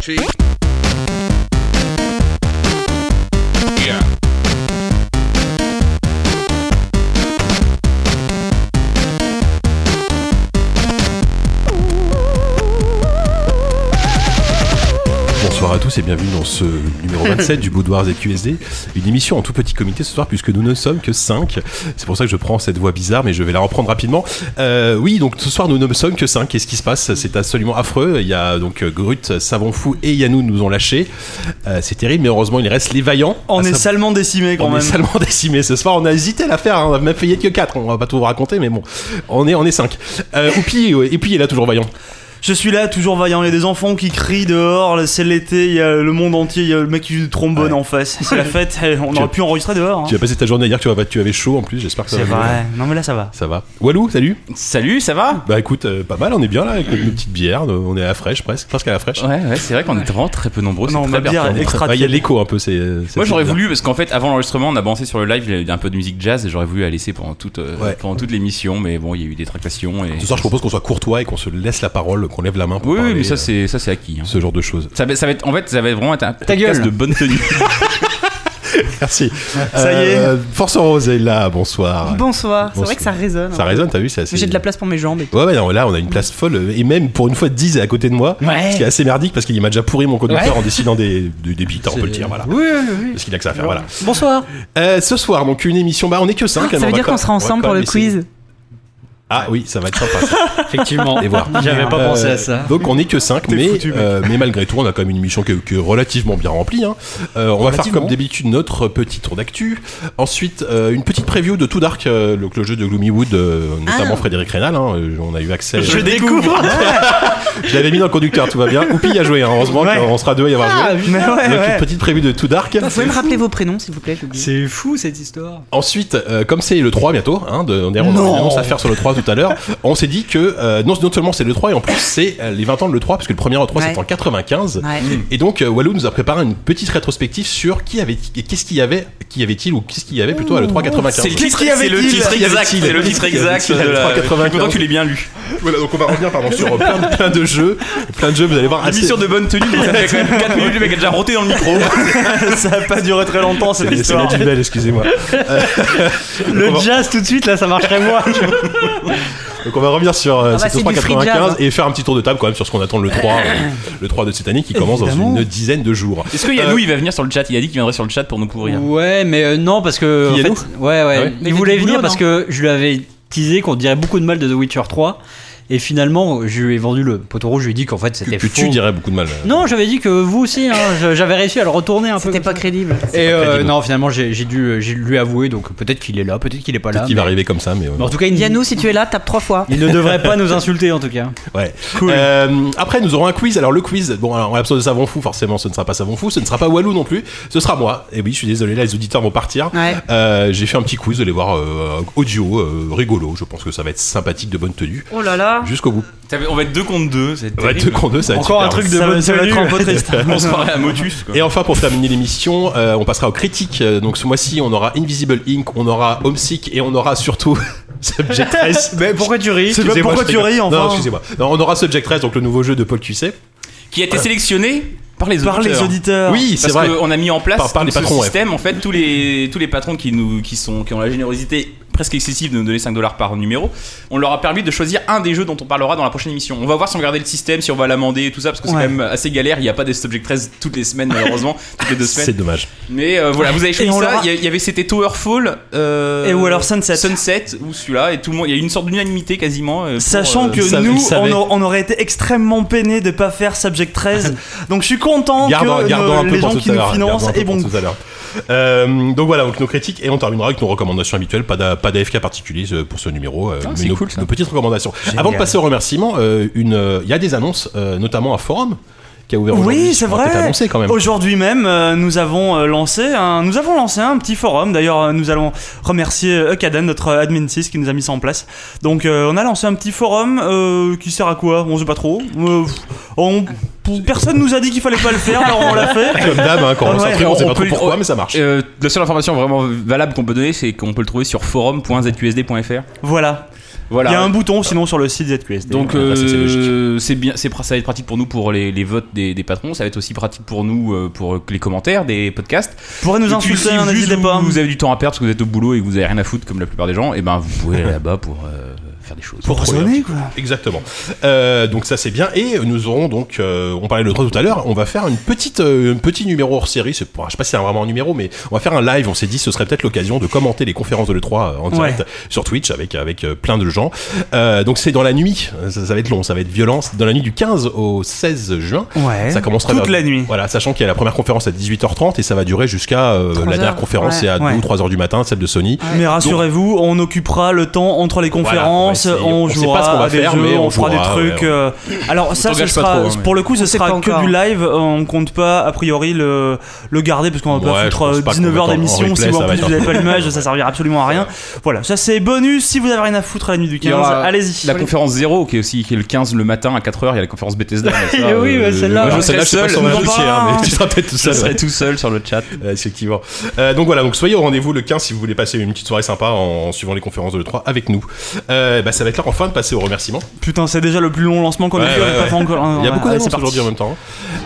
T. Yeah. Bonsoir à tous et bienvenue dans ce numéro 27 du Boudoir ZQSD, une émission en tout petit comité ce soir puisque nous ne sommes que 5. C'est pour ça que je prends cette voix bizarre mais je vais la reprendre rapidement. Euh, oui, donc ce soir nous ne sommes que 5. Qu'est-ce qui se passe C'est absolument affreux. Il y a donc euh, Grut, Savon Fou et Yannou nous ont lâchés. Euh, C'est terrible mais heureusement il reste les vaillants. On À est sa- salement décimé quand on est même. salement décimé ce soir. On a hésité à la faire, hein. on a même failli être que 4. On va pas tout vous raconter mais bon, on est, on est 5. Oupi, ouais, et puis il est là toujours vaillant. Je suis là, toujours vaillant. Il y a des enfants qui crient dehors, là, c'est l'été, il y a le monde entier, il y a le mec qui joue du trombone Ouais. en face. C'est la fête, eh, on Tu- aurait pu enregistrer dehors. hein. Tu as passé ta journée hier, tu, vas- tu avais chaud en plus, j'espère que ça C'est va mieux. vrai. Non mais là ça va. Ça va. Walou, salut Salut, ça va Bah écoute, euh, pas mal, on est bien là avec notre notre petite bière, euh, on est à la fraîche presque, presque à la fraîche. Ouais, ouais, c'est vrai qu'on est vraiment très peu nombreux. c'est Non, très ma bière, perturbant. elle est extra Ah, Il y a de tiède. l'écho un peu, c'est. euh, c'est Moi j'aurais bizarre. voulu, parce qu'en fait avant l'enregistrement on a balancé sur le live, il y a un peu de musique jazz et j'aurais voulu la laisser pendant toute, euh, Ouais. pendant toute l'émission, mais bon il y a eu des tractations et... Ce soir, je propose qu'on soit courtois et qu'on se laisse la parole, qu'on lève la main pour Oui, oui, parler, mais ça euh, c'est ça c'est acquis. hein. ce genre de choses. Ça, va- ça va être, en fait ça va vraiment être un podcast gueule. de bonne tenue. Merci. Euh, Ça y est. Force Rose est là, bonsoir. Bonsoir, c'est Ah Bonsoir. vrai que ça résonne. Ça hein. résonne, t'as vu, c'est assez. Mais j'ai de la place pour mes jambes. et tout. Ouais, ouais, non, là, on a une place folle. Et même, pour une fois, 10 est à côté de moi. Ouais. Ce qui est assez merdique parce qu'il m'a déjà pourri mon conducteur en décidant des, des, des beats, on peut le dire, voilà. Parce qu'il a que ça à faire, voilà. Bonsoir. Ah, Euh, ce soir, donc, une émission, bah, on est que 5. ça veut dire qu'on sera ensemble pour le quiz. Ah oui, ça va être sympa. ça. Effectivement. Et voir. J'avais pas Euh, pensé à ça. Donc on est que 5, mais, euh, mais malgré tout, on a quand même une émission qui est, qui est relativement bien remplie. hein. Euh, on va faire comme d'habitude notre petit tour d'actu. Ensuite, euh, une petite preview de Tout Dark, euh, le, le jeu de Gloomywood, euh, notamment Frédéric Rénal. hein, euh, on a eu accès. Je euh, découvre. je l'avais mis dans le conducteur, tout va bien. Oupi a joué, hein, heureusement Ouais. qu'on sera deux à y avoir joué. Mais ouais, Donc, une ouais. petite preview de Tout Dark. hein. Vous pouvez me rappeler vos prénoms, s'il vous plaît, j'ai oublié. C'est fou cette histoire. Ensuite, euh, comme c'est le 3 bientôt, hein, de, on a on a Non. une annonce à faire sur le 3 tout à l'heure, on s'est dit que euh, non, non seulement c'est le 3 et en plus c'est euh, les 20 ans de le 3 parce que le premier le 3 Ouais. c'était en 95. Ouais. Mm. Et donc euh, Walou nous a préparé une petite rétrospective sur qui avait et qu'est-ce qu'il y avait qui avait-il ou qu'est-ce qu'il y avait plutôt à le 3 95. Qu'est-ce qu'il y avait le dit, titre là exact, c'est le titre exact Qui avait-il de à la... 3,95. Je suis content que tu l'aies bien lu. Voilà, donc on va revenir pardon sur euh, plein de, plein de jeux, plein de jeux vous allez voir assez Émission de bonne tenue, mais ça fait quand même 4 minutes, le mec a déjà roté dans le micro. ça a pas duré très longtemps cette c'est la histoire. duvel, excusez-moi. Euh, on Le va- jazz tout de suite, là, ça marcherait moi. Donc on va revenir sur Ah euh, bah, cette c'est du free 395 jazz, hein. Ah. et faire un petit tour de table quand même sur ce qu'on attend le 3 euh, le 3 de cette année qui commence dans Évidemment. une dizaine de jours. Euh, Est-ce que Yannou il va venir sur le chat Il a dit qu'il viendrait sur le chat pour nous couvrir. Ouais, mais euh, non, parce que. Qui est en nous fait, ouais, ouais. Ah ouais Il Mais voulait du boulot, venir parce non que je lui avais teasé qu'on dirait beaucoup de mal de The Witcher 3. Et finalement, je lui ai vendu le poteau rouge. Je lui ai dit qu'en fait, Que, c'était que faux. tu dirais beaucoup de mal. euh, Non, j'avais dit que vous aussi, hein, je- j'avais réussi à le retourner un peu. C'était comme pas ça. crédible. Et pas euh, crédible. non, finalement, j'ai j'ai dû euh, j'ai lui avouer, donc peut-être qu'il est là, peut-être qu'il est pas peut-être là. qu'il va mais- arriver comme ça mais euh, mais en tout cas, il, Yannou, si tu es là, tape trois fois. il ne devrait pas nous insulter en tout cas. Ouais. Euh, après, nous aurons un quiz. Alors, le quiz, bon, alors, en l'absence de Savon Fou, forcément, ce ne sera pas Savon Fou, ce ne sera pas Walou non plus, ce sera moi. Et oui, je suis désolé, là, les auditeurs vont partir. Ouais. Euh, J'ai fait un petit quiz, vous allez voir, euh, audio, euh, rigolo. Je pense que ça va être sympathique, de bonne tenue. Oh là là. Jusqu'au bout. Ça va- On va être deux contre deux, c'est Ouais, terrible. deux contre deux, ça va être Encore super. un truc de Ça va- bonne ça va être tenue. un peu triste. On se croirait à Motus. quoi. Et enfin, pour terminer l'émission, euh, on passera aux critiques. Euh, Donc, ce mois-ci, on aura Invisible Inc., on aura Homesick et on aura surtout Subject 13. Mais pourquoi tu ris pas pourquoi tu ris, enfin. Non, excusez-moi. Non, on aura Subject 13, donc le nouveau jeu de Paul Cuisset. Qui a été sélectionné par les auditeurs. Par les auditeurs. Oui, c'est Parce vrai. qu'on a mis en place Par- par les donc, ce patrons, ouais. système. En fait, tous les, tous les patrons qui, nous, qui, sont, qui ont la générosité presque excessive de nous donner 5 dollars par numéro, on leur a permis de choisir un des jeux dont on parlera dans la prochaine émission. On va voir si on garder le système, si on va l'amender et tout ça, parce que c'est Ouais. quand même assez galère. Il n'y a pas des Subject 13 toutes les semaines, malheureusement, toutes les deux C'est semaines. dommage. Mais euh, voilà, vous avez choisi Et on ça. l'aura- Il y a- il y avait c'était Towerfall. euh, Et ou alors Sunset. Sunset ou celui-là. Et tout le monde, il y a eu une sorte d'unanimité quasiment. euh, pour, Sachant euh, que ça- Oh, il nous, savait. on, a- on aurait été extrêmement peinés de pas faire Subject 13. Donc je suis content Gardons, que gardons nos- un peu les pour gens tout qui à nous l'heure, financent gardons un peu et bon. pour tout à l'heure. Euh, donc voilà, donc nos critiques et on terminera avec nos recommandations habituelles. Pas d'a- pas d'AFK particulier euh, pour ce numéro, euh, mais Ah, c'est nos, cool, ça. nos petites recommandations. Avant de passer aux remerciements, euh, une, euh, il y a des annonces, euh, notamment un forum qui a ouvert Euh, aujourd'hui. Oui, c'est On va peut-être vrai. annoncer quand même. Aujourd'hui même, euh, nous avons euh, lancé un, nous avons lancé un petit forum. D'ailleurs, euh, nous allons remercier euh, Eukaden, notre euh, admin 6 qui nous a mis ça en place. Donc, euh, on a lancé un petit forum euh, qui sert à quoi On sait pas trop. Euh, on- personne nous a dit qu'il fallait pas le faire, alors on l'a fait. Comme d'hab, hein, quand on Ouais, s'imprime, on on sait pas peut trop le- pourquoi, mais ça marche. Euh, la seule information vraiment valable qu'on peut donner, c'est qu'on peut le trouver sur forum.zqsd.fr. Voilà. Voilà. Il y a un bouton sinon sur le site ZQSD. Donc Ouais, bah, ça, c'est euh, c'est bien, c'est pra- ça va être pratique pour nous pour les, les votes des, des patrons, ça va être aussi pratique pour nous euh, pour les commentaires des podcasts. pourrait nous Et puis, insulter, si hein, juste n'hésitez vous- pas. Vous avez du temps à perdre parce que vous êtes au boulot et que vous avez rien à foutre comme la plupart des gens, et ben vous pouvez aller là-bas pour euh, faire des choses. Pour sonner quoi. Exactement. Euh, donc ça c'est bien et nous aurons donc euh, on parlait de droit tout à l'heure, on va faire une petite euh, un petit numéro hors série, c'est pas- je sais pas si c'est vraiment un numéro mais on va faire un live, on s'est dit ce serait peut-être l'occasion de commenter les conférences de l'E3 euh, en direct sur Twitch avec avec euh, plein de gens. Euh, donc c'est dans la nuit, ça, ça va être long, ça va être violent, C'est dans la nuit du 15 au 16 juin. Ouais. Ça commencera Toute vers- la nuit. Voilà, sachant qu'il y a la première conférence à 18h30 et ça va durer jusqu'à euh, la 3 dernière heures. conférence Ouais. c'est à 2 Ouais. ou 3 heures du matin, celle de Sony. Mais rassurez-vous, on occupera le temps entre les Voilà, conférences, on va essayer. on, On sait jouera pas ce qu'on va à des faire, jeux, mais on, on fera des jouera, trucs. ouais, ouais. euh, Alors ça, ce t'engage pas sera trop, hein, mais- pour le coup, ce On sait sera pas que encore. du live. euh, On compte pas a priori le le garder parce qu'on va Ouais, pas je foutre pense euh, pas qu'on 19 mette heures en- en d'émission si replay, vous ça en va plus être vous un avez pas l'image, ça servira absolument à rien. Voilà, ça c'est bonus. Si vous avez rien à foutre à la nuit du Il y 15, aura allez-y. La conférence 0 qui est aussi qui est le 15 le matin à 4h, il y a la conférence Bethesda. mais Eh oui, bah, celle-là. moi, hein. Moi, je je sais là, serai je sais pas seul, si on va nous en toucher, hein, parlera. mais tu seras peut-être tout je seul. ouais. serai tout seul sur le chat. Euh, Effectivement. Euh, donc voilà, donc soyez au rendez-vous le 15 si vous voulez passer une petite soirée sympa en, en suivant les conférences de l'E3 avec nous. Euh, bah, ça va être l'heure enfin de passer aux remerciements. Putain, c'est déjà le plus long lancement qu'on Ouais, ait fait. on ouais, l'a pas ouais. fait encore. hein. Il y a beaucoup Allez, d'annonces c'est parti. aujourd'hui en même temps.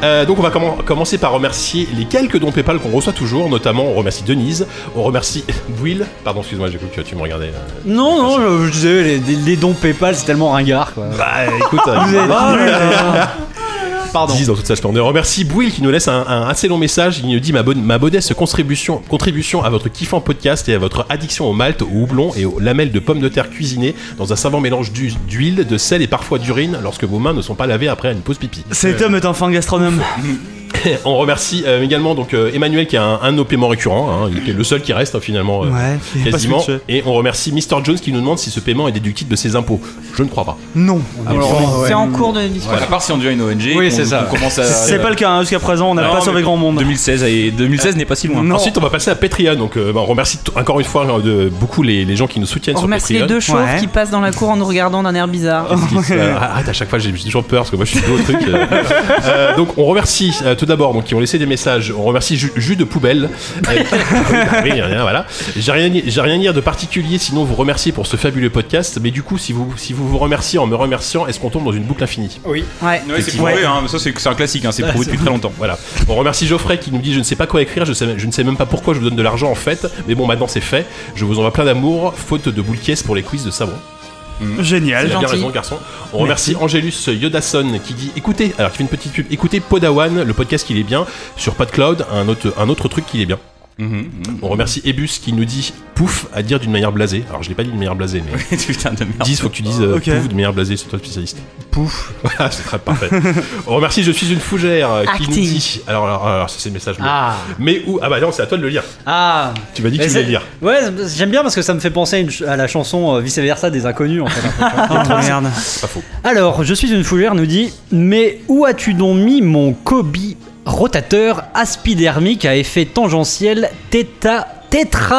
Euh, donc on va commen- commencer par remercier les quelques dons PayPal qu'on reçoit toujours, notamment on remercie Denise, on remercie Will, pardon excuse-moi j'ai cru que tu me regardais. euh. Non, non, je, je disais, les, les- les dons PayPal, c'est tellement ringard, quoi. Bah euh, écoute, Vous êtes bravo. nuls, hein. Pardon. Dise dans toute sa splendeur. On remercie Bouil qui nous laisse un, un assez long message. Il nous dit ma, bonne, ma modeste contribution, contribution à votre kiffant podcast et à votre addiction au malt, au houblon et aux lamelles de pommes de terre cuisinées dans un savant mélange d'hu- d'huile, de sel et parfois d'urine lorsque vos mains ne sont pas lavées après une pause pipi. Cet homme est un fin gastronome. On remercie euh, également donc euh, Emmanuel qui a un, un de nos paiements récurrents, hein, qui est le seul qui reste hein, finalement. euh, Ouais. qui est pas Quasiment. switché. Et on remercie Mr. Jones qui nous demande si ce paiement est déductible de ses impôts. Je ne crois pas. Non. Ah, C'est en cours de discussion. À part si on devient une ONG, Oui, qu'on- c'est ça. qu'on commence à. C'est pas le cas hein, jusqu'à présent. On n'a Non, pas mais sauvé grand monde. Euh, 2016 et 2016 n'est pas si loin. Non. Ensuite, on va passer à Patreon. Donc, euh, bah, on remercie t- encore une fois euh, de, beaucoup les, les gens qui nous soutiennent On sur remercie les Patreon. deux chauves Ouais. qui passent dans la cour en nous regardant d'un air bizarre. Qui- euh, arrête à chaque fois j'ai j'ai toujours peur parce que moi je suis dos au truc euh. Euh, donc on remercie euh, tout d'abord donc qui ont laissé des messages on remercie Ju- Jus de poubelle Euh, bah oui, rien, voilà j'ai rien j'ai rien à dire de particulier sinon vous remercier pour ce fabuleux podcast mais du coup si vous si vous vous remerciez en me remerciant est-ce qu'on tombe dans une boucle infinie Ouais. Ouais, c'est prouvé, hein, mais ça c'est c'est un classique, hein, c'est prouvé depuis très longtemps. voilà on remercie Geoffrey qui nous dit je ne sais pas quoi écrire je, sais- je ne sais même pas pourquoi je vous donne de l'argent en fait mais bon maintenant c'est fait je vous envoie plein d'amour faute de boule caisse pour les quiz de savon Mm. Génial. Il a bien gentil. raison, garçon. On remercie Angelus Yodason qui dit écoutez, alors qui fait une petite pub, écoutez Podawan, le podcast qu'il est bien, sur PodCloud, un autre, un autre truc qu'il est bien. Mhm, On remercie Ebus qui nous dit pouf à dire d'une manière blasée. Alors je l'ai pas dit d'une manière blasée, mais. mhm. Putain de merde. 10, faut que tu dises euh, Ok. pouf de manière blasée, c'est toi le spécialiste. Pouf. Voilà, c'est très parfait. On remercie Je suis une fougère euh, qui nous Acting. dit. Alors, alors, alors, ça c'est le message. Ah, Mais où Ah bah non, c'est à toi de le lire. ah. Tu m'as dit que Mais tu voulais c'est- le lire. Ouais, j'aime bien parce que ça me fait penser à, une ch- à la chanson euh, Vice versa des inconnus en fait. Ah, merde. Alors, je suis une fougère, nous dit Mais où as-tu donc mis mon Kobe rotateur aspidermique à effet tangentiel téta-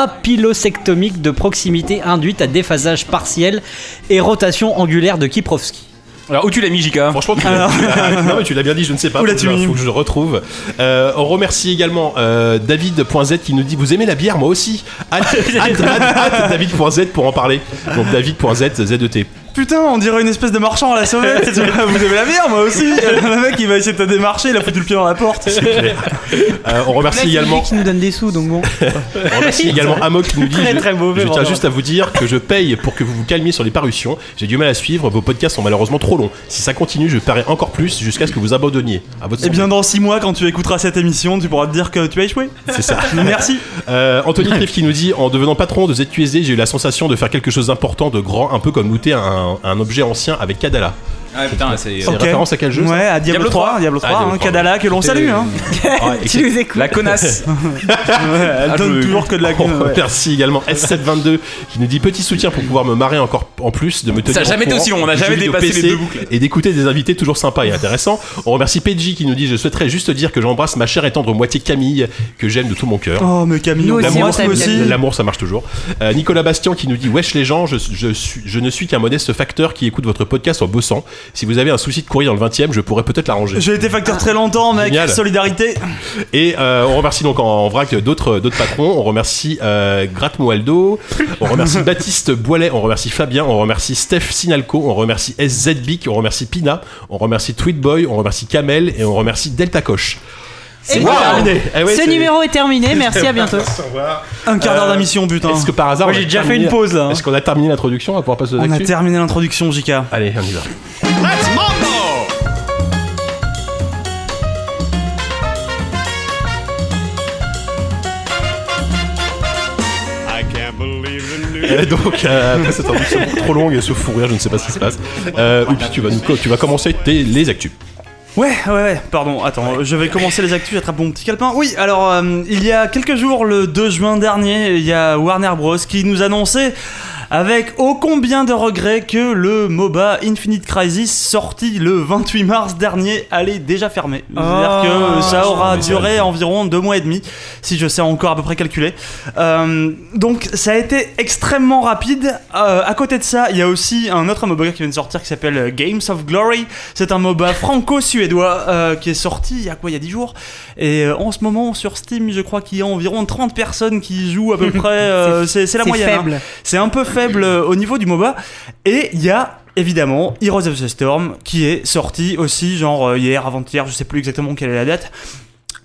tétrapilosectomique de proximité induite à déphasage partiel et rotation angulaire de Kiprovski Alors où tu l'as mis, Jika Franchement, Ah, tu l'as- Ah, non, mais tu l'as bien dit, je ne sais pas. Où faut l'as-tu que je- mis faut que je le retrouve. Euh, on remercie également euh, David.z qui nous dit Vous aimez la bière, moi aussi. Hâte, hâte, hâte, hâte David.z pour en parler. Donc David.z, Z-E-T. Putain, on dirait une espèce de marchand à la sauvette. Vous avez la merde, moi aussi. Le mec, il va essayer de te démarcher, il a foutu le pied dans la porte. Euh, on Là, remercie c'est également, lui qui nous donne des sous, donc bon. on remercie également Amok qui nous dit Très, je- très mauvais Je tiens vendeur. juste à vous dire que je paye pour que vous vous calmiez sur les parutions. J'ai du mal à suivre. Vos podcasts sont malheureusement trop longs. Si ça continue, je paierai encore plus jusqu'à ce que vous abandonniez. À Eh votre Et santé. bien, dans 6 mois, quand tu écouteras cette émission, tu pourras te dire que tu as échoué. c'est ça. Merci. Euh, Anthony Cliff qui nous dit en devenant patron de ZQSD, j'ai eu la sensation de faire quelque chose d'important, de grand, un peu comme looter un, un objet ancien avec Kadala. Ah putain, c'est. C'est euh, Ok. référence à quel jeu ça Ouais, à Diablo Diablo 3, Diablo Ah, 3, Diablo hein, 3, Kadala, que l'on salue. Hein. Ouais, Tu nous écoutes. La connasse Ouais, Elle Ah, donne je- toujours que de la On gueule. ouais. remercie Oh, également S722 qui nous dit petit soutien pour pouvoir me marrer encore en plus de me tenir. Ça a au jamais été courant aussi long, on a du jamais jeu vidéo dépassé les PC deux boucles. Et d'écouter des invités toujours sympas et intéressants. On remercie PJ qui nous dit je souhaiterais juste dire que j'embrasse ma chère et tendre moitié Camille que j'aime de tout mon cœur. Oh, mais Camille, Nous on aussi, t'aime on beaucoup t'aime, aussi. Camille. L'amour, ça marche toujours. Euh, Nicolas Bastien qui nous dit Wesh les gens, je, je suis, je ne suis qu'un modeste facteur qui écoute votre podcast en bossant. si vous avez un souci de courrier dans le 20 e je pourrais peut-être l'arranger. J'ai été facteur très longtemps, mec. Génial. Solidarité. Et euh, on remercie donc en, en vrac d'autres d'autres patrons. On remercie euh, Moaldo, on remercie Baptiste Boilet, on remercie Fabien, on remercie Steph Sinalco, on remercie SZBIC, on remercie Pina, on remercie Tweetboy, on remercie Kamel et on remercie Delta Coche. Et Wow. voilà. terminé. Eh ouais, Ce c'est- numéro est terminé. Merci, à bientôt. Un quart d'heure Euh, d'émission, putain. Est-ce que par hasard Moi, on a j'ai déjà fait terminé- une pause là. hein. Est-ce qu'on a terminé l'introduction On va pouvoir passer aux On a actus terminé l'introduction, JK. Allez, on y va. Et donc, euh, après cette introduction trop longue et ce fou rire, je ne sais pas ce qui se passe. Euh, Oupi, tu vas, nous, co- tu vas commencer tes- les actus. Ouais, ouais, ouais, pardon, attends, je vais commencer les actus, j'attrape mon petit calepin. Oui, alors, euh, il y a quelques jours, le 2 juin dernier, il y a Warner Bros. qui nous annonçait, avec ô combien de regrets, que le MOBA Infinite Crisis, sorti le 28 mars dernier, allait déjà fermer. C'est-à-dire que ça aura mais ça duré arrive. environ deux mois et demi, si je sais encore à peu près calculer. Euh, donc ça a été extrêmement rapide. Euh, à côté de ça, il y a aussi un autre MOBA qui vient de sortir qui s'appelle euh, Games of Glory. C'est un MOBA franco-suédois euh, qui est sorti il y a quoi il y a 10 jours. Et euh, en ce moment sur Steam, je crois qu'il y a environ 30 personnes qui y jouent à peu près. euh, c'est c'est la C'est moyenne. hein. faible. C'est un peu faible euh, au niveau du MOBA. Et il y a évidemment Heroes of the Storm qui est sorti aussi, genre euh, hier, avant-hier, je sais plus exactement quelle est la date.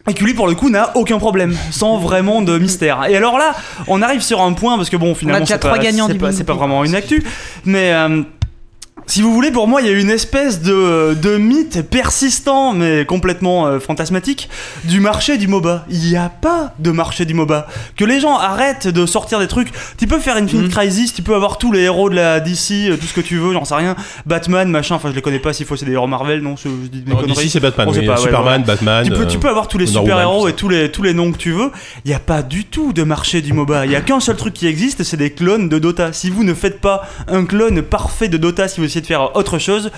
Et qui lui pour le coup n'a aucun problème, sans vraiment de mystère. Et alors là, on arrive sur un point, parce que bon, finalement, déjà c'est pas, trois gagnants c'est du pas, Bingo. c'est pas vraiment une actu, mais euh, si vous voulez, pour moi, il y a une espèce de, de mythe persistant, mais complètement euh, fantasmatique, du marché du MOBA. Il n'y a pas de marché du MOBA. Que les gens arrêtent de sortir des trucs. Tu peux faire Mm. Infinite Crisis, tu peux avoir tous les héros de la DC, euh, tout ce que tu veux, j'en sais rien. Batman, machin, enfin, je les connais pas s'il faut, c'est des héros Marvel, non, je, je dis des Non, conneries. D'ici, c'est Batman. On sait oui. pas, ouais, Superman, Batman. Tu peux, tu euh, peux avoir tous les Wonder Woman, tout super-héros ça. et tous les, tous les noms que tu veux. Il n'y a pas du tout de marché du MOBA. Il n'y a qu'un seul truc qui existe, c'est des clones de Dota. Si vous ne faites pas un clone parfait de Dota, si vous essayez de faire autre chose,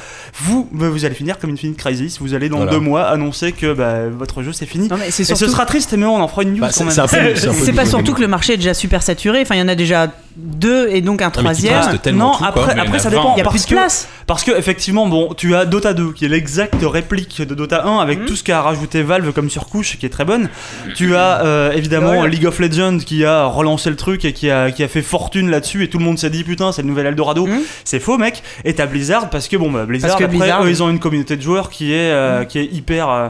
vous, bah, vous allez finir comme Infinite Crisis. Vous allez dans Voilà. deux mois annoncer que bah, votre jeu c'est fini. Non, mais c'est et ce surtout- sera triste, mais on en fera une news Bah, quand c'est même. c'est un peu- un peu C'est pas le- surtout que le marché est déjà super saturé. Enfin, il y en a déjà deux et donc un Ah, mais qui troisième. reste tellement non, tout, quoi. après, Mais après il y en a ça vingt. dépend. Il y a parce plus de que- place. Parce que effectivement, bon, tu as Dota 2 qui est l'exacte réplique de Dota 1 Mhm. avec tout ce qu'a rajouté Valve comme surcouche qui est très bonne. Tu as euh, évidemment League of Legends qui a relancé le truc et qui a, qui a fait fortune là-dessus et tout le monde s'est dit putain c'est le nouvel Eldorado. Mhm. C'est faux mec. Et t'as Blizzard parce que bon bah Blizzard Parce que après Blizzard, eux, oui. Mhm. ils ont une communauté de joueurs qui est euh, qui est hyper euh,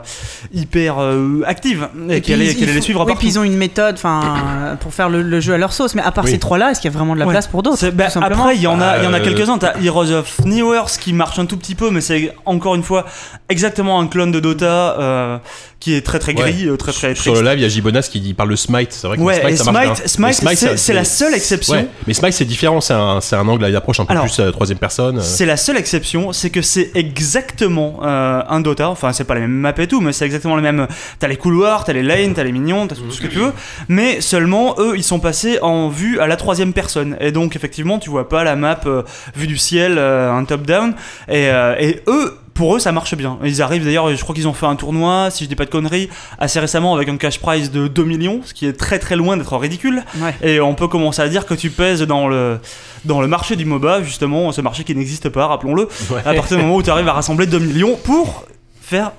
hyper euh, active et, qui puis, allait, ils- qui allait ils les font- suivre oui, partout. puis ils ont une méthode enfin, euh, pour faire le, le jeu à leur sauce. Mais à part Oui. ces trois-là, est-ce qu'il y a vraiment de la Ouais. place pour d'autres C'est- bah, tout simplement après, il y en a, il y en a Euh, quelques-uns. T'as Heroes of New Earth qui marche un tout petit peu, mais c'est encore une fois exactement un clone de Dota euh, qui est très très gris, euh, très très. Sur triste. le live, il y a Gibonas qui dit- parle de Smite. C'est vrai que Ouais, Smite, et ça marche Smite- bien. Smite, Mais c'est- ça- c'est la seule exception. Ouais, Mais Smite, c'est différent. C'est un, c'est un angle d'approche un peu Alors, plus euh, troisième personne. euh. C'est la seule exception, c'est que c'est exactement euh, un Dota. Enfin, c'est pas les mêmes maps et tout, mais c'est exactement les mêmes. T'as les couloirs, t'as les lanes, t'as les minions, t'as tout ce que tu veux. Mais seulement, eux, ils sont passés en vue à la troisième personne. Et donc, effectivement, tu vois pas la map euh, vue du ciel, euh, un top-down. Et, euh, et eux, pour eux, ça marche bien. Ils arrivent d'ailleurs, je crois qu'ils ont fait un tournoi, si je dis pas de conneries, assez récemment avec un cash prize de 2 millions, ce qui est très très loin d'être ridicule. Ouais. Et on peut commencer à dire que tu pèses dans le, dans le marché du MOBA, justement, ce marché qui n'existe pas, rappelons-le, à partir du moment où tu arrives à rassembler 2 millions pour faire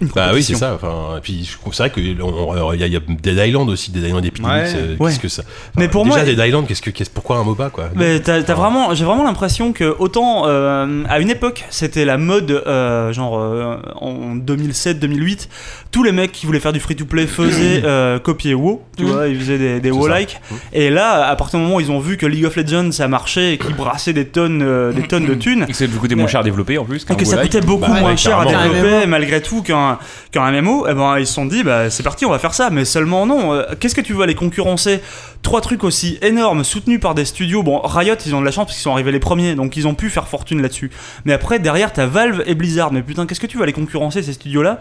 une Bah oui, c'est compétition. ça. Enfin, et puis je trouve- c'est vrai que on- alors, il y, a- il y a Dead Island aussi, Dead Island Epidemic. Ouais. euh, Ouais. Qu'est-ce que ça Mais pour moi- déjà, Dead Island, qu'est-ce que, qu'est-ce, pourquoi un MOBA quoi Mais t'as, t'as Enfin, vraiment, j'ai vraiment l'impression que autant euh, à une époque c'était la mode euh, genre euh, en 2007-2008 tous les mecs qui voulaient faire du free-to-play faisaient euh, copier WoW, Mm. tu vois, ils faisaient des, des C'est Mm. WoW-like. Et là, à partir du moment où ils ont vu que League of Legends ça marchait et qu'ils brassaient des tonnes, euh, des tonnes de thunes, euh, Et que ça vous coûter moins cher à développer en plus. et que ça coûtait beaucoup Bah, moins ouais, cher à carrément. développer malgré tout qu'un qu'un MMO, et ben ils se sont dit bah c'est parti on va faire ça, mais seulement non. euh, Qu'est-ce que tu veux aller concurrencer trois trucs aussi énormes soutenus par des studios Bon Riot ils ont de la chance parce qu'ils sont arrivés les premiers, donc ils ont pu faire fortune là-dessus. Mais après derrière t'as Valve et Blizzard, mais putain qu'est-ce que tu veux aller concurrencer ces studios là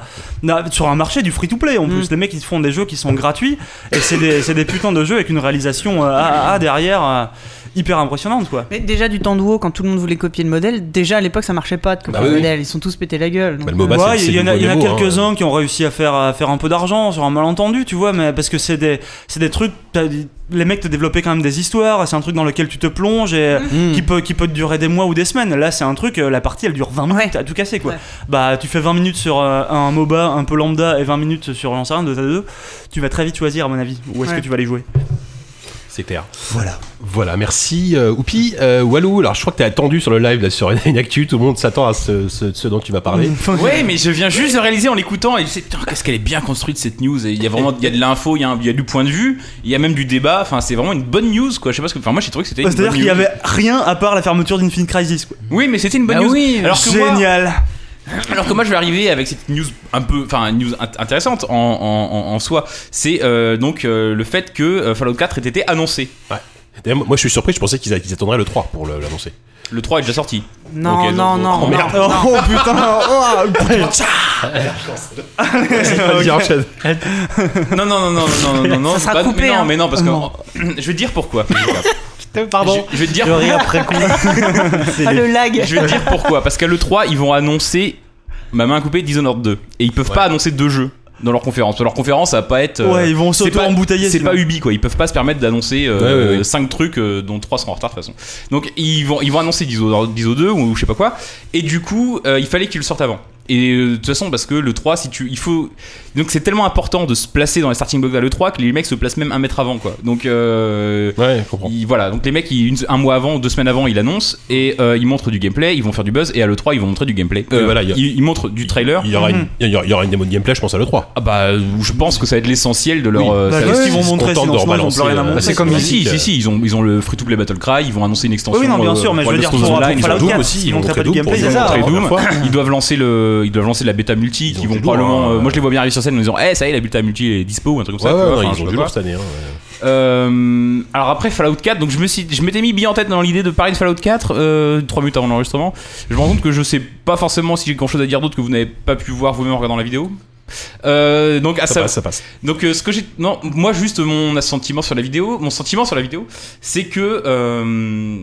sur un marché du free-to-play en plus. Les mecs ils font des jeux qui sont gratuits et c'est des c'est des putains de jeux avec une réalisation euh, AAA derrière. euh, hyper impressionnante quoi. Mais déjà du temps de WoW, quand tout le monde voulait copier le modèle, déjà à l'époque ça marchait pas de copier Bah le oui. modèle. Ils sont tous pété la gueule. donc, Bah, le MOBA, euh, c'est- Ouais, il y, en a- le il y en a mot, hein. quelques-uns qui ont réussi à faire, à faire un peu d'argent sur un malentendu, tu vois, mais parce que c'est des, c'est des trucs. t'as dit- Les mecs te développaient quand même des histoires, c'est un truc dans lequel tu te plonges et Mm. Mm. euh, qui, peut, qui peut te durer des mois ou des semaines. Là, c'est un truc, euh, la partie elle dure 20 minutes à tout casser quoi. Ouais. Bah, tu fais 20 minutes sur euh, un MOBA un peu lambda et 20 minutes sur j'en sais rien, 2 à 2, tu vas très vite choisir, à mon avis, où est-ce Ouais. que tu vas les jouer. C'est clair. Voilà. Voilà, merci euh, Oupi. Euh, Walou, alors je crois que t'es attendu sur le live là, sur une actu, tout le monde s'attend à ce, ce- ce dont tu vas parler. Ouais, mais je viens juste de réaliser en l'écoutant et je sais, putain, qu'est-ce qu'elle est bien construite cette news. Et Il y a vraiment il y a de l'info, il y, a un- il y a du point de vue, il y a même du débat. Enfin, c'est vraiment une bonne news quoi. Je sais pas ce que. Enfin, moi j'ai trouvé que c'était une bonne C'est-à-dire qu'il y news. avait rien à part la fermeture d'Infinite Crisis quoi. Bah Oui, mais c'était une bonne Ah news. oui, alors que moi, Génial! Alors que moi je vais arriver avec cette news un peu, enfin une news int- intéressante en, en- en- en soi, c'est euh, donc euh, le fait que euh, Fallout 4 ait été annoncé. D'ailleurs, Moi je suis surpris, je pensais qu'ils qu'ils attendraient le 3 pour le- l'annoncer. Le 3 est déjà sorti. Non, Ok, non, donc, non, oh, non. merde. non. Oh putain! Vas-y, enchaîne. Non non non non non non non non. Ça sera bah, coupé, mais non hein. mais non parce que Non. je vais te dire pourquoi. Pardon. Je, je vais te dire Je ris après coup. Ah, le lag. je vais te dire pourquoi parce qu'à le 3 ils vont annoncer ma main coupée Dishonored 2 et ils peuvent pas annoncer deux jeux dans leur conférence. Leur conférence ça va pas être euh, Ouais, ils vont c'est pas- s'auto-embouteiller. C'est sinon. pas Ubi quoi, ils peuvent pas se permettre d'annoncer Ouais, ouais, ouais. 5 trucs euh, dont 3 sont en retard de toute façon. Donc ils vont, ils vont annoncer d'ISO 2 ou je sais pas quoi, et du coup euh, il fallait qu'ils le sortent avant. Et euh, de toute façon, parce que le 3, si tu. Il faut. Donc c'est tellement important de se placer dans les starting blocks vers le 3 que les mecs se placent même un mètre avant quoi. Donc euh, Ouais, je comprends. ils- voilà, donc les mecs, ils- une- un mois avant, deux semaines avant, ils annoncent et euh, ils montrent du gameplay, ils vont faire du buzz et à l'E3, ils vont montrer du gameplay. Euh, Oui, voilà, il y a- ils, ils montrent du trailer. Il y, aura une, il, y aura, il y aura une démo de gameplay, je pense à le 3. Ah bah, je pense que ça va être l'essentiel de leur. Oui. euh, Bah, ça- qu'est-ce ouais, qu'ils vont ils sont montrer contents sinon, sinon, ils de ont rebalancer, plus rien à euh, montrer. bah, c'est comme Ah, Musique, si, si, si, ils ont, ils ont le free to play Battle Cry, ils vont annoncer une extension. Oui, non, bien euh, sûr, mais je veux Wireless dire, Tools pour- pour Online, ils Fallout doivent- Doom 4, aussi, ils ils montraient montraient pas du Doom pour gameplay, c'est les ça. montrer ils doivent Doom. lancer Doom, ils doivent lancer le, ils doivent lancer la bêta multi, Ils qui ont vont du probablement, lourd, hein. euh, moi je les vois bien arriver sur scène en disant, eh, ça y est, la bêta multi est dispo ou un truc Ouais, comme ça. tu ouais, vois, ouais, enfin, ils je ont sais du pas. lourd cette année. hein, ouais. Euh, alors après Fallout 4, donc je me suis, je m'étais mis bien en tête dans l'idée de parler de Fallout 4 euh, trois minutes avant l'enregistrement. Je me rends compte que je sais pas forcément si j'ai grand chose à dire d'autre que vous n'avez pas pu voir vous-même en regardant la vidéo. Euh, donc à Ça, sa- passe, ça passe. donc euh, ce que j'ai non moi juste mon sentiment sur la vidéo mon sentiment sur la vidéo c'est que euh,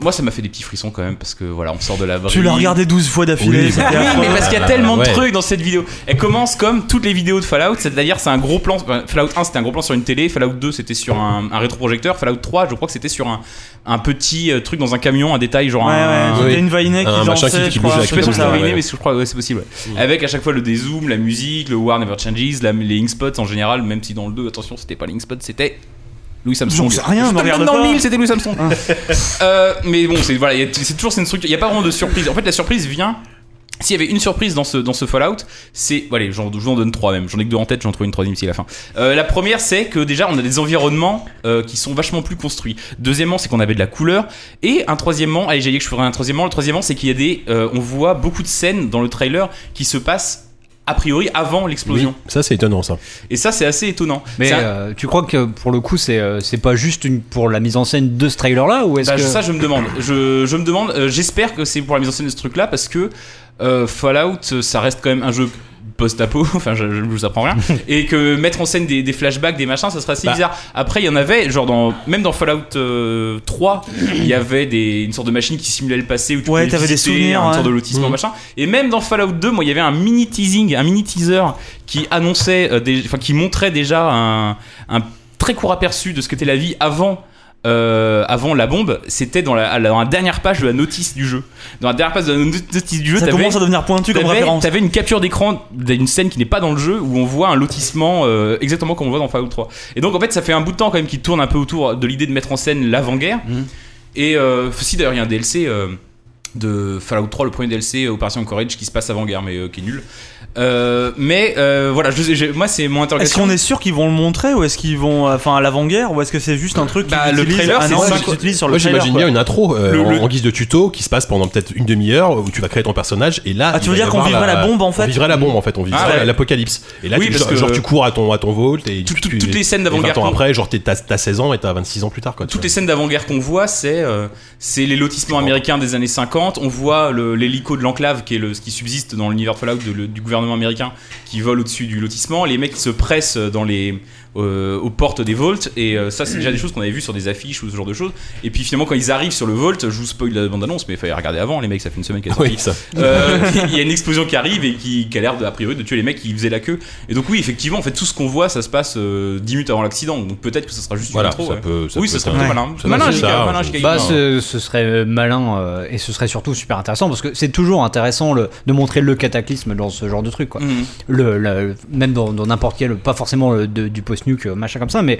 moi ça m'a fait des petits frissons quand même parce que voilà on sort de la vraie Tu l'as regardé 12 fois d'affilée, Oui, c'était oui, affreux. mais parce qu'il y a tellement de Ouais. trucs dans cette vidéo. Elle commence comme toutes les vidéos de Fallout, c'est-à-dire c'est un gros plan. enfin, Fallout 1 c'était un gros plan sur une télé, Fallout 2 c'était sur un, un rétroprojecteur, Fallout 3 je crois que c'était sur un, un petit euh, truc dans un camion, un détail genre Ouais, ouais, un. c'était Oui. une vainée qui Un machin dansait, qui- qui je crois, un bougeait avec Je truc sais pas si comme c'est ça, ouais. terminé, mais je crois que ouais, c'est possible. Mm. ouais. Avec à chaque fois le dézoom, la musique, le War Never Changes, la- les Inkspots en général, même si dans le 2, attention, c'était pas les Inkspots, c'était Louis Samson. J'en sais rien, Je me te le donne regarde dans pas. le mille, c'était Louis Samson. Euh, mais bon, c'est voilà, il y a- c'est toujours c'est une structure. Il n'y a pas vraiment de surprise. En fait, la surprise vient. S'il y avait une surprise dans ce, dans ce Fallout, c'est. Allez, j'en- je vous en donne trois même. J'en ai que deux en tête, j'en trouve une troisième ici à la fin. Euh, la première, c'est que déjà, on a des environnements euh, qui sont vachement plus construits. Deuxièmement, c'est qu'on avait de la couleur. Et un troisièmement, allez, j'ai dit que je ferais un troisièmement. Le troisièmement, c'est qu'il y a des. euh, on voit beaucoup de scènes dans le trailer qui se passent a priori avant Oui, l'explosion. ça c'est étonnant ça. Et ça, c'est assez étonnant. Mais C'est un- euh, tu crois que pour le coup, c'est euh, c'est pas juste une, pour la mise en scène de ce trailer-là ou est-ce Bah, que Ça, je me demande. Je, je me demande. euh, J'espère que c'est pour la mise en scène de ce truc-là parce que euh, Fallout, euh, ça reste quand même un jeu post-apo. enfin, je, je vous apprends rien. et que mettre en scène des, des flashbacks, des machins, ça serait assez Bah. bizarre. Après, il y en avait, genre dans même dans Fallout euh, 3, il y avait des, une sorte de machine qui simulait le passé où tu Ouais, pouvais t'avais des visiter, souvenirs, un ouais. Mm. sorte de lotissement, machin. Et même dans Fallout 2, moi, il y avait un mini teasing, un mini teaser qui annonçait, euh, des- enfin, qui montrait déjà un, un très court aperçu de ce qu'était la vie avant. euh, avant la bombe, c'était dans la, à la- dans la dernière page de la notice du jeu. Dans la dernière page de la not- notice du jeu, Ça t'avais commence à devenir pointu comme T'avais- référence. T'avais une capture d'écran d'une scène qui n'est pas dans le jeu où on voit un lotissement euh, exactement comme on voit dans Fallout 3. Et donc en fait, ça fait un bout de temps quand même qui tourne un peu autour de l'idée de mettre en scène l'avant-guerre. Mm. Et euh, si d'ailleurs il y a un DLC euh, de Fallout 3, le premier DLC euh, Opération Courage qui se passe avant-guerre mais euh, qui est nul. Euh, mais euh, voilà, je, sais- j'ai- moi c'est mon Est-ce interrogation. qu'on est sûr qu'ils vont le montrer ou est-ce qu'ils vont, euh, enfin, à l'avant-guerre ou est-ce que c'est juste un truc Bah, qu'ils le utilisent- trailer, Ah c'est non, cinq- qu'ils utilisent sur le Moi trailer, j'imagine quoi. bien une intro euh, Le- en- le- en guise de tuto qui se passe pendant peut-être une demi-heure où tu vas créer ton personnage et là. Ah, tu il veux va y dire qu'on avoir vivrait la bombe, en fait On vivrait la bombe en fait, on vivrait Ah, ouais. la- l'apocalypse. Et là Oui, tu, parce genre, que- genre, tu cours à ton, à ton vault et Tout- tu- tout- tu- toutes les scènes et d'avant-guerre 20 ans qu'on- après, genre t'es- t'as t'as 16 ans et t'as 26 ans plus tard quoi. tu Toutes vois. les scènes d'avant-guerre qu'on voit, c'est euh, c'est les lotissements américains des années 50. On voit le- l'hélico de l'enclave, qui est le, ce qui subsiste dans l'univers Fallout de- le- du gouvernement américain, qui vole au-dessus du lotissement. Les mecs qui se pressent dans les euh, aux portes des vaults. Et euh, ça, c'est déjà des choses qu'on avait vues sur des affiches ou ce genre de choses. Et puis finalement, quand ils arrivent sur le vault, je vous spoil la bande-annonce, mais il fallait regarder avant. Les mecs, ça fait une semaine qu'elles sont Oui, ça. euh, il y a une explosion qui arrive et qui, qui a l'air de, a priori de tuer les mecs qui faisaient la queue. Et donc oui, effectivement, en fait, tout ce qu'on voit, ça se passe euh, 10 minutes avant l'accident. Donc peut-être que ça sera juste une Voilà, intro, ça ouais. peut- ça oui, peut ça serait être plutôt un- malin. ça Malin, peut- Jika, ça, malin, je- Jika, Bah, Jika. ce, ce serait euh, malin euh, et ce serait surtout super intéressant parce que c'est toujours intéressant le, de montrer le cataclysme dans ce genre de truc. Quoi. Mhm. Le, le- même dans dans n'importe quel, pas forcément le- de- du post-nuke, euh, machin comme ça, mais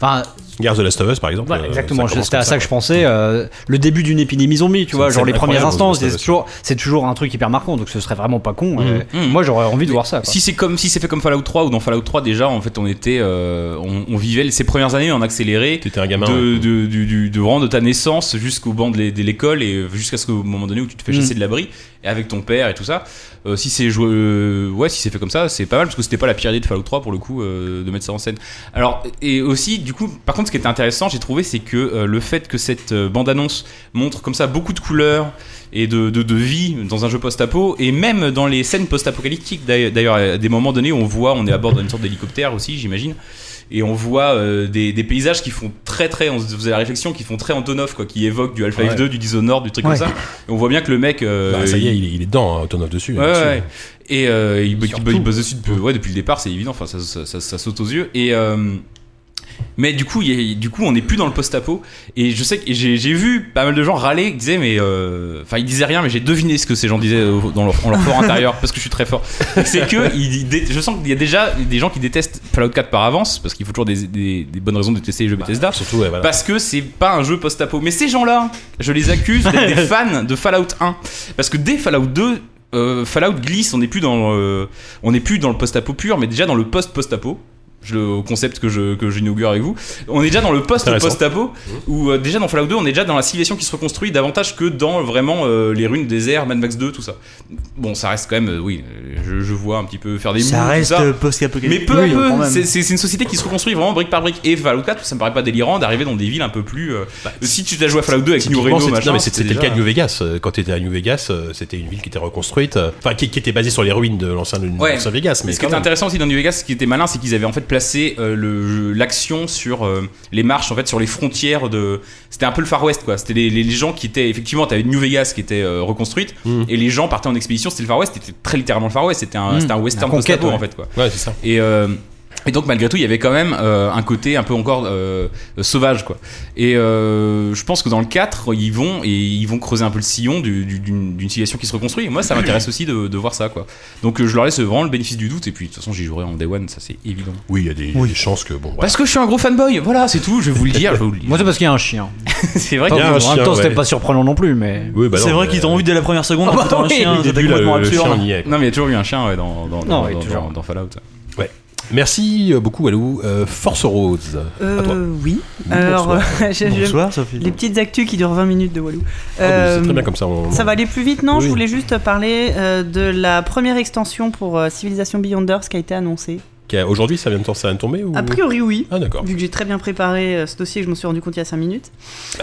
enfin, Guerre The Last of Us, par exemple. voilà, euh, exactement, commence c'était à comme ça, que je pensais. euh, le début d'une épidémie zombie, tu C'est vois, une genre scène les premières incroyable, instances, Ghostbusters. c'est toujours, c'est toujours un truc hyper marquant, donc ce serait vraiment pas con. euh, Mhm. Moi j'aurais envie de voir ça. quoi. Si c'est comme si c'est fait comme Fallout 3 ou dans Fallout 3 déjà en fait on était euh, on, on vivait ces premières années en accéléré T'étais un gamin, de, ouais. de, du, du- de vraiment de ta naissance jusqu'au banc de l'é- de l'école et euh, jusqu'à ce qu'au moment donné où tu te fais Mm. chasser de l'abri et avec ton père et tout ça Euh, si c'est joué euh, ouais si c'est fait comme ça c'est pas mal parce que c'était pas la pire idée de Fallout 3 pour le coup euh, de mettre ça en scène alors et aussi du coup par contre ce qui était intéressant j'ai trouvé c'est que euh, le fait que cette bande annonce montre comme ça beaucoup de couleurs et de, de, de vie dans un jeu post-apo et même dans les scènes post-apocalyptiques d'ailleurs d'ailleurs, à des moments donnés on voit on est à bord d'une sorte d'hélicoptère aussi j'imagine et on voit euh, des, des paysages qui font très très on se faisait la réflexion qui font très Antonov quoi qui évoquent du Alpha Ouais. F2 du Dishonored du truc Ouais. comme ça et on voit bien que le mec euh, Bah, ça y est, il- il, est- il est dedans, hein, Turn Off dessus. Ouais, là-dessus. ouais. Et euh, il, il- Surtout. il bosse dessus depuis, ouais, depuis le départ, c'est évident. Enfin, ça, ça- ça- ça saute aux yeux. Et euh, mais du coup, il y a- du coup, on n'est plus dans le post-apo. Et je sais que et j'ai j'ai vu pas mal de gens râler, qui disaient mais, euh, enfin, ils disaient rien, mais j'ai deviné ce que ces gens disaient euh, dans leur, en leur fort intérieur, parce que je suis très fort. C'est que ils- ils dé- je sens qu'il y a déjà des gens qui détestent Fallout 4 par avance, parce qu'il faut toujours des, des- des bonnes raisons de détester les jeux Bethesda. Bah, Surtout, ouais, voilà. Parce que c'est pas un jeu post-apo. Mais ces gens-là, je les accuse d'être des fans de Fallout 1. Parce que dès Fallout 2, euh, Fallout glisse, on n'est plus dans, euh, on n'est plus dans le post-apo pur, mais déjà dans le post-post-apo. Je, le concept que je que j'inaugure avec vous. On est déjà dans le Intéressant. post-post-apo, où euh, déjà dans Fallout 2, on est déjà dans la civilisation qui se reconstruit davantage que dans vraiment euh, les ruines désert, Mad Max 2, tout ça. Bon, ça reste quand même, euh, oui, euh, je, je vois un petit peu faire des moules, Ça tout reste ça. euh, post-apocalyptique. Mais peu Oui, à quand peu, même. c'est- c'est c'est une société qui se reconstruit vraiment brique par brique. Et Fallout 4, ça me paraît pas délirant d'arriver dans des villes un peu plus. euh, si tu t'as joué à Fallout 2 avec New Bah, Typiquement, Reno, c'était- machin, non, mais c'était le déjà- cas de New Vegas. Euh, Quand tu étais à New Vegas, euh, c'était une ville qui était reconstruite, euh, enfin qui, qui était basée sur les ruines de l'ancien de Ouais. l'ancien Vegas. Mais ce qui quand était même. intéressant aussi dans New Vegas, ce qui était malin, c'est qu'ils avaient en fait placé euh, le- l'action sur euh, les marches, en fait, sur les frontières de. C'était un peu le Far West, quoi. C'était les, les- les gens qui étaient effectivement, t'avais New Vegas qui était euh, reconstruite, et les gens partaient en expédition. C'était le Far West, c'était très littéralement le Far West. C'était un, Hmm. Mm. c'était Hein, un La western conquête, post-apo, ouais. en fait, quoi. Ouais, c'est ça. Et, euh, et donc malgré tout, il y avait quand même euh, un côté un peu encore euh, euh, sauvage, quoi. Et euh, je pense que dans le 4, ils vont et ils vont creuser un peu le sillon du- du- d'une d'une civilisation qui se reconstruit. Et moi, ça m'intéresse aussi de, de voir ça, quoi. Donc euh, je leur laisse vraiment le bénéfice du doute. Et puis de toute façon, j'y jouerai en day one, ça c'est évident. Oui, il y a des, des chances que bon. Voilà. Parce que je suis un gros fanboy. Voilà, c'est tout. Je vais vous le dire. je vais vous le dire. Moi c'est parce qu'il y a un chien. c'est vrai. Il y Enfin, a un en même chien, temps c'était ouais. pas surprenant non plus, mais. Oui, bah C'est non, vrai mais, Ah qu'ils t'ont eu dès la première seconde en bah foutant un oui, chien, Au c'était début, le, complètement le chien, absurde. on y est, que- quoi. Non, mais il y a toujours eu un chien ouais, dans, dans, dans, oui, dans- toujours. dans- dans Fallout. Ouais. Merci euh, beaucoup, Walou. Euh, Force Rhodes. à toi. Euh, oui. Bonsoir. Alors, je- je- Bonsoir, Sophie. les petites actus qui durent 20 minutes de Walou. Ah, mais Euh, c'est très bien comme ça. on- Ça va aller plus vite, non Oui. Je voulais juste parler euh, de la première extension pour euh, Civilization Beyonders qui a été annoncée. Ok, Aujourd'hui, ça vient de ça vient de tomber ou... A priori, oui. Ah d'accord. Vu que j'ai très bien préparé euh, ce dossier, je m'en suis rendu compte il y a 5 minutes.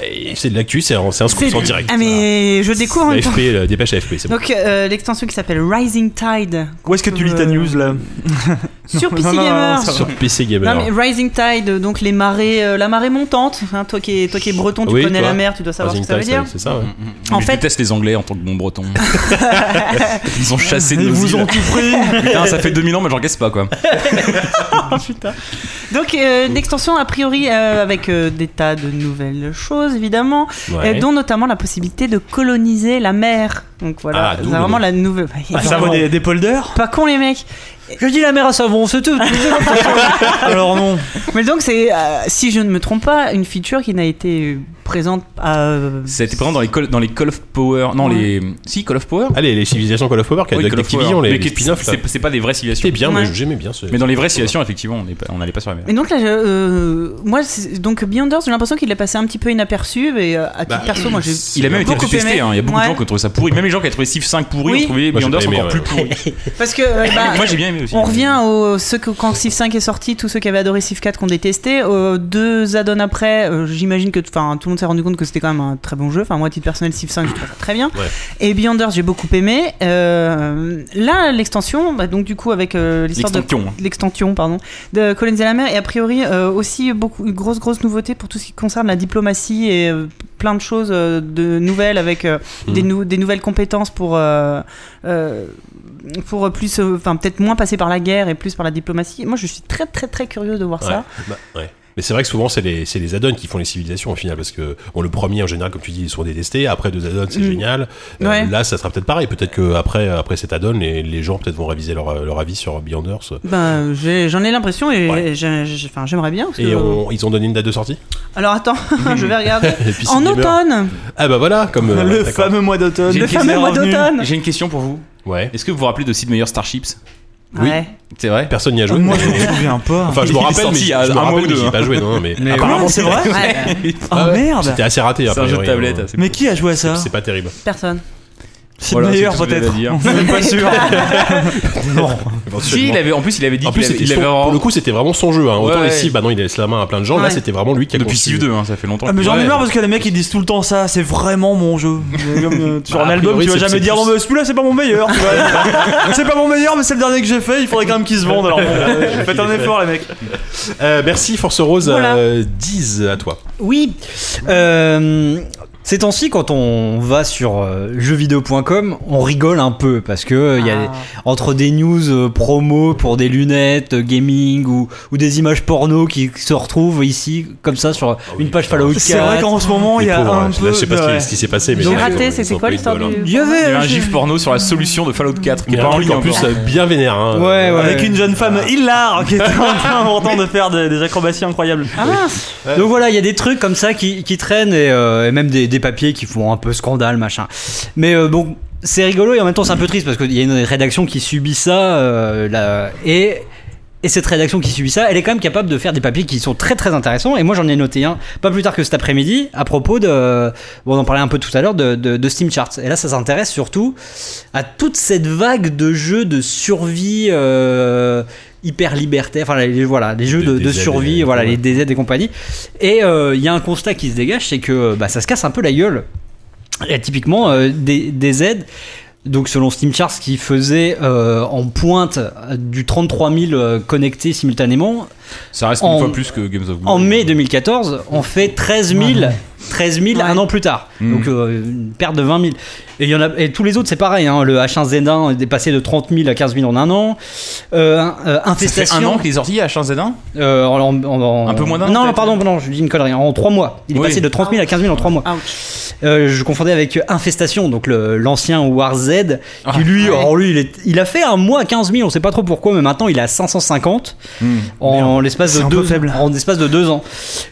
Et C'est de l'actu, c'est un c'est un scoop en direct. Ah, mais je découvre en La même temps. FP, la dépêche AFP, c'est bon. Donc, euh, l'extension qui s'appelle Rising Tide Où est-ce que tu lis ta Euh, news là sur Non, PC non, non, Gamer. ça va. Sur PC Non, Gamer. mais Rising Tide, donc les marées, euh, la marée montante. hein, toi, qui es, toi qui es breton, tu Oui, connais toi. la mer, tu dois savoir Rising ce que ça veut Tide, dire. C'est ça, ouais. En En fait- fait, je déteste les Anglais en tant que bon Breton. Ils ont chassé nos Ils vous îles. ont tout pris Putain, ça fait 2000 ans, mais j'en guesse pas quoi. Donc euh, une extension a priori euh, avec euh, des tas de nouvelles choses évidemment, Ouais. euh, dont notamment la possibilité de coloniser la mer. Donc voilà, Ah, c'est d'où le vraiment nom. la nouvelle. Ah, Ça vaut des, des polders Pas con les mecs. Je dis la mer à savon, c'est tout. Alors non. Mais donc c'est, euh, si je ne me trompe pas, une feature qui n'a été présente à. euh, Ça a été présent dans les Call, dans les Call of Power. Non, Ouais. les. Si, Call of Power Allez, les civilisations Call of Power, qui a Oui, de Call of Activision, Power. les, Mais les qui- spin-offs. là. C'est c'est pas des vraies civilisations. C'était bien, Ouais. mais j'aimais bien ce. Mais dans les vraies civilisations, effectivement, on est pas- on n'allait pas sur la mer. Et donc là, je- euh, moi, c'est- donc Beyonders, j'ai l'impression qu'il est passé un petit peu inaperçu, mais euh, à titre Bah, perso, moi, j'ai. Il a même été beaucoup aimé. détesté, hein. il y a beaucoup Ouais. de gens qui ont trouvé ça pourri. Même les gens qui ont trouvé Civ 5 pourri Oui. ont trouvé Moi, j'ai Beyonders pas aimé, encore ouais. plus pourri. Parce que euh, bah, Moi j'ai bien aimé aussi. On revient aux ceux que quand Civ 5 est sorti, tous ceux qui avaient adoré Civ 4 qu'on détesté. Euh, deux add-ons après, euh, j'imagine que enfin tout le monde s'est rendu compte que c'était quand même un très bon jeu. Enfin, moi, à titre personnel, Civ 5, je trouve ça très bien. Et Beyonders, j'ai beaucoup aimé. Euh, là, l'extension, bah, donc du coup, avec euh, l'histoire de. L'extension, hein. L'extension, pardon. De Collins et la mer, et a priori, euh, aussi beaucoup, une grosse, grosse nouveauté pour tout ce qui concerne la diplomatie et euh, plein de choses euh, de nouvelles avec euh, Mm. des, nou- des nouvelles compétences pour. euh, euh, pour plus, euh, enfin peut-être moins passer par la guerre et plus par la diplomatie. Moi, je suis très très très curieux de voir Ouais. ça. Bah, ouais. Mais c'est vrai que souvent, c'est les, c'est les add-ons qui font les civilisations au final. Parce que, bon, le premier, en général, comme tu dis, ils sont détestés. Après, deux add-ons, c'est Mm. génial. Euh, Ouais. Là, ça sera peut-être pareil. Peut-être qu'après après cet add-on, les, les gens peut-être vont réviser leur, leur avis sur Beyonders. Ben, j'ai- j'en ai, l'impression et Ouais. j'ai- j'ai- enfin, j'aimerais bien. parce Et que- on- ils ont donné une date de sortie Alors attends, je vais regarder. Et puis, en c'est gamer. automne Ah bah voilà, comme... euh, le d'accord. fameux mois d'automne. J'ai Le une question- fameux mois revenu. d'automne J'ai une question pour vous. Ouais. Est-ce que vous vous rappelez de Sid Meier's Starships Oui. Ouais. C'est vrai Personne n'y a joué. Moi, je mais- me souviens pas. Enfin, je me Il est rappelle, mais sorti il y je a me un mois rappelle, ou mais deux, j'y ai pas hein. joué, non, mais... Mais apparemment, Comment, c'est vrai Ouais. Oh Ah ouais. merde C'était assez raté, C'est un jeu de apparemment. tablette. hein, c'est- Mais qui a joué à ça C'est pas terrible. Personne. C'est Voilà, meilleur c'est tout ce que peut-être. j'avais à On dire. est même pas sûr. Non. Si, il avait, en plus, il avait dit En qu'il plus, avait, c'était il son- avait pour le coup, c'était vraiment son jeu. Hein. Autant Ouais, les ouais. cibles, bah non, il laisse la main à plein de gens. Là, Ouais. c'était vraiment lui qui a depuis conçu- Civ 2, hein, ça fait longtemps. Ah, mais j'en ai Ouais. marre parce que les mecs ils disent tout le temps ça, c'est vraiment mon jeu. C'est comme, euh, Sur Bah, un a album, priori, tu vas c'est- jamais c'est dire plus- bon, bah, celui-là c'est pas mon meilleur. tu vois. c'est pas mon meilleur, mais c'est le dernier que j'ai fait. Il faudrait quand même qu'il se vende. Alors, bon, euh, faites un effort, les mecs. Euh, merci Force Rose, Voilà. euh, 10 à toi. Oui. Euh, ces temps-ci, quand on va sur euh, jeuxvideo.com, on rigole un peu parce que euh, il y a entre des news euh, promo pour des lunettes euh, gaming ou, ou des images porno qui se retrouvent ici comme ça Ah sur une page putain. Fallout 4. C'est vrai qu'en ce moment il Les y a pauvres, un hein. peu. Là, je sais pas ce qui- ouais. ce qui s'est passé, mais J'ai ils ont- raté, ils c'était ont quoi pris l'histoire une du. balle, hein. Il y avait- Il y a un je- gif porno sur la solution de Fallout 4 qui Mais est pas un en truc, ligne en plus encore. euh, bien vénère. Hein. Ouais, ouais. Euh, Avec une jeune femme hilar qui était en train pourtant de faire des, des acrobaties incroyables. Ah mince Donc voilà, il y a des trucs comme ça qui, qui traînent et, euh, et même des, des papiers qui font un peu scandale, machin. Mais euh, bon, c'est rigolo et en même temps c'est un peu triste parce qu'il y a une rédaction qui subit ça euh, là, et, et cette rédaction qui subit ça, elle est quand même capable de faire des papiers qui sont très très intéressants. Et moi j'en ai noté un pas plus tard que cet après-midi à propos de, bon, on en parlait un peu tout à l'heure de, de- de Steam Charts. Et là ça s'intéresse surtout à toute cette vague de jeux de survie. euh, hyper libertaire, enfin les, voilà, les jeux Des- de, des de aides et- survie, voilà, ouais. les DZ et compagnie. Et euh, il y a un constat qui se dégage, c'est que bah, ça se casse un peu la gueule. Et typiquement, euh, des, des aides, donc selon Steam Charts, qui faisait euh, en pointe euh, du 33 000 euh, connectés simultanément, Ça reste En- une fois plus que Games of Gold. en mai 2014, on fait 13 000, 13 000 un Ouais. an plus tard. Mm. Donc euh, une perte de 20 000. Et, il y en a, et tous les autres, c'est pareil. hein. le H1Z1 est passé de 30 000 à 15 000 en un an. Euh, euh, Ça fait un infestation. an qu'il est sorti à H1Z1 Euh, en- en- en- Un peu moins d'un an, Non, non, peut-être. pardon, non, je dis une connerie. hein. En 3 mois. Il est Oui. passé de 30 000 à 15 000 en 3 mois. Ouch. Euh, je confondais avec Infestation, donc le- l'ancien War Z, qui Ah, lui, ouais. alors lui, il, est- il a fait un mois à 15 000, on sait pas trop pourquoi, mais maintenant il est à 550 Hmm. en Merde. l'espace C'est de un peu deux faible. en l'espace de deux ans.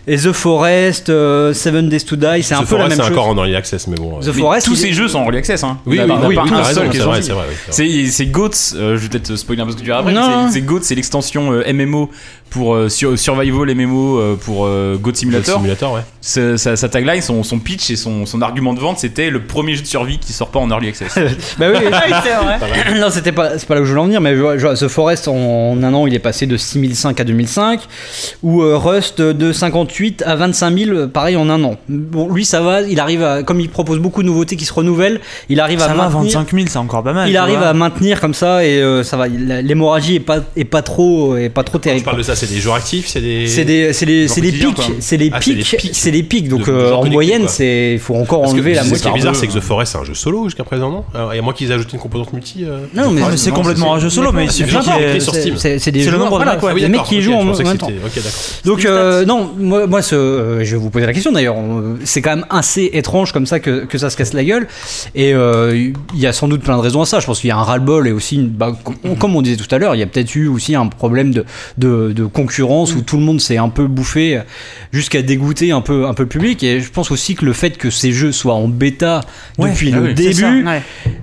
Et The Forest, euh, Seven Days to Die, c'est un Ce peu la forest, même c'est chose. encore en early access, mais bon. euh, The Mais Forest, tous il- ces jeux sont en early access. Hein. Oui, Il y en a oui, pas- Ah bah oui, pas oui, un t'as seul raison, qui est c'est vrai, sorti. c'est vrai, oui, c'est C'est c'est Goats, euh, je vais peut-être spoiler un peu ce que tu diras après. Non. mais C'est c'est Goats, c'est l'extension euh, MMO pour euh, sur- Survival MMO euh, pour euh, Goat Le Simulator. simulateur, ouais. Sa, sa- sa tagline, son, son pitch et son, son argument de vente, c'était le premier jeu de survie qui sort pas en early access. bah oui, Ah, oui, c'est vrai. non, c'était pas, c'est pas là où je voulais en venir, mais je vois- je vois, The Forest en, en un an il est passé de 6005 à 2005, ou euh, Rust de 58 à 25 000, euh, pareil en un an. Bon, lui ça va, il arrive à, comme il propose beaucoup de nouveautés qui se renouvellent, il arrive à Ça va, maintenir. 25 000, c'est encore pas mal. il tu arrive vois. à maintenir comme ça et euh, ça va. il- la- L'hémorragie est pas, est pas trop, est pas trop Je terrible. parle de ça, c'est des joueurs actifs, c'est des. C'est des, c'est les, Genre c'est les quotidien, pics, quoi. c'est les Ah, c'est les pics, pics. c'est les pics. Donc De- de euh, gens en connectés, moyenne, quoi. c'est, il faut encore Parce que enlever la c'est- Ce qui moitié. hein. est par bizarre, deux. c'est que The Forest, c'est un jeu solo jusqu'à présent, non Alors, Et à moins qu'ils aient ajouté une composante multi. euh, Non, Ah, mais Ouais, mais c'est non, complètement c'est- un jeu solo, mais il c'est- suffit c'est- qu'il y ait- sur Steam. c'est, c'est des C'est le joueurs- nombre de voilà, mecs, ouais. c'est Ah oui, des mecs d'accord, qui ok, jouent en je pensais que même temps. c'était- Ok, d'accord. Donc Stats. euh, non, moi, moi ce, euh, je vais vous poser la question d'ailleurs. on- C'est quand même assez étrange comme ça que, que ça se casse la gueule. Et euh, il y a sans doute plein de raisons à ça. Je pense qu'il y a un ras-le-bol et aussi, une- bah, com- comme on disait tout à l'heure, il y a peut-être eu aussi un problème de, de, de concurrence Mm. où tout le monde s'est un peu bouffé jusqu'à dégoûter un peu, un peu le public. Et je pense aussi que le fait que ces jeux soient en bêta Ouais, depuis ah le oui, C'est ça, début, ouais.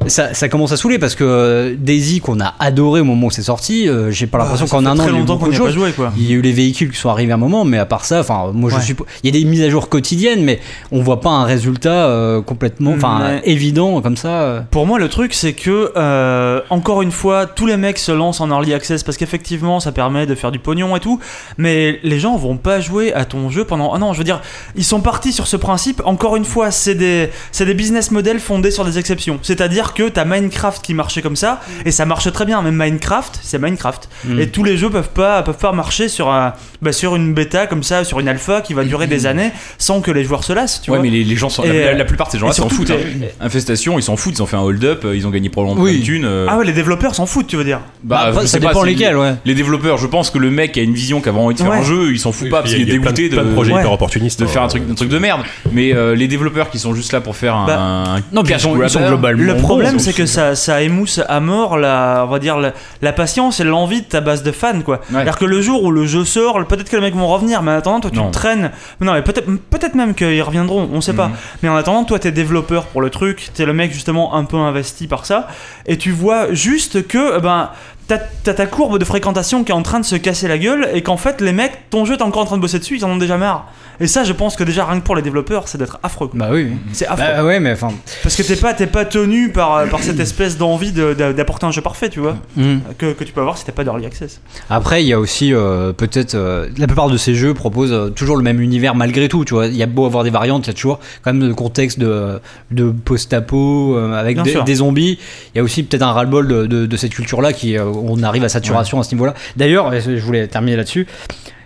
ça, ça commence à saouler parce que euh, Daisy qu'on a adoré au moment où c'est sorti, euh, j'ai pas l'impression Ça qu'en Bah, fait un an très il y a eu longtemps beaucoup qu'on n'y de a choses. pas joué, quoi. quoi. Il y a eu les véhicules qui sont arrivés à un moment, mais à part ça, enfin, moi je Ouais. suppo- Il y a des mises à jour quotidiennes, mais on voit pas un résultat euh, complètement, enfin, Ouais. évident comme ça. euh. Pour moi, le truc, c'est que, euh, encore une fois, tous les mecs se lancent en early access parce qu'effectivement, ça permet de faire du pognon et tout. Mais les gens vont pas jouer à ton jeu pendant un an. Je veux dire, ils sont partis sur ce principe. Encore une fois, c'est des, c'est des business models fondés sur des exceptions. C'est-à-dire que t'as Minecraft qui marchait comme ça et ça marche très bien. Même Minecraft, c'est Minecraft. Mm. Et tous les jeux peuvent pas, peuvent pas marcher sur, un, bah, sur une bêta comme ça, sur une alpha qui va durer des années sans que les joueurs se lassent. Tu ouais, vois. mais les, les gens, sont, Et, la, la- euh, la plupart de ces gens-là et s'en surtout foutent. hein. Infestation, ils s'en foutent, ils ont fait un hold-up, euh, ils ont gagné probablement Oui. plein de thunes. euh, Ah ouais, les développeurs s'en foutent, tu veux dire. bah, Bah, ça je sais pas dépend si- lesquels, ouais. Les développeurs, je pense que le mec a une vision qui a vraiment envie de faire Ouais. un jeu, il s'en fout pas parce qu'il est dégoûté plein de, de, projets Ouais. hyper opportunistes. de hein. faire un truc, un truc de merde. Mais euh, les développeurs qui sont juste là pour faire un, Bah, un Non, mais ils cash sont, ils sont grabber, globalement. Le bons, problème, ils sont- c'est que ça, ça émousse à mort la, on va dire, la, la patience et l'envie de ta base de fans, quoi. C'est-à-dire que le jour où le jeu sort, peut-être que les mecs vont revenir, mais en attendant, toi, tu Non. te traînes. Non, mais peut-être peut même qu'ils reviendront, on sait Mhm. pas. Mais en attendant, toi, t'es développeur pour le truc, t'es le mec justement un peu investi par ça, et tu vois juste que, euh, ben. T'as t'as ta courbe de fréquentation qui est en train de se casser la gueule et qu'en fait les mecs, ton jeu t'es encore en train de bosser dessus, ils en ont déjà marre. Et ça je pense que déjà rien que pour les développeurs c'est d'être affreux. quoi. Bah oui. oui. C'est affreux. Bah ouais, mais enfin. Parce que t'es pas, t'es pas tenu par, par cette espèce d'envie de- d'a- d'apporter un jeu parfait, tu vois, hmm. que, que tu peux avoir si t'as pas d'early access. Après, il y a aussi euh, peut-être euh, la plupart de ces jeux proposent euh, toujours le même univers malgré tout. Tu vois, il y a beau avoir des variantes, il y a toujours quand même le contexte de, de post-apo euh, avec Bien des, sûr. des zombies. Il y a aussi peut-être un ras-le-bol de, de- de cette culture-là qui euh, on arrive à saturation à ce niveau-là. D'ailleurs, euh, je voulais terminer là-dessus.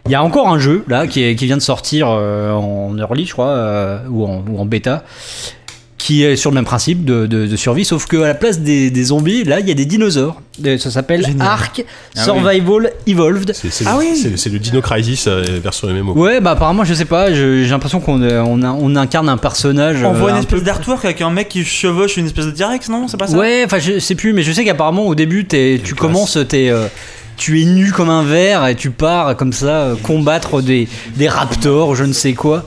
Il y a encore un jeu là qui, est- qui vient de sortir euh, en early, je crois, euh, ou, en, ou en bêta, qui est sur le même principe de, de- de survie, sauf qu'à la place des, des zombies, là, il y a des dinosaures. Et Ça s'appelle Génial. Ark Ah oui. Survival Evolved. C'est c'est Ah le, oui. c'est- c'est le Dino Crisis euh, version MMO. Ouais, bah apparemment, je sais pas, je- j'ai l'impression qu'on euh, on, a- on incarme un personnage. On euh, voit une un espèce d'artwork avec un mec qui chevauche une espèce de T-Rex, non C'est pas ça Ouais, enfin, je sais plus, mais je sais qu'apparemment, au début, t'es- tu commences, t'es, euh, tu es nu comme un verre et tu pars comme ça euh, combattre des, des raptors, je ne sais quoi.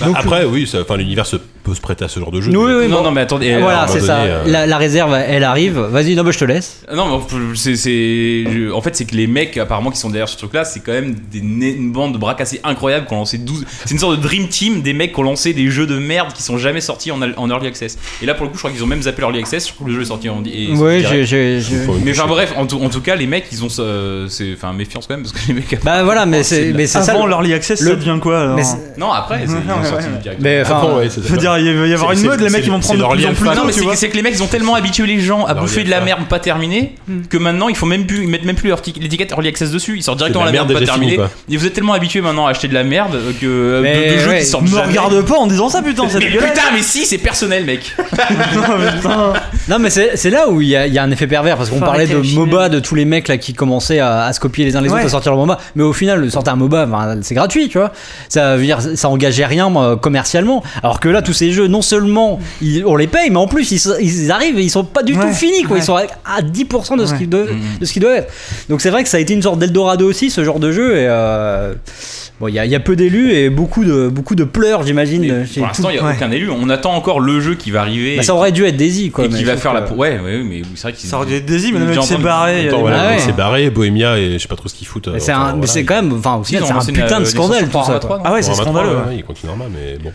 Bah, après, oui, ça- enfin, l'univers se- peut se prêter à ce genre de jeu. euh, Oui, mais- oui, Non, bon. non, mais attendez. euh, voilà, à un c'est moment ça. donné, euh, La, la réserve, elle arrive. Vas-y, non, bah, je te laisse. Ah Non, mais on peut- c'est, c'est- je- en fait, c'est que les mecs, apparemment, qui sont derrière ce truc-là, c'est quand même des, né- une bande de bras cassés incroyables qui ont lancé 12. C'est une sorte de dream team des mecs qui ont lancé des jeux de merde qui sont jamais sortis en, al- en early access. Et là, pour le coup, je crois qu'ils ont même zappé l'early access. Je crois que le jeu est sorti en. et- et Ouais, direct. j'ai- j'ai- j'ai- faut- Mais enfin, bref, en tout, en tout cas, les mecs, ils ont. ce- c'est, enfin, méfiance quand même, parce que les mecs. Bah voilà, mais c'est, mais c'est Avant ça. le- l'early access, le- ça devient quoi alors mais c'est- Non, après, c'est, ils ont sorti direct. mais enfin, Après, ouais, c'est Je veux dire, il va y avoir C'est- une c'est- mode, les c'est- mecs ils vont c'est prendre de leur plus en lien plus fan. non, tôt, mais tu c'est vois. que, c'est que les mecs ils ont tellement habitué les gens à Leur bouffer de lien la fan. merde pas terminée Mm. que maintenant ils font même plus ils mettent même plus leur tic- l'étiquette early access dessus ils sortent directement C'est la de la merde, merde pas déjà terminée finie, quoi. et vous êtes tellement habitués maintenant à acheter de la merde euh, que euh, Mais de, de jeux Eh, ouais, qui sortent Me jamais. regarde pas en disant ça, putain, c'est mais dégueulasse putain mais si c'est personnel mec Non, putain. Non mais c'est c'est là où il y, a- il y a un effet pervers parce qu'on Faut parlait arrêter de le MOBA, chimère. de tous les mecs là qui commençaient à, à se copier les uns les Ouais. autres à sortir leur MOBA, mais au final sortir un MOBA ben, c'est gratuit tu vois, ça veut dire ça engageait rien euh, commercialement, alors que là tous ces jeux non seulement ils- on les paye mais en plus ils, sont- ils arrivent et ils sont pas du tout Ouais. finis quoi, ils Ouais. sont à, à 10% de ce Ouais. qu'ils doivent Mmh. de ce qu'ils doivent être. Donc c'est vrai que ça a été une sorte d'Eldorado aussi ce genre de jeu et euh, bon il y, a- il y a peu d'élus et beaucoup de beaucoup de pleurs j'imagine. chez pour l'instant tout- il y a Ouais. aucun élu on attend encore le jeu qui va arriver Bah, ça et- aurait dû être Daisy quoi. et mais qui je va trouve faire la que- peau ouais ouais mais c'est vrai qu'ils Ça aurait dû être Daisy, mais Ils le mec en s'est prennent- barré. il y a Attends, des- voilà, Ah ouais. c'est barré, Bohemia et je sais pas trop ce qu'ils foutent. euh, C'est un, enfin, mais voilà. c'est quand même, enfin, au Ils final, ont c'est lancé un une, putain euh, de les scandale sorties tout pour ça. Arma quoi. 3, non Ah ouais, c'est Pour un scandaleux. matin, ouais. ouais, il continuera mal, mais bon.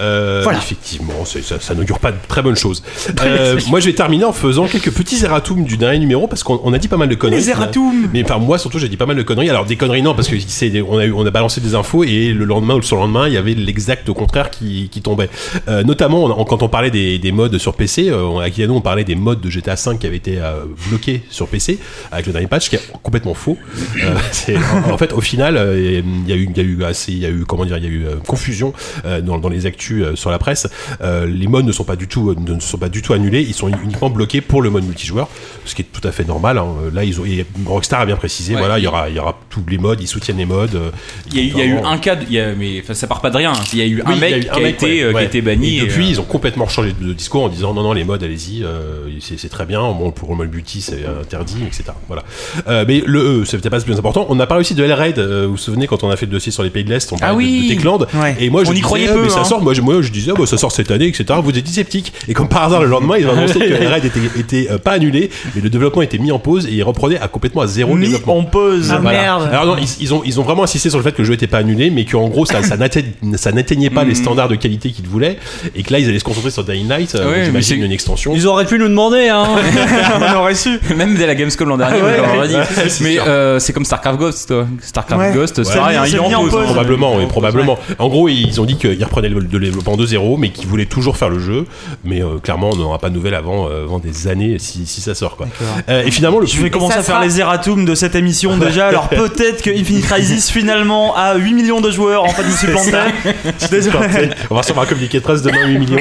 Euh, Voilà. Effectivement, c'est- ça, ça n'augure pas de très bonnes choses. Euh, moi, je vais terminer en faisant quelques petits erratums du dernier numéro parce qu'on on a dit pas mal de conneries. Les erratums. Mais par moi, surtout, j'ai dit pas mal de conneries. Alors, des conneries, non, parce que c'est- on a, eu- on a balancé des infos et le lendemain ou le surlendemain, il y avait l'exact au contraire qui, qui tombait. Euh, notamment, on- quand on parlait des, des modes sur PC, euh, on- avec Yano, on parlait des modes de GTA V qui avaient été euh, bloqués sur PC avec le dernier patch, qui est complètement faux. Euh, c'est- en, en fait, au final, euh, il y a eu, il y a eu assez, il y a eu, comment dire, il y a eu euh, confusion euh, dans, dans les actus euh, sur la presse. Euh, les modes ne sont pas du tout, euh, ne sont pas du tout annulés. Ils sont uniquement bloqués pour le mode multijoueur, ce qui est tout à fait Euh, normal. hein. Là, ils ont, et Rockstar a bien précisé, Ouais. voilà, il y aura, il y aura tous les modes, ils soutiennent les modes. euh, Il y a eu il y a eu vraiment. un cas, de- il y a- mais enfin, ça part pas de rien. hein. Il y a eu un Oui, il y a mec eu qui a été ouais, euh, qui a ouais. été banni. Et et, depuis, euh, ils ont complètement changé de discours en disant non, non, les modes, allez-y, euh, c'est c'est très bien. Bon, pour Romuald Buty, c'est interdit, etc. Voilà. Euh, mais le E, c'était pas le plus important. On a parlé aussi de L-Raid. euh, vous vous souvenez, quand on a fait le dossier sur les pays de l'Est, on parlait de, oui. de Techland. Ouais. Et moi, je On y disais, croyait ah, peu, Mais hein. ça sort, moi, je, moi, je disais, ah, bah, ça sort cette année, etc. Vous étiez sceptique. Et comme par hasard, le lendemain, ils ont annoncé que L-Raid était, était, euh, pas annulé, mais le développement était mis en pause et ils reprenaient à complètement à zéro le Mis développement. en pause. Ah, Voilà. merde. Alors non, ils, ils ont, ils ont vraiment insisté sur le fait que le jeu n'était pas annulé, mais qu'en gros, ça, ça n'atteigne- ça n'atteignait pas Mm. les standards de qualité qu'ils voulaient, et que là, ils allaient se concentrer sur Dying Light, euh, Ouais, donc mais j'imagine c'est- une extension. Ils auraient pu nous demander, hein. on aurait su. Même dès la Gamescom l'an dernier, Ah ouais, on leur a ouais. dit. Ouais, c'est mais sûr. euh, c'est comme Starcraft Ghost, toi. Starcraft Ouais. Ghost, c'est Ouais. rien, C'est il est mis en en pause. pause. hein. Probablement, oui, probablement. En gros, ils ont dit qu'ils reprenaient le, le développement de zéro, mais qu'ils voulaient toujours faire le jeu, mais euh, clairement, on n'aura pas de nouvelles avant, euh, avant des années si, si ça sort, quoi. Euh, et finalement, le Je vais plus- commencer ça à faire sera- les erratums de cette émission déjà, alors peut-être que Infinite Crisis finalement a 8 millions de joueurs en fait de supplantaires. Je suis désolé. on va recevoir un communiqué de presse demain 8 millions.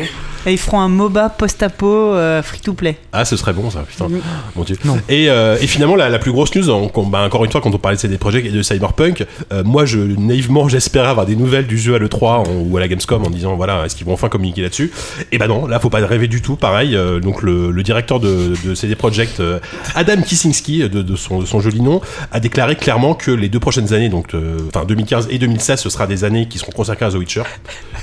Et ils feront un MOBA post-apo euh, free to play. Ah, ce serait bon ça, putain. Mm. Mon Dieu. Et, euh, et finalement, la, la plus grosse news, on- qu'on- bah, encore une fois, quand on parlait de CD Projekt et de Cyberpunk, euh, moi, je, naïvement, j'espérais avoir des nouvelles du jeu à l'E3 en- ou à la Gamescom en disant, voilà, est-ce qu'ils vont enfin communiquer là-dessus Et ben non, là, faut pas rêver du tout. Pareil, euh, donc le, le directeur de, de CD Projekt, euh, Adam Kicinski, euh, de, de son, de son joli nom, a déclaré clairement que les deux prochaines années, donc euh, enfin 2015 et 2016, ce sera des années qui seront consacrées à The Witcher.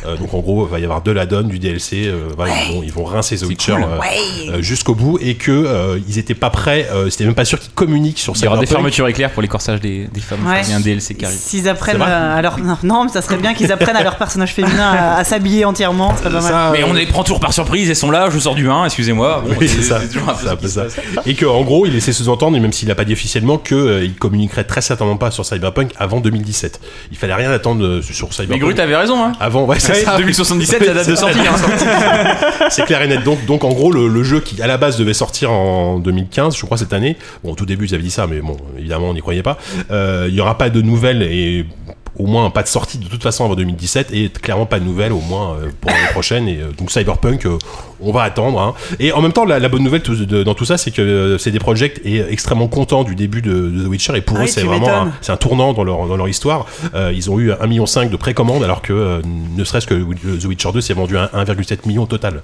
Euh, donc en gros, il va y avoir de la donne, du DLC. euh, voilà, ils, vont, ils vont rincer The Witcher euh, euh, jusqu'au bout et que euh, ils étaient pas prêts. euh, C'était même pas sûr qu'ils communiquent sur Il y aura des Cyberpunk. fermetures éclairs pour les corsages des, des femmes. Ouais. Il y a un DLC qui arrive. S'ils apprennent C'est vrai euh, à leur... non, non, mais ça serait bien qu'ils apprennent à leur personnage féminin à, à s'habiller entièrement, c'est pas mal. Ça, euh, Mais on les prend toujours par surprise, elles sont là, je sors du 1, excusez-moi. Bon, Oui, c'est ça. toujours un peu C'est un ce peu qui se ça. passe. Et que, en gros, il laissait sous-entendre, et même s'il n'a pas dit officiellement, que euh, il communiquerait très certainement pas sur Cyberpunk avant 2017. Il fallait rien attendre euh, sur Cyberpunk. Mais Grut avait raison, hein. avant, ouais, c'est Ouais, ça. 2077, la date de sortie. hein. C'est clair et net. Donc, donc en gros, le, le jeu qui à la base devait sortir en 2015, je crois cette année. Bon, au tout début, ils avaient dit ça, mais bon, évidemment, on n'y croyait pas. Euh, Il y aura pas de nouvelles et au moins pas de sortie de toute façon avant 2017 et clairement pas de nouvelles au moins euh, pour l'année prochaine. Et euh, donc Cyberpunk, euh, on va attendre. hein. Et en même temps, la, la bonne nouvelle tout- de- dans tout ça, c'est que euh, CD Projekt est extrêmement content du début de, de The Witcher et pour Ah eux, oui, c'est tu vraiment m'étonnes. un, c'est un tournant dans leur, dans leur histoire. Euh, ils ont eu 1,5 million de précommandes alors que euh, ne serait-ce que The Witcher 2 s'est vendu à 1,7 million au total.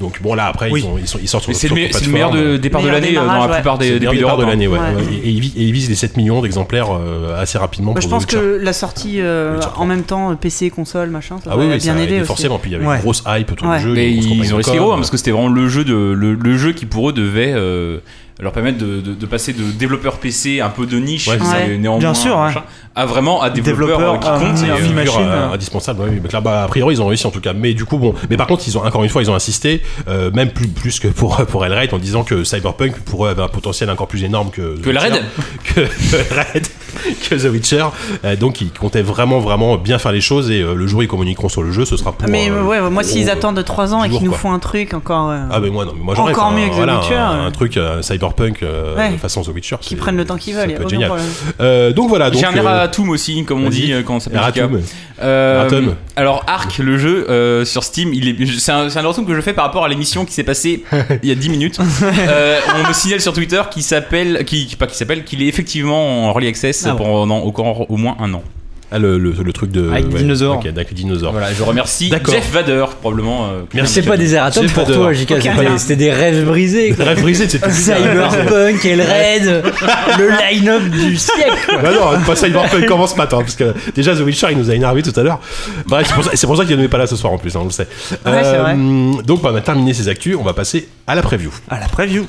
Donc bon là après Oui. ils, ont- ils, sont, ils sortent sur Mais C'est sur le, me- leur c'est le meilleur plateforme. de- départ de Meilleur l'année euh, dans démarrage, la ouais. plupart C'est des, le des meilleur pays départ d'Europe. de l'année ouais. Ouais. Ouais. Et, et ils vi- et ils visent les 7 millions d'exemplaires euh, assez rapidement Bah, pour je The pense Witcher. que la sortie euh, Witcher en même temps euh, PC, console, machin, ça Ah va oui, oui, bien ça a aider aidé aussi. forcément. Puis il y avait Ouais. une grosse hype autour Ouais. du jeu. Mais une grosse ils campagne ont risqué com. gros hein, parce que c'était vraiment le jeu, de, le, le jeu qui pour eux devait euh, leur permettre de, de- de passer de développeur PC un peu de niche, Ouais, mais ouais. néanmoins, Bien sûr, machin, à vraiment à développeur, Développeur, euh, qui euh, compte. et, un euh, minimum. figure, machine, euh, hein. indispensable ouais, oui, mais là, bah, a priori ils ont réussi en tout cas mais du coup bon mais par contre ils ont encore une fois ils ont insisté euh, même plus plus que pour pour Elraid en disant que Cyberpunk pour eux avait un potentiel encore plus énorme que The Que Elraid. Witcher, que Elraid, que The Witcher Euh, donc ils comptaient vraiment vraiment bien faire les choses et euh, le jour où ils communiqueront sur le jeu ce sera pour Ah, Mais euh, ouais, moi gros, s'ils euh, attendent 3 ans et toujours, qu'ils nous quoi. font un truc encore euh, Ah mais moi non, mais moi j'aurais Encore mieux que The voilà, Witcher, un, euh. un truc euh, cyberpunk euh, Ouais. de façon The Witcher. qui c'est- prennent le temps qu'ils ça veulent, y a peut être aucun génial. problème. Euh, donc voilà, donc J'ai un euh, erratum aussi, comme on vas-y. dit, euh, quand ça s'appelle Erratum. Euh, Erratum. alors Arc, le jeu euh, sur Steam, il est, c'est un, c'est un erratum que je fais par rapport à l'émission qui s'est passée il y a 10 minutes. Euh, on me signale sur Twitter qu'il s'appelle, qui, qui- pas qu'il s'appelle, qu'il est effectivement en early access Ah bon. pendant encore au moins un an. Ah, le, le, le truc de Avec des dinosaures. ok, avec les dinosaures. Voilà, je remercie D'accord. Jeff Vader probablement. euh, qui- Merci. C'est pas des erratums C'est pour pas toi, de- JK. c'est Aucun pas des- lien. C'était des rêves brisés. quoi. Rêve brisé, c'est tout. Cyberpunk, Elred, le line-up du siècle. quoi. Bah non, pas Cyberpunk commence ce matin, parce que déjà The Witcher il nous a énervé tout à l'heure. Bref, c'est pour ça, c'est pour ça qu'il n'est pas là ce soir en plus, hein, on le sait. Ouais, c'est vrai. donc bah, on a terminé ces actus, on va passer à la preview. À la preview.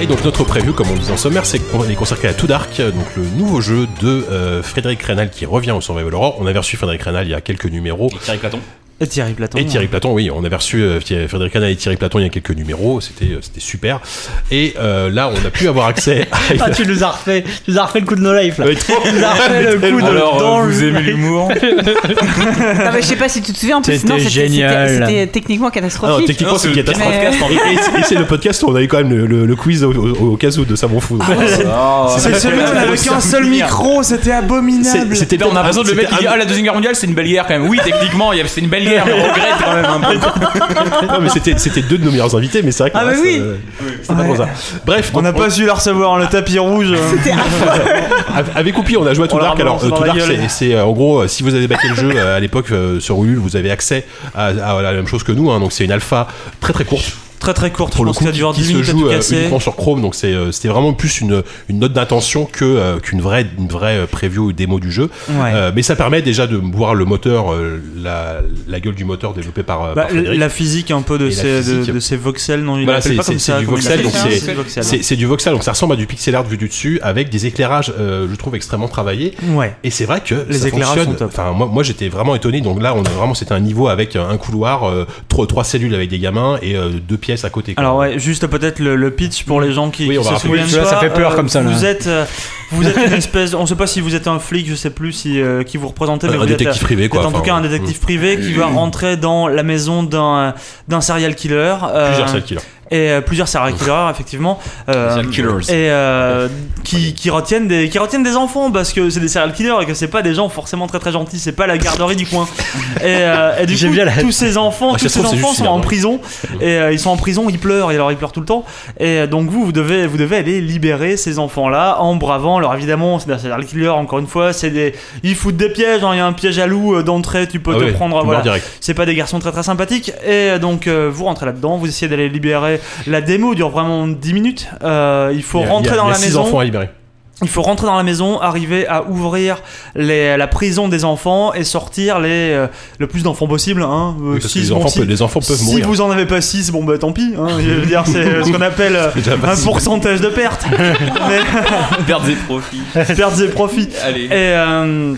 Et donc notre preview, comme on le disait en sommaire, c'est qu'on est consacré à Too Dark, donc le nouveau jeu de euh, Frédéric Reynal qui revient au Survival Horror. On avait reçu Frédéric Reynal il y a quelques numéros. Thierry Platon. Et Thierry Platon. Et Thierry Platon, oui, on avait reçu euh, Thierry- Frédéric Hanna et Thierry Platon il y a quelques numéros, c'était euh, c'était super. Et euh, là, on a pu avoir accès à Ah, tu nous as refait, tu nous as refait le coup de No Life là. Ouais, trop. Tu nous as refait le coup de Alors, dans euh, vous le- aimez l'humour Ah, mais je sais pas si tu te souviens en plus. C'était non, c'était- c'était- génial. C'était techniquement Euh, Ah non, catastrophique. techniquement, c'est une Mais- catastrophe. Et c'est- Et c'est le podcast où on avait quand même le, le- le quiz au, au, au cas où de ça m'en Ah, Ah, fout. Oh. Cette semaine, on avait qu'un seul micro, c'était abominable. C'est- C'était on a raison raison de le mec qui dit Ah, la deuxième guerre mondiale, c'est une belle guerre quand même. Oui, techniquement, il y a- c'est une belle guerre, mais on regrette quand même un peu. Non, mais c'était c'était deux de nos meilleurs invités, mais c'est vrai que Ah, le bah reste, oui. euh, c'était pas Ouais. pour ça. Bref, On donc, n'a pas su la recevoir, le tapis rouge. Euh, Avec- Avec Oupi, on a joué à Too On leur Dark. Alors, balance euh, dans Too la Dark, gueule. c'est- c'est euh, en gros, euh, si vous avez backé le jeu euh, à l'époque euh, sur Ulule, vous avez accès à, à la même chose que nous. hein. donc, c'est une alpha très très courte Très très courte, je pour le pense coup, que ça qui, dure qui 10 se minutes à tout joue euh, casser. uniquement sur Chrome. Donc, c'est, euh, c'était vraiment plus une, une note d'intention que euh, qu'une vraie une vraie euh, preview ou démo du jeu. Ouais. Euh, mais ça permet déjà de voir le moteur, euh, la, la gueule du moteur développé par, euh, Bah, par Frédéric. la physique un peu de Et la ces, de, physique. de ces voxels, non, il Voilà, l'appelle c'est- pas comme c'est- c'est ça. du comment il voxel, appelle donc ça c'est- du voxel. C'est c'est du voxel, donc ça ressemble à du pixel art vu du dessus, avec des éclairages, euh, je trouve, extrêmement travaillés. Ouais. Et c'est vrai que Les ça éclairages fonctionne. sont top. Enfin, moi, moi j'étais vraiment étonné. Donc là, on a vraiment, c'était un niveau avec euh, un couloir, euh, trois, trois cellules avec des gamins et euh, deux pièces à côté. quoi. Alors ouais, juste peut-être le, le pitch pour les gens qui, Oui, qui on va se rappeler. souviennent Oui, tu vois, pas. ça fait peur comme ça, là. Vous êtes, euh, vous êtes une espèce, on sait pas si vous êtes un flic, je sais plus si euh, qui vous représentez, mais un vous êtes, détective euh, privé, vous quoi. êtes en Enfin, tout cas un euh, détective privé qui va rentrer dans la maison d'un euh, d'un serial killer. euh, Plusieurs serial killers. Et euh, plusieurs serial killers effectivement. euh, killers. et euh, qui, qui retiennent des qui retiennent des enfants parce que c'est des serial killers et que c'est pas des gens forcément très très gentils c'est pas la garderie du coin et, euh, et du J'aime coup bien la- tous ces enfants Ah, tous ça se ces trouve, c'est enfants juste sont une en garderie. prison et euh, ils sont en prison ils pleurent et alors ils pleurent tout le temps et euh, donc vous vous devez vous devez aller libérer ces enfants là en bravant alors évidemment c'est des serial killers encore une fois c'est des ils foutent des pièges hein, il y a un piège à loup euh, d'entrée tu peux Ah te ouais, prendre mort voilà direct. c'est pas des garçons très très sympathiques et donc euh, vous rentrez là-dedans, vous essayez d'aller libérer. La démo dure vraiment 10 minutes. Euh, il faut Il y a- il y rentrer a- dans il y a la six maison. enfants à libérer. Il faut rentrer dans la maison, arriver à ouvrir les- la prison des enfants et sortir les euh, le plus d'enfants possible. Hein, Euh, Oui, parce que six, les bon, enfants si- peuvent- les enfants peuvent si mourir. vous en avez pas 6 bon bah tant pis. hein. je ah, veux dire, c'est euh, ce qu'on appelle euh, déjà pas un six. pourcentage de perte. Mais Perdre des profits. pertes et profits. Allez. Et euh,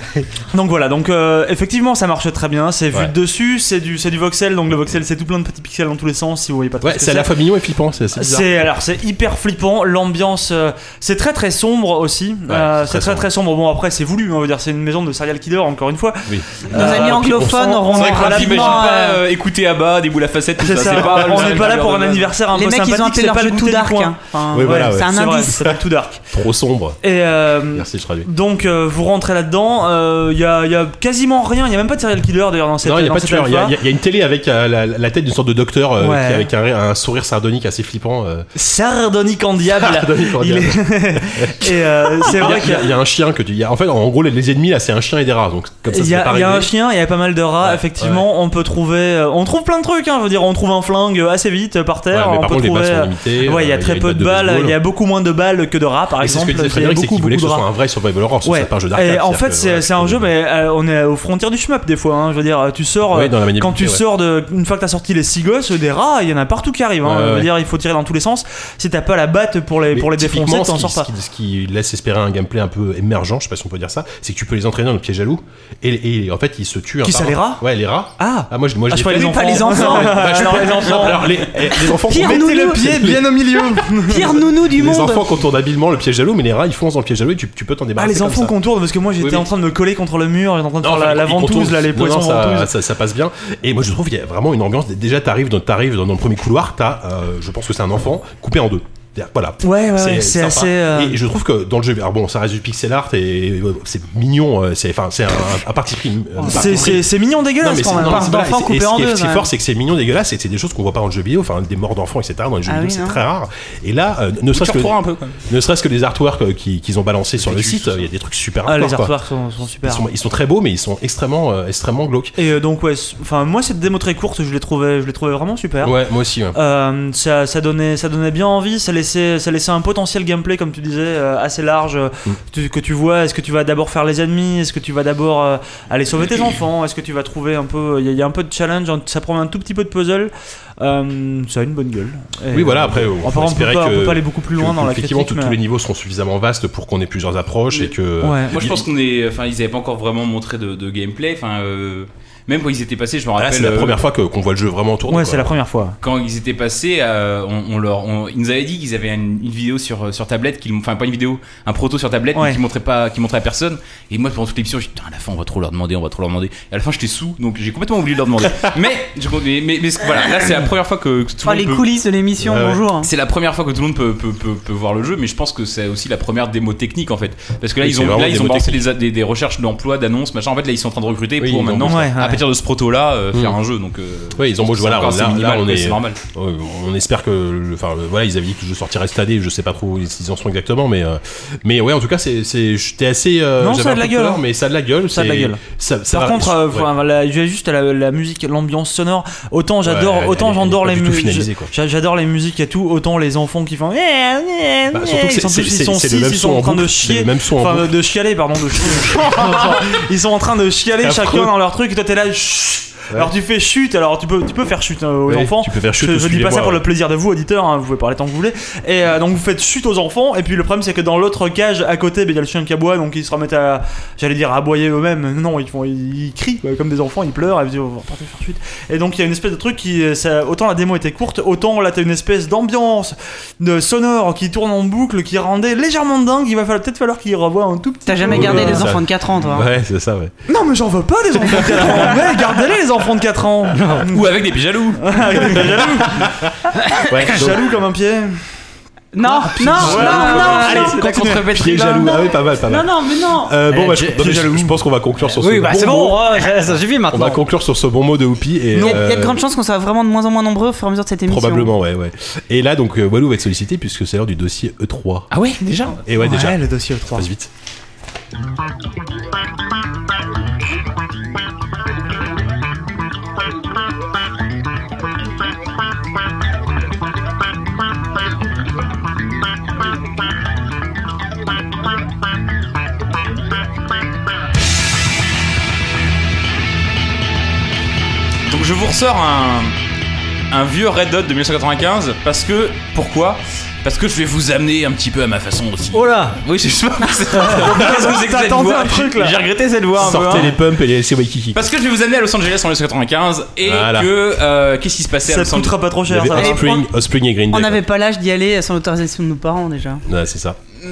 donc voilà, donc euh, effectivement ça marche très bien, c'est vu Ouais. de dessus, c'est du, c'est du voxel, donc le voxel c'est tout plein de petits pixels dans tous les sens si vous voyez pas trop Ouais, ce que c'est à la fois mignon et flippant. C'est assez bizarre. c'est alors c'est hyper flippant l'ambiance euh, c'est très très sombre aussi Euh, c'est très très sombre bon après c'est voulu hein, on veut dire c'est une maison de serial killer encore une fois Oui. Nos Euh, amis puis on anglophones sent- auront C'est vrai que auront moi, j'imagine rapidement, pas euh, euh, écouter à bas, des boules à facettes, tout c'est ça. ça, c'est pas, on n'est pas là pour un anniversaire un les peu mecs, ils ont sympathique appelé c'est leur pas jeu le tout goûter du dark. coin hein. Enfin, Oui, voilà, c'est ouais. un c'est vrai indice. ça s'appelle tout dark Trop sombre. et euh, Merci, je traduis. donc euh, vous rentrez là-dedans, il y, a, y a quasiment rien, il y a même pas de serial killer d'ailleurs dans cette Non, il n'y a dans pas de cette tueur. Il y, a- alpha. il y a une télé avec euh, la, la tête d'une sorte de docteur euh, Ouais. qui, avec un, un sourire sardonique assez flippant. euh. Sardonique en diable. Sardonique en Il est- et euh, c'est Il y, a- vrai il qu'il y a- il y a un chien que tu. il y a- en fait, en gros, les, les ennemis là, c'est un chien et des rats. Donc comme ça, il c'est y a, pas il y a un réglé. chien, il y a pas mal de rats. Ouais, effectivement, on peut trouver, euh, on trouve plein de trucs. Hein, je veux dire, on trouve un flingue assez vite euh, par Ouais, terre. mais on par peut contre, les trouver. balles sont euh, limitées. ouais, il y a euh, très peu une de batte balles. Il baseball. y a beaucoup moins de balles que de rats, par Et c'est ce exemple. que disait il y a Frédéric, c'est beaucoup, qu'il voulait que beaucoup ce de soit rats. un vrai survival horror, parce que Ouais. c'est pas un jeu Et d'arcade. en c'est-à-dire fait, que, c'est voilà, c'est un jeu, mais euh, on est aux frontières du shmup des fois. hein. je veux dire, tu sors. Ouais, euh, dans la quand tu maniabilité, ouais. sors de, une fois que t'as sorti les six gosses, des rats, il y en a partout qui arrivent. hein. Ouais, Je veux ouais. dire, il faut tirer dans tous les sens. Si t'as pas la batte pour les Mais pour les typiquement, défoncer, t'en ce qui- sors pas. Ce qui, ce qui laisse espérer un gameplay un peu émergent, je sais pas si on peut dire ça, c'est que tu peux les entraîner dans le piège à loup. Et, et en fait, ils se tuent. un Qui par ça, un. les rats Ouais, les rats. Ah. Ah, moi, je, moi, je Ah, je l'ai crois fait. les enfants. pas les enfants. Ouais, Bah, je- Alors, les enfants. Alors, les, eh, les enfants Pire font- nounou. au milieu. Pire nounou du les monde. enfants contournent habilement le piège à loup, mais les rats ils foncent dans le piège à loup et tu, tu peux t'en Ah débarrasser. les comme enfants ça. contournent parce que moi j'étais Oui, mais- en train de me coller contre le mur, j'étais en train de Non, faire la, enfin, la ils ventouse contournent. là, les Non, poissons non, ça, ventouses. ça, ça passe bien. Et moi, je trouve qu'il y a vraiment une ambiance. Déjà, t'arrives dans, t'arrives dans le premier couloir, t'as, euh, je pense que c'est un enfant coupé en deux. C'est-à-dire, Voilà. Ouais, ouais, ouais, c'est sympa. assez, euh, Et je trouve que dans le jeu, alors bon, ça reste du pixel art et euh, c'est mignon. euh, C'est, enfin, c'est un, un parti pris. euh, parti C'est- pris. C'est c'est mignon Non, dégueulasse mais c'est- quand non, même. mais Parle c'est- voilà, d'enfants c'est- et coupés ce en qui est- deux. ce qui est ouais. fort, c'est que c'est mignon, dégueulasse, et c'est des choses qu'on voit pas dans le jeu vidéo, enfin des morts d'enfants, etc. Dans les jeux Ah vidéo, oui, c'est hein. très rare. Et là, euh, ne serait-ce que, Sur un peu quand même. ne serait-ce que les artworks euh, qui- qu'ils ont balancés sur le site, euh, il y a des trucs super Ah, les hardcore, quoi. artoirs sont, sont super. Ils sont, ils sont très beaux, mais ils sont extrêmement, euh, extrêmement glauques. Et euh, donc ouais, c'est- enfin moi cette démo très courte, je l'ai trouvée, je l'ai trouvée vraiment super. Ouais, moi aussi. ouais. Euh, ça, ça donnait, ça donnait bien envie, ça laissait, ça laissait un potentiel gameplay, comme tu disais, euh, assez large. euh, Mm. tu- que tu vois, est-ce que tu vas d'abord faire les ennemis Est-ce que tu vas d'abord euh, aller sauver tes enfants Est-ce que tu vas trouver un peu. Il y, a- il y a un peu de challenge, ça prend un tout petit peu de puzzle. Euh, ça a une bonne gueule. Et, Oui, voilà, euh, après, on, on, on, peut espérer pas, on que, peut pas aller beaucoup plus loin que- dans la critique. effectivement, tous- tous mais- les niveaux seront suffisamment vastes pour qu'on ait plusieurs approches et que. Ouais. Moi, je Il- pense qu'on est. Enfin, ils avaient pas encore vraiment montré de, de gameplay. Enfin, euh, Même quand ils étaient passés, je me Ah, rappelle. là, c'est la euh, première fois que- qu'on voit le jeu vraiment en tournée. Ouais, quoi. c'est la première fois. quand ils étaient passés, euh, on, on leur, on- ils nous avaient dit qu'ils avaient une, une vidéo sur, euh, sur tablette, qu'ils- enfin pas une vidéo, un proto sur tablette, Ouais. mais qui montrait pas, qui montrait à personne. Et moi pendant toute l'émission, j'ai dit, putain, à la fin on va trop leur demander, on va trop leur demander. Et à la fin j'étais sous, donc j'ai complètement oublié de leur demander. mais, je- mais, mais, mais voilà, là c'est la première fois que, que tout Oh, le les monde peut- coulisses de l'émission, Ouais, ouais. bonjour. hein. c'est la première fois que tout le monde peut, peut, peut, peut voir le jeu, mais je pense que c'est aussi la première démo technique en fait. Parce que là, Oui, ils c'est ont, vraiment là, une ils ont démo lancé des, des, des recherches d'emploi, d'annonces, machin. En fait, là, ils sont en train de recruter Oui, pour ils maintenant, embauchent, ouais, à ouais. partir de ce proto-là, euh, faire Mm. un jeu. Donc, euh, Ouais, ils embauchent, c'est voilà, encore on- assez là- là, minimal, on mais est- C'est normal. Euh, On espère que, le- enfin, le- voilà, ils avaient dit que le jeu sortirait cette année. Je sais pas trop où ils en sont exactement, mais, euh, mais ouais, en tout cas, c'est, c'est, j'étais assez. euh, Non, j'avais ça a un de peu la gueule, peur, hein. mais ça a de la gueule. Ça a de la c'est- gueule. ça- ça Par va- contre, euh, ouais. enfin, voilà, j'ai juste la, la musique, l'ambiance sonore. Autant j'adore, elle- autant elle est j'endors pas les du tout mu- finalisée, quoi. j'a- J'adore les musiques et tout. Autant les enfants qui font. Bah, surtout que ils c'est, sont c'est, tous- ils c'est- sont c'est six, le même ils son sont en en train boucle, de c'est chier. le même son en Enfin, boucle. de, de chialer, pardon. De chier. ils sont en train de chialer Affreux. chacun dans leur truc. Et toi, t'es là. chut. Alors tu fais chute. Alors tu peux, tu peux faire chute euh, aux Ouais, enfants. tu peux faire chute, Je, je dis pas suivez-moi, ça pour ouais. le plaisir de vous, auditeurs. hein, vous pouvez parler tant que vous voulez. Et euh, donc vous faites chute aux enfants. Et puis le problème, c'est que dans l'autre cage à côté, ben, il y a le chien qui aboie. Donc ils se remettent à, j'allais dire, à aboyer eux-mêmes. Non, ils font, ils, ils crient quoi, comme des enfants. Ils pleurent. Et ils disent, oh, partez faire chute. Et donc il y a une espèce de truc qui, euh, ça- autant la démo était courte, autant là t'as une espèce d'ambiance de sonore qui tourne en boucle, qui rendait légèrement dingue. Il va falloir peut-être falloir qu'ils revoient un tout petit. T'as jamais peu, gardé euh, les ça- enfants de 4 ans, toi. hein. Ouais, c'est ça, ouais. Non mais j'en veux pas les enfants de 4 ans. Mais gardez-les les enfants de 4 ans. Ou avec des jaloux. jaloux, Ouais, donc, jaloux comme un pied. Ah, Non, non, Ouais, non, non, Allez, non. c'est la pied contrepétrie. jaloux. Ah oui, pas mal, pas Non, mal. non, mais non. Euh, bon, Allez, bah, je, pied non, mais je- jaloux. je pense qu'on va conclure sur ce Oui, bah bon c'est mot. bon, oh, ça ça suffit On maintenant. va conclure sur ce bon mot de Whoopi. Et, Il y, a il y a de euh, grandes chances qu'on soit vraiment de moins en moins nombreux au fur et à mesure de cette émission. Probablement, ouais, ouais. Et là, donc, euh, Walou va être sollicité puisque c'est l'heure du dossier E3. Ah ouais, déjà Et ouais, déjà. le dossier E 3. Passe vite. Donc je vous ressors un, un vieux Red Hot de 1995 parce que pourquoi Parce que je vais vous amener un petit peu à ma façon aussi. Oh là Oui, je sais pas. c'est- Vous T'as êtes tenté voix. un truc là. J'ai regretté cette voix. un peu, hein. Sortez les pumps et les laissez Waikiki. Parce que je vais vous amener à Los Angeles en 1995 et Voilà. que euh, qu'est-ce qui se passait à Ça te Los Angeles coûtera pas trop Il y cher avait ça. va. Offspring, Offspring et Green Day. On n'avait pas l'âge d'y aller sans l'autorisation de nos parents déjà. Ouais, c'est ça. Mm,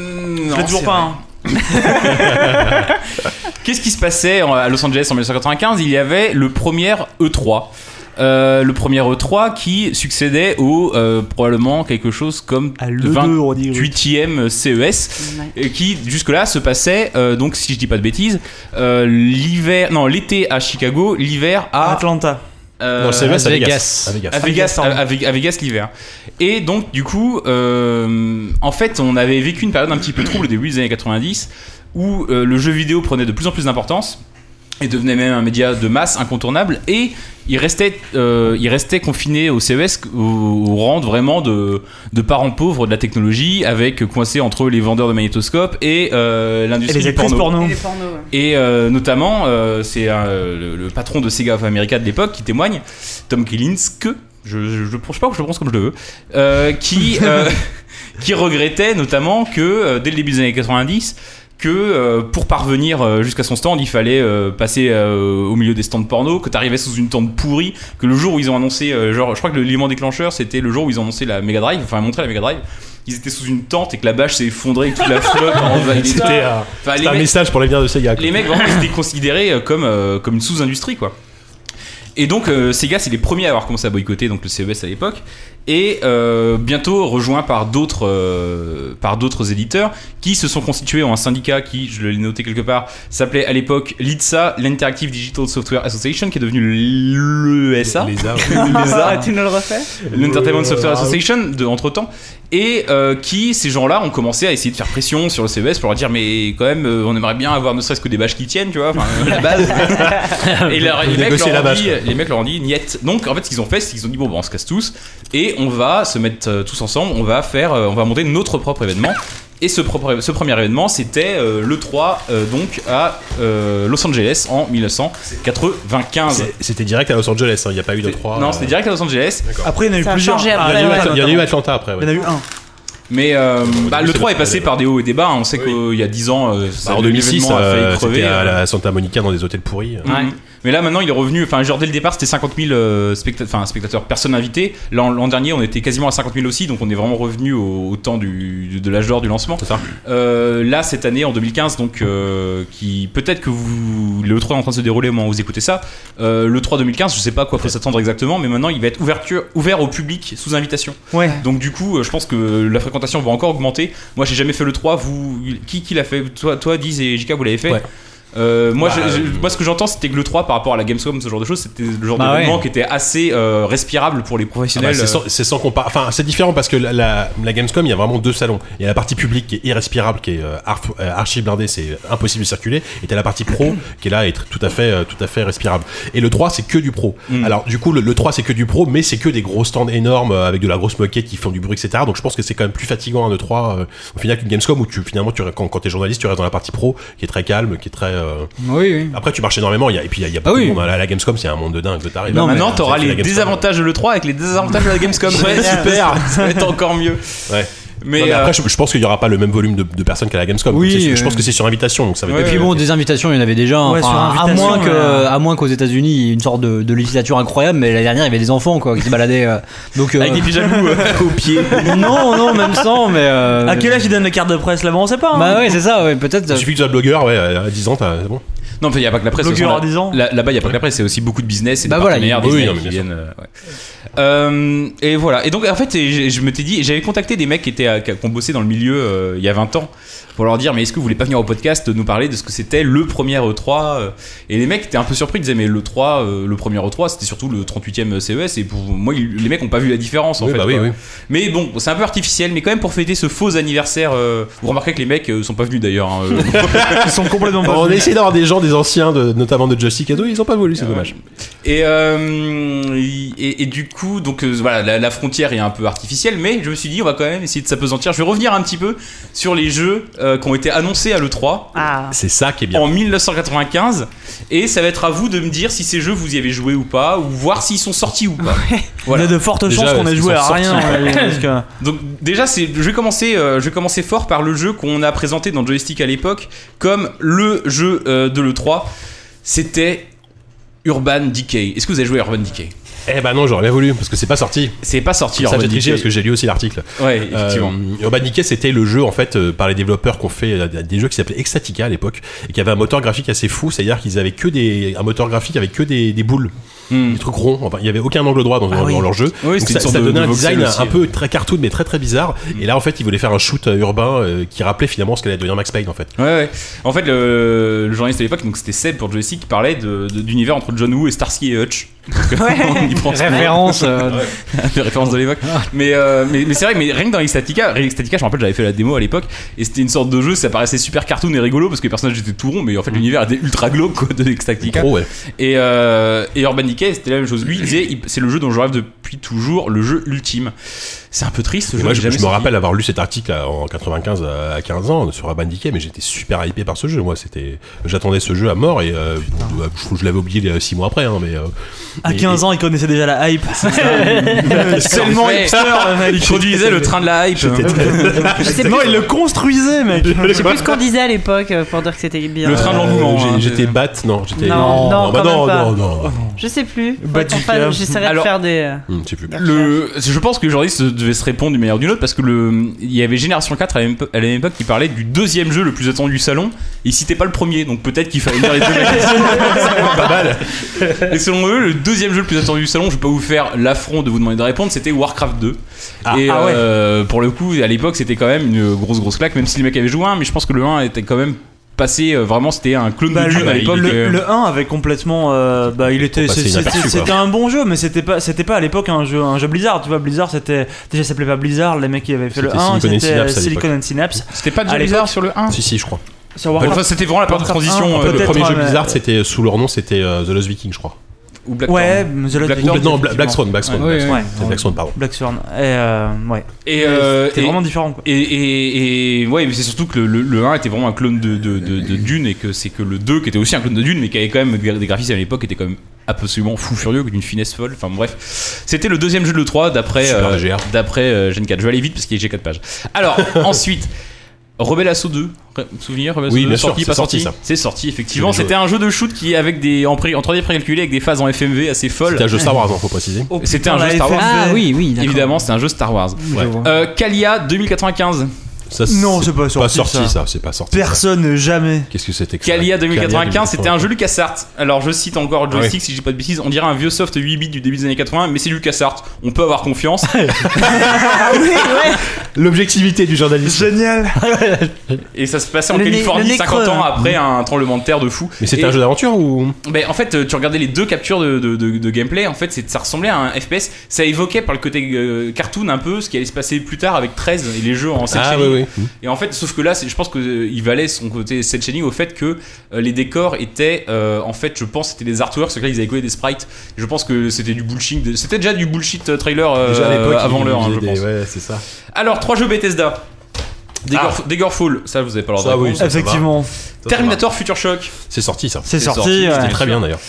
Je non, l'ai toujours c'est pas. vrai. hein. hein. Qu'est-ce qui se passait en- à Los Angeles en 1995 Il y avait le premier E3. Euh, le premier E3 qui succédait au euh, probablement quelque chose comme À le 2 on dit. 28e CES Ouais. et euh, qui jusque-là se passait, euh, donc si je dis pas de bêtises, euh, l'hiver, non, l'été à Chicago, l'hiver à. Atlanta. euh, non, c'est vrai, c'est à Vegas. Vegas. À Vegas. à Vegas, pardon. à, à Ve- à Vegas l'hiver. Et donc, du coup, euh, en fait, on avait vécu une période un petit peu trouble au début des années 90 où euh, le jeu vidéo prenait de plus en plus d'importance et devenait même un média de masse incontournable. Et il restait, euh, il restait confiné au CES, au, au rang de vraiment de, de parents pauvres de la technologie, avec coincé entre les vendeurs de magnétoscopes et euh, Et l'industrie les du actrices porno. porno. Et euh, notamment, euh, c'est euh, le, le patron de Sega of America de l'époque qui témoigne, Tom Killinske, je ne pense pas que je le prononce comme je le veux, euh, qui, euh, qui regrettait notamment que euh, dès le début des années 90, que euh, pour parvenir euh, jusqu'à son stand, il fallait euh, passer euh, au milieu des stands porno, que t'arrivais sous une tente pourrie, que le jour où ils ont annoncé, euh, genre, je crois que l'élément déclencheur, c'était le jour où ils ont annoncé la Mega Drive, enfin montré la Mega Drive, ils étaient sous une tente et que la bâche s'est effondrée et que toute la flotte en envahit les C'était stars. euh, Enfin, les c'était un mecs- message pour l'avenir de Sega. quoi. les mecs vraiment ils étaient considérés euh, comme, euh, comme une sous-industrie quoi. Et donc euh, Sega c'est les premiers à avoir commencé à boycotter donc le CES à l'époque et euh, bientôt rejoint par d'autres euh, par d'autres éditeurs qui se sont constitués en un syndicat qui je l'ai noté quelque part s'appelait à l'époque l'ITSA l'Interactive Digital Software Association qui est devenu E l'ESA Les armes. E Ah, tu nous le refais Euh, l'Entertainment ah Software Association de entre temps et euh, qui ces gens-là ont commencé à essayer de faire pression sur le CES pour leur dire mais quand même euh, on aimerait bien avoir ne serait-ce que des bâches qui tiennent tu vois enfin, euh, la base et leur- les, mecs Négocier leur la ont bâche, dit, quoi. les mecs leur ont dit niet donc en fait ce qu'ils ont fait c'est qu'ils ont dit bon bah, on se casse tous et on va se mettre euh, tous ensemble on va faire euh, on va monter notre propre événement et ce, propre- ce premier événement c'était euh, le 3 euh, donc à euh, Los Angeles en 1995 C'est- C'était direct à Los Angeles, hein, il n'y a pas eu de 3. non c'était direct à Los Angeles Après il y en a eu Ça a plusieurs. changé Il y, après, en a eu ouais. Atlanta- il y en a eu Atlanta après, Il y en ouais. a eu un. Mais euh, bah, début, ça le 3 doit est passé être- par des hauts et des bas. hein. On sait qu'il y a 10 ans, euh, ça- Bah, en 2006, l'événement a failli euh, crever, c'était à euh. la Santa Monica dans des hôtels pourris. Ouais. Mais là, maintenant, il est revenu. Enfin, genre dès le départ, c'était 50 000 euh, specta- enfin, spectateurs, personnes invitées. L'an l'an dernier, on était quasiment à 50 000 aussi, donc on est vraiment revenu au, au temps du, du- de l'âge d'or du lancement. Euh, là, cette année, en 2015, donc, euh, qui peut-être que vous, le 3 est en train de se dérouler au moment où vous écoutez ça. Euh, le 3 2015, je sais pas à quoi faut s'attendre exactement, mais maintenant, il va être ouverture, ouvert au public sous invitation. Ouais. Donc du coup, euh, je pense que la fréquentation va encore augmenter. Moi, j'ai jamais fait le 3. Vous, qui, qui l'a fait Toi, toi, Diz et JK, vous l'avez fait Ouais. Euh, moi, Bah, je- je- euh, moi, ce que j'entends, c'était que le 3 par rapport à la Gamescom, ce genre de choses, c'était le genre Bah ouais. d'événement qui était assez euh, respirable pour les Ah bah, professionnels. euh, c'est sans, c'est sans compar- Enfin, c'est différent parce que la, la, la Gamescom, il y a vraiment deux salons. Il y a la partie publique qui est irrespirable, qui est euh, arf- euh, archi blindée, c'est impossible de circuler. Et t'as la partie pro qui est là et tr- tout à fait, euh, tout à fait respirable. Et le 3, c'est que du pro. Alors, du coup, le, le 3, c'est que du pro, mais c'est que des gros stands énormes euh, avec de la grosse moquette qui font du bruit, etc. Donc, je pense que c'est quand même plus fatigant un E3 euh, au final qu'une Gamescom où tu, finalement, tu, quand, quand t'es journaliste, tu restes dans la partie pro qui est très calme, qui est très. euh, Oui, oui. Après, tu marches énormément. il Y a, et puis, il y a, il y a beaucoup oui. de monde. À la Gamescom, c'est un monde de dingue. T'arrives. non, Non, mais Eh ben maintenant, t'auras C'est la les Gamescom. désavantages de le 3 avec les désavantages de la Gamescom. Ouais, super, ça va être encore mieux. Ouais. Mais, Non, mais euh, après, je, je pense qu'il n'y aura pas le même volume de, de personnes qu'à la Gamescom. Oui, Donc, c'est- je euh. pense que c'est sur invitation, donc ça va Ouais, Et être. puis bon, des invitations, il y en avait déjà. Ouais, Enfin, sur à invitation, moins que, euh, à moins qu'aux États-Unis, il y ait une sorte de, de législature incroyable, mais l'année dernière, il y avait des enfants quoi qui se baladaient. euh, donc euh, avec des pyjamas euh, aux pieds. non, non, même sans, mais. euh, À quel âge ils donnent la carte de presse là-bas On sait pas. hein. Bah ouais, c'est ça. Ouais, peut-être. Il suffit que tu sois blogueur, ouais, à à 10 ans, t'as- c'est bon. Non, mais il n'y a pas que la presse. Donc, de toute il y aura façon, des gens. là- là- Là-bas, il n'y a pas que la presse, c'est aussi beaucoup de business et Bah des voilà, partenaires, il y a- des oui, mecs non, mais qui bien viennent. euh, ouais. Euh, et voilà. Et donc, en fait, et j'ai- je me t'ai dit, j'avais contacté des mecs qui étaient, à- qui ont bossé dans le milieu euh, il y a 20 ans pour leur dire, mais est-ce que vous voulez pas venir au podcast nous parler de ce que c'était le premier E3 euh, Et les mecs étaient un peu surpris, ils disaient, mais le 3, euh, le premier E3, c'était surtout le 38e CES et pour moi, ils- les mecs n'ont pas vu la différence en Oui, fait. bah oui, quoi. oui. Mais bon, c'est un peu artificiel, mais quand même pour fêter ce faux anniversaire, euh, vous remarquez que les mecs euh, sont pas venus d'ailleurs. hein, euh, Ils sont complètement pas. On a essayé d'avoir des gens, des anciens, de- notamment de Justy Cadeau, ils ont pas voulu, c'est dommage. Et, euh, et, et du coup, donc euh, voilà, la, la frontière est un peu artificielle, mais je me suis dit, on va quand même essayer de s'apesantir. Je vais revenir un petit peu sur les jeux euh, qui ont été annoncés à l'E3 Ah. C'est ça qui est bien. en 1995, et ça va être à vous de me dire si ces jeux vous y avez joué ou pas, ou voir s'ils sont sortis ou pas. Voilà. Il y a de fortes Déjà, chances qu'on est-ce ait qu'ils joué sont à rien. sortis ouais, parce Bah, que- Donc déjà, c'est, je vais commencer, euh, je vais commencer fort par le jeu qu'on a présenté dans Joystick à l'époque comme le jeu euh, de l'E3. C'était Urban Decay. Est-ce que vous avez joué à Urban Decay Eh bah non, j'aurais bien voulu, parce que c'est pas sorti. C'est pas sorti. Ça, Urban j'ai triché Decay. parce que j'ai lu aussi l'article. Ouais, effectivement. Euh, Urban Decay, c'était le jeu en fait euh, par les développeurs qu'on fait euh, des jeux qui s'appelaient Extatica à l'époque et qui avait un moteur graphique assez fou, c'est-à-dire qu'ils avaient que des un moteur graphique avec que des, des boules, Hmm. des trucs ronds. Enfin, il y avait aucun angle droit dans, dans oui. leur jeu. Oui, Donc c'était ça, une sorte ça de- donnait de un voxel design aussi, Hmm. un peu très cartoon mais très très bizarre. Et là en fait, ils voulaient faire un shoot euh, urbain euh, qui rappelait finalement ce qu'allait devenir Max Payne en fait. Ouais, ouais. En fait, le, le journaliste à l'époque, donc c'était Seb pour Joystick, qui parlait de- de- d'univers entre John Woo et Starsky et Hutch. Donc, on y pense Référence. euh, Ah. de référence de l'époque. Mais, euh, mais, mais c'est vrai, que- mais rien que dans Ecstatica, Real Ecstatica, je me rappelle, j'avais fait la démo à l'époque, et c'était une sorte de jeu, ça paraissait super cartoon et rigolo parce que les personnages étaient tout ronds, mais Mm. en fait l'univers était ultra glauque quoi, de Ecstatica. Pro, ouais. Et, euh, et Urban Decay, c'était la même chose. Lui, il disait, il- c'est le jeu dont je rêve depuis toujours, le jeu ultime. C'est un peu triste, ce Et jeu. moi, il est je, je jamais me sorti. rappelle avoir lu cet article à- en 95 à à 15 ans sur Urban Decay, mais j'étais super hypé par ce jeu. Moi, c'était, j'attendais ce jeu à mort et euh, bon, je, je l'avais oublié 6 mois après. Hein, mais euh, À mais- 15 ans, ils connaissaient déjà la hype. Tellement Ouais. hipster, le mec. il conduisait le train de la hype. Je sais plus- Non, ils le construisaient, mec. je sais plus ce qu'on disait à l'époque euh, pour dire que c'était bien. Le train de l'engouement. Euh, j'ai- hein, j'étais c'est- bat, non, j'étais Non, non, bah quand non, même pas. non, non, non. Je sais plus. Bah, tu Enfin, fais- J'essaierai Alors- de faire des. euh, Hmm, Hum, je sais plus. Le, je pense que les journalistes devaient se répondre d'une manière ou d'une autre parce que le, il y avait Génération 4 à la même épo- à la même époque qui parlait du deuxième jeu le plus attendu du salon. Ils citaient pas le premier, donc peut-être qu'il fallait lire les deux magazines. pas mal. Et selon eux, le deuxième jeu le plus attendu du salon, je vais pas vous faire l'affront de vous demander de répondre, c'était Warcraft 2. Ah, et ah ouais. euh, pour le coup, à l'époque, c'était quand même une grosse grosse claque, même si les mecs avaient joué un, mais je pense que le 1 était quand même passé euh, vraiment, c'était un clone Bah, de Dune le, à l'époque. le, euh, le 1 avait complètement euh, bah il était Faut passer c'est- inaperçu, c'était quoi. c'était un bon jeu mais c'était pas c'était pas à l'époque un jeu un jeu Blizzard tu vois Blizzard c'était déjà ça s'appelait pas Blizzard les mecs qui avaient fait le C'était 1 Silicon and c'était euh, Synapse à Silicon and Synapse C'était pas à déjà l'époque- bizarre sur le 1 Si, si, je crois. sur Enfin, Warcraft C'était vraiment la période de Warcraft transition. un, euh, Le peut-être, premier ouais, jeu mais- Blizzard, c'était sous leur nom, c'était euh, The Lost Viking, je crois. Ou Black Ouais, Thorn. mais The Last Black- Victim, Ou- non, Bla- effectivement. Black Swan, Black Swan, Ouais. Black Ouais, Swan. ouais. C'est Black Swan, pardon. Black Swan. Et euh, ouais. Et, euh, C'était et- vraiment différent quoi. Et, et, et- ouais, mais c'est surtout que le, le, le 1 était vraiment un clone de, de, de- de Dune et que c'est que le 2 qui était aussi un clone de Dune mais qui avait quand même des des graphismes à l'époque qui étaient quand même absolument fou furieux d'une finesse folle. Enfin bref, c'était le deuxième jeu de l'E3 d'après Super euh, GR. d'après euh, Gen 4. Je vais aller vite parce qu'il est j'ai 4 pages. Alors ensuite. Rebel Assault 2, Re- souvenir Rebel Assault Oui, 2, bien sûr, sorti, c'est pas sorti, sorti, ça. C'est sorti, effectivement. Je l'ai C'était un jeu de shoot qui, avec des, en, pré- en 3D précalculé, avec des phases en FMV assez folles. C'était un jeu Star Wars, hein, faut préciser. Oh, C'était putain, un jeu la Star Wars. FMV. Ah oui, oui, d'accord. Évidemment, c'était un jeu Star Wars. Ouais. Euh, Kalia 2095. Ça, Non, c'est pas sorti. pas sorti, ça. ça. C'est pas sorti. ça. Personne euh, jamais. Qu'est-ce que c'était que ça Kalia 2095, c'était un jeu jeu LucasArts. Alors je cite encore le Ah oui. joystick si je dis pas de bêtises, on dirait un vieux soft 8 bits du début des années 80, mais c'est LucasArts. On peut avoir confiance. Ah L'objectivité du Ah, journaliste. Génial. Et ça se passait en Le nez- le Californie nez 50 creux, ans hein. après un tremblement de terre de fou. Mais Et- c'était un jeu d'aventure ou Ben, en fait, euh, tu regardais les deux captures de, de- de- de gameplay, en fait, c'est- ça ressemblait à un FPS. Ça évoquait par le côté euh, cartoon un peu ce qui allait se passer plus tard avec 13 et les jeux en 7 Ah, shading. oui. Et en fait, sauf que là, c'est- je pense qu'il valait son côté cel shading au fait que euh, les décors étaient, euh, en fait, je pense, c'était des artworks, parce que là, ils avaient collé des sprites. Je pense que c'était du bullshit. de- C'était déjà du bullshit euh, trailer euh, Déjà à l'époque, avant il- l'heure, hein, il je faisait pense. des- Ouais, c'est ça. Alors, trois jeux Bethesda. Daggerf- Daggerfall, ça vous avez pas l'air Ça, de oui, répondre. ça va. Effectivement. Terminator Future Shock. C'est sorti ça. C'est C'est sorti. sorti, ouais. C'était très bien d'ailleurs.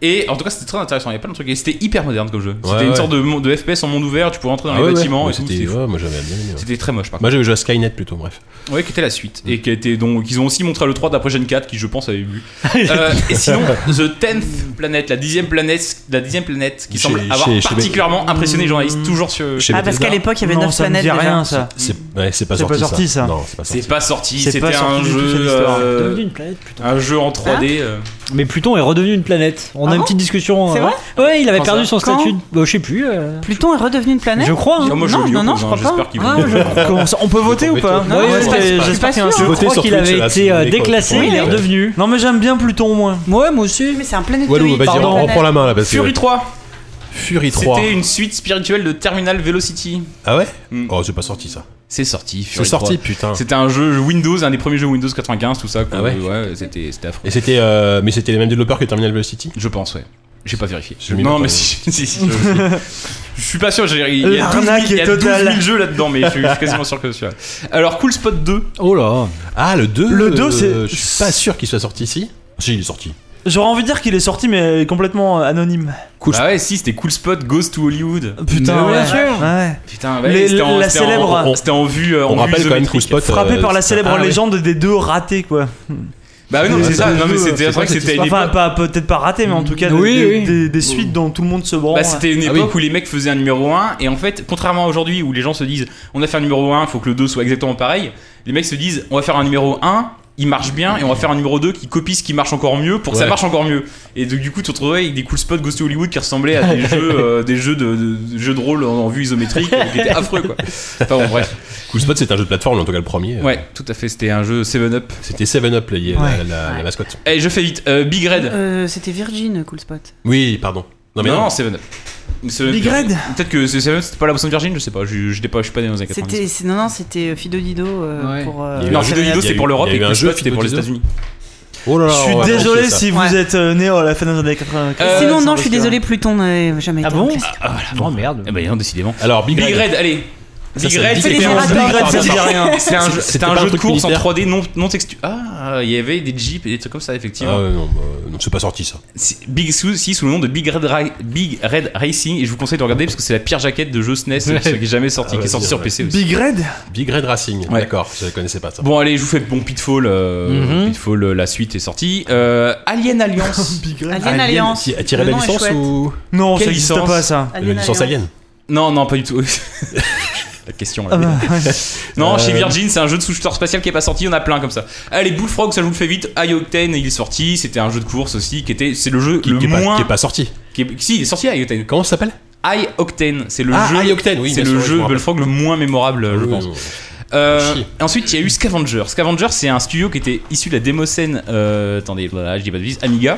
Et en tout cas, c'était très intéressant. Il y a pas de truc. Et c'était hyper moderne comme jeu. C'était Ouais, une ouais. sorte de, mon- de FPS en monde ouvert. Tu pouvais rentrer dans Ah les ouais, bâtiments ouais. et tout. C'était- C'était fou. ouais, moi j'avais bien aimé. ouais. C'était très moche par contre. Moi j'avais joué à Skynet plutôt, bref. Ouais, qui était la suite. Mm. Et qui a été donc. Qu'ils ont aussi montré le 3 d'après Gen 4, qui je pense avait vu. Ah, Euh, et sinon, The 10th Planet, la dixième planète, la dixième planète, qui Chez- semble avoir chez- chez- particulièrement impressionné les journalistes, toujours sur. Chez Ah, parce Bethesda. qu'à l'époque, il y avait Non, 9 ça me planètes dit déjà. rien ça. C'est ouais, c'est pas C'est sorti. pas sorti, ça. Non, c'est pas sorti. C'est pas sorti, C'est c'était pas sorti un du tout, cette jeu. histoire. euh, Devenu une planète, Pluton. un jeu en 3D. euh. Hein Mais Pluton est redevenu une planète. On a Ah une bon petite discussion. C'est euh, vrai Ouais, il avait Quand perdu ça son Quand statut. de- bah, je sais plus. euh, Pluton est redevenu une planète Je crois. hein. Ah, moi, je non, lis au non, non, cause, je hein, crois pas. J'espère qu'ils Ah, vont. je- Comment ça- On peut voter ou veto. pas Non, Non, Ouais, je j'étais- suis pas j'espère qu'il y a un- sûre. Je Faut voter crois sur qu'il Twitch, avait là, si été vous euh, voulez qu'on- déclassé, qu'on il est l'ait. redevenu. Non mais j'aime bien Pluton moi. Ouais, moi aussi. Mais c'est un planète Walou, vas-y, pardon. on reprend la main là parce Fury que 3, Fury 3. c'était une suite spirituelle de Terminal Velocity. Ah ouais Mm. Oh, c'est pas sorti ça. C'est sorti, Fury C'est sorti 3. putain. C'était un jeu Windows, un des premiers jeux Windows 95, tout ça. quoi. Ah ouais c'était c'était affreux. Et c'était euh, mais c'était les mêmes développeurs que Terminal Velocity Je pense, ouais. J'ai pas vérifié. Je m'y non, mets mais pas. si, si, si, je, je suis pas sûr. j'ai- Il y a 12 000, L'arnaque il y a est 12 000 totale. jeux là-dedans, mais je suis quasiment sûr que c'est celui-là. Alors, Cool Spot 2. Oh là. Ah, le 2 Le deux, euh, c'est- Je suis pas sûr qu'il soit sorti ici. Si, il est sorti. J'aurais envie de dire qu'il est sorti mais complètement euh, anonyme. Cool Ah ouais, si, c'était Cool Spot Goes to Hollywood. Ah, Putain, Mais ouais. bien sûr. Ouais. Putain, ouais, Les- c'était en- la c'était en- célèbre- en- C'était en vue. euh, en On vue rappelle quand même isométrique. Cool Spot. Frappé euh, par la célèbre ah ouais. légende Ah des deux ratés quoi. Bah oui, non, mais c'est C'est ça. un Non, mais jeu, c'était c'est c'est vrai que vrai que c'était à Enfin l'époque. pas peut-être pas raté mais en tout cas des- Oui, des, oui. des- des suites dont tout le monde se branle. Bah, c'était une Ah oui. époque où les mecs faisaient un numéro 1 et en fait, contrairement à aujourd'hui où les gens se disent on a fait un numéro 1, faut que le 2 soit exactement pareil, les mecs se disent on va faire un numéro 1, il marche bien et on va faire un numéro 2 qui copie ce qui marche encore mieux pour que ça Ouais. marche encore mieux. Et donc, du coup, tu te retrouvais avec des cool spots Ghost Hollywood qui ressemblaient à des jeux euh, des jeux de, de- de- jeux de rôle en, en vue isométrique euh, qui étaient affreux quoi. Enfin bon, bref. Cool Spot, c'est un jeu de plateforme, en tout cas le premier. Ouais, tout à fait, c'était un jeu 7 up. C'était Seven Up, la, la- Ouais. la- la mascotte. Et je fais vite, Euh, Big Red. Euh, C'était Virgin, Cool Spot. Oui, pardon. Non, mais non. 7 up. Seven Up. euh, Big Red Peut-être que c'est- c'était pas la boisson de Virgin, je sais pas, je j'étais pas, je suis pas né dans les années 90. C'était c'est- non non c'était Fido Dido euh, Ouais. pour. euh, Il y a eu Non, un Seven Fido Up. Dido, Il y a c'est eu- pour l'Europe il y a et eu un Cool jeu Spot, c'était pour les Fido Dido. États-Unis. Oh là Je là, on suis va désolé vérifier ça. si vous êtes euh, né à la fin des années 80. Euh, Sinon ça non reste je suis que- désolé Pluton n'avait jamais été. Ah un bon classique. Oh merde. Eh ben, non, décidément. Alors, Big, Big Red. Red, allez. Ça, Big ça Red, dit c'était quelque un- chose. Big Red, Attends, ça dit attends. rien. C'est un, jeu- C'était c'était pas un un jeu de truc course en militaire. 3D non, non textu. Ah, il y avait des jeeps et des trucs comme ça, effectivement. Ah ouais, non, bah, non, c'est pas sorti ça. C'est- Big Sous, si, sous le nom de Big Red, Ra- Big Red Racing. Et je vous conseille de regarder parce que c'est la pire jaquette de jeu SNES euh, qui est jamais sorti, Ah, qui est vas-y, sorti sur ouais. PC aussi. Big Red Big Red Racing, Ouais. d'accord, je ne connaissais pas ça. Bon, allez, je vous fais bon Pitfall. euh, Mhm. Pitfall, euh, la suite est sortie. Euh, Alien Alliance. Big Red Alien Alliance. Oh, ti- Tirer Le la nom est licence chouette. ou Non, Quelle ça existe licence pas ça. La licence Alien non, non, pas du tout. la question. Là, Ah bah, ouais. Non, Euh, chez Virgin, c'est un jeu de sous-shooter spatial qui est pas sorti, il y en a plein comme ça. Allez, Bullfrog, ça je vous le fais vite. High Octane, il est sorti, c'était un jeu de course aussi qui était c'est le jeu qui, le qui est pas, moins qui est pas sorti. qui est- si, il est sorti High Octane. Comment ça s'appelle High Octane, c'est le Ah, jeu High Octane, oui, c'est bien le sûr, je jeu me rappelle. Bullfrog le moins mémorable, je pense. Euh, Chier. ensuite, il y a eu Scavenger. Scavenger, c'est un studio qui était issu de la démo scène. euh, attendez, voilà, je dis pas de bêtises, Amiga,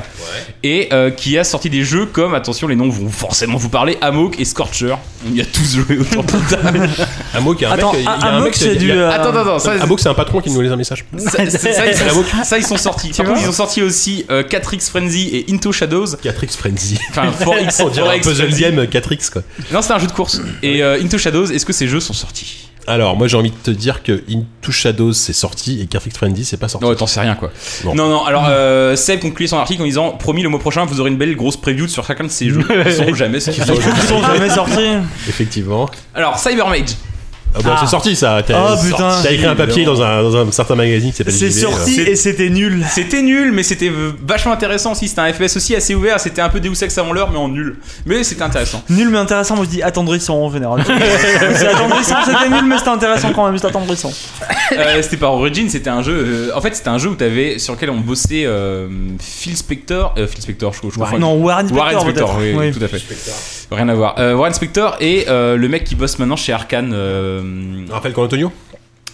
et euh, qui a sorti des jeux comme, attention, les noms vont forcément vous parler, Amok et Scorcher. On y a tous joué autour de la table. Amok, il y a un Attends, mec. il y a un- un un mot mec que qui a- c'est il du. y a- euh, Attends, attends, attends, ça, Amok, c'est un patron qui nous laisse un message. ça, ça, ça, ils sont- ça, ils sont sortis. Par contre, ils ont sorti aussi euh, 4X Frenzy et Into Shadows. 4X Frenzy. Enfin, 4X, On dirait un 4X puzzle Frenzy. game 4X quoi. Non, c'est un jeu de course. Et euh, Into Shadows, est-ce que ces jeux sont sortis Alors, moi j'ai envie de te dire que Into Shadows c'est sorti et 4X Frenzy c'est pas sorti. Non, t'en sais rien quoi. Bon. Non, non, alors euh, Seb concluait son article en disant Promis, le mois prochain, vous aurez une belle grosse preview sur chacun de ces jeux. Ils sont jamais sortis. Ils sont jamais sortis. Effectivement. alors, Cybermage. Ah bah, Ah. c'est sorti ça. T'as Ah, putain. t'as écrit un papier dans un, dans un certain magazine qui s'appelle C'est JV, euh. sorti et c'était nul. C'était nul, mais c'était euh, vachement intéressant aussi. C'était un FPS aussi assez ouvert. C'était un peu Deus Ex avant l'heure, mais en nul. Mais c'était intéressant. Nul mais intéressant, moi je dis attendrissant en général. c'est attendrissant, c'était nul mais c'était intéressant quand même, c'était attendrissant. Euh, c'était par Origin, c'était un jeu. euh, en fait, c'était un jeu où t'avais, sur lequel on bossait euh, Phil Spector. euh, Phil Spector, je, je confonds. Non, Warren Spector. Warren Spector, oui, peut-être. oui, Oui. tout à fait. Rien à voir. Euh, Warren Spector et euh, le mec qui bosse maintenant chez Arkane. euh, Raphaël Antonio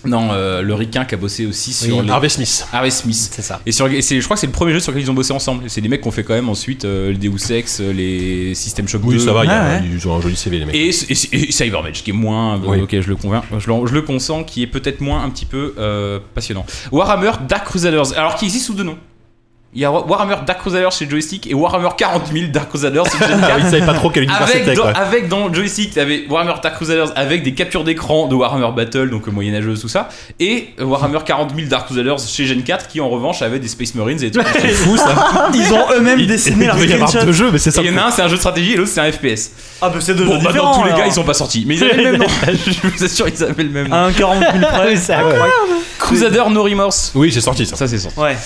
non, euh, le ricain qui a bossé aussi sur les- Harvey Smith. Harvey Smith. C'est ça. Et, sur, et c'est- je crois que c'est le premier jeu sur lequel ils ont bossé ensemble. Et C'est des mecs qu'on fait quand même ensuite euh, le Deus Ex, euh, les System Shock 2. Oui, ça va, il y a- Ah ouais. ils ont un joli CV les mecs. Et, et- et Cybermage, qui est moins. euh, Oui. Ok, je le convainc, je le, je le consens, qui est peut-être moins un petit peu euh, passionnant. Warhammer Dark Crusaders, alors qui existe sous deux noms. Il y a Wa- Warhammer Dark Crusaders chez Joystick et Warhammer 40 000 Dark Crusaders chez Gen 4. Ah, ils savaient pas trop quelle univers Avec c'était dans, quoi. avec dans le joystick, t'avais Warhammer Dark Crusaders avec des captures d'écran de Warhammer Battle, donc euh, moyenâgeuse, tout ça, et euh, Warhammer 40 000 Dark Crusaders chez Gen 4 qui en revanche avait des Space Marines et tout. C'est fou ça. Ils ont eux-mêmes Il dessiné leur doit y avoir screenshot. deux jeux, mais c'est ça. Et il y en a un, c'est un jeu de stratégie et l'autre, c'est un FPS. Ah bah c'est deux Bon, jeux bah, différents. non, tous les alors. gars, ils sont pas sortis. Mais ils avaient le même nom. Je vous assure, ils avaient le même nom. À un 40 000 près. Crusader No Remorse. Ah Oui, c'est sorti ça. Ça, c'est sorti. Ouais.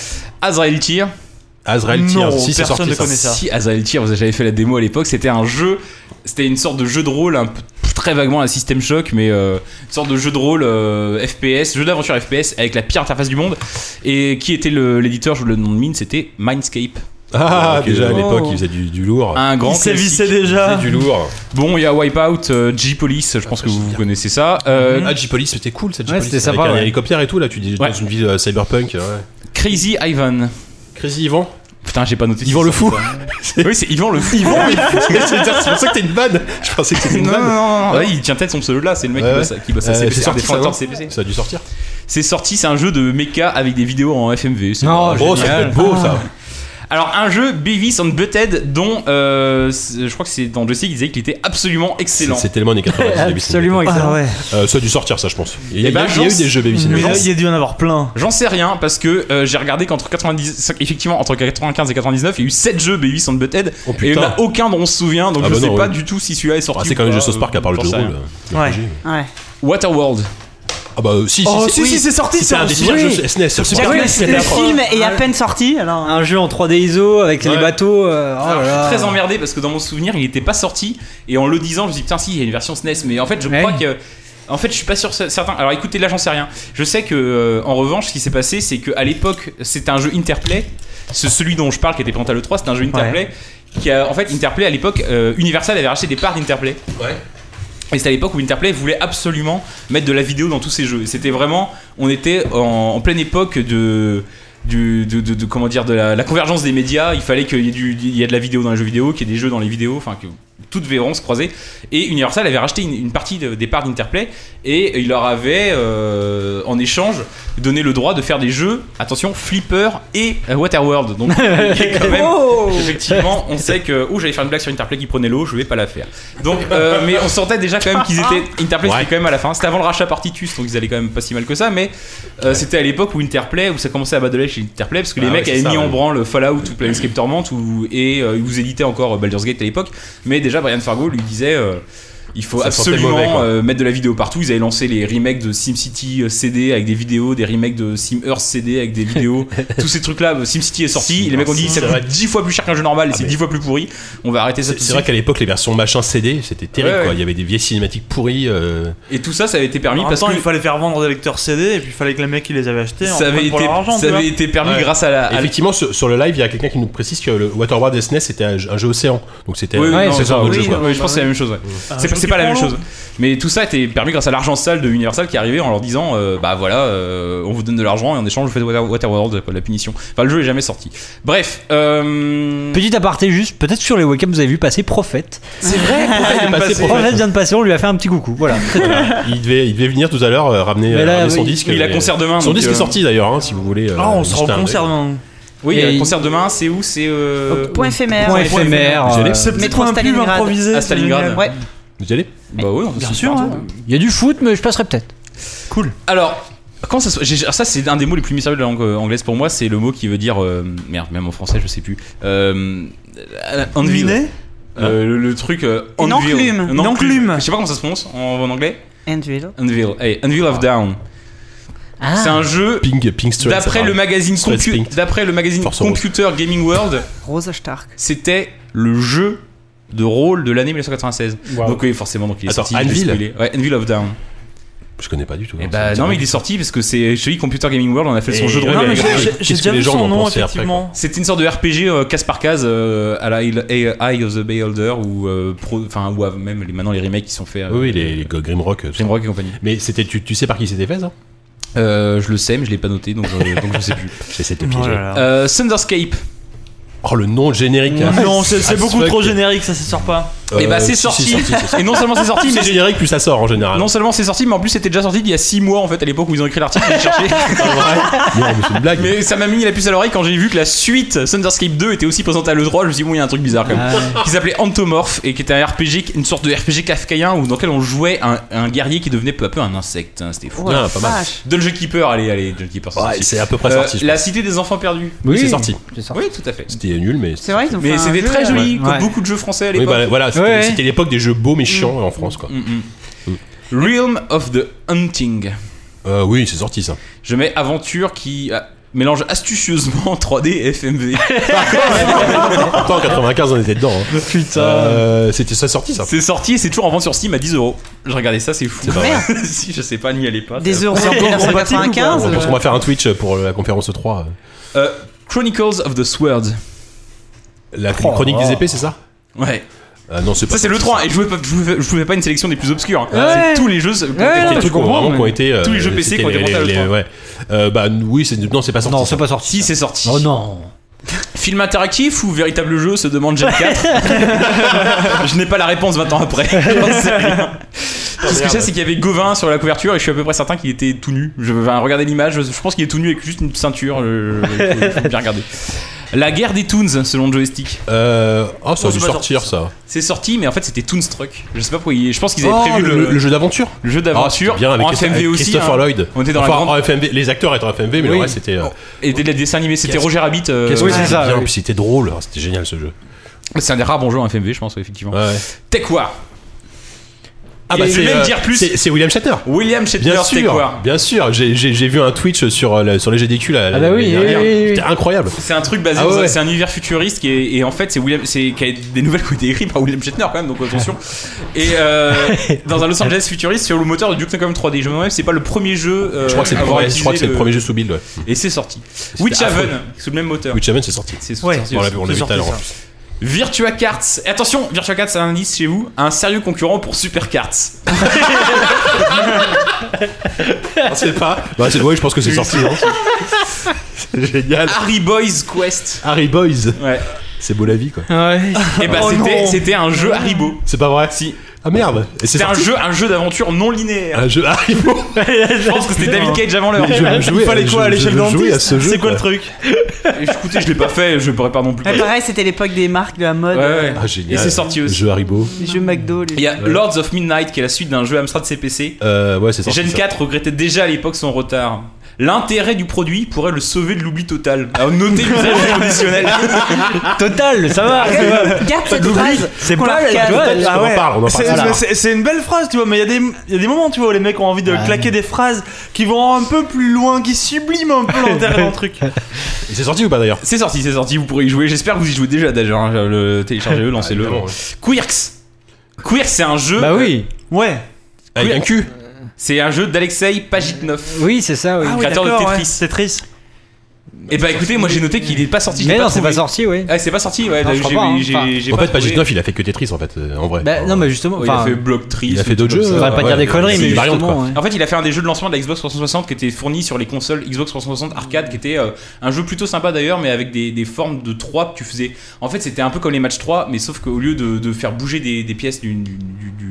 Azrael Tyr. Azrael Tyr, Non, si c'est personne sorti ne ça. connaît ça. Si Azrael Tyr, vous avez- j'avais fait la démo à l'époque, c'était un jeu, c'était une sorte de jeu de rôle, un peu- très vaguement à System Shock, mais euh, une sorte de jeu de rôle euh, FPS, jeu d'aventure FPS avec la pire interface du monde. Et qui était le- l'éditeur, je vous le nom de mine, c'était Mindscape. Ah, Ok. déjà à Oh. l'époque, ils faisaient du, du lourd. Un grand Ils sévissaient classique. déjà. Du lourd. Bon, il y a Wipeout, euh, G-Police, je pense que vous, vous connaissez ça. Euh, Mm-hmm. Ah, G-Police, c'était cool cette Ouais, G-Police. c'était Avec sympa, un ouais. hélicoptère et tout, là, tu dis dans Ouais. une ville euh, cyberpunk. ouais. Crazy Ivan. Crazy Yvan Putain, j'ai pas noté. Yvan le fou Oui, c'est Yvan le fou. Yvan C'est pour ça que t'es une vanne Je pensais que c'était une Non, non, vanne. non, non. Ouais, il tient tête son pseudo là, c'est le mec Ouais, qui ouais. bosse, à- qui bosse à Euh, CPC, c'est un sorti ça, défenseur non de CPC. Ça a dû sortir. C'est sorti, c'est un jeu de méca avec des vidéos en FMV. c'est Non, pas- Gros, ça génial. fait beau ça. Alors un jeu Beavis and Butthead dont euh, c'est- je crois que c'est dans Joystick il disait qu'il était absolument excellent. C'est tellement années 90. Baby Absolument Ah excellent. ouais. Sinusoid. Euh, ça a dû sortir ça, je pense. Il y a, Eh ben, il y a eu j'en- des jeux Baby Mais Sinusoid. là, il y a dû en avoir plein. J'en sais rien parce que euh, j'ai regardé qu'entre 90 effectivement entre 95 et 99 il y a eu 7 jeux Beavis and Butthead Oh, et il n'y en putain. a aucun dont on se souvient donc Ah je bah sais non, pas oui. du tout si celui-là est Ah, sorti. c'est ou quand même pas, Just Park euh, à part le j'en jeu de sais rôle. Ouais. RPG. Ouais. Waterworld. Ah bah si, si, Oh, si, si. si, c'est sorti, C'est un des c'est pires jeux E SNES sur Super J'avoue, NES. le, le film est à peine sorti alors. Un jeu en 3D ISO avec les Ouais. bateaux. euh, oh Alors, là je là. suis très emmerdé parce que dans mon souvenir, il n'était pas sorti. Et en le disant, je me dis putain, si, il y a une version SNES. Mais en fait, je Ouais. crois que. En fait, je suis pas sûr ce- certain. Alors écoutez, là, j'en sais rien. Je sais que, euh, en revanche, ce qui s'est passé, c'est qu'à l'époque, c'était un jeu Interplay. Ce, celui dont je parle, qui était présenté à l'E3, c'était un jeu Interplay. Qui a, en fait, Interplay, à l'époque, euh, Universal avait racheté des parts d'Interplay. Ouais. Et c'était à l'époque où Interplay voulait absolument mettre de la vidéo dans tous ses jeux. Et C'était vraiment, on était en, en pleine époque de, du, de, de- de- comment dire, de la, la convergence des médias. Il fallait qu'il y ait du, il y ait de la vidéo dans les jeux vidéo, qu'il y ait des jeux dans les vidéos, enfin que toutes verront se croiser. Et Universal avait racheté une, une partie de- des parts d'Interplay et il leur avait, euh, en échange, donné le droit de faire des jeux. Attention, Flipper et euh, Waterworld. Donc, il y a quand même Effectivement, on sait que. Ouh, j'allais faire une blague sur Interplay qui prenait l'eau, je vais pas la faire. Donc, euh, mais on sentait déjà quand même qu'ils étaient. Interplay, Ouais. c'était quand même à la fin. C'était avant le rachat par Titus, donc ils allaient quand même pas si mal que ça. Mais euh, c'était à l'époque où Interplay, où ça commençait à battler chez Interplay, parce que les Ah mecs ouais, avaient c'est mis ça, en ouais. branle Fallout ou Planescape Torment, ou, et euh, ils vous éditaient encore Baldur's Gate à l'époque. Mais déjà, Brian Fargo lui disait. euh, il faut Ça sentait absolument mauvais, quoi. euh, mettre de la vidéo partout. Ils avaient lancé les remakes de SimCity euh, CD avec des vidéos, des remakes de SimEarth CD avec des vidéos. Tous ces trucs-là, euh, SimCity est sorti. les mecs ont dit ça coûte 10 fois plus cher qu'un jeu normal et Ah, c'est mais- 10 fois plus pourri. On va arrêter ça C'est tout de c'est vrai suite. qu'à l'époque, les versions machin CD, c'était terrible. Ouais, quoi. ouais. Il y avait des vieilles cinématiques pourries. euh, Et tout ça, ça avait été permis En même parce temps, que il fallait faire vendre des lecteurs CD et puis il fallait que les mecs qui les avaient achetés en ça avait prennent pour été, leur argent. ça tu vois. avait été permis Ouais. grâce à la. à la- Effectivement, sur, sur le live, il y a quelqu'un qui nous précise que le Waterworld SNES c'était un, un jeu océan. Donc c'était Oui, oui, un- non, c'est c'est un ça, autre oui, jeu, quoi. oui, je pense que c'est la même chose. ouais. Un C'est jeu c'est qui pas la prend même l'eau. chose. Mais tout ça était permis grâce à l'argent sale de Universal qui arrivait en leur disant euh, Bah voilà, euh, on vous donne de l'argent et en échange, vous faites Water- Waterworld, la punition. Enfin, le jeu est jamais sorti. Bref. euh, Petit aparté juste, peut-être sur les webcams vous avez vu passer Prophète. C'est vrai, Prophète vient de passer. Prophète vient de passer, on lui a fait un petit coucou. Voilà. Il devait, il devait venir tout à l'heure euh, ramener, Mais là, ramener son oui, disque. il a mais- concert demain, Son donc, disque euh, est sorti d'ailleurs, hein, si vous voulez. Ah, on se rend concernant. Oui, il y a Et- le concert demain, c'est où C'est. euh, Point éphémère. Point éphémère. Vous y allez euh, C'est peut-être Métro un pub Stalingrad. improvisé. À c'est Stalingrad. génial. Ouais. Vous y allez Bah oui, on Bien se sûr. fait un hein. tour. Il y a du foot, mais je passerai peut-être. Alors, quand ça, se- j'ai- ça c'est un des mots les plus mystérieux de la langue euh, anglaise pour moi, c'est le mot qui veut dire euh, merde, même en français je sais plus. Euh, euh, anvil. Minet Euh, le, le truc euh, Une anvil. enclume. Une Une enclume. Je sais pas comment ça se prononce en, en anglais. Andrew. Anvil. Hey, Anvil of Down. Ah. C'est un jeu Ping, Ping Street, d'après etc. le magazine Straight Compu- Spink. d'après le magazine Force Rose. Computer Gaming World, Rosa Stark. c'était le jeu de rôle de l'année 1996. Donc oui, forcément donc il est Attends, sorti, il est Anvil spoilé. Ouais, Anvil of Down. Je connais pas du tout. hein, Et bah non, mais il est sorti parce que c'est chez Computer Gaming World, on a fait son Et jeu de ouais, rôle. Non, mais mais j'ai- j'ai- qu'est-ce que j'ai déjà les vu gens son vont nom, penser après, effectivement. C'était une sorte de RPG euh, case par case euh, à la Isle- A- Eye of the Beholder ou euh, pro- enfin ou à- même les- maintenant les remakes qui sont faits. euh, Oui, les, les Grimrock. euh, tout ça. Grimrock et compagnie. Mais c'était, tu, tu sais par qui c'était fait ça Euh, je le sais, mais je l'ai pas noté, donc, je- donc je sais plus. J'essaie de te piéger. Oh là là. Euh, Thunderscape. Oh, le nom générique. hein. Non, c'est c'est Ah, beaucoup fuck. trop générique, ça se sort pas. et bah Euh, c'est si, sorti. si, c'est sorti. Et non seulement c'est sorti, Plus mais c'est générique, plus ça sort en général. non seulement c'est sorti, mais en plus c'était déjà sorti il y a 6 mois en fait à l'époque où ils ont écrit l'article. J'ai cherché. Non, mais c'est une blague. Mais ça m'a mis la puce à l'oreille quand j'ai vu que la suite Thunderscape 2 était aussi présentée à l'E3. Je me suis dit, bon, il y a un truc bizarre quand même. Qui s'appelait Entomorph et qui était un RPG, une sorte de RPG kafkaïen où dans lequel on jouait un, un guerrier qui devenait peu à peu un insecte. hein, C'était fou. Ouais, Ah, pas mal. Dungeon Keeper, allez, allez, Dungeon Keeper. c'est Ouais, sorti. c'est à peu près Euh, sorti. je la cité des enfants perdus. pense. Oui, c'est sorti. C'est sorti. Oui, tout à fait. C'était nul, mais. C'est vrai, ils ont fait Mais un c'était jeu, très euh, joli, comme Ouais. beaucoup de jeux français à Oui, l'époque. bah, voilà, c'était, Ouais. c'était l'époque des jeux beaux mais chiants en France, quoi. Mm, mm. Realm of the Hunting. Euh, oui, c'est sorti ça. Je mets aventure qui ah, mélange astucieusement 3D et FMV. Attends, en 95, on était dedans. hein. Putain. Euh, c'était ça sorti ça. C'est sorti et c'est toujours en vente sur Steam à 10 euros. Je regardais ça, c'est fou. C'est pas Merde. si je sais pas, n'y allez pas. Des euros en Je pense 1995. qu'on va faire un Twitch pour la conférence 3. Euh, Chronicles of the Sword. La Oh, chronique des épées, c'est ça Oh. Ouais. Euh, Non, c'est pas Ça c'est le 3 et je pouvais, pas, je, pouvais, je pouvais pas une sélection des plus obscures. hein. Ouais. C'est tous les jeux. c'est- Ouais, Les non, trucs je comprends, vraiment mais- qui ont été. euh, Tous les jeux PC c'était qui ont été les- montés à hein. les- l'E3. Ouais. Euh, bah oui, c'est non, c'est pas sorti. Non, ça. c'est pas sorti. Si c'est sorti. Oh non. Film interactif ou véritable jeu se demande Gen 4. je n'ai pas la réponse 20 ans après. J'en sais rien. Tout ce que je sais, c'est qu'il y avait Gauvin sur la couverture et je suis à peu près certain qu'il était tout nu. Je vais regarder l'image, je pense qu'il est tout nu avec juste une ceinture. euh, Il faut, faut bien regarder. La guerre des Toons, selon le joystick. Euh, oh, ça Non, a dû c'est pas sorti, sortir ça. C'est sorti, mais en fait c'était Toonstruck. Je sais pas pourquoi. ils- Je pense qu'ils avaient Oh, prévu le, le jeu d'aventure. le jeu d'aventure Ah, c'était bien avec en Christ- FMV avec aussi. Christopher hein. Lloyd. On était dans la Enfin, grande- en FMV, les acteurs étaient en FMV, mais Oui. le reste c'était. euh, Et des, des dessins animés, c'était Qu'est-ce- Roger Rabbit. euh, qu'est-ce oui, que c'est c'était ça, bien, oui. puis c'était drôle, Oh, c'était génial ce jeu. C'est un des rares bons jeux en FMV, je pense, ouais, effectivement. Ouais. Tech War. Ah Et je vais même dire plus. C'est c'est William Shatner. William Shatner, Bien Tech sûr, War. bien sûr. J'ai- J'ai j'ai vu un Twitch sur euh, la- sur les GDQ là. Ah bah oui, oui, oui, oui. C'était incroyable. C'est un truc basé, Ah dans un- ouais. c'est un univers futuriste qui est, et en fait c'est William, c'est qui a des nouvelles qui ont été écrites par William Shatner quand même, donc attention. Et euh, dans un Los Angeles futuriste sur le moteur de Duke Nukem 3D. Je me demande même si c'est pas le premier jeu. euh, Je crois que c'est le à avoir premier- je crois que c'est utilisé le premier jeu sous build. ouais. Et c'est sorti. Witchhaven sous le même moteur. Witchhaven c'est sorti. C'est Ouais. sorti On l'a aussi. on l'a vu tout à l'heure. en plus. Virtua Cards. Et Attention, Virtua Cards, c'est un indice chez vous. Un sérieux concurrent pour Super Cards. Ah, C'est pas. Bah, c'est- ouais, je pense que c'est sorti. hein. C'est Génial. Harry Boys Quest. Harry Boys. Ouais. C'est beau la vie quoi. Oh Ouais. Et bah c'était, c'était un jeu Haribo. C'est pas vrai. Si. Ah merde. Et C'est C'était un sorti jeu, un jeu d'aventure non linéaire. un jeu ah, Haribo. Je pense que c'était David Cage avant l'heure. Mais je veux jouer, Il fallait euh, quoi à je- je l'échelle veux d'un jouer à ce jeu, C'est quoi le quoi. truc Écoutez, je l'ai pas fait, je pourrais pas non plus. Ouais, pareil, c'était l'époque des marques, de la mode, Ouais, euh, ouais. Ah génial. Et c'est sorti aussi. Jeu Haribo. les jeux McDo. les- Il y a Lords of Midnight qui est la suite d'un jeu Amstrad CPC. Euh, ouais, c'est sorti. Gen ça. 4 regrettait déjà à l'époque son retard. L'intérêt du produit pourrait le sauver de l'oubli total. Alors notez l'usage inconditionnel. Total, ça va. c'est pas- Garde cette phrase. C'est Qu'on pas. la tu recale. vois, Peut-être qu'on en parle, on en C'est- parle. mais C'est c'est une belle phrase, tu vois, mais il y, a des- il y a des moments, tu vois, où les mecs ont envie de claquer des phrases qui vont un peu plus loin, qui subliment un peu l'intérêt d'un truc. Et C'est sorti ou pas d'ailleurs C'est sorti, c'est sorti, vous pourrez y jouer. J'espère que vous y jouez déjà d'ailleurs. hein. Le téléchargez-le, lancez-le. Ah, évidemment, ouais. Quirks. Quirks, c'est un jeu. Bah oui. Ouais. Euh, Avec un cul. C'est un jeu d'Alexei Pagitnov. Euh, Oui, c'est ça, oui. créateur de Ah d'accord, ouais. Tetris. Tetris. Et bah écoutez, moi j'ai noté qu'il est pas sorti. je l'ai Mais non, c'est pas trouvé. sorti, oui. Ah, c'est pas sorti, ouais. Non, je crois j'ai- pas, hein. j'ai- Enfin, j'ai En pas fait, Pagis trouvé. 9, il a fait que Tetris, en fait, euh, en vrai. Bah, non, mais justement, Ouais, Il a enfin, fait Block Tree. il a fait d'autres jeux. je euh, voudrais pas ouais, dire des ouais, conneries, c'est mais une variante, justement, quoi. ouais. En fait, il a fait un des jeux de lancement de la Xbox 360 qui était fourni sur les consoles Xbox 360 arcade, qui était euh, un jeu plutôt sympa d'ailleurs, mais avec des, des formes de 3 que tu faisais. En fait, c'était un peu comme les matchs 3, mais sauf qu'au lieu de, de faire bouger des, des pièces d'une- d'une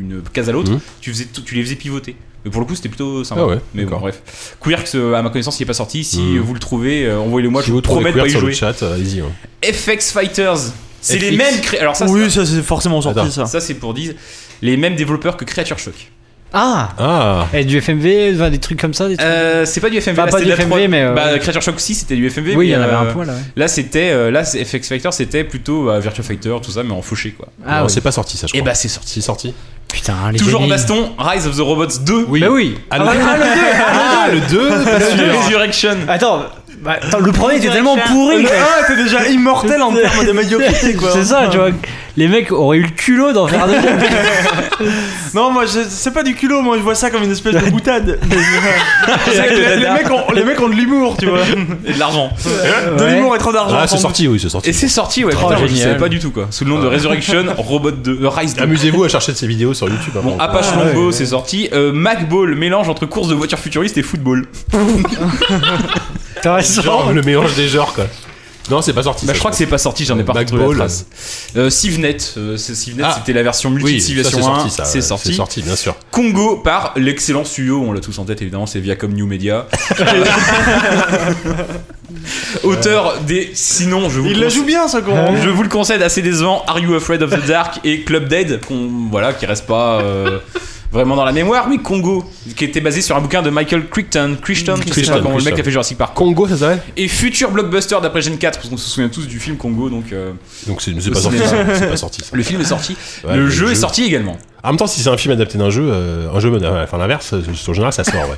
d'une case à l'autre, Mhm. tu, faisais tout- tu les faisais pivoter. Mais pour le coup, c'était plutôt sympa. Ah ouais, mais bon, d'accord. bref. Quirks, euh, à ma connaissance, il est pas sorti. Si Mhm. vous le trouvez, euh, envoyez-le moi, Si je vous vous trouvez promets de Queer pas y sur le jouer. chat, euh, allez-y. hein. FX Fighters. C'est les FX. mêmes cré- Alors ça, c'est- oui, ça c'est forcément sorti ça. ça c'est pour 10. Les mêmes développeurs que Creature Shock. Ah Ah Et du FMV, enfin, des trucs comme ça, des trucs. Euh, c'est pas du FMV. Enfin, là, Ah, pas c'est du de la FMV, 3D. mais, euh, Bah, Creature Shock aussi, c'était du oui, FMV. il mais, y en avait euh, un point là. ouais. Là, c'était. euh, là, c'est FX Factor, c'était plutôt euh, Virtua Fighter, tout ça, mais en fauché, quoi. Ah, Non, oui. c'est pas sorti, ça, je Et crois. bah, c'est sorti. C'est sorti. Putain, les Toujours en gamins. baston, Rise of the Robots 2. Bah oui. Ah, le 2 Ah, le 2 pas The sûr. Resurrection. Attends, bah, attends, Euh, le premier était tellement pourri. quoi. Ah, t'es déjà immortel en termes de médiocrité quoi. C'est ça, tu vois. Les mecs auraient eu le culot d'en faire un deuxième. Non, moi, je- c'est pas du culot, moi, je vois ça comme une espèce de boutade. C'est que les, les mecs ont, les mecs ont de l'humour, tu vois. Et de l'argent. De Ouais. l'humour et trop d'argent. Ah, c'est sans doute. sorti, oui, c'est Et sorti. Ah. c'est sorti, ouais. Oh, Putain, je génial. savais pas du tout, quoi. Sous le nom de Resurrection, Robot 2. euh, Rise 2. Amusez-vous à chercher de ces vidéos sur YouTube. Bon, avant. Apache Ah, Longo, c'est sorti. Euh, Macball, mélange entre course de voiture futuriste et football. T'as Genre, raison. le mélange des genres, quoi. Non, c'est pas sorti. Bah, ça, je crois que c'est pas sorti, j'en ai pas retrouvé la Backball. trace. Euh, Civnet, euh, c'est- Civnet, Ah. c'était la version multi de Oui, ça, c'est Civilization 1. sorti, ça. C'est ouais, sorti. C'est sorti, bien sûr. Congo par l'excellent Suyo, on l'a tous en tête évidemment, c'est Viacom New Media. Auteur des sinon je vous Il le conse- joue bien, ce con. Je vous le concède assez décevant Are You Afraid of the Dark et Club Dead qu'on voilà qui reste pas euh, vraiment dans la mémoire mais Congo qui était basé sur un bouquin de Michael Crichton Crichton je sais Crichton, pas comment le mec Crichton. qui a fait Jurassic Park Congo, ça s'appelle et futur blockbuster d'après Gen 4 parce qu'on se souvient tous du film Congo donc euh, Donc, c'est c'est Au pas sorti, cinéma. ça. C'est pas sorti, ça. le film est sorti Ouais, le, le jeu jeu. est sorti également En même temps, si c'est un film adapté d'un jeu, euh, un jeu, euh, enfin l'inverse, euh, en général, ça sort, ouais.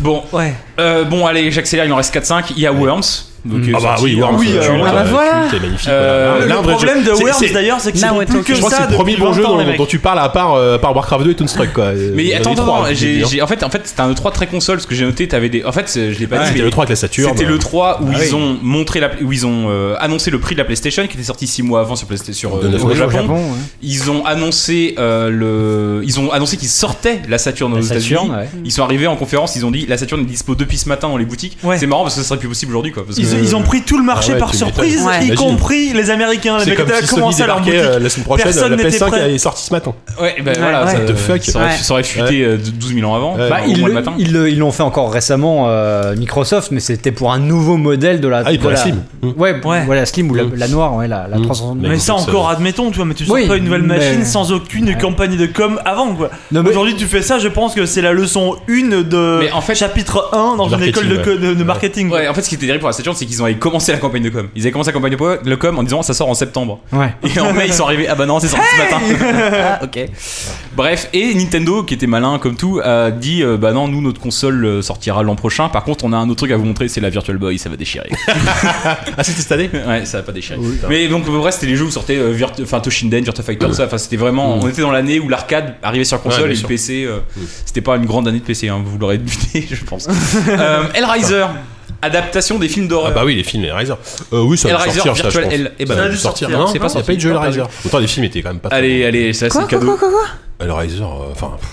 bon Ouais. euh, bon allez j'accélère il en reste 4-5 il y a Worms donc, euh, Ah bah sorti, oui, Worms, hein, euh, tu tu l'as. l'as, bah tu- voilà. t'es magnifique. Euh, voilà. Ah Le Là, un vrai problème jeu. de C'est- Worms, c'est- d'ailleurs, c'est qu'ils Now font it plus talks. que Je crois que ça c'est le premier depuis bon jeu 20 ans, dont, les mecs. dont tu parles à part, euh, à part Warcraft 2 et Toonstrike quoi. Euh, Mais j'en ai attends, trois, attends, j'ai j'ai, dit, hein. j'ai- en fait, en fait, c'était un E3 très console, parce que j'ai noté, t'avais des, en fait, c'est- je l'ai pas dit, C'était mais le 3 avec la Saturne. c'était le 3 où Ah ils oui. ont montré la, où ils ont euh, annoncé le prix de la PlayStation, qui était sorti 6 mois avant sur PlayStation, sur, euh, De neuf au mois. Japon. ouais. Ils ont annoncé euh, le, ils ont annoncé qu'ils sortaient la Saturn aux La Saturne, États-Unis. ouais. Ils sont arrivés en conférence, ils ont dit la Saturn est dispo depuis ce matin dans les boutiques. Ouais. C'est marrant parce que ce serait plus possible aujourd'hui, quoi. parce que- Ils, ils ont pris tout le marché Ah ouais, par tu surprise, m'étonnes. Ouais. y Imagine. compris les Américains. Les C'est mecs comme avaient si Sony commencé à leur débarquait boutique. euh, la semaine prochaine, Personne la euh, n'était PS5 prêt. est sortie ce matin. Ouais, ben Ouais, voilà, ouais. ça- What the fuck. Ça aurait, Ouais. ça aurait fuité euh, 12 000 ans avant. Ouais. au Bah, Euh, moins ils le le- matin. ils le- ils l'ont fait encore récemment, euh, Microsoft, mais c'était pour un nouveau modèle de la. Ah, et de pour la Slim. Mm. Ouais, Ouais. voilà, Slim ou la, Mm. la noire, ouais, la, la Mm. 360. Mais- Mais ça Donc, ça- encore, admettons, tu vois, mais tu sors Oui, pas une nouvelle mais- machine sans aucune campagne de com avant, quoi. Non, mais- Aujourd'hui, tu fais ça, je pense que c'est la leçon 1 de Mais en fait- chapitre 1 dans Du une école de, marketing, co- de- de ouais. marketing. Ouais, en fait, ce qui était terrible pour la Saturn, c'est qu'ils ont commencé la campagne de com. Ils avaient commencé la campagne de po- de com en disant ça sort en septembre. Ouais. Et en mai, ils sont arrivés. Ah bah non, c'est sorti ce matin. ok. Bref, et Nintendo, qui était malin comme tout, a dit euh, bah non, nous, notre console euh, sortira l'an prochain. Par contre, on a un autre truc à vous montrer, c'est la Virtual Boy, ça va déchirer. Ah, c'était cette année ouais, ça va pas déchirer. Oui. Mais donc, au vrai, c'était les jeux où sortaient euh, Virt- enfin, Toshinden, Virtua Fighter, tout ça. Enfin, c'était vraiment. On était dans l'année où l'arcade arrivait sur Mm. Ouais, console bien et le sûr. Mm. PC. euh, C'était pas une grande année de PC, hein, vous l'aurez deviné, je pense. euh, Hellraiser, adaptation des films d'horreur. Ah bah oui, les films Hellraiser. Euh, oui, ça va Hellraiser, sortir, ça, je Virtual pense. Hell. Eh ben, Ça ça va a dû dû sortir. hein. Non, sortir. C'est pas il y a pas sorti, eu de jeu non, Hellraiser. Pourtant, les films étaient quand même pas Allez, allez, ça c'est Quoi, le quoi, cadeau. quoi, quoi, quoi très bons. Hellraiser, euh, enfin... pff.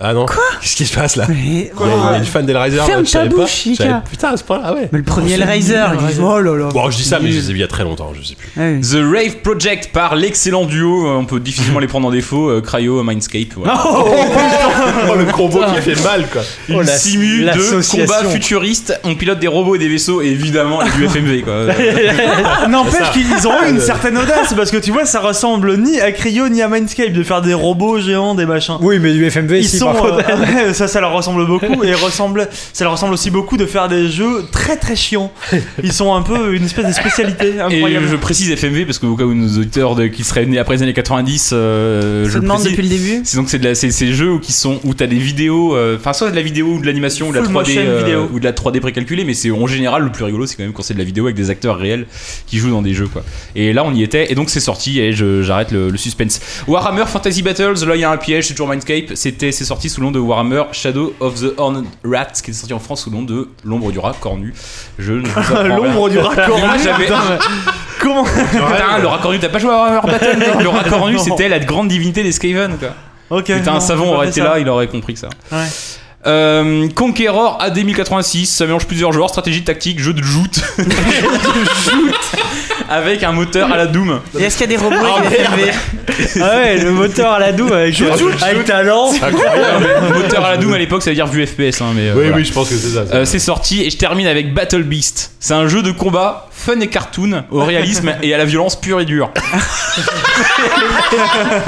Ah non, qu'est-ce qui se passe là Mais Il y a- il y a une fan d'Hellraiser, Ferme euh, je ta savais pas. bouche, Ika. J'avais- Putain, à ce point-là, ouais. le premier Hellraiser, ils disent oh là là. Bon, je dis ça, mais je les ai vus il y a très longtemps, je sais plus. Ouais. The Rave Project par l'excellent duo, euh, on peut difficilement les prendre en défaut, euh, Cryo Mindscape. Voilà. Oh, le combo qui a fait mal, quoi. Oh, la- Simu de l'association. combat futuriste, on pilote des robots et des vaisseaux, et évidemment du FMV quoi. Euh, Ah, N'empêche qu'ils ont Euh, eu une certaine audace parce que tu vois, ça ressemble ni à Cryo ni à Mindscape de faire des robots géants, des machins. Oui, mais du FMV, Ils si, sont par contre. euh, ouais, ça, ça leur ressemble beaucoup et ressemble, ça leur ressemble aussi beaucoup de faire des jeux très très chiants. Ils sont un peu une espèce de spécialité et incroyable. je précise FMV parce que au cas où nos auditeurs de- qui seraient nés après les années 90, euh, Je je te le demande précise. depuis le début. C'est donc c'est de la- c'est ces jeux où qui sont où t'as des vidéos, euh, enfin soit de la vidéo ou de l'animation ou de la Full 3D motion euh, vidéo. ou de la 3D précalculée, mais c'est en général le plus rigolo, c'est quand même quand c'est de la vidéo avec des acteurs réels qui jouent dans des jeux quoi. Et là on y était et donc c'est sorti et je- j'arrête le, le suspense. Warhammer Fantasy Battles, là il y a un piège, c'est toujours Mindscape, c'était c'est sorti sous le nom de Warhammer Shadow of the Horned Rat, qui est sorti en France sous le nom de L'ombre du rat cornu. Je ne vous apprends L'ombre rien. du raccord. Moi, j'avais- Comment Putain, le rat cornu, t'as pas joué à Warhammer Battle non Le rat cornu, Non. c'était la grande divinité des Skaven, quoi. Ok. Putain, un non, j'ai savon pas aurait fait été ça. là, il aurait compris que ça. Ouais. Euh, Conqueror AD 1086, ça mélange plusieurs joueurs, stratégie, tactique, jeu de joute. Jeu de joute. Avec un moteur à la Doom. Et est-ce qu'il y a des robots et des FLV Ah ouais, le moteur à la doux avec, avec ta lance. moteur à la Doom à l'époque, ça veut dire vue FPS. hein, mais, Oui, euh, voilà. oui, je pense que c'est ça. Euh, c'est sorti et je termine avec Battle Beast. C'est un jeu de combat fun et cartoon au réalisme et à la violence pure et dure.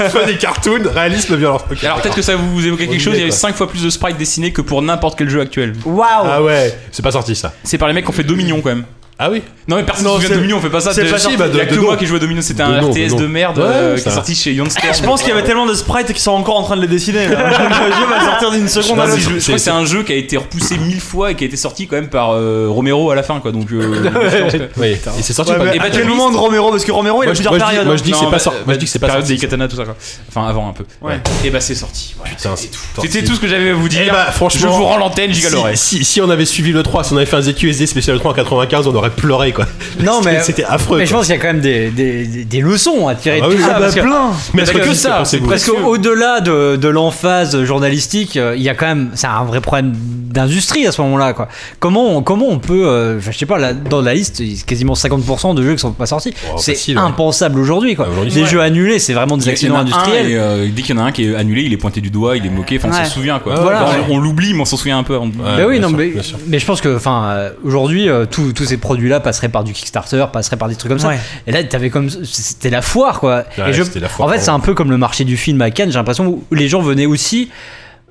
Fun des cartoons, réalisme, violence. Ok, Et alors peut-être que ça vous évoque quelque Bonne chose, idée, il y avait quoi. 5 fois plus de sprites dessinés que pour n'importe quel jeu actuel. Waouh Ah ouais, c'est pas sorti ça. C'est par les mecs qui ont fait Dominion quand même. Ah oui Non mais personne Non, ne se souvient de c'est- Dominion, on fait pas ça. c'est de- pas sorti, bah, Il y a de- que de moi nom. qui jouais à Dominion, c'était De un nom, de RTS de nom. merde Ouais, euh, qui ça. est sorti chez Youngster. Je pense qu'il y avait tellement de sprites qui sont encore en train de hein. les dessiner. là. Le jeu va sortir d'une seconde à Je sais pas Je l'autre. si crois que c'est- c'est un jeu qui a été repoussé mille fois et qui a été sorti quand même par euh, Romero à la fin quoi. Donc euh, je pense que- Oui. Et c'est sorti Ouais, ou pas mais Et à Battle quel Beast moment de Romero Parce que Ah Romero, il a Moi, je- plusieurs moi, je dis- périodes. hein. moi, je dis que Non, c'est pas bah, sorti. Moi je dis que c'est pas période sorti. des katanas tout ça quoi. Enfin avant un peu. Ouais. Et bah c'est sorti. Voilà. Putain, c'est tout. putain, C'était c'est- tout ce que j'avais à vous dire. Eh bah, franchement, je vous rends l'antenne, Si, Gigaloret. si, si on avait suivi le 3, si on avait fait un ZQSD spécial 3 en 95, on aurait pleuré quoi. Non, C'était- mais- C'était affreux. Mais je quoi. pense qu'il y a quand même des, des, des- des leçons à tirer Ah de oui, tout ça. ah bah, parce que- plein. Mais parce est-ce que que que ça, ça, pensez-vous parce qu'au-delà de, de l'emphase journalistique, euh, il y a quand même, c'est un vrai problème d'industrie à ce moment-là, quoi. Comment on, comment on peut, euh, je sais pas, là, dans la liste, il y a quasiment 50% de jeux qui sont pas sortis. Oh, c'est facile, ouais. impensable aujourd'hui, quoi. Ah, aujourd'hui, Des ouais. jeux annulés, c'est vraiment des Il y en accidents a un industriels. et, euh, dès qu'il y en a un qui est annulé, il est pointé du doigt, il est moqué, enfin on Ouais. s'en souvient quoi. Ouais, Voilà, Enfin, ouais. on, on l'oublie, mais on s'en souvient un peu. On- Ouais. Ben oui, bien non, sûr, mais, bien sûr. mais je pense que enfin euh, aujourd'hui, euh, tous tous ces produits-là passeraient par du Kickstarter, passeraient par des trucs comme ça. Ouais. Et là, t'avais comme c'était la foire, quoi. Ouais, Et je- c'était la foire, en fait, pardon. c'est un peu comme le marché du film à Cannes. J'ai l'impression où les gens venaient aussi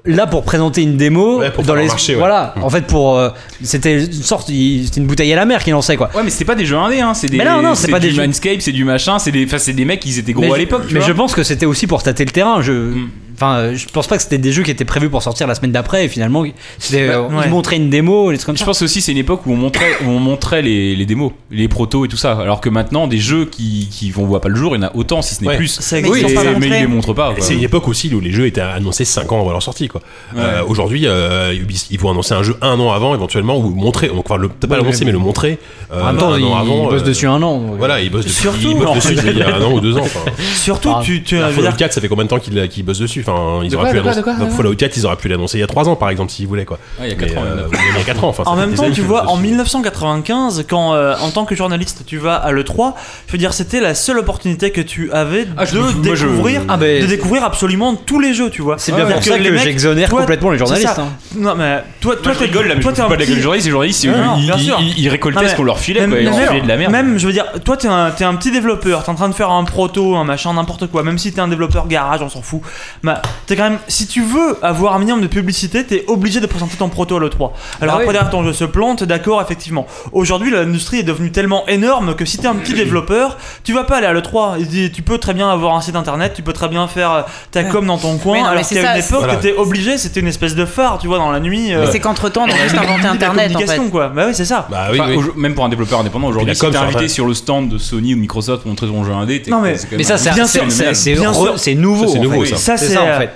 là pour présenter une démo Ouais, pour dans faire les leur marché, ouais. Mmh. voilà. En fait, pour euh, c'était une sorte, il- c'était une bouteille à la mer qui lançait quoi. Ouais, mais c'était pas des jeux indés, hein. C'est des. Mais non, non, c'est pas du des jeux- Manscape, c'est du machin, c'est des. Enfin, c'est des mecs, ils étaient gros mais à je- l'époque. tu Mais vois. je pense que c'était aussi pour tâter le terrain. Je, Mmh. Mm. enfin, euh, je pense pas que c'était des jeux qui étaient prévus pour sortir la semaine d'après. Et finalement, c'était Bah, euh, ouais. ils montraient une démo, les trucs comme Je ça. pense aussi c'est une époque où on montrait, où on montrait les, les démos, les protos et tout ça. Alors que maintenant, des jeux qui, qui vont voir pas le jour, il y en a autant, si ce n'est Ouais. plus. Ça Et- existe, ils sont pas mais ils montrés. les montrent pas. quoi. C'est une époque aussi où les jeux étaient annoncés 5 ans avant leur sortie. quoi. Euh, Aujourd'hui, euh, Ubis- ils vont annoncer un jeu un an avant, éventuellement, ou montrer, donc enfin, le, peut-être pas Ouais, l'annoncer, mais- mais le montrer. euh, En même temps, un ils an avant, bossent euh, dessus un an. donc, Voilà, ils bossent depuis, Surtout, ils bossent non. dessus depuis il y a un an ou deux ans. enfin. Surtout, Ah, tu, tu Bah, veux Fallout dire 4, ça fait combien de temps qu'ils qu'ils bossent dessus enfin, ils auraient pu annoncer- Bah, Fallout 4, ils auraient pu l'annoncer il y a 3 ans, par exemple, s'ils voulaient. Quoi. Ouais, il y a Mais, quatre ans, euh, il y en a. oui, il y a 4 ans. Enfin, ça En fait même des temps, années tu qu'ils vois, bossent en dessus. 1995, quand euh, en tant que journaliste, tu vas à l'E3, je veux dire, c'était la seule opportunité que tu avais Ah, je me fous- de, moi, je- découvrir, Ah, mais- de découvrir absolument tous les jeux, tu vois. C'est bien C'est-à-dire pour ça que, les mecs- j'exonère toi- complètement les c'est journalistes. ça. hein. Non, mais toi, toi, Toi, je t'es- rigole là, mais je toi, me t'es fous un pas de la gueule des petit- journalistes, les journalistes, Ouais, non, ils- bien ils- sûr. ils- ils récoltaient Non, ce mais- qu'on leur filait, Même, quoi. Ils leur même- filaient de la merde. même, je veux dire, toi, t'es un, t'es un petit développeur, t'es en train de faire un proto, un machin, n'importe quoi. Même si t'es un développeur garage, on s'en fout. Bah, t'es quand même, si tu veux avoir un minimum de publicité, t'es obligé de présenter ton proto à l'E3. Alors Ah oui. après, derrière ton jeu se plante, d'accord, effectivement. Aujourd'hui, l'industrie est devenue tellement énorme que si t'es un petit développeur, tu vas pas aller à l'E3. Et Tu peux très bien avoir un site internet, tu peux très bien faire euh, ta com dans ton coin. non, mais alors c'est qu'à ça, une époque, Voilà. t'étais obligé, c'était une espèce de phare, tu vois, dans la nuit. euh, Mais c'est qu'entre temps, on a juste inventé de la Internet en fait. communication, quoi. Bah oui, c'est ça. Bah oui, Enfin, oui. au- Même pour un développeur indépendant, la aujourd'hui, si com t'es sur- invité sur le stand de Sony ou de Microsoft pour montrer ton jeu indé, t'es- Non, mais- c'est quand même Mais ça, un- c'est Bien c'est- sûr, c'est- c'est bien re- sûr. c'est nouveau. Ça, c'est en nouveau, fait. ça. Ça, c'est, ça, en euh, fait.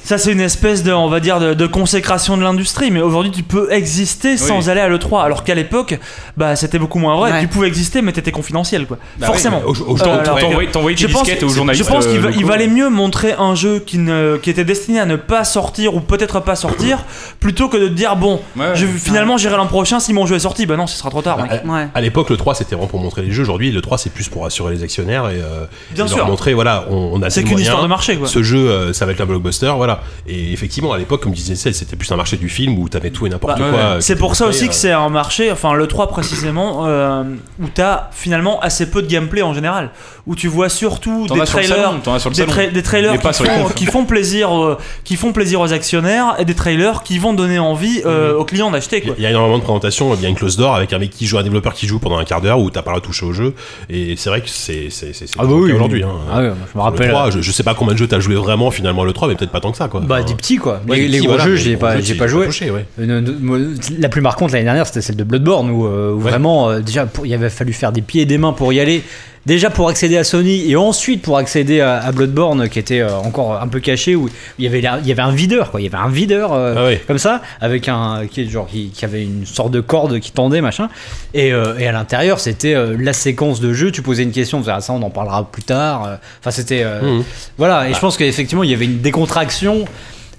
Ça, c'est une espèce de, on va dire, de, de consécration de l'industrie. Mais aujourd'hui, tu peux exister sans Oui. aller à l'E3. Alors qu'à l'époque, bah, c'était beaucoup moins vrai. Ouais. Tu pouvais exister, mais t'étais confidentiel, quoi. Bah Forcément. oui, Au- au- Euh, alors, T'envoyais t'envoyais je tes pense, disquettes aux journalistes. je pense qu'il va- euh, il locaux. valait mieux montrer un jeu qui, ne, qui était destiné à ne pas sortir ou peut-être pas sortir plutôt que de te dire bon, Ouais. je- finalement j'irai l'an prochain si mon jeu est sorti. Bah non, ce sera trop tard. mec. Bah, à- Ouais. À l'époque, le 3 c'était vraiment pour montrer les jeux. Aujourd'hui, le 3 c'est plus pour assurer les actionnaires et, euh, Bien et sûr. leur montrer voilà, on, on a C'est ces qu'une moyens. histoire de marché, quoi. Ce jeu, euh, ça va être un blockbuster, voilà. Et effectivement, à l'époque, comme disait Celle, c'était plus un marché du film où t'avais tout et n'importe Bah, quoi. ouais. euh, qui C'est était pour ça montré, aussi que euh, c'est un marché, enfin le 3 précisément, euh, où t'as finalement assez peu de gameplay en général. Où tu vois surtout T'en des as sur le trailers, salon, t'en as sur le des, salon. tra- des trailers Mais qui pas sur les font, confs. qui font plaisir, euh, qui font plaisir aux actionnaires et des trailers qui vont donner envie euh, aux clients d'acheter. Mm-hmm. Il y quoi. a- il y a énormément de présentations, il y a une close door avec un mec qui joue, un développeur qui joue pendant un quart d'heure où t'as pas le droit de toucher au jeu. Et c'est vrai que c'est c'est c'est c'est Ah le bah cas oui. aujourd'hui. hein. Ah ouais, je me Sur rappelle. Le 3, je, je sais pas combien de jeux t'as joué vraiment finalement le 3, mais peut-être pas tant que ça quoi. Bah, Enfin, des petits quoi. ouais, les, des les petits, gros voilà, jeux, mais je les l'ai gros pas, jeux, j'ai tu pas les as joué. touchés, ouais. Une- une- moi, la plus marquante l'année dernière, c'était celle de Bloodborne où, euh, où Ouais. vraiment, euh, déjà, pour- il avait fallu faire des pieds et des mains pour y aller. déjà pour accéder à Sony et ensuite pour accéder à, à Bloodborne qui était euh, encore un peu caché où il y avait la- il y avait un videur quoi, il y avait un videur euh, Ah ouais. comme ça avec un qui est genre qui, qui avait une sorte de corde qui tendait machin et, euh, et à l'intérieur c'était euh, la séquence de jeu, tu posais une question, tu faisais, ah, ça on en parlera plus tard. euh. Enfin c'était Mmh. euh, voilà Ah. et je pense qu'effectivement il y avait une décontraction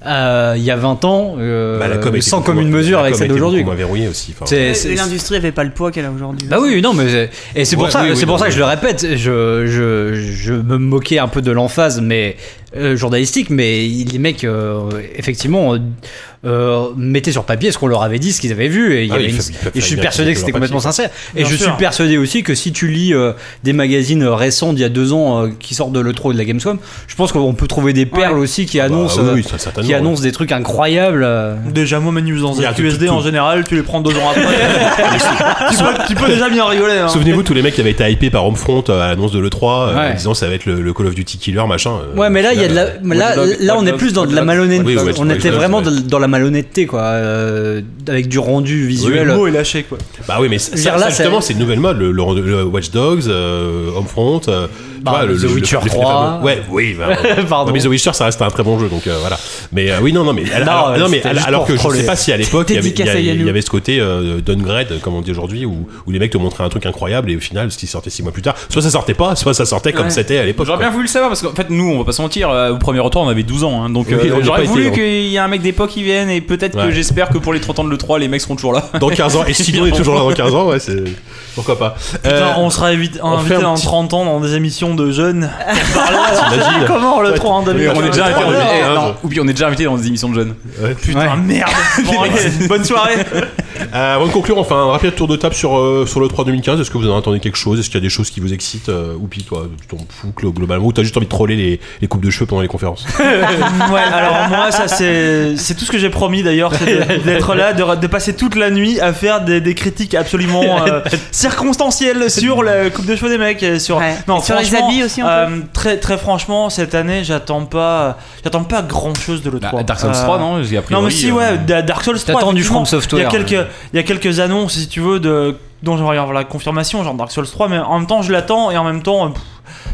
euh, il y a 20 ans euh, Bah, la com était sans beaucoup- commune la mesure com avec celle était d'aujourd'hui. beaucoup quoi. moins verrouillée aussi. enfin. C'est- Et c'est- L'industrie avait pas le poids qu'elle a aujourd'hui. bah oui, non, mais c'est- et c'est pour Ouais, ça, oui, oui, c'est pour non, ça que mais- je le répète. Je, je, je me moquais un peu de l'emphase, mais euh, journalistique, mais les mecs, euh, effectivement, euh, euh, mettaient sur papier ce qu'on leur avait dit, ce qu'ils avaient vu, et, il y Ah avait oui, il une- fa- il fa- et je suis fallait persuadé bien que qu'ils c'était aient leur complètement sincère. Et Bien je suis sûr. persuadé aussi que si tu lis euh, des magazines récents d'il y a deux ans euh, qui sortent de le trop de la Gamescom, je pense qu'on peut trouver des perles aussi qui Bah, annoncent, oui, euh, oui, ça, certainement, qui ouais. annoncent des trucs incroyables. euh. Déjà, moi, mes news dans Il y a QSD tout- tout- en général, tu les prends deux ans après. tu, peux, tu peux déjà bien rigoler. hein. Souvenez-vous tous les mecs qui avaient été hypés par Homefront euh, à l'annonce de l'E3 euh, Ouais. en disant ça va être le, le Call of Duty Killer machin. euh, Ouais, mais au là, il y a de final, la, là, Watch Dogs, là, on Watch est Dogs, plus dans de la Watch Dogs. malhonnêteté. Oui, Watch on Dogs, était Watch vraiment Dogs, dans, dans la malhonnêteté, quoi, euh, avec du rendu visuel. Le mot est lâché, quoi. euh, Bah oui, mais ça, Je veux dire, ça, là, justement, c'est- c'est une nouvelle mode. Le, le- le Watch Dogs, euh, Homefront, euh, tu Bah, vois, le, The le- le- Witcher le- le- 3. Ouais, oui. bah, Pardon. ouais, mais The Witcher, ça reste un très bon jeu, donc euh, voilà. Mais euh, oui, non, non, mais alors, Non, alors- non, mais c'était alors- juste alors pour que je troller. sais pas si à l'époque il y avait- il y, Dédicace à avait- il y Yannou. avait ce côté euh, downgrade, comme on dit aujourd'hui, où, où les mecs te montraient un truc incroyable et au final, ce qui sortait six mois plus tard, soit ça sortait pas, soit ça sortait comme Ouais. c'était à l'époque. J'aurais quoi. bien voulu le savoir parce qu'en fait, nous, on va pas se mentir, euh, au premier retour, on avait 12 ans. hein, donc, Oui, euh, on n'a pas j'aurais été voulu grand. qu'il y ait un mec d'époque qui vienne et peut-être que Ouais. j'espère que pour les 30 ans de l'E3, les mecs seront toujours là. Dans 15 ans, et si on est toujours là dans 15 ans, ouais, c'est pourquoi pas. Putain, Euh, on sera évit- on fait invité un en petit- 30 ans dans des émissions de jeunes. t'imagines Comment le 3 en Oui, on est on est déjà invité dans, déjà eh, là, non, genre. ou bien on est déjà invité dans des émissions de jeunes. Ouais. Putain, merde! Bon, allez, Bonne soirée! Euh, avant de conclure, on fait un rapide tour de table sur, euh, sur le 3 2015. Est-ce que vous en attendez quelque chose Est-ce qu'il y a des choses qui vous excitent euh, Ou puis toi, tu t'en fous glo- globalement Ou t'as juste envie de troller les, les coupes de cheveux pendant les conférences Ouais, alors moi, ça c'est c'est tout ce que j'ai promis d'ailleurs, c'est de- d'être là, de, de passer toute la nuit à faire des, des critiques absolument euh, circonstancielles sur la coupe de cheveux des mecs, et Euh, sur Ouais. Et sur les franchement, habits aussi, un peu. euh, très très franchement, cette année, j'attends pas j'attends pas grand chose de le Euh, Bah, Dark Souls 3, non J'ai appris. non mais si euh, ouais, Da- Dark Souls 3. T'attends du effectivement, From Software. Il y hein, a quelques, il y a quelques annonces si tu veux de dont j'aimerais avoir la confirmation, genre Dark Souls 3, mais en même temps je l'attends et en même temps, euh, pff,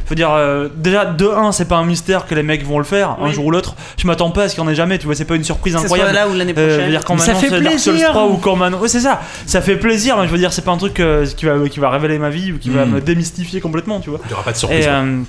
faut dire euh, déjà de 1 c'est pas un mystère que les mecs vont le faire un Oui. jour ou l'autre. Je m'attends pas à ce qu'il y en ait jamais, tu vois, c'est pas une surprise Que ce soit incroyable. là ou l'année Euh, je prochaine. veux dire quand Mais ça maintenant fait c'est Dark Souls plaisir. 3 ou quand maintenant, ouais, c'est ça, ça fait plaisir, mais je veux dire c'est pas un truc euh, qui va qui va révéler ma vie ou qui va Mm. me démystifier complètement, tu vois. Hmm. Il n'y aura pas de Et, surprise. euh,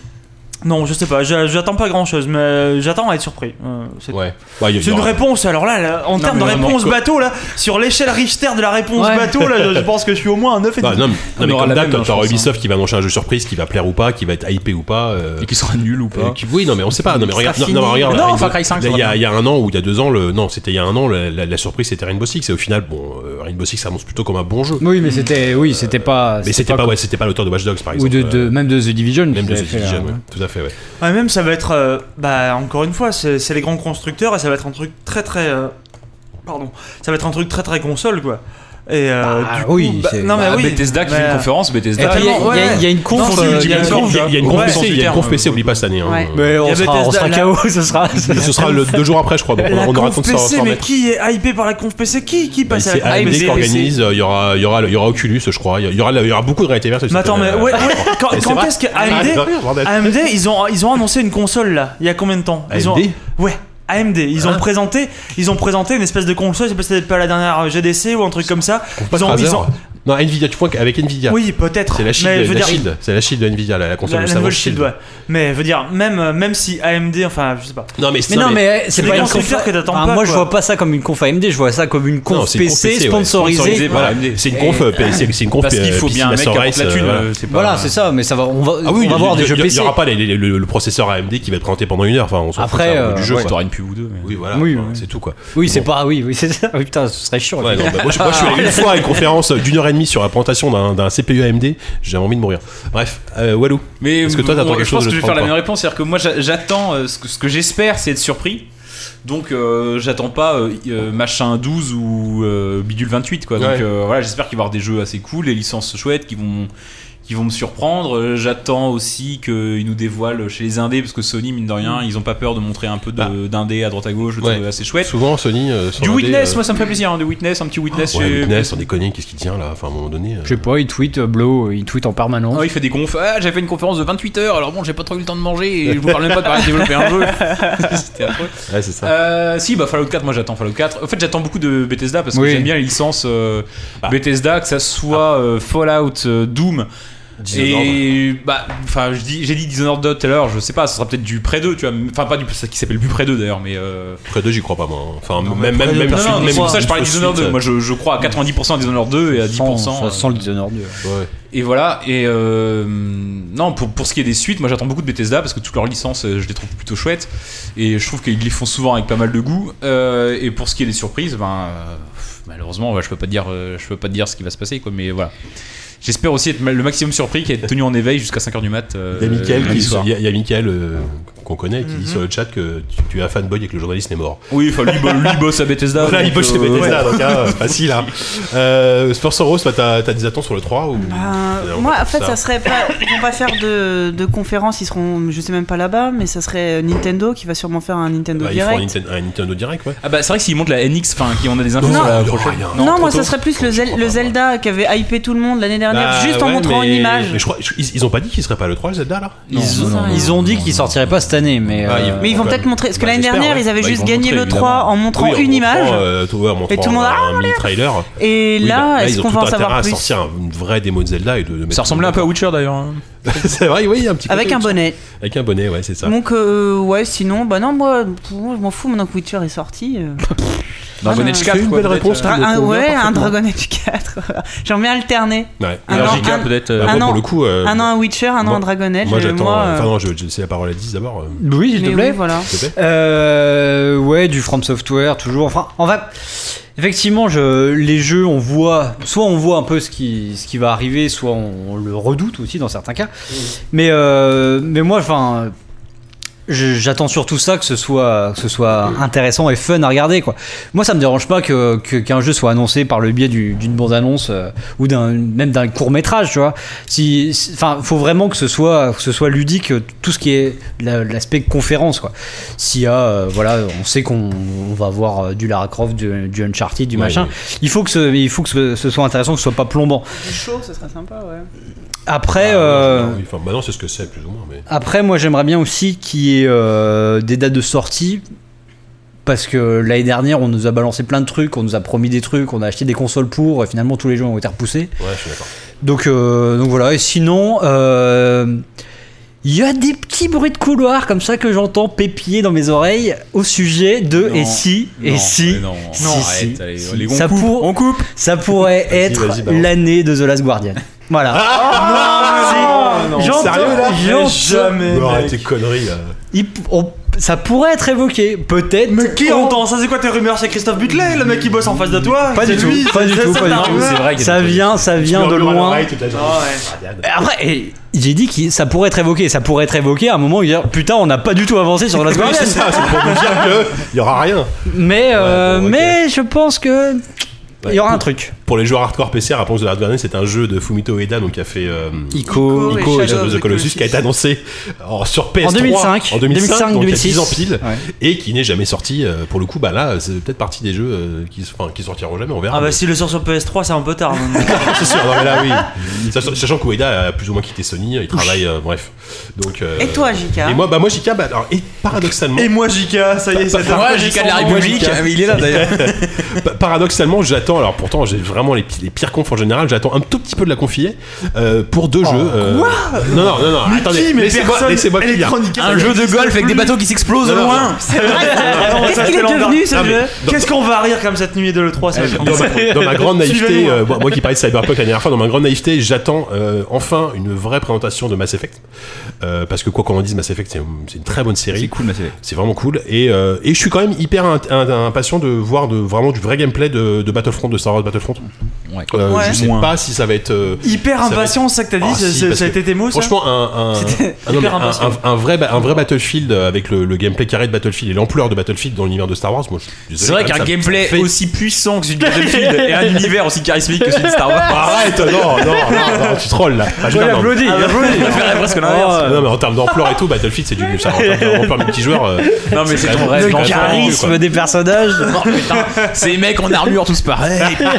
non, je sais pas, j'a- j'attends pas grand chose, mais euh, j'attends à être surpris. Euh, c'est Ouais. Bah, il y- il y c'est une aura- réponse, alors là, là, en termes de mais vraiment, réponse quoi. bateau, là, sur l'échelle Richter de la réponse Ouais. bateau, là, je, je pense que je suis au moins un 9 et Bah, demi. non, mais- On non, mais aura comme la d'hab, même, t'as- hein, je t'auras pense, Ubisoft qui va annoncer un jeu surprise qui va plaire ou pas, qui va être hypé ou pas. euh, Et qui sera nul ou euh, pas. qui- oui, non, mais on sait pas. Non, mais regarde, non, fini. non, regarde, Non, Rainbow- Far Cry 5 là, sera il y, a- bien. il y a un an ou il y a deux ans, le, non, c'était il y a un an, la, la- la surprise c'était Rainbow Six. Et au final, bon, euh, Rainbow Six ça annonce plutôt comme un bon jeu. Euh, Oui, mais c'était, oui, c'était pas, mais c'était pas, ouais, c'était pas l'auteur de Watch Dogs par ou exemple. de, de- euh, même de The Division. même qui de The l'avait fait, Division, là. ouais. Tout à fait, ouais. Ouais, même, ça va être, euh, bah, encore une fois, c'est c'est les grands constructeurs et ça va être un truc très très. euh, pardon. Ça va être un truc très très console, quoi. Et euh, Bah, du coup, oui, bah, c'est- non, mais Bah, oui. Bethesda qui mais, fait euh, une conférence, Et Bethesda. puis, il y a- il y, a- il y a une Non, conf. c'est euh, une il y a une Ouais. Il conf. y a- il y a une conf Ouais. PC, il y a une conf Ouais. PC, oublie pas cette année. hein. Ouais. Euh, Mais Il y on a sera, on Bethesda, sera la- KO, ce sera. Et ce sera le deux jours après, je crois. Donc on, La on aura le conf temps de s'en PC, s'en mais remettre. qui est hypé par la conf PC Qui, qui Bah, passe c'est à la conf AMD PC qui organise. euh, Il y aura, il y aura, il y aura Oculus, je crois. Il y aura, il y aura beaucoup de réalité virtuelle. Mais attends, mais Euh, ouais, ouais, quand, c'est quand vrai. est-ce que Ah, AMD, c'est vrai, bordel. AMD ils, ont, ils ont annoncé une console là, il y a combien de temps ils AMD? ont, Ouais, AMD, ils Ah. ont présenté ils ont présenté une espèce de console, je sais pas si c'était pas la dernière euh, GDC ou un truc comme ça. Pas Ils ont, Razer. ils ont- Non, Nvidia, tu vois avec Nvidia. oui, peut-être. C'est la mais je Shield, veux la dire, Shield, c'est la Shield de Nvidia, la, la la, console la de savant nouvelle Shield, ouais. Mais je veux dire, même, euh, même si AMD, enfin, je sais pas. Non mais c'est Mais non, mais eh, c'est des pas une constructeurs conf. que t'attends Enfin, pas, Moi, je quoi. vois pas ça comme une conf AMD. Je vois ça comme une Non, conf c'est une conf PC ouais. sponsorisée. Voilà, c'est une conf, euh, PC, c'est une conf. Parce qu'il euh, faut PC, bien un mec qui Master apporte la Race, euh, thune. voilà. euh, c'est pas- Voilà, c'est ça. Mais ça va, on va, Ah oui, on va il- voir il- des jeux il- Il PC. y aura pas les- les- le le processeur AMD qui va être présenté pendant une heure. Enfin, on s'en fout, Après, c'est un peu euh, du Du jeu. jeu, quoi. t'auras une pub ou deux. mais- Oui, voilà, Oui, voilà, oui. c'est tout quoi. Oui, c'est pas, oui, oui, c'est ça. Oui, Putain, ce serait chiant. Ouais, non, bah, moi, je, moi, je suis Ah. allé une fois à une conférence d'une heure et demie sur la présentation d'un d'un CPU AMD, j'ai envie de mourir. Bref, euh, Walou. Mais Est-ce que toi, t'attends moi, quelque je chose pense de que je vais faire la Trump, même réponse, c'est-à-dire que moi j'a- j'attends, euh, ce que, ce que j'espère c'est être surpris. Donc euh, j'attends pas euh, euh, machin 12 ou euh, bidule 28 quoi. Donc Ouais. euh, voilà, j'espère qu'il va y avoir des jeux assez cool, des licences chouettes qui vont qui vont me surprendre. Euh, J'attends aussi qu'ils nous dévoilent chez les indés, parce que Sony, mine de rien, ils ont pas peur de montrer un peu Bah. de- d'indés à droite à gauche. Je Mm. Ouais. trouve assez chouette. Souvent, Sony. euh, sur Du l'indé, Witness, euh, moi ça me fait plaisir, hein, du Witness, un petit Witness. Ouais, chez- Witness, on est cogné, qu'est-ce qu'il tient là Enfin, à un moment donné. euh, Je sais pas, il tweet, euh, Blow, il tweet en permanence. Ah, il fait des confs. Ah, j'avais fait une conférence de 28 heures, alors bon, j'ai pas trop eu le temps de manger et je vous parle même pas de parler de développer un jeu. C'était affreux. Ouais, c'est ça. Euh, si, bah Fallout 4, moi j'attends Fallout 4. En fait, j'attends beaucoup de Bethesda parce que Oui. j'aime bien les licences euh, Bethesda, que ça soit euh, Fallout, euh, Doom. Et bah, enfin, je dis- j'ai dit Dishonored 2 tout à l'heure, je sais pas, ce sera peut-être du près 2, tu vois, enfin pas du ça qui s'appelle plus près 2 d'ailleurs, mais euh, Près 2, j'y crois pas, moi. hein. Enfin, même, non, même, même, non, suite- non, mais même c'est pour ça que je parlais de suite, Dishonored 2. euh, Moi je, je crois à 90% à euh, Dishonored 2 et à 10%. Sans, euh, sans le Dishonored 2. ouais. et voilà, et euh, non, pour, pour ce qui est des suites, moi j'attends beaucoup de Bethesda parce que toutes leurs licences, euh, je les trouve plutôt chouettes et je trouve qu'ils les font souvent avec pas mal de goût. Euh, et pour ce qui est des surprises, ben euh, pff, malheureusement, ouais, je peux pas te dire, euh, je peux pas te dire ce qui va se passer, quoi. Mais voilà, j'espère aussi être ma- le maximum surpris et être tenu en éveil jusqu'à 5h du mat. euh, Il y a Mickaël, lundi qui- soir. il y a- il y a Mickaël, euh, qu'on connaît qui dit sur le chat que tu, tu es un fanboy et que le journaliste est mort. Mhm. Oui, enfin, lui, bo- lui bosse à Bethesda. Voilà, donc, il bosse chez euh, Bethesda, donc hein, facile. Hein. Euh, Spurs Rose, toi, t'as t'as des attentes sur le 3 ou... Ah. Ben, Euh, on moi, va en fait, faire ça, serait pas. Ils vont pas faire de, de conférence, ils seront, je sais même pas là-bas, mais ça serait Nintendo qui va sûrement faire un Nintendo Bah, ils feront un, Direct. Nintendo, un Nintendo Direct, ouais. Ah bah c'est vrai que s'il monte la NX, enfin, qu'on a des infos Non. sur la il y aura prochaine. rien. Non, moi, trop ça tôt. serait plus le, Je Zel- crois le pas, moi. Zelda qui avait hypé tout le monde l'année dernière, Bah, juste en ouais, montrant mais- une image. Mais je crois, je- ils, ils ont pas dit qu'il serait pas le 3, le Zelda, là Non, ils, non, ont, non, ils ont dit qu'ils sortiraient pas cette année, mais. Ah, ils- euh, Mais ils vont Bah, peut-être montrer. Parce que bah, l'année j'espère, dernière, ouais. ils avaient Bah, ils juste vont gagné montrer, le 3 en montrant Oui, en une montrant, image. euh, tout, ouais, en montrant tout le monde, un, ah, trailer. bah, Et là, ils est-ce ont qu'on tout va en intérêt savoir à plus sortir un- une vraie démo de Zelda et de, de mettre Ça ressemblait un peu à tout Witcher d'ailleurs. le hein. monde d'accord. C'est vrai, oui, un petit Avec peu un comme ça. bonnet. Avec un bonnet, ouais, c'est ça. Donc, euh, ouais, sinon, bah non, moi, pff, je m'en fous maintenant que Witcher est sorti. euh. Dans Ah, Dragon non, Age c'est 4. une quoi, belle peut-être, réponse. euh, Dra- me Ah, un- convient ouais, un parfaitement. Dragon Age 4. J'aime bien alterner. Ouais. Un Alors, an, JK, un- peut-être. euh, Bah, un moi, an- pour le coup, euh, Un an un Witcher, un an moi- un Dragon Age. moi et j'attends. moi, euh, euh, Enfin, non, je vais laisser la parole à 10 d'abord. euh, Oui, s'il mais te oui, plaît. voilà. s'il te plaît. Euh, ouais, du From Software, toujours. Enfin, on va. Effectivement, je, les jeux, on voit. Soit on voit un peu ce qui, ce qui va arriver, soit on, on le redoute aussi dans certains cas. Mais, euh, mais moi, enfin. je- J'attends surtout ça que ce soit que ce soit intéressant et fun à regarder quoi. Moi ça me dérange pas que que- qu'un jeu soit annoncé par le biais du- d'une bande annonce ou d'un même d'un court métrage tu vois. Si si- enfin faut vraiment que ce soit que ce soit ludique euh, tout ce qui est la- l'aspect conférence quoi. S'il y a euh, voilà on sait qu'on on va voir euh, du Lara Croft du, du Uncharted du Ouais, machin. ouais. Il faut que ce, il faut que ce, ce soit intéressant que ce soit pas plombant. chaud, ça serait sympa, ouais. Après Ah, euh, oui, Enfin, maintenant, c'est ce que c'est, plus ou moins. Mais... Après, moi, j'aimerais bien aussi qu'il y ait euh, des dates de sortie. Parce que l'année dernière, on nous a balancé plein de trucs, on nous a promis des trucs, on a acheté des consoles pour, et finalement, tous les jeux ont été repoussés. Ouais, je suis d'accord. Donc, euh, donc voilà. Et sinon, euh, il y a des petits bruits de couloir comme ça que j'entends pépiller dans mes oreilles au sujet de Non, et si, et non, si, mais non, si, non, si, arrête, allez, si. allez, on ça, coupe, pour- on coupe. ça pourrait être vas-y, balance. l'année de The Last Guardian. Voilà. Ah, non, Si. J'entends- sérieux, là j'entends- Jamais. Bon, arrête Oh, tes conneries. là. il- on- ça pourrait être évoqué, peut-être. Mais qui On- entend ça C'est quoi tes rumeurs C'est Christophe Butler, le mec qui bosse en face de toi Pas du C'est tout, lui, pas c'est- du c'est tout, ça pas ta du tout. rumeur. C'est vrai qu'il y a Ça des- vient, ça Tu vient meurs de à loin. l'oreille toute la journée. Ah ouais. Guardian. Et Après, et j'ai dit que ça pourrait être évoqué. Ça pourrait être évoqué à un moment où il y a, putain, on n'a pas du tout avancé sur la Oui, c'est ça, c'est pour nous dire qu'il y aura rien. Mais, euh, Ouais, bon, ok. mais je pense que il y aura un pour, truc. pour les joueurs hardcore PC, rappelons que The Last Guardian, c'est un jeu de Fumito Ueda, donc qui a fait euh, Ico, Ico, Ico et et Shadow of the Colossus, qui a été annoncé euh, en- sur PS3 En 2005, en 2005, donc il y a 10 2006. ans pile, Ouais. et qui n'est jamais sorti. euh, Pour le coup, bah là, c'est peut-être partie des jeux euh, qui, s- enfin, qui sortiront jamais, on verra. Ah bah mais- s'il le sort sur PS3, c'est un peu tard. maintenant. c'est sûr, non, mais là, oui. Sachant- Sachant qu'Ueda a plus ou moins quitté Sony, il travaille, euh, bref. Donc, euh, Et toi, JK Et moi, bah moi, JK, bah, alors, et paradoxalement. Et moi, JK, ça y est, ça t'a Moi, reconnu JK de son la nom. République. Moi, JK. Ah, mais il est là d'ailleurs. Pa- Paradoxalement, j'attends. Alors pourtant, j'ai vraiment les, pi- les pires confs en général. J'attends un tout petit peu de la confier euh, pour deux jeux. euh, non, non, non, non. attendez, Qui, Oh, mais laissez-moi, personne laissez-moi finir. Electronic Arts, Un jeu de golf avec des bateaux qui s'explosent au Non, non, loin. Ah, ça, Qu'est-ce qu'il c'est est devenu, ce Non, mais- jeu dans- Qu'est-ce qu'on va rire comme cette nuit de l'E3 ça va être- Eh, dans ma, dans ma grande naïveté, Suivez-moi. euh, moi, moi qui parlais de Cyberpunk la dernière fois, dans ma grande naïveté, j'attends euh, enfin une vraie présentation de Mass Effect. Euh, parce que quoi qu'on en dise, Mass Effect, c'est c'est une très bonne série. cool, ma série. C'est vraiment cool. Et, euh, et je suis quand même hyper int- int- impatient de voir de, vraiment du vrai gameplay de, de Battlefront, de Star Wars Battlefront. Euh, Ouais. Je sais Moins. pas si ça va être. euh, Hyper Ça va impatient, c'est ça que t'as dit Ah, c'est- si, c'est- parce Ça a que été tes mots, ça Franchement, un, un, C'était ah non, mais hyper un- impatient. un- un vrai, ba- un vrai Battlefield euh, avec le, le gameplay carré de Battlefield et l'ampleur de Battlefield dans l'univers de Star Wars, moi je suis désolé, C'est vrai quand même, qu'un ça me- gameplay ça me fait- aussi puissant que celui de Battlefield et un univers aussi charismatique que celui de Star Wars. Arrête, non, non, non, non, tu trolls là. Ah, je- non, non, Je préférerais presque l'inverse. non, mais en termes d'ampleur et tout, bah, Battlefield c'est du. Ça, en termes d'ampleur multijoueur. euh, Non, mais c'est ton quand même- rêve. c'est quand même charisme mieux, quoi. des personnages. Oh, putain, ces mecs en armure tous pareils. putain.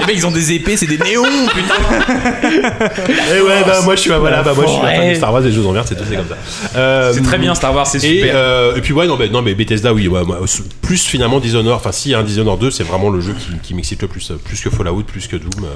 Les mecs ils ont des épées, c'est des néons, putain. Eh ouais, bah moi je suis, voilà, bah moi je suis la fan forêt. de Star Wars et je vous emmerde, c'est tout, c'est comme ça. Euh, C'est très bien Star Wars, c'est Et, super. euh, et puis ouais non mais, non mais Bethesda oui ouais, moi, s- plus finalement Dishonored enfin si un Dishonored 2 c'est vraiment le jeu qui, qui m'excite le plus euh, plus que Fallout plus que Doom euh.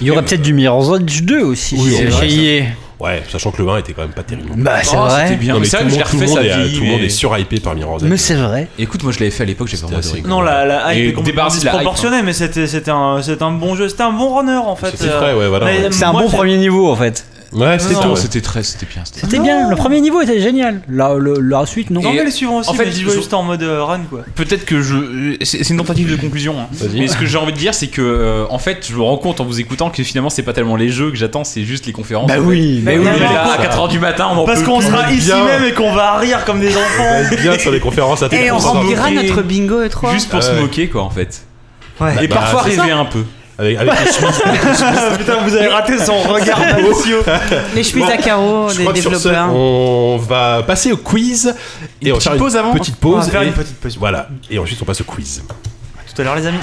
Il y aurait peut-être du Mirror's Edge 2 aussi. Oui, c'est vrai, chez EA. ouais sachant que le 1 était quand même pas terrible Bah, c'est Oh, c'était vrai. bien. Non, mais mais c'est tout vrai le que je monde- tout l'ai le refait monde sa est, euh, vie. tout le monde mais- est surhypé par Mirror's Edge. Mais c'est vrai. Écoute, moi je l'avais fait à l'époque, j'ai vraiment C'était adoré. assez Non, la, la hype Et est complètement hein. débarrasser de la hype, disproportionnée, mais c'était c'était un, c'était un bon jeu, c'était un bon runner en fait. C'était Euh, frais, ouais, voilà, mais ouais. C'est un moi, bon j'ai- premier niveau en fait. ouais c'était C'était tout bon, ouais. c'était très, c'était bien. c'était- C'était bien, le premier niveau était génial. La, le- la suite, non Non, Et- mais les suivants aussi, en fait, mais j'y je- jouais juste en mode euh, run quoi. Peut-être que je, c'est c'est une tentative de conclusion. hein. Vas-y. Mais ce que j'ai envie de dire, c'est que euh, en fait, je me rends compte en vous écoutant que finalement, c'est pas tellement les jeux que j'attends, c'est juste les conférences. en fait. bah On oui. est là ça. à 4h du matin, on en Parce peut qu'on plus. sera ici bien. même et qu'on va rire comme des enfants. Ouais, bien sur les conférences à Et on remplira notre bingo et 3. juste pour Ah se ouais. moquer quoi en fait. Bah, Et bah, parfois c'est rêver un peu. avec, avec les chemins, Putain, vous avez raté son regard malicieux. Les chemises Bon, à carreaux je des crois que sur ce, développeurs. on va passer au quiz et on va petite faire une pause avant petite On va pause faire et- une petite pause. voilà et ensuite on passe au quiz Tout à l'heure, les amis.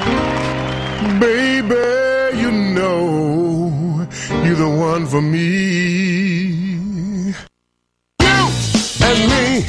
Baby, you know you're the one for me. You and me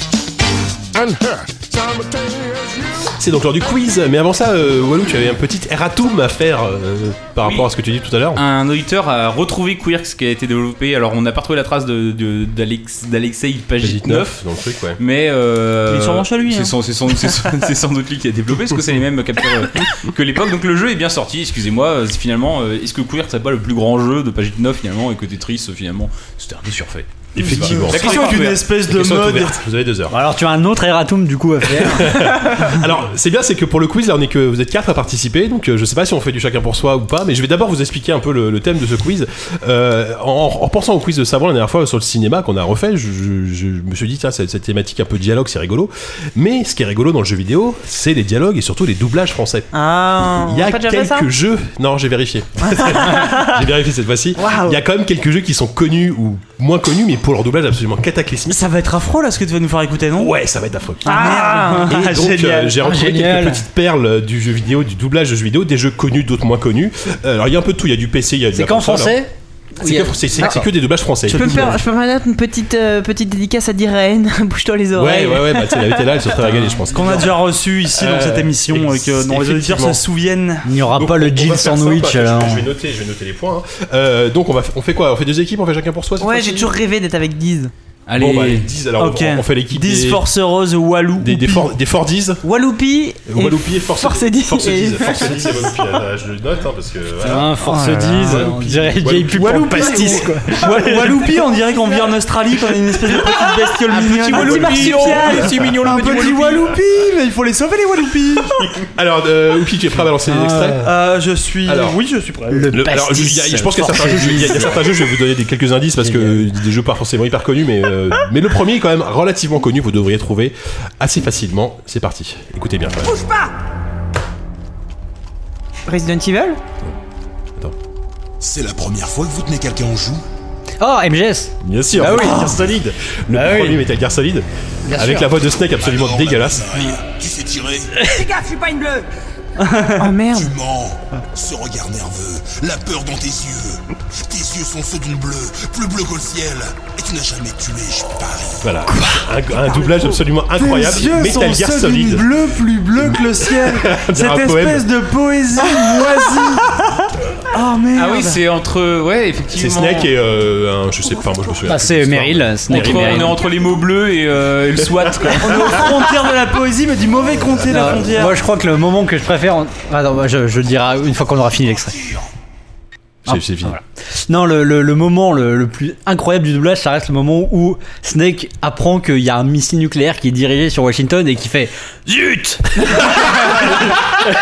and her. Simultaneous you. c'est donc l'heure du quiz mais avant ça euh, Walou tu avais un petit erratum à faire euh, par Oui. rapport à ce que tu dis tout à l'heure Un auditeur a retrouvé Quirks qui a été développé. Alors on n'a pas trouvé la trace de- de- d'Alex- d'Alexei Pajitnov. 9 dans le truc ouais Mais euh, Il est sûrement chez lui, C'est hein. sans, c'est sans- c'est sans- c'est sans doute lui qui a développé, parce que c'est les mêmes capteurs euh, que l'époque. Donc le jeu est bien sorti. Excusez-moi, euh, finalement, euh, est-ce que Queer c'est pas le plus grand jeu de Pagite 9 finalement et que Tetris euh, finalement c'était un peu surfait. effectivement La La question question est d'une ouverte. espèce La de question est mode. ouverte. vous avez deux heures Alors tu as un autre erratum du coup à faire. Alors, c'est bien, c'est que pour le quiz, là, on est que vous êtes quatre à participer, donc euh, je sais pas si on fait du chacun pour soi ou pas, mais je vais d'abord vous expliquer un peu le, le thème de ce quiz. Euh, en, en pensant au quiz de Savant la dernière fois sur le cinéma qu'on a refait, je, je- je me suis dit, tiens, cette, cette thématique un peu dialogue, c'est rigolo. Mais ce qui est rigolo dans le jeu vidéo, c'est les dialogues et surtout les doublages français. Ah, Il y on a pas déjà fait ça quelques jeux. Non, j'ai vérifié. j'ai vérifié cette fois-ci. Waouh. Il y a quand même quelques jeux qui sont connus ou moins connus, mais pour leur doublage absolument cataclysmique. Ça va être affreux là ce que tu vas nous faire écouter, non Ouais, ça va être affreux. Ah Et merde donc, euh, Génial j'ai retrouvé Ah, génial. quelques petites perles euh, du jeu vidéo, du doublage de jeux vidéo, des jeux connus, d'autres moins connus. Euh, Alors, il y a un peu de tout, il y a du PC, il y a du. C'est qu'en français ah. C'est que, c'est- c'est- c'est que des doublages français. Je peux, me faire, je peux me mettre une petite, euh, petite dédicace à dire à N, bouge-toi les Ouais, oreilles. ouais, ouais, bah, tu sais, elle était là, elle se serait régalée, je pense. Qu'on a déjà reçu ici dans Euh, cette émission et que dont les auditeurs effectivement. se souviennent. Il n'y aura Donc, pas on- le on jean va faire sandwich sympa, là. hein. Je, je vais noter, je vais noter les points. hein. Euh, donc, on, va, f- on fait quoi On fait deux équipes, on fait chacun pour soi cette Ouais, fois-ci j'ai toujours rêvé d'être avec Guise. Allez, Bon, bah, les 10, alors Ok. on, on fait l'équipe. 10 des- Force Heureuse, Walou. Des, des, Oupi. for, des Ford 10. Waloupi et Walloupi et Force Force 10. Force Et- 10, Force 10 et Walloupi. là, Je le note hein, parce que. voilà. Hein, force Oh là 10, là. on dirait Walloupi. JP pour pastis quoi. Wal- Waloupi, on dirait qu'on vit en Australie, qu'on est une espèce de petite Ah, bestiole mignonne. Waloupi, marsupial. oh, petit mignon, le petit Waloupi. mais il faut les sauver les Waloupi. Alors, euh, Oupi, Ah, tu es prêt à balancer les extraits Euh, je suis. Alors. oui, je suis prêt. Le Le- alors, je, pastis. il y a- je pense qu'il y a certains jeux, je- il y a- il y a certains jeux, je vais vous donner des, quelques indices parce que euh, des jeux pas forcément hyper connus, mais, euh, mais le premier est quand même relativement connu, vous devriez trouver assez facilement. C'est parti, écoutez bien. quand même. Resident Evil C'est la première fois que vous tenez quelqu'un en joue Oh, MGS Bien sûr, Bah oui. Metal Gear Solid, le Bah premier oui. Metal Gear Solid, avec sûr. la voix de Snake absolument Bah Alors, dégueulasse. la misère, Tu sais tirer Oh merde Tu mens Ce regard nerveux, la peur dans tes yeux. Tes yeux sont ceux d'une bleue, plus bleue que le ciel. Et tu n'as jamais tué, je parie. Voilà, un, un doublage absolument incroyable. Tes yeux Metal sont Gear ceux d'une Solid. bleu plus bleu que le ciel. Cette un poème. espèce de poésie moisie. Oh merde. Ah oui, c'est entre ouais, C'est effectivement. Snake et euh, un, je sais pas, enfin, moi je me souviens. Bah, plus c'est de l'histoire. Meryl, Entre- Snake et on est Meryl. entre les mots bleus et, euh, et le SWAT. quoi. On est aux frontières de la poésie, mais du mauvais comté de la Euh, frontière. Moi je crois que le moment que je préfère. en- Ah non, bah, je, je le dirai une fois qu'on aura fini l'extrait. Ah, C'est c'est fini. Non, le, le- le moment le, le plus incroyable du doublage, ça reste le moment où Snake apprend qu'il y a un missile nucléaire qui est dirigé sur Washington et qui fait Zut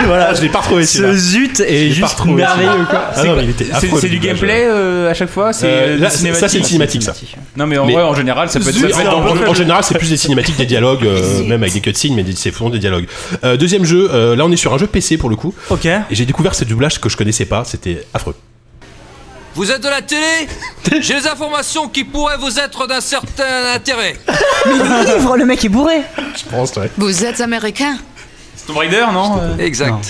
voilà, Ah, je l'ai pas retrouvé. Ce zut est juste merveilleux quoi. Ah non, mais il était C'est affreux, c'est du le doublage. gameplay euh, à chaque fois C'est Euh, euh, là, des c'est- ça, c'est une cinématique, ça. Non, mais en Mais- vrai, en général, ça peut être. ça peut Zut, être en, dans le jeu. en général, c'est plus des cinématiques, des dialogues, euh, même avec des cutscenes, mais des- c'est souvent des dialogues. Euh, deuxième jeu, euh, là on est sur un jeu PC pour le coup. Ok. Et j'ai découvert ce doublage que je connaissais pas, c'était affreux. Vous êtes de la télé J'ai des informations qui pourraient vous être d'un certain intérêt. Mais il livre, le mec est bourré. Je pense, ouais. Vous êtes américain C'est Tomb Raider, non euh, Exact.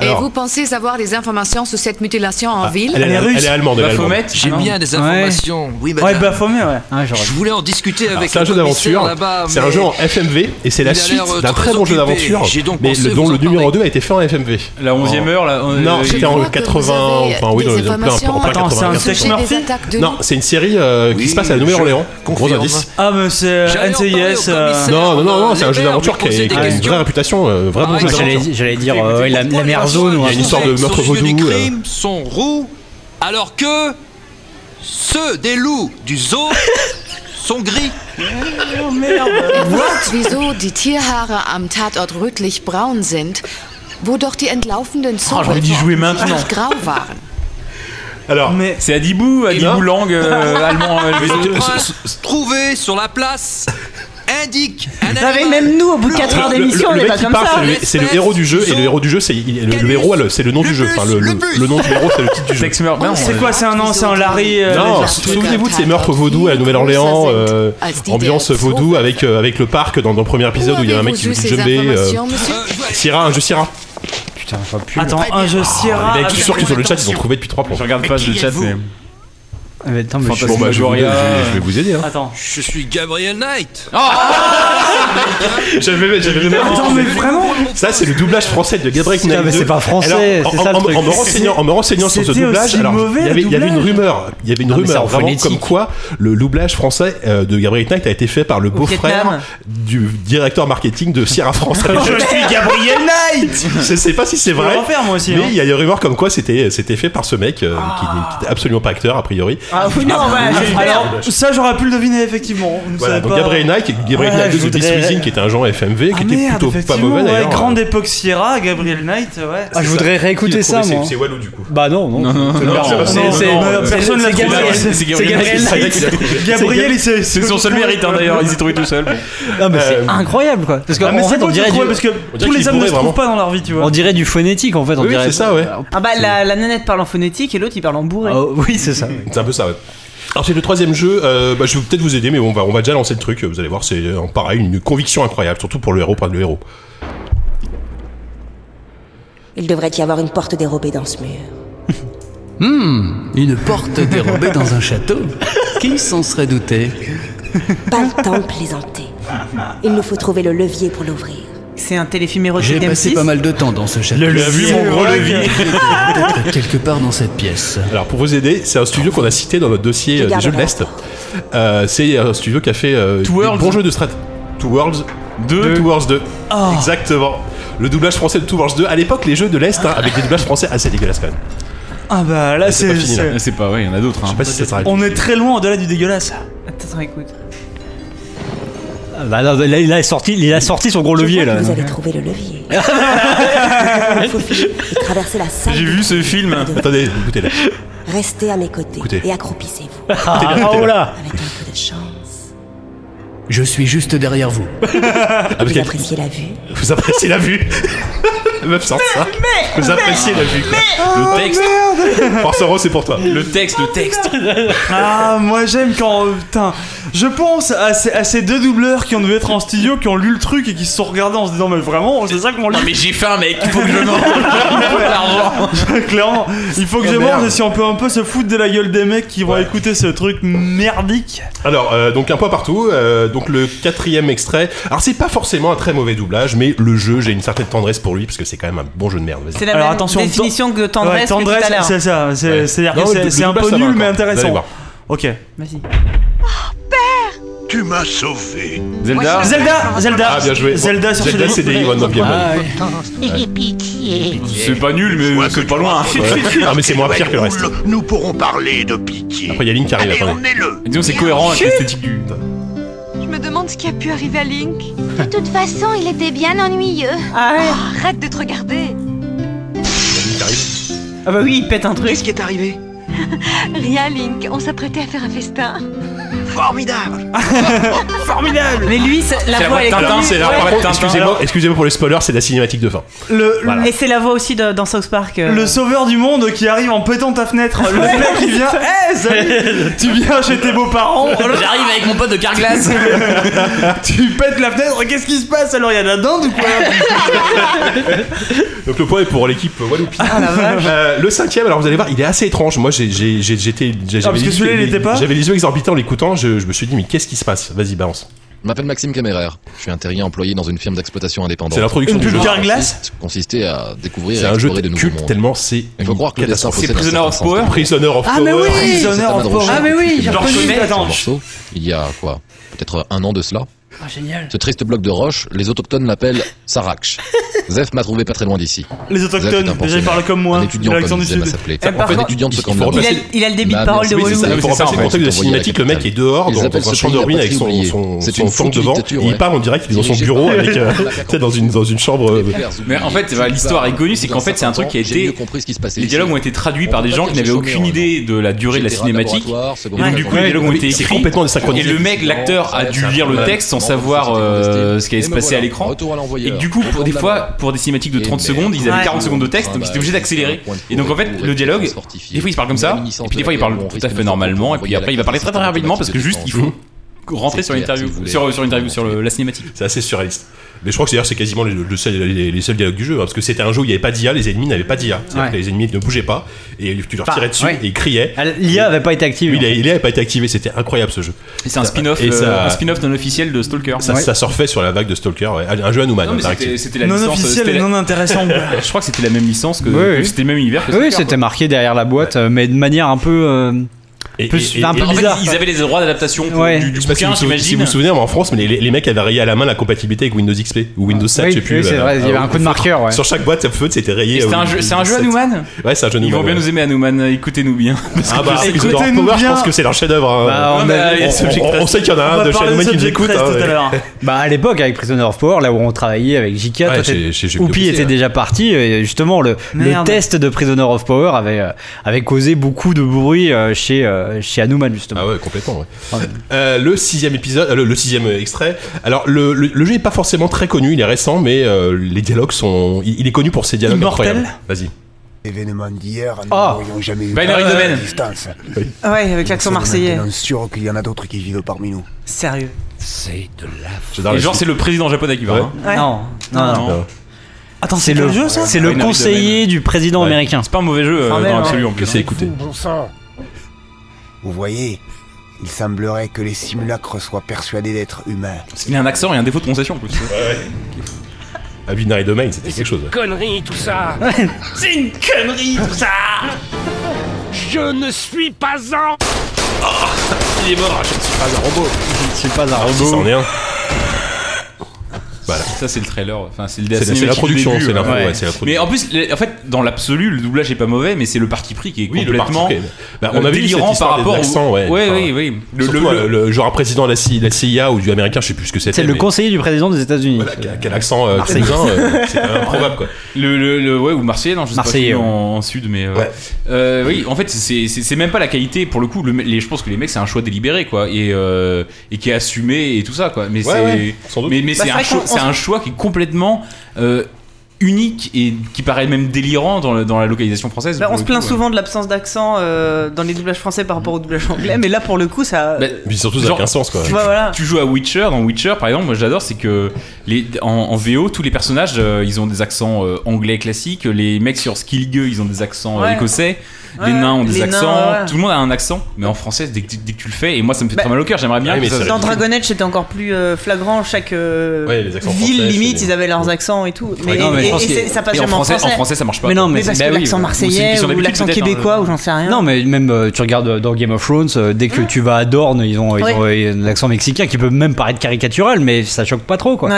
et vous pensez savoir des informations sur cette mutilation en ville Ah, elle est- elle est allemande, elle est allemande. Baphomet J'ai Ah, non. bien des informations. Oui, madame. Ouais, Baphomet, ouais. Ah, Je voulais en discuter Alors, avec C'est un le jeu commissaire d'aventure, là-bas, c'est un mais jeu en FMV et c'est Il la a suite l'air, euh, d'un très très bon occupé. jeu d'aventure, J'ai donc mais pensé le, vous dont en le numéro 2 a été fait en FMV. La 11ème heure, là. on- Non, euh, c'était Je en crois que 80, vous avez enfin oui, des dans les- en plein- en informations plein Attends, c'est un 95. Tex J'ai des Murphy attaques de Non, c'est une série euh, qui Oui, se passe à la je Nouvelle-Orléans. Gros confirme. indice. Ah, mais c'est euh, J'allais en parler au NCIS. euh, commissaire. Non, non, non, non, c'est un jeu Lambert d'aventure lui qui a, posait qui des a une questions. vraie réputation, euh, vrai bon Ah, jeu j'allais- d'aventure. J'allais j'allais dire euh, ouais, la, la mère zone. ou un Il y a une truc. histoire de meurtre Source du vaudou, euh. crime sont roux, alors que ceux des loups du zoo sont gris. Oh, Wieso die Tierhaare am Tatort rötlich braun sind, wo doch die entlaufenden Oh, Ah, j'ai envie d'y jouer maintenant. nicht grau waren. Alors, Mais C'est Adibou, Adibou ben. Lang, euh, allemand. euh, je- Prince trouvé sur la place indique un Vous savez, animal même nous, au bout de 4 heures le, le- d'émission, on le est mec pas qui comme parle, ça. c'est le- c'est le, Espèce, héros du jeu, et saut, le héros du jeu, c'est il- le, le canus, héros, le- c'est le nom le du jeu. bus, Enfin, le, le le- bus. le nom du héros, c'est le titre du jeu. Tex Murphy. Oh, C'est quoi, c'est un an, c'est un Larry. euh, Non, Ledger. souvenez-vous de ces meurtres vaudous à la Nouvelle-Orléans, euh, ambiance vaudou avec, euh, avec le parc dans, dans le premier épisode où il y a un mec qui joue du djembé. euh, Sierra, un jeu Sierra. Putain, je vois plus. Ah. Attends, un jeu Sierra. Ah, Les mecs, je suis sûr que avec- sur le chat, ils ont trouvé depuis 3 points. Je regarde pas le chat, mais. Ah, mais attends, mais je suis- Bon, bah, je, vais vous- je Fantasmagoria. vais- je vais vous aider. Hein. Attends. Je suis Gabriel Knight. Oh Ah J'avais, j'avais Attends, mais vraiment Ça, c'est le doublage français de Gabriel Putain, Knight mais 2. c'est pas français, Alors, c'est en, ça le en- truc. en me renseignant, en me renseignant sur ce C'était doublage, aussi alors, mauvais, il y le avait- il y avait une doublage. rumeur, il y avait une Non, mais c'est rumeur en vraiment phonétique. comme quoi le doublage français euh, de Gabriel Knight a été fait par le beau-frère Vietnam. du directeur marketing de Sierra France. Je suis Gabriel Knight Je sais pas si c'est Je vais vrai. le refaire moi aussi. Mais il hein. Ah. y a des rumeurs comme quoi c'était c'était fait par ce mec euh, qui n'est- qui n'était absolument pas acteur a priori. Ah, oui, non, voilà, j'ai- Alors, ça j'aurais pu le deviner effectivement. Vous Voilà, savez donc pas. Gabriel Knight, Gabriel Ouais, Knight je de This voudrais- Cuisine, qui était un genre FMV, Ah qui était merde, plutôt pas effectivement, mauvais ouais, d'ailleurs. hein. euh, grande époque Sierra, Gabriel Knight, ouais. Ah, je voudrais réécouter ça, moi. C'est Walou du coup. Bah non, non. Non, c'est pas- non, c'est- non, Mais euh, personne l'a c'est trouvé. Gabriel. c'est- c'est Gabriel. Gabriel. Gabriel, il s'est. C'est son seul mérite, hein, d'ailleurs, il s'est trouvé tout seul. bon. Ah, mais c'est Euh, incroyable quoi. Parce que, Ah, mais en c'est fait, beau on de dirait, trouver, du, parce que dirait tous qu'il les hommes ne pourrait se vraiment. trouvent pas dans leur vie, tu vois. on dirait du phonétique en fait. On Oui, dirait... c'est ça, ouais. Ah bah, la, la nanette parle en phonétique et l'autre, il parle en bourré. Ah, oui, c'est ça. C'est un peu ça, ouais. Alors c'est le troisième jeu, euh, bah, je vais peut-être vous aider, mais on va, on va déjà lancer le truc, vous allez voir, c'est euh, pareil, une conviction incroyable, surtout pour le héros, pas le héros. Il devrait y avoir une porte dérobée dans ce mur. Hmm, Une porte dérobée dans un château Qui s'en serait douté Pas le temps de plaisanter. Il nous faut trouver le levier pour l'ouvrir. C'est un téléfilm érotique J'ai passé pas d'M6. mal de temps dans ce château. Tu as vu mon gros levier Peut-être quelque part dans cette pièce. Alors pour vous aider, c'est un studio qu'on a cité dans notre dossier Je euh, des garde jeux de la l'Est. Euh, c'est un studio qui a fait euh, Two des Worlds. bons jeux de strat. Two Worlds 2. Two Worlds 2. Oh. Exactement. Le doublage français de Two Worlds 2. À l'époque, les jeux de l'Est, hein, avec des doublages français assez dégueulasses quand même. Ah bah là, c'est pas c'est. fini, c'est- Ah, C'est pas, ouais, il y en a d'autres. Je hein. sais pas si ça s'arrête. On est très loin au-delà du dégueulasse. Attends, écoute. Ah, Bah, non, là, il a sorti, il a sorti son gros Je levier vois là. que Vous avez trouvé le levier. Il faut filer et traverser la salle. J'ai vu ce film. Ah, Attendez, écoutez là. Restez à mes côtés Écoutez. et accroupissez-vous. Ah, oh là Avec un peu de chance, Je suis juste derrière vous. Ah, parce vous qu'elle- appréciez la vue. vous appréciez la vue La meuf sort ça. vous appréciez la vue. quoi. Le texte, Force Oro, c'est pour toi. le texte, le texte. Ah, moi j'aime quand. euh, Putain, je pense à ces, à ces deux doubleurs qui ont dû être en studio, qui ont lu le truc et qui se sont regardés en se disant, mais vraiment, c'est ça qu'on lit. Non, mais j'ai faim, mec, faut que je mange. Faut de l'argent. Clairement, il faut que Oh, je merde. mange et si on peut un peu se foutre de la gueule des mecs qui vont Ouais. écouter ce truc merdique. Alors, euh, donc un point partout. euh, donc le quatrième extrait. Alors c'est pas forcément un très mauvais doublage, mais le jeu, j'ai une certaine tendresse pour lui parce que c'est quand même un bon jeu de merde. Vas-y. C'est la Alors, même attention, définition que de tendresse, Ouais, que tout à l'heure. c'est ça. c'est- Ouais. C'est-à-dire Non, que le c'est- dou- c'est le un doublage, peu ça va nul mais encore. Vous allez intéressant. voir. Ok. Vas-y. Tu m'as sauvé. Zelda. Zelda, Zelda, Ah bien joué. Zelda sur Zelda, c'est CD. des One of Game. Ah, C'est pas nul, mais c'est pas loin. Ouais. Ah mais c'est moins pire que le reste. Raoul, Nous pourrons parler de pitié. Après, il y a Link qui arrive, Allez, attendez. emmenez-le. Disons, c'est cohérent avec l'esthétique du. Je me demande ce qui a pu arriver à Link. De toute façon, il était bien ennuyeux. Oh, arrête de te regarder. Ah bah oui, il pète un truc. Qu'est-ce qui est arrivé Rien, Link. On s'apprêtait à faire un festin. Formidable Formidable Mais lui, c'est- la voix, elle est connue. c'est la Ouais. voix de Tintin. Excusez-moi excusez-moi pour les spoilers, c'est la cinématique de fin. Le, Voilà. Et c'est la voix aussi de- dans South Park. euh. Le sauveur du monde qui arrive en pétant ta fenêtre. Le Ouais, mec qui vient. c'est ça. Hey, salut Tu viens chez tes beaux-parents. J'arrive avec mon pote de Carglass. tu pètes la fenêtre. Qu'est-ce qui se passe Alors, il y a de la dinde ou quoi Donc le point est pour l'équipe Waloupi. Ah, Ah, Euh, le cinquième, alors vous allez voir, il est assez étrange. Moi, j'ai- j'ai- j'ai- j'étais, j'ai- j'avais Ah, parce que les- celui-là, il les- était pas J'avais les yeux exorbitants en l'écoutant. Je, je me suis dit, mais qu'est-ce qui se passe Vas-y, balance. Je m'appelle Maxime Caméraire. Je suis un terrien employé dans une firme d'exploitation indépendante. C'est l'introduction Une du pub jeu. Carglass Consiste- Consistait à découvrir C'est et un jeu explorer de nouveaux culte mondes. tellement c'est. Il faut croire que le destin catastrophe. possède un certain sens de Prisoner of Ah, Power. mais oui C'est un morceau. Ah, mais oui, j'ai Dans reconnu. Chenet, Attends. un morceau, Il y a quoi Peut-être un an de cela. Ah, génial. Ce triste bloc de roche, les autochtones l'appellent Saraksh. Zef m'a trouvé pas très loin d'ici. Les Zef est un autochtones, déjà ils pensionnaire. parlent comme moi. Un étudiant Alexandre comme du ils aiment à Sud. s'appeler. Eh, par En fait, contre, étudiant de ce il camp faut de remplacer- Nantes. il a le débit de Bah, parole de merci, c'est ça. Wallou. Il Pour faut remplacer remplacer le contexte de le contexte cinématique, le mec est dehors Ils dans appellent dans un ce champ pays de la ruines avec son, patrie son, oubliée. C'est son une fente foutue devant. dictature, Il ouais. parle en direct, il est dans son Dirigé bureau par- avec, euh, tu sais, dans une, dans une chambre. euh, Mais en fait, bah, l'histoire est connue, c'est qu'en fait, c'est un truc qui a J'ai mieux été. compris ce qui se passait Les dialogues ici. ont été traduits On par peut des pas gens dire qui que n'avaient j'ai aucune chômé, idée de la durée de la J'étais cinématique. laboratoire, Et secondaire donc, du coup, Ouais. les dialogues ont été C'est écrits. complètement désynchronisé. Et le mec, l'acteur, a dû lire le texte sans savoir euh, ce qui allait se passer à l'écran. Et que du coup, pour des fois, pour des cinématiques de 30 secondes, ils avaient Ouais. 40 secondes de Ah texte, bah, donc ils étaient obligés d'accélérer. Et donc, en fait, le dialogue, des fois, il parle comme ça, et puis des fois, il parle tout à fait normalement, et puis après, il va parler très très rapidement parce que juste, il faut rentrer sur l'interview, sur, sur l'interview, sur le- la cinématique. C'est assez surréaliste. Mais je crois que d'ailleurs c'est quasiment le, le seul- les, les seuls dialogues du jeu, hein, parce que c'était un jeu où il n'y avait pas d'IA, les ennemis n'avaient pas d'IA. C'est-à-dire Ouais. que Les ennemis ne bougeaient pas, et tu leur Enfin, tirais dessus, ouais. et ils criaient. L'IA avait pas été activée. Oui, il a- il n'avait pas été activé, c'était incroyable ce jeu. Et C'est un spin-off, Et euh, ça- un spin-off non officiel de Stalker. Ça, ça surfait sur la vague de Stalker, ouais. un jeu à Newman. Non, mais interactif. c'était c'était la Non licence, officiel c'était et la- non intéressant, quoi. je crois que c'était la même licence que Oui, oui. c'était le même univers. Que Oui, Stalker, c'était quoi. marqué derrière la boîte, euh, mais de manière un peu. euh, plus- un peu en bizarre. fait, ils avaient les droits d'adaptation pour- Ouais. du, du Je sais pas si bouquin, vous, sou- j'imagine. si vous vous souvenez, mais en France, mais les, les- les mecs avaient rayé à la main la compatibilité avec Windows XP ou Windows 7, Oui, je sais plus. euh, oui, c'est vrai, il y avait un coup de marqueur, ouais. Sur chaque boîte, à feu, c'était rayé. Et à c'est un Windows jeu, c'est un jeu à 7. Newman. Ouais, c'est un jeu Ils Newman. vont bien ouais. nous aimer à Newman, écoutez-nous bien. Parce Ah que bah, je sais- écoutez Power, je pense que c'est leur chef-d'œuvre. hein. Bah, Ouais, on, mais, a- euh, on- on- on sait qu'il y en a un va de chez parler Newman qui nous Subject écoute, Rest hein, tout à ouais. l'heure. Bah, à l'époque, avec Prisoner of Power, là où on travaillait avec JK, toi, Ouais, t'étais- chez- chez Jeux Oupi Vidéo était aussi, déjà parti. Et justement, le, le Merde. test de Prisoner of Power avait, euh, avait causé beaucoup de bruit euh, chez, euh, chez Hanuman, justement. Ah ouais, complètement, ouais. Euh, le sixième épisode, euh, le, le sixième euh, extrait. Alors le, le- le jeu est pas forcément très connu, il est récent, mais euh, les dialogues sont. Il, il est connu pour ses dialogues Immortel incroyables. Vas-y. L'événement d'hier, nous Ah. n'aurions jamais Bah, eu Binary de Domain. distance. Ouais, avec l'accent Nous sommes marseillais. maintenant sûrs qu'il y en a d'autres qui vivent parmi nous. Sérieux. C'est de Et genre, c'est le président japonais qui parle. hein. Ouais. Non, non, non. Attends, c'est quel le, jeu, ça c'est le Ouais, Nintendo conseiller du président américain. C'est pas un mauvais jeu Ah, Enfin, euh, même, dans hein. l'absolu en plus. C'est écouté. Bon sang Vous voyez, il semblerait que les simulacres soient persuadés d'être humains. Il a un accent et un défaut de prononciation en plus. Ah, Binary Domain, c'était quelque chose. ouais. Connerie tout ça C'est une connerie tout ça Je ne suis pas en... Ah, Il est mort, je ne suis pas un robot. Je ne suis pas Ah, un Si, Ah, c'en est un. Ça c'est le trailer, enfin c'est le C'est la- cinématique c'est la du production, début, c'est ouais. la- ouais, c'est la production. Mais en plus, les- en fait, dans l'absolu, le doublage est pas mauvais, mais c'est le parti pris qui est Oui, le parti complètement pris. Bah, on euh, avait eu cette délirant histoire par des rapport accents, au... ouais. Ouais, Enfin, oui, oui. Le- Surtout, le- euh, le- genre un président de la, C- la CIA ou du américain, je sais plus ce que c'était. C'est le mais conseiller du président des États-Unis. quel- Quel accent euh, Marseillais. toulousain, euh, c'est quand même improbable quoi. Le, le, le- ouais, ou Marseillais, non, je sais Marseillais, pas, si ouais. en, en sud, mais euh, Ouais. euh, oui, en fait, c'est- c'est c'est même pas la qualité pour le coup. Le, les, je pense que les mecs, c'est un choix délibéré, quoi, et, euh, et qui est assumé et tout ça, quoi. Mais Ouais, c'est ouais, sans doute. mais, mais Bah, c'est c'est un, vrai choix- qu'on- c'est un choix qui est complètement euh, unique et qui paraît même délirant dans, le- dans la localisation française. Bah, pour on le se coup, plaint ouais. souvent de l'absence d'accent euh, dans les doublages français par rapport aux doublages anglais, mais là pour le coup ça. euh, Bah, Puis surtout, ça n'a aucun sens, quoi. Tu, Ouais, voilà. tu joues à Witcher, dans Witcher par exemple, moi j'adore, c'est que les, en, en VO, tous les personnages euh, ils ont des accents euh, anglais classiques, les mecs sur Skilligue ils ont des accents euh, Ouais. écossais, Ouais, les nains ont des les nains, accents, ouais. tout le monde a un accent, mais en français dès que, tu- dès que tu le fais, et moi ça me fait Bah, très mal au cœur, j'aimerais bien. que Ah ça- Dans Dragon Age, c'était encore plus euh, flagrant. Chaque euh, Ouais, les accents ville, français, limite, c'est- ils avaient leurs accents et tout. Mais, Ouais, non, mais et- je pense et que- c'est- ça passe et en jamais en français- français. en français, ça marche pas. Mais non, Mais mais, c'est- parce bah que oui, l'accent ou c'est une marseillais question ou d'habitude, l'accent peut-être, hein. québécois ou j'en sais rien. Non, mais même euh, tu regardes euh, dans Game of Thrones, euh, dès que tu vas à Dorne, ils ont, ils Ouais. ont, euh, l'accent mexicain qui peut même paraître caricatural, mais ça choque pas trop quoi.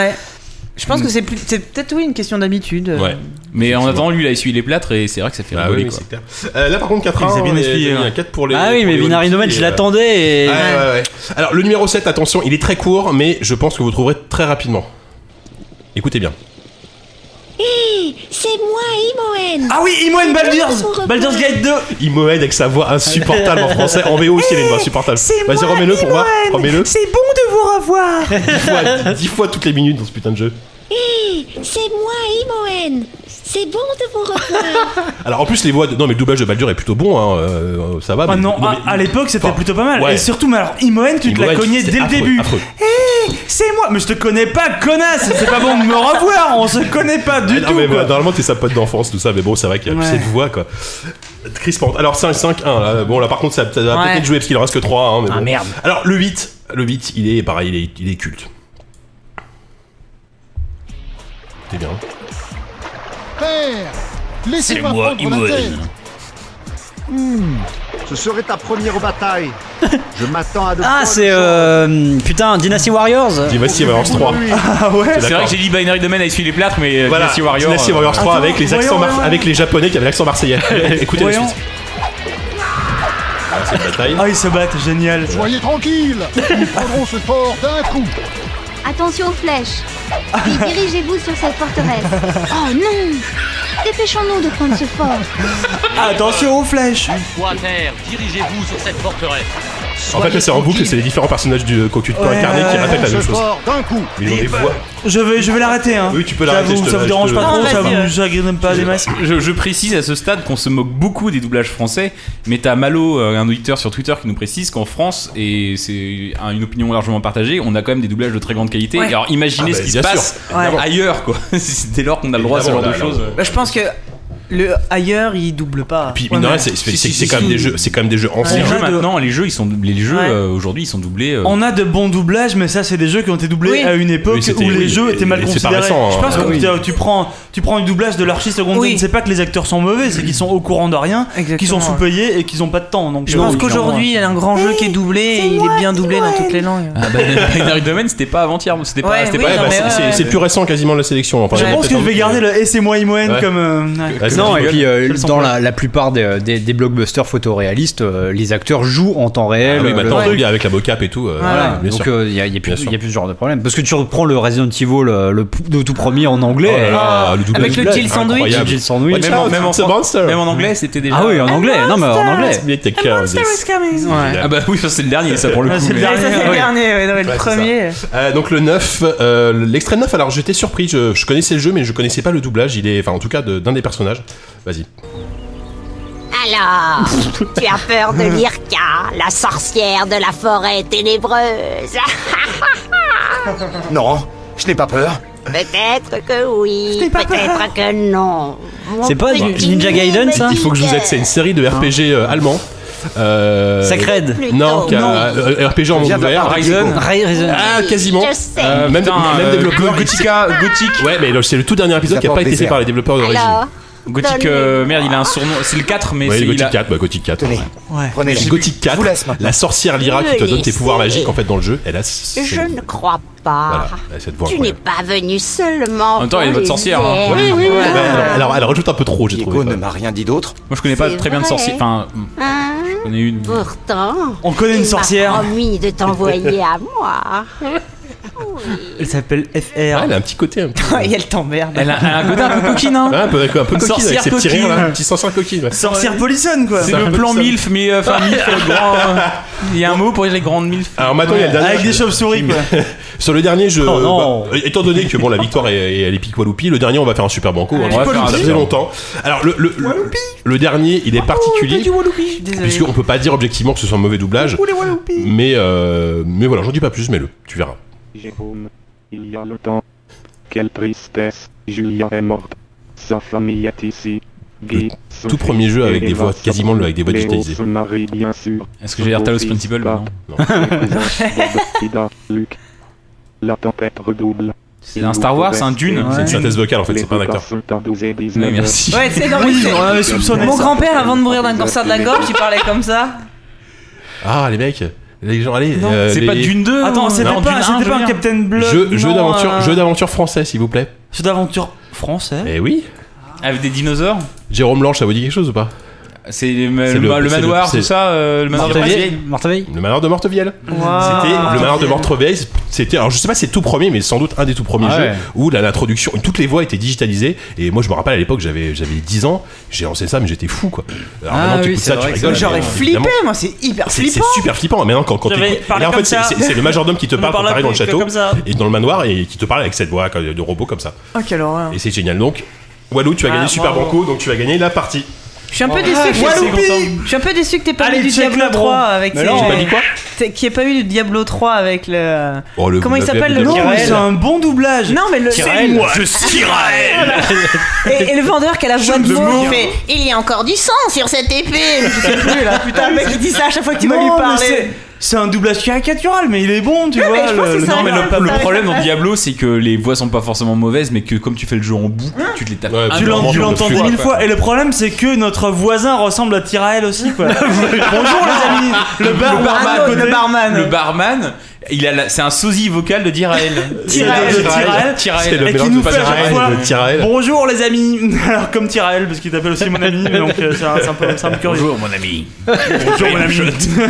Je Mm. pense que c'est plus- c'est peut-être oui une question d'habitude. euh, Ouais. Mais en attendant, lui, il a essuyé les plâtres et Ah c'est vrai que ça fait Bah rigoler, oui, quoi. c'est clair. Euh, là par contre 4 Il les a a bien essuyés, hein. 4 pour les Ah oui, pour mais les Vinari Olympiques, Nomen, je euh, l'attendais et- ouais, ouais, ouais. Alors le numéro 7 attention il est très court mais je pense que vous trouverez très rapidement. Écoutez bien. Hé, c'est moi, Imoen Ah oui, Imoen Baldirs Baldirs Gate 2 Imoed avec sa voix insupportable en français Oh, en VO aussi il a une voix insupportable. Vas-y remets-le pour voir remets-le C'est bon de vous revoir 10 fois, 10 fois toutes les minutes dans ce putain de jeu. Hé, c'est moi, Imoen C'est bon de vous revoir Alors en plus les voix de... non mais le doublage de Baldur est plutôt bon hein, euh, ça va. Ah mais- non, mais- à, à l'époque c'était plutôt pas mal. ouais. Et surtout, mais alors, Imoen, tu te la Imoen, cognais c'est dès le affreux, début. affreux. Hé, c'est moi Mais je te connais pas, connasse C'est pas bon de me revoir, on se connaît pas du Ah non, tout mais quoi. bah, normalement, t'es sa pote d'enfance, tout ça, mais bon, c'est vrai qu'il y a Ouais. cette voix, quoi. Crispante. Alors, 5-5-1, là. Bon, là, par contre, ça, ça va Ouais. peut-être être joué parce qu'il en reste que 3. Hein, mais Ah, bon. merde. Alors, le 8, le 8, il est pareil, il est, il est culte. T'es bien. Père, laissez-moi C'est moi, prendre la Imoen. tête. Ce serait ta première bataille. Je m'attends à de Ah, c'est. euh, putain, Dynasty Warriors Dynasty Warriors 3. Ah C'est vrai que j'ai dit Binary Domain a essuyé les plâtres, mais euh, Voilà, Dynasty Warrior. Dynasty Warriors 3 avec les accents mar- avec les japonais qui avaient l'accent marseillais. Écoutez la Voyons. suite. Ah, c'est une bataille. Ah, ils se battent, génial. Soyez tranquille, nous prendrons ce fort d'un coup. Attention aux flèches. Puis dirigez-vous sur cette forteresse. Oh non Dépêchons-nous de prendre ce fort. Attention aux flèches Fois à terre, dirigez-vous sur cette forteresse. En fait, là, c'est en boucle, c'est les différents personnages du euh, cocu de Ouais, incarné qui ouais, répètent la ouais. même chose. Euh, d'un coup. Mais ils ont des Bah, hein voix. Je vais, je vais l'arrêter, hein. Oui, tu peux Ça l'arrêter, vous- je te- Ça vous je dérange te- pas Non, trop, ça vas-y, vous ouais. chagrine pas des masses. Je, je précise à ce stade qu'on se moque beaucoup des doublages français, mais t'as Malo, euh, un auditeur sur Twitter, qui nous précise qu'en France, et c'est un- une opinion largement partagée, on a quand même des doublages de très grande qualité. Ouais. Et Alors imaginez Ah ce bah, qui se bien passe sûr. Ouais. ailleurs, quoi. C'est dès lors qu'on a le droit à ce genre Évidemment, de là, là, choses. Bah, je pense que le ailleurs il double pas. Puis, mine de rien, c'est- c'est c'est quand même des jeux, c'est quand même des jeux Les anciens. jeux maintenant, les jeux, ils sont, les jeux euh, aujourd'hui, ils sont doublés. euh, On a de bons doublages, mais ça, c'est des jeux qui ont été doublés Oui. à une époque Oui, c'était- où les oui, jeux et- étaient mal et c'est pas considérés. récent, Je pense hein. que Ah oui. tu- tu, prends, tu prends du doublage de l'archi secondaire, Oui. c'est pas que les acteurs sont mauvais, c'est qu'ils sont au courant de rien, qu'ils sont Exactement. sous-payés et qu'ils ont pas de temps. Donc, Je euh, pense oui, qu'aujourd'hui, il y a un grand jeu qui est doublé et il est bien doublé dans toutes les langues. Ah bah, Binary Domain, c'était pas avant-hier, c'était pas. Ouais, c'était oui, pas non, mais C'est- c'est- C'est le plus récent quasiment de la sélection. on en clairement. parlait Je pense peut-être que je vais un- garder le Et c'est moi Imoen Ouais. comme. euh, ouais. Ah, c'est Non, du et vol. puis euh, Je le sens dans pas. la, la plupart des, des- des blockbusters photoréalistes, euh, les acteurs jouent en temps réel. Ah oui, euh, maintenant, le- on vient avec la mocap et tout. euh, Voilà, bien donc sûr. il n'y a, y a plus Bien sûr. y a plus ce genre de problème. Parce que tu reprends le Resident Evil, le, le p- le tout premier en anglais. Oh là là, le doublage Avec le doublage, Jill sandwich. incroyable. Le Jill sandwich. Ouais, même en- même en fran- même en anglais, c'était déjà. Ah oui, en anglais. Non, mais en anglais. euh, coming. Ouais. Ah bah oui, ça c'est le dernier, ça pour le Ah, coup. c'est le mais- Ah, ça, c'est le Ouais. dernier, ouais, ouais, le Ouais, c'est premier. Euh, donc le 9, euh, l'extrait 9, alors j'étais surpris, je, je connaissais le jeu mais je connaissais pas le doublage, il est, enfin en tout cas de- d'un des personnages. Vas-y. Alors, tu as peur de l'Irka, la sorcière de la forêt ténébreuse Non, je n'ai pas peur. Peut-être que oui, peut-être que non. Mon C'est pas du petit Ninja Gaiden, ça Il faut que je vous aide, c'est une série de RPG euh, allemand. Euh... Sacred. Non, Plutôt. qui a- Non. euh, RPG en Ça monde vient de la ouvert. part de Risen. Ri- Risen. Ah, quasiment. Je sais. Euh, même, Putain, même euh, développeur. Gothica, Gothic. Ouais, mais le- c'est le tout dernier épisode qui a apporte pas été fait plaisir. par les développeurs d'origine. Alors, Gothic, Donne-le. euh, merde, il a un surnom. C'est le 4, mais ouais, c'est. le il Gothic a- 4, bah, Gothic 4. ouais. Ouais. Prenez Gothic 4, la sorcière Lyra qui te donne tes Laissez. pouvoirs magiques en fait dans le jeu. Elle a. ce- Je ne crois pas. Voilà, cette voix tu n'es incroyable. pas venu seulement. En même temps, elle est votre pour les sorcière. hein. airs. Ouais, elle- Bah, elle- elle rajoute un peu trop, j'ai trouvé. ne m'a rien dit d'autre. Moi, je connais pas C'est très bien de vrai. sorcière. Enfin, Hein je connais une. Pourtant, On connaît une il m'a sorcière. promis de t'envoyer à moi. euh, Elle s'appelle FR. Ah, elle a un petit côté. Et elle t'emmerde. Elle a, elle a un côté un peu coquine, hein. Ouais, un peu, un peu coquine Sorcière avec ses petits coquine. rires, là. Un petit sorcière coquine. ouais. Sorcière Polisson, quoi. C'est le plan MILF, mais euh, enfin, MILF, le grand. euh, Il y a un mot pour les grandes MILF. Alors maintenant, il y a le dernier. Avec des chauves-souris, quoi. Sur le dernier jeu, Oh, non. bah, étant donné que bon la victoire est, est- elle est pique Waloupi, le dernier on va faire un super banco. Allez, on va Waloupi. faire un- ça fait longtemps. Alors le, le, le, le dernier il est particulier puisqu'on peut pas dire objectivement que ce soit un mauvais doublage. Mais euh, mais voilà, j'en dis pas plus, mais le tu verras. Jérôme, il y a longtemps. Quelle tristesse, Julien est morte. Sa famille est ici. Guy, Tout premier jeu avec des voix quasiment avec des voix digitalisées. Marie, bien sûr. Est-ce que j'ai l'air Talos Principal Pas. maintenant Ida, Luc. La tempête redouble. C'est un Star Wars, c'est un Dune. C'est une synthèse vocale en fait, Les c'est pas un acteur. repas sont à 12 et 19. Oui, merci. Ouais, tu sais, dans Oui, les- on avait soupçonné Mon ça. grand-père, avant de mourir d'un cancer de la gorge, il parlait comme ça. Ah les mecs, Les gens, allez. Non, euh, c'est les- pas Dune 2, hein. Attends, ou- c'était Non, pas- Dune c'était 1, pas un je veux dire. Captain Blood, Jeu, jeu non, d'aventure, euh, jeu d'aventure français, s'il vous plaît. Jeu d'aventure français Eh oui. Avec Ah, des dinosaures Jérôme Blanche, ça vous dit quelque chose ou pas C'est le, ma- le manoir, tout ça, euh, le manoir de Mortevielle. Le manoir de Mortevielle. C'était le manoir de Mortevielle. C'était, alors je sais pas, c'est le tout premier, mais sans doute un des tout premiers Ah jeux ouais. où là, l'introduction, toutes les voix étaient digitalisées. Et moi, je me rappelle à l'époque, j'avais, j'avais 10 ans, j'ai lancé ça, mais j'étais fou quoi. Alors Ah maintenant, tu oui, écoutes c'est ça, vrai tu que rigoles. j'aurais mais flippé, évidemment. moi, c'est hyper C'est c'est flippant. super flippant. Maintenant, quand, quand J'avais t'écoutes- parlé Là, en comme fait, c'est- ça. c'est c'est le majordome qui te On parle quand parle t'arrives dans le avec- château comme ça. et dans le manoir et qui te parle avec cette voix quoi, de robot comme ça. Oh, quelle horreur. Et c'est génial. Donc, Walou, tu as Ah, gagné Super bravo. Banco, donc tu as gagné la partie. Je suis un peu Oh, Ah, déçu. je que- suis content. Je suis un peu déçu que t'aies pas Allez, mis du check Diablo la 3 bronze. avec. Mais ses- non. J'ai pas dit quoi T'es- Qu'il n'y ait pas eu du Diablo 3 avec le. Oh, le- Comment il le- s'appelle le- le Non, mais c'est un bon doublage. Non mais le. Tirael. Tirael. Et, et le vendeur qui a la voix de me mort moque. fait Il y a encore du sang sur cette épée Je sais plus là, putain, le mec il dit ça à chaque fois que tu vas Ah, Non, lui mais parler. c'est- C'est un doublage caricatural, mais il est bon, tu Ouais, vois. mais je pense que le- ça Non, mais arrive, ça le, le arrive. problème dans Diablo, c'est que les voix sont pas forcément mauvaises, mais que comme tu fais le jeu en boucle, tu te les tapes. un Hein Euh, Tu l'en- peu tu en l'entends dessus, dix mille quoi. fois. Et le problème, c'est que notre voisin ressemble à Tyrael aussi, quoi. Bonjour, les amis. Le, bar- à côté. le barman. Le barman, il a la- c'est un sosie vocal de Dirael. Tyrael, Et de- de Tyrael, Tyrael. et qui nous fait à chaque fois Bonjour les amis. Alors comme Tyrael parce qu'il t'appelle aussi mon ami, donc euh, c'est un, c'est un peu, c'est un peu curieux. Bonjour mon ami. Bonjour mon ami. Bon.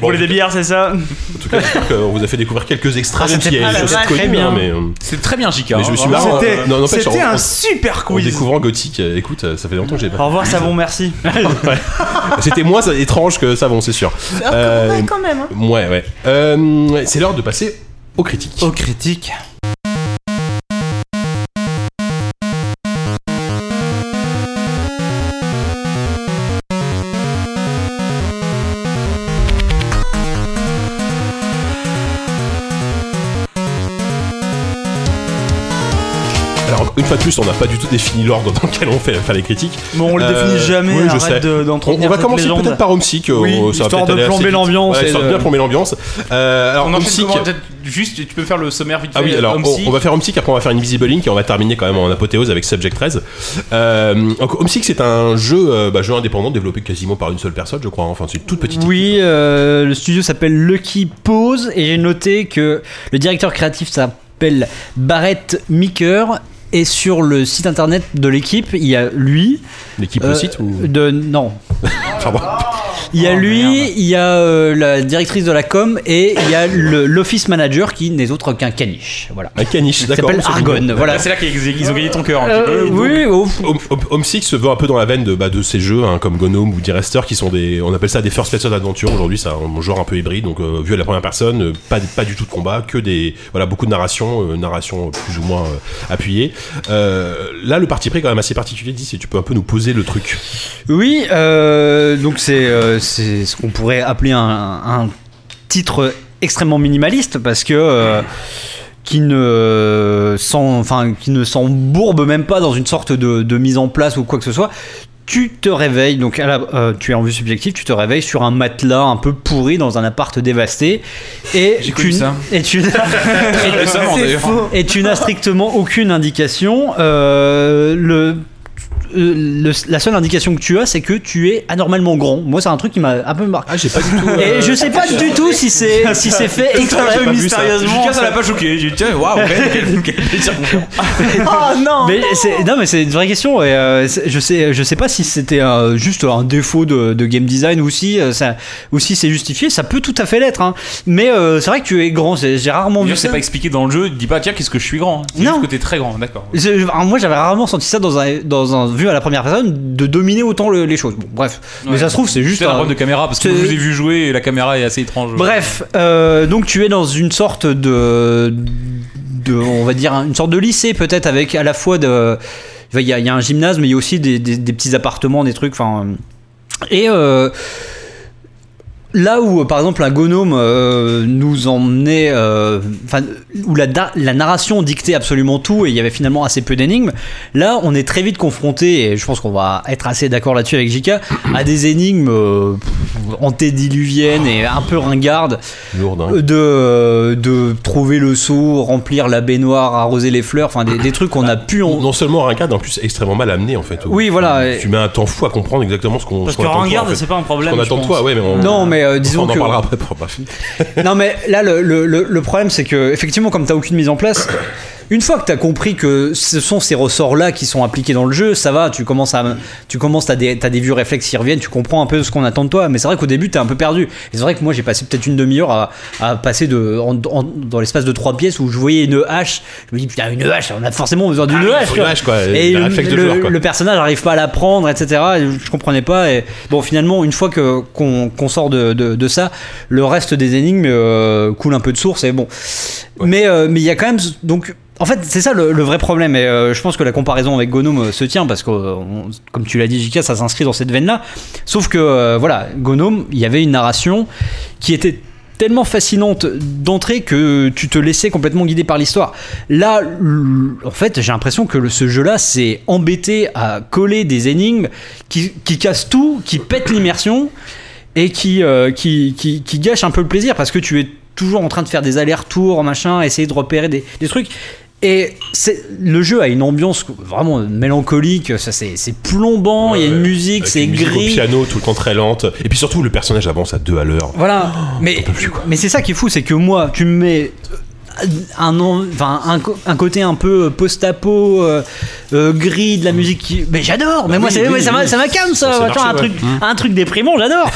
Vous voulez des bières, c'est ça En tout cas, j'espère qu'on vous a fait découvrir quelques extraits. Ah, même c'était s'il y a pas la des choses vache. connues, Très bien. hein, hein, mais, euh, C'est très bien, Jika. mais je me suis marré. C'était- euh, non, n'empêche, c'était en- un en- super En quiz. découvrant Gothic, euh, écoute, euh, ça fait longtemps que j'ai pas. Au revoir Savon, merci. C'était moins ça- étrange que Savon, c'est sûr. Euh, Ouais, quand même. hein. Ouais, ouais. Euh, c'est l'heure de passer aux critiques. Aux critiques. Alors, une fois de plus, on n'a pas du tout défini l'ordre dans lequel on fait, faire les critiques. Euh, Bon, on le définit jamais, oui, je arrête sais. de- on, d'entretenir on va cette commencer légende. peut-être par Homesick. euh, Oui, ça va histoire peut-être de aller assez plomber vite. l'ambiance Ouais, et histoire de de- bien plomber l'ambiance. Euh, alors, On enchaîne Homesick- comment Peut-être Juste, tu peux faire le sommaire vite fait. Ah oui, alors Home on, Sick. on va faire Homesick, après on va faire Invisible Link et on va terminer quand même en apothéose avec Subject 13. Euh, donc Homesick, c'est un jeu, euh, bah, jeu indépendant développé quasiment par une seule personne, je crois. hein. Enfin, c'est une toute petite. Oui, euh, le studio s'appelle Lucky Pose et j'ai noté que le directeur créatif s'appelle Barrett Meeker et sur le site internet de l'équipe, il y a lui. L'équipe euh, le site ou Oh, de Non. Pardon. Il y a lui, il y a euh, la directrice de la com et il y a le- l'office manager qui n'est autre qu'un caniche. Voilà. Un caniche, d'accord. s'appelle c'est Argonne, mignon. voilà. C'est là qu'ils ont gagné ton cœur. un petit peu. Euh, oui, Home- Home- Homesick se veut un peu dans la veine de, bah, de ces jeux hein, comme Gnome ou D-Rester qui sont des on appelle ça des first person adventure aujourd'hui c'est un genre un peu hybride donc euh, vu à la première personne euh, pas, pas du tout de combat que des voilà beaucoup de narration euh, narration plus ou moins euh, appuyée Euh, là le parti pris est quand même assez particulier dit si tu peux un peu nous poser le truc Oui, euh, donc c'est euh, c'est ce qu'on pourrait appeler un, un titre extrêmement minimaliste parce que euh, qui ne s'en- enfin qui ne s'embourbe même pas dans une sorte de, de mise en place ou quoi que ce soit. Tu te réveilles, donc à la- euh, tu es en vue subjective, tu te réveilles sur un matelas un peu pourri dans un appart dévasté et J'ai tu connu ça. et tu Très récemment, Euh, C'est d'ailleurs. faux. Et tu n'as strictement aucune indication. euh, le, euh, le- la seule indication que tu as, c'est que tu es anormalement grand. Moi, c'est un truc qui m'a un peu marqué. j'ai pas du tout. Et je sais pas du tout si c'est si c'est fait J'ai extrêmement pas vu ça. Jika, ça l'a pas choqué. J'ai dit, tiens, waouh, quel quel plaisir qu'on fait. Oh non mais c'est non mais c'est une vraie question et euh, c'est- je sais je sais pas si c'était euh, juste un défaut de, de game design ou si euh, ça ou si c'est justifié ça peut tout à fait l'être hein. mais euh, c'est vrai que tu es grand c'est- j'ai rarement vu D'ailleurs, ça C'est pas expliqué dans le jeu. Dis pas, tiens, qu'est-ce que je suis grand. hein. C'est juste que t'es très grand, d'accord. Je- je- alors moi j'avais rarement senti ça dans un, dans un vu à la première personne de dominer autant le- les choses. Bon bref, mais ça se trouve c'est juste un un- problème de caméra parce que c'est- je vous ai vu jouer et la caméra est assez étrange. Bref, euh, donc tu es dans une sorte de, de- on va dire une sorte de lycée peut-être avec à la fois de, il y, a- il y a un gymnase mais il y a aussi des, des- des petits appartements, des trucs, enfin et euh, Là où, euh, par exemple, un gonome euh, nous emmenait, euh, enfin, où la, da- la narration dictait absolument tout et il y avait finalement assez peu d'énigmes, là, on est très vite confronté, et je pense qu'on va être assez d'accord là-dessus avec Jika, à des énigmes euh, pff, antédiluvienne et un peu ringarde Lourde, hein. de, euh, de trouver le seau, remplir la baignoire, arroser les fleurs, enfin des, des trucs qu'on a pu. Ah, Non seulement Ringard, en plus extrêmement mal amené en fait. Oui, voilà. Tu mets un temps fou à comprendre exactement ce qu'on. Parce ce qu'on que attend de toi, Ringard, en fait. c'est pas un problème, Ce qu'on je attend de pense. toi, ouais, mais on. Non, mais, euh, enfin, disons on en que- parlera après pour bref. non mais là le, le- le- le problème c'est que effectivement comme t'as aucune mise en place une fois que t'as compris que ce sont ces ressorts là qui sont appliqués dans le jeu ça va tu commences à tu commences t'as des t'as des vieux réflexes qui reviennent tu comprends un peu ce qu'on attend de toi mais c'est vrai qu'au début t'es un peu perdu et c'est vrai que moi j'ai passé peut-être une demi-heure à, à passer de en- en- dans l'espace de trois pièces où je voyais une hache je me dis putain une hache on a forcément besoin d'une Ah, hache, faut une hache, quoi. et Le le, réflexe de le- joueur, quoi. le personnage n'arrive pas à la prendre, etc. Et Je je comprenais pas. Et bon, finalement, une fois que qu'on qu'on sort de, de- de ça, le reste des énigmes euh, coule un peu de source. Et bon, mais euh, mais il y a quand même donc. En fait, c'est ça le, le vrai problème, et euh, je pense que la comparaison avec Gnome euh, se tient parce que, euh, on- comme tu l'as dit, Jika, ça s'inscrit dans cette veine-là. Sauf que, euh, voilà, Gnome, il y avait une narration qui était tellement fascinante d'entrée que tu te laissais complètement guider par l'histoire. Là, l- en fait, j'ai l'impression que le- ce jeu-là s'est embêté à coller des énigmes qui, qui cassent tout, qui pètent l'immersion et qui, euh, qui, qui, qui gâchent un peu le plaisir parce que tu es toujours en train de faire des allers-retours, machin, essayer de repérer des, des trucs. Et c'est- le jeu a une ambiance vraiment mélancolique, ça c'est c'est plombant, il y a une musique, Avec c'est une musique au gris. piano tout le temps très lente. Et puis surtout, le personnage avance à deux à l'heure. Voilà. Oh, mais mais c'est ça qui est fou, c'est que moi, tu me mets euh, un, en- enfin, un, co- un côté un peu post-apo, euh, euh, gris de la musique. qui- Mais j'adore. mais Mmh. Bah moi, oui, c'est, oui, mais ça, m'a- oui. ça m'a calme ça. Ça, c'est Attends, marché, un ouais. Mmh. Hein. truc, un truc déprimant, j'adore.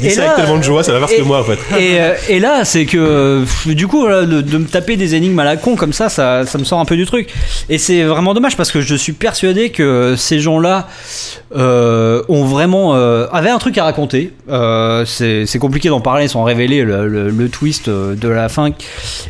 Dis ça avec tellement de joie, ça l'inverse et- que moi en fait. Et, euh, et là, c'est que pff, du coup, là, de, de me taper des énigmes à la con comme ça, ça, ça me sort un peu du truc. Et c'est vraiment dommage parce que je suis persuadé que ces gens-là euh, ont vraiment euh, avaient un truc à raconter. Euh, c'est c'est compliqué d'en parler sans révéler le, le- le twist euh, de la fin.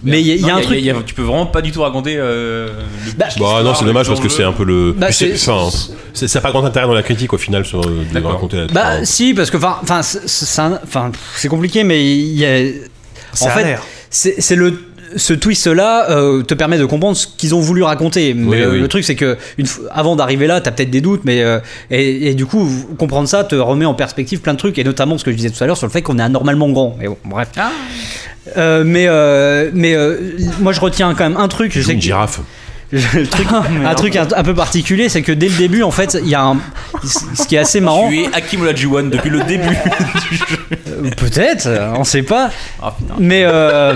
Mais il y, a- il y Non, a un truc. y a- tu peux vraiment pas du tout raconter. euh, le- Ah, Bah non, c'est dommage parce que c'est un peu le. Bah, puis c'est, c'est- enfin, c'est- ça n'a pas grand intérêt dans la critique au final sur, euh, de raconter la Bah si, parce que enfin, enfin, c'est- c'est un- enfin, c'est compliqué, mais il y a. Ça en a fait, l'air. c'est c'est le ce twist-là euh, te permet de comprendre ce qu'ils ont voulu raconter. Mais Oui, le, oui. le truc, c'est que une fois- avant d'arriver là, t'as peut-être des doutes, mais euh, et, et du coup, vous- comprendre ça te remet en perspective plein de trucs, et notamment ce que je disais tout à l'heure sur le fait qu'on est anormalement grand. Mais bon, bref. Euh, mais euh, mais euh, moi, je retiens quand même un truc. Je sais une que- girafe. le truc- un truc un, un peu particulier, c'est que dès le début, en fait, il y a un. Ce qui est assez marrant. Tu es Hakim Olajuwon depuis le début. Euh, Peut-être, euh, on sait pas. mais euh,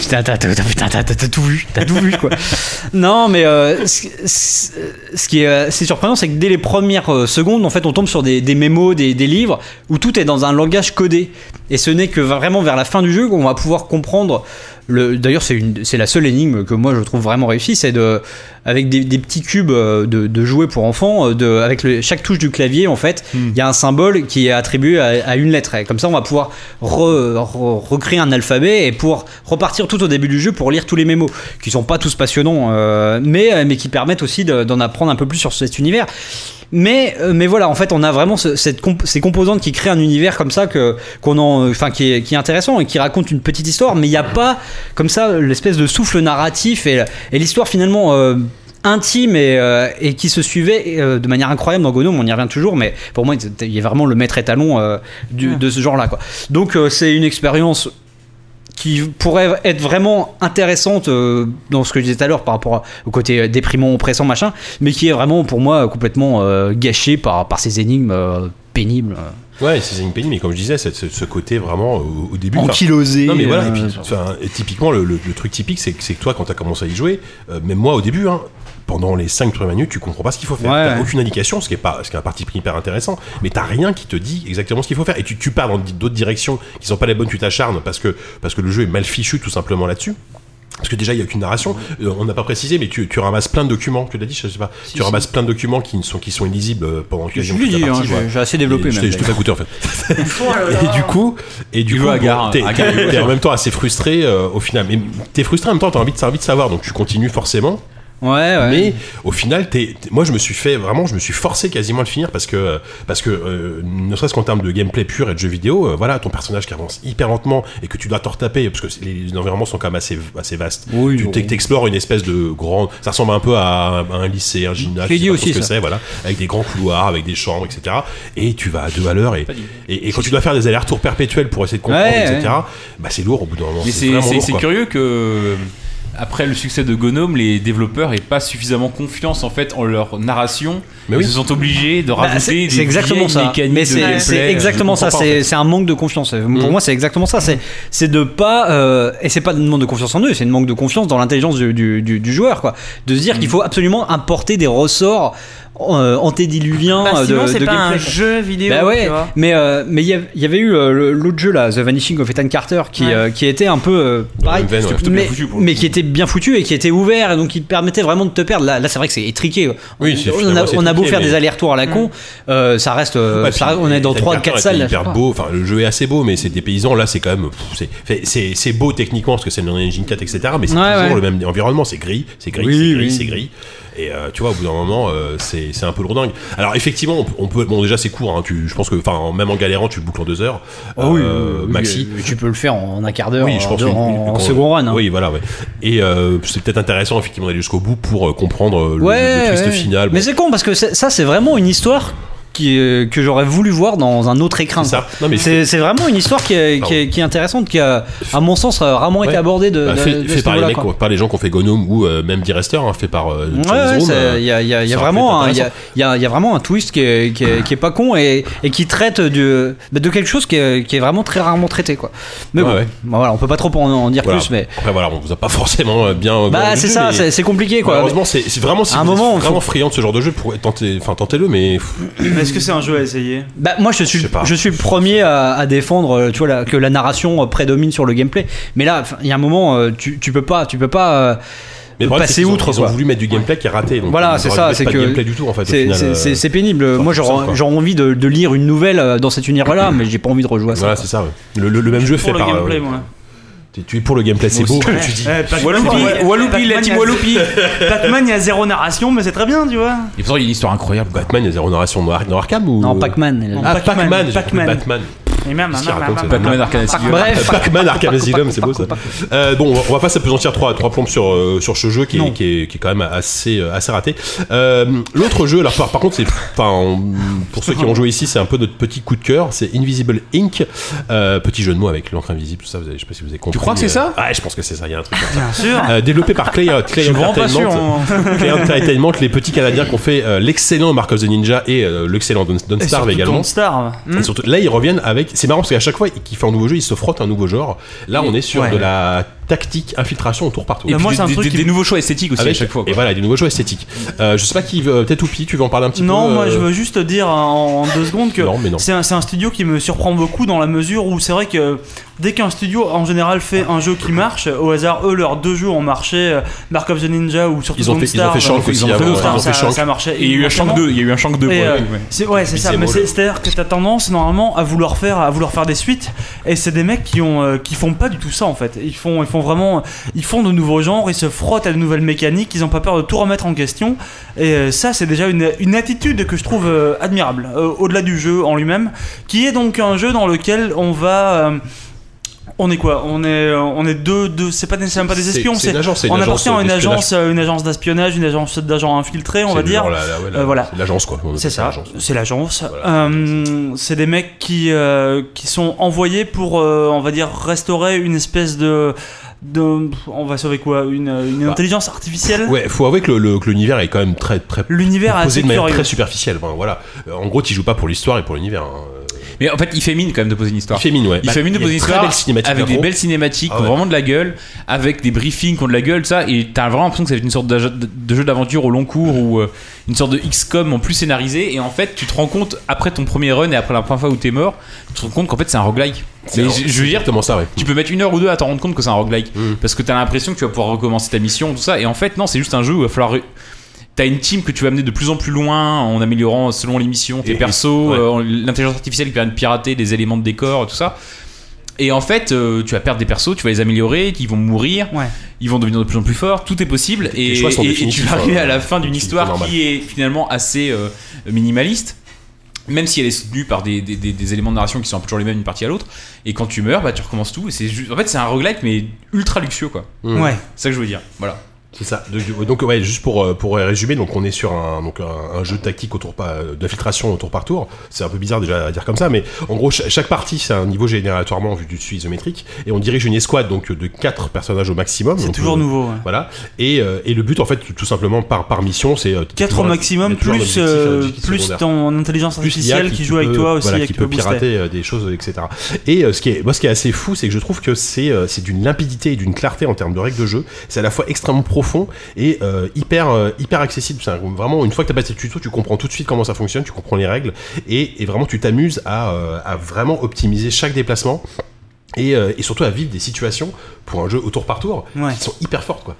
putain, t'as t'as- putain, t'as- t'as- t'as tout vu, t'as tout vu quoi. Non, mais euh, ce, ce- ce qui est assez surprenant, c'est que dès les premières euh, secondes, en fait, on tombe sur des, des mémos, des, des livres où tout est dans un langage codé. Et ce n'est que vraiment vers la fin du jeu qu'on va pouvoir comprendre. le- D'ailleurs, c'est une- c'est la seule énigme que moi je trouve vraiment réussie, c'est de avec des, des petits cubes euh, de, de jouets pour enfants, euh, de, avec le- chaque touche du clavier en fait, il y a un symbole qui est attribué à, à une lettre. Et comme ça, on va pouvoir re- re- recréer un alphabet et pour repartir tout au début du jeu pour lire tous les mémos, qui sont pas tous passionnants, euh, mais, euh, mais qui permettent aussi de- d'en apprendre un peu plus sur cet univers. Mais, euh, mais voilà, en fait, on a vraiment ce- cette comp- ces composantes qui créent un univers comme ça que, qu'on en, enfin, qui, est, qui est intéressant et qui raconte une petite histoire, mais il n'y a pas comme ça l'espèce de souffle narratif et, et l'histoire finalement euh, intime et, euh, et qui se suivait euh, de manière incroyable dans Gnome, on y revient toujours, mais pour moi, il y a vraiment le maître étalon euh, du- de ce genre-là. Quoi. Donc, euh, c'est une expérience qui pourrait être vraiment intéressante euh, dans ce que je disais tout à l'heure par rapport à- au côté euh, déprimant, oppressant, machin, mais qui est vraiment pour moi euh, complètement euh, gâché par, par ces énigmes euh, pénibles. euh. Ouais, c'est une pénible, mais comme je disais, c'est ce, ce côté vraiment euh, au, au début. enfin, Ankylosé, Non, mais voilà, euh, et puis, enfin, et typiquement, le, le- le truc typique, c'est que, c'est que toi, quand t'as commencé à y jouer, euh, même moi au début, hein, pendant les 5 premières minutes, tu comprends pas ce qu'il faut faire. Ouais. T'as aucune indication, ce qui est pas, ce qui est un parti pris hyper intéressant, mais t'as rien qui te dit exactement ce qu'il faut faire. Et tu, tu pars dans d'autres directions qui sont pas les bonnes, tu t'acharnes parce que, parce que le jeu est mal fichu tout simplement là-dessus. Parce que déjà, il n'y a aucune narration. Euh, on n'a pas précisé, mais tu, tu ramasses plein de documents. Tu l'as dit, je sais pas. tu ramasses plein de documents qui ne sont, qui sont illisibles euh, pendant Je quasiment l'ai toute la dit, hein, partie. j'ai- ouais. j'ai assez développé, Et Je t'ai même, je t'ai pas d'ailleurs. goûté, en fait. Et du coup, et du coup, à bon, Gare, t'es à Gare. t'es- t'es en même temps assez frustré euh, au final. Mais t'es frustré en même temps, t'as envie de, t'as envie de savoir, donc tu continues forcément. Mais au final, t'es- t'es- moi je me suis fait vraiment, je me suis forcé quasiment à le finir parce que parce que euh, ne serait-ce qu'en termes de gameplay pur et de jeu vidéo, euh, voilà, ton personnage qui avance hyper lentement et que tu dois t'en retaper parce que les, les environnements sont quand même assez assez vastes. tu t'ex- t'explores une espèce de grand, ça ressemble un peu à, un- à un lycée, un gymnase, l'ai je sais dit pas trop aussi, ce que ça. c'est, voilà, avec des grands couloirs, avec des chambres, etc. Et tu vas à deux à l'heure et, Pas dit. et, et quand tu dois faire des allers-retours perpétuels pour essayer de comprendre, Ouais, etc. ouais. Bah c'est lourd au bout d'un moment. Mais c'est c'est vraiment c'est- lourd, c'est quoi. curieux que euh, après le succès de Gnome, les développeurs n'aient pas suffisamment confiance en fait en leur narration. Mais ils oui. se sont obligés de Bah, rajouter c'est- des c'est exactement vieilles ça. mécaniques Mais de c'est gameplay. euh, c'est exactement Je ça. comprends pas, en C'est fait. Mm. c'est un manque de confiance. Pour moi, c'est exactement ça. C'est c'est de pas euh, et c'est pas une manque de confiance en eux. C'est une manque de confiance dans l'intelligence du, du- du- du joueur, quoi. De se dire Mm. qu'il faut absolument importer des ressorts euh, antédiluviens Bah, euh, de, sinon, c'est de pas un gameplay. jeu vidéo, Bah ouais. tu vois. Mais euh, mais il y, av- il y avait eu euh, le- l'autre jeu là, The Vanishing of Ethan Carter, qui euh, qui était un peu euh, pareil, même veine, ouais. C'était plutôt mais, bien foutu, pour le mais qui était bien foutu et qui était ouvert et donc qui te permettait vraiment de te perdre. Là, là, c'est vrai que c'est étriqué. Oui, c'est- on, finalement, a, c'est on a beau étriqué, faire mais- Mmh. des allers-retours à la con, euh, ça reste. euh, Ouais, ça- puis on est dans Ethan 3 ou Carter 4 salles. était là, je sais hyper pas. beau. Enfin, le jeu est assez beau, mais c'est des paysans. Là, c'est quand même, pff, c'est- fait- c'est c'est beau techniquement parce que c'est le Engine 4, etc. Mais c'est Ouais, toujours ouais. le même environnement. C'est gris, c'est gris, Oui, c'est oui. gris, c'est gris. Et euh, tu vois, au bout d'un moment, euh, c'est c'est un peu lourdingue. Alors effectivement, on peut- on peut. Bon, déjà, c'est court. hein, tu, je pense que, enfin, même en galérant, tu le boucles en deux heures. Ah oui, euh, oui, oui, maxi. oui, Tu peux le faire en un quart d'heure, Oui, je pense en, oui, en- oui, en qu'on- second run. hein. Oui, voilà. ouais. Et euh, c'est peut-être intéressant effectivement d'aller jusqu'au bout pour euh, comprendre euh, le, le twist ouais. final. Bon, Mais c'est con parce que c'est- ça, c'est vraiment une histoire qui, euh, que j'aurais voulu voir dans un autre écran. quoi. C'est c'est vraiment une histoire qui est, qui est- qui est intéressante, qui a, à mon sens, a rarement été abordée de, bah, de- fait, de fait ce par les niveau-là, mecs, quoi. par les gens qui ont fait Gnome ou euh, même D-Rester, hein, fait par. euh, Ouais, James ouais, Room, c'est- euh, il y a, il y a- il y a ça aurait pu vraiment, être un- il y a, intéressant. il y a- il y a vraiment un twist qui est, qui est- qui est pas con et, et qui traite de, bah, de quelque chose qui est, qui est vraiment très rarement traité, quoi. Mais Ouais, bon, ouais. bah, voilà, on peut pas trop en, en dire Voilà. plus, mais Après, voilà, on vous a pas forcément euh, bien. Bah, vendu le c'est jeu, ça, mais c'est- c'est compliqué, quoi. Malheureusement, c'est c'est vraiment. Si À un vous êtes moment, vraiment faut- friand de ce genre de jeu, pour tenter, enfin, tentez-le, mais. Mais est-ce que c'est un jeu à essayer Bah moi je suis, je, suis le premier à, à défendre, euh, tu vois, la- que la narration euh, prédomine sur le gameplay. Mais là, enfin, il y a un moment, euh, tu, tu peux pas, tu peux pas euh, Mais le problème, c'est passer qu'ils ont- outre. Ils ont quoi. voulu mettre du gameplay qui est raté. donc ils Voilà, auraient c'est dû ça, mettre c'est pas que de gameplay du tout en fait. au c'est- final, c'est- c'est- euh, c'est pénible. ça Moi, fait ça, j'aurais quoi. j'aurais envie de, de lire une nouvelle euh, dans cet univers-là, mais j'ai pas envie de rejouer à ça. Voilà, quoi. c'est ça. ouais. Le le- le même jeu fait Pour le par. euh, gameplay, moi. tu- Tu es pour le gameplay, c'est beau. Moi comme aussi. tu dis. Eh, Pac- Wallopy, Pac- Wallopy, la Pac-Man, team il y a- Wallopy. Pac-Man, il y a zéro narration, mais c'est très bien, tu vois. Et pourtant, il y a une histoire incroyable. Batman, il y a zéro narration dans Ar- dans Arkham ou Non, Pac-Man, elle a- Ah, Pac-Man, Pac-Man. j'ai compris Pac-Man. Batman. Et même, Qu'est-ce qu'il raconte, ça Pac-Man Arkham Asylum. Bref, Pac-Man Arkham Asylum, c'est beau ça. Euh, bon, on va- on va pas s'apesantir trois trois plombes sur euh, sur ce jeu qui est, qui est qui est quand même assez euh, assez raté. Euh, L'autre jeu, là, par, par contre, c'est enfin on- pour ceux qui ont joué ici, c'est un peu notre petit coup de cœur. C'est Invisible Ink, Euh, petit jeu de mots avec l'encre invisible, tout ça. Vous avez, je sais pas si vous avez compris. crois que c'est euh, ça Ouais, je pense que c'est ça. Il y a un truc. comme ça. Bien sûr. Euh, développé par Clay, Clay Je me rends pas Entertainment. sûr, hein. Clay Entertainment, les petits Canadiens qui ont fait euh, l'excellent Mark of the Ninja et euh, l'excellent Don't, Don't Et Starve surtout également. Don't Starve. Et surtout, là, ils reviennent avec. C'est marrant parce qu'à chaque fois qu'ils font un nouveau jeu, ils se frottent un nouveau genre. Là, on est sur Ouais. de la tactique, infiltration au tour par tour. Et moi, c'est un truc qui- Avec- fois. Et voilà, des nouveaux choix esthétiques. Euh, je sais pas qui veut. Peut-être Oupi, tu veux en parler un petit Non, peu moi euh, je veux juste dire en, en deux secondes que Non, mais non. c'est un, c'est un studio qui me surprend beaucoup dans la mesure où c'est vrai que dès qu'un studio en général fait un jeu qui marche, au hasard, eux leurs deux jeux ont marché, euh, Mark of the Ninja ou surtout Ils ont Don't fait- ils ont Starve, fait Shank aussi avant, Don't ouais. Starve, Ils ont fait ça- Shank. ça marchait. Et il y a eu un Shank 2, il y a eu un Shank 2 Et, pour euh, le coup, ouais. c'est- Ouais, c'est Puis ça, c'est mais moche. c'est- c'est-à-dire que t'as tendance normalement à vouloir faire, à vouloir faire des suites, et c'est des mecs qui ont, euh, qui font pas du tout ça en fait. Ils font, ils font vraiment, ils font de nouveaux genres, ils se frottent à de nouvelles mécaniques, ils ont pas peur de tout remettre en question. Et euh, ça, c'est déjà une, une attitude que je trouve euh, admirable, euh, au-delà du jeu en lui-même, qui est donc un jeu dans lequel on va. euh, on est quoi On est euh, on est deux deux. C'est pas c'est même pas des C'est- espions. c'est une agence, c'est une on agence appartient à une d'espionnage. agence euh, une agence d'aspionnage, une agence d'agents infiltrés, on c'est va le dire. genre, la- la- ouais, la- Euh, voilà. c'est L'agence, quoi. On C'est appelle ça, l'agence. c'est l'agence. Euh, c'est des mecs qui, euh, qui sont envoyés pour, euh, on va dire, restaurer une espèce de. de on va sauver quoi Une, une Bah. intelligence artificielle Ouais, faut avouer que le- le- que l'univers est quand même très très L'univers est posé assez de manière curieux. très superficielle. Enfin, voilà. Euh, En gros, tu joues pas pour l'histoire et pour l'univers. hein. Mais en fait, il fait mine quand même de poser une histoire. Il fait mine, ouais. Il Bah, fait mine de il y a poser une une très histoire belle cinématique, avec des gros. belles cinématiques, Ah qui ont ouais. vraiment de la gueule, avec des briefings qui ont de la gueule, ça. Et t'as vraiment l'impression que c'est une sorte d'age- de jeu d'aventure au long cours ou euh, une sorte de XCOM en plus scénarisé. Et en fait, tu te rends compte après ton premier run et après la première fois où t'es mort, tu te rends compte qu'en fait c'est un roguelike. C'est- Mais c'est je, je veux dire, exactement ça, ouais. tu peux mettre une heure ou deux à t'en rendre compte que c'est un roguelike parce que t'as l'impression que tu vas pouvoir recommencer ta mission, tout ça. Et en fait, non, c'est juste un jeu où il va falloir. T'as une team que tu vas amener de plus en plus loin en améliorant selon les missions tes persos, euh, l'intelligence artificielle qui permet de pirater des éléments de décor, tout ça. Et en fait, euh, tu vas perdre des persos, tu vas les améliorer, ils vont mourir, ils vont devenir de plus en plus forts, tout est possible. Et, choix sont et- et tu définitifs, vas arriver euh, à la fin d'une c'est histoire normal. qui est finalement assez euh, minimaliste, même si elle est soutenue par des, des- des- des éléments de narration qui sont toujours les mêmes d'une partie à l'autre. Et quand tu meurs, bah, tu recommences tout. Et c'est juste- En fait, c'est un roguelike, mais ultra luxueux, quoi. Mm. Ouais. C'est ça que je veux dire. Voilà. C'est ça. Donc, Donc ouais, juste pour euh, pour résumer, donc on est sur un donc un, un jeu de tactique au tour par euh, d'infiltration au tour par tour. C'est un peu bizarre déjà à dire comme ça, mais en gros cha- chaque partie c'est un niveau génératoirement vu du dessus isométrique et on dirige une escouade donc de quatre personnages au maximum. C'est toujours nouveau, ouais. Voilà. Et, euh, et le but en fait tout simplement par par mission c'est euh, 4 au toujours un- il maximum, y a toujours un plus, objectif, un euh, objectif plus secondaire. ton intelligence Plus l'IA artificielle qui, joue avec peut- toi aussi, voilà, et qui qui peut peut booster. pirater euh, des choses, etc. Et euh, ce qui est, moi, ce qui est assez fou, c'est que je trouve que c'est euh, c'est d'une limpidité et d'une clarté en termes de règles de jeu. C'est à la fois extrêmement profond et euh, hyper euh, hyper accessible. C'est un- vraiment une fois que t'as passé le tuto, tu comprends tout de suite comment ça fonctionne, tu comprends les règles et, et vraiment tu t'amuses à, euh, à vraiment optimiser chaque déplacement. Et, euh, et surtout à vivre des situations pour un jeu au tour par tour Ouais. qui sont hyper fortes quoi.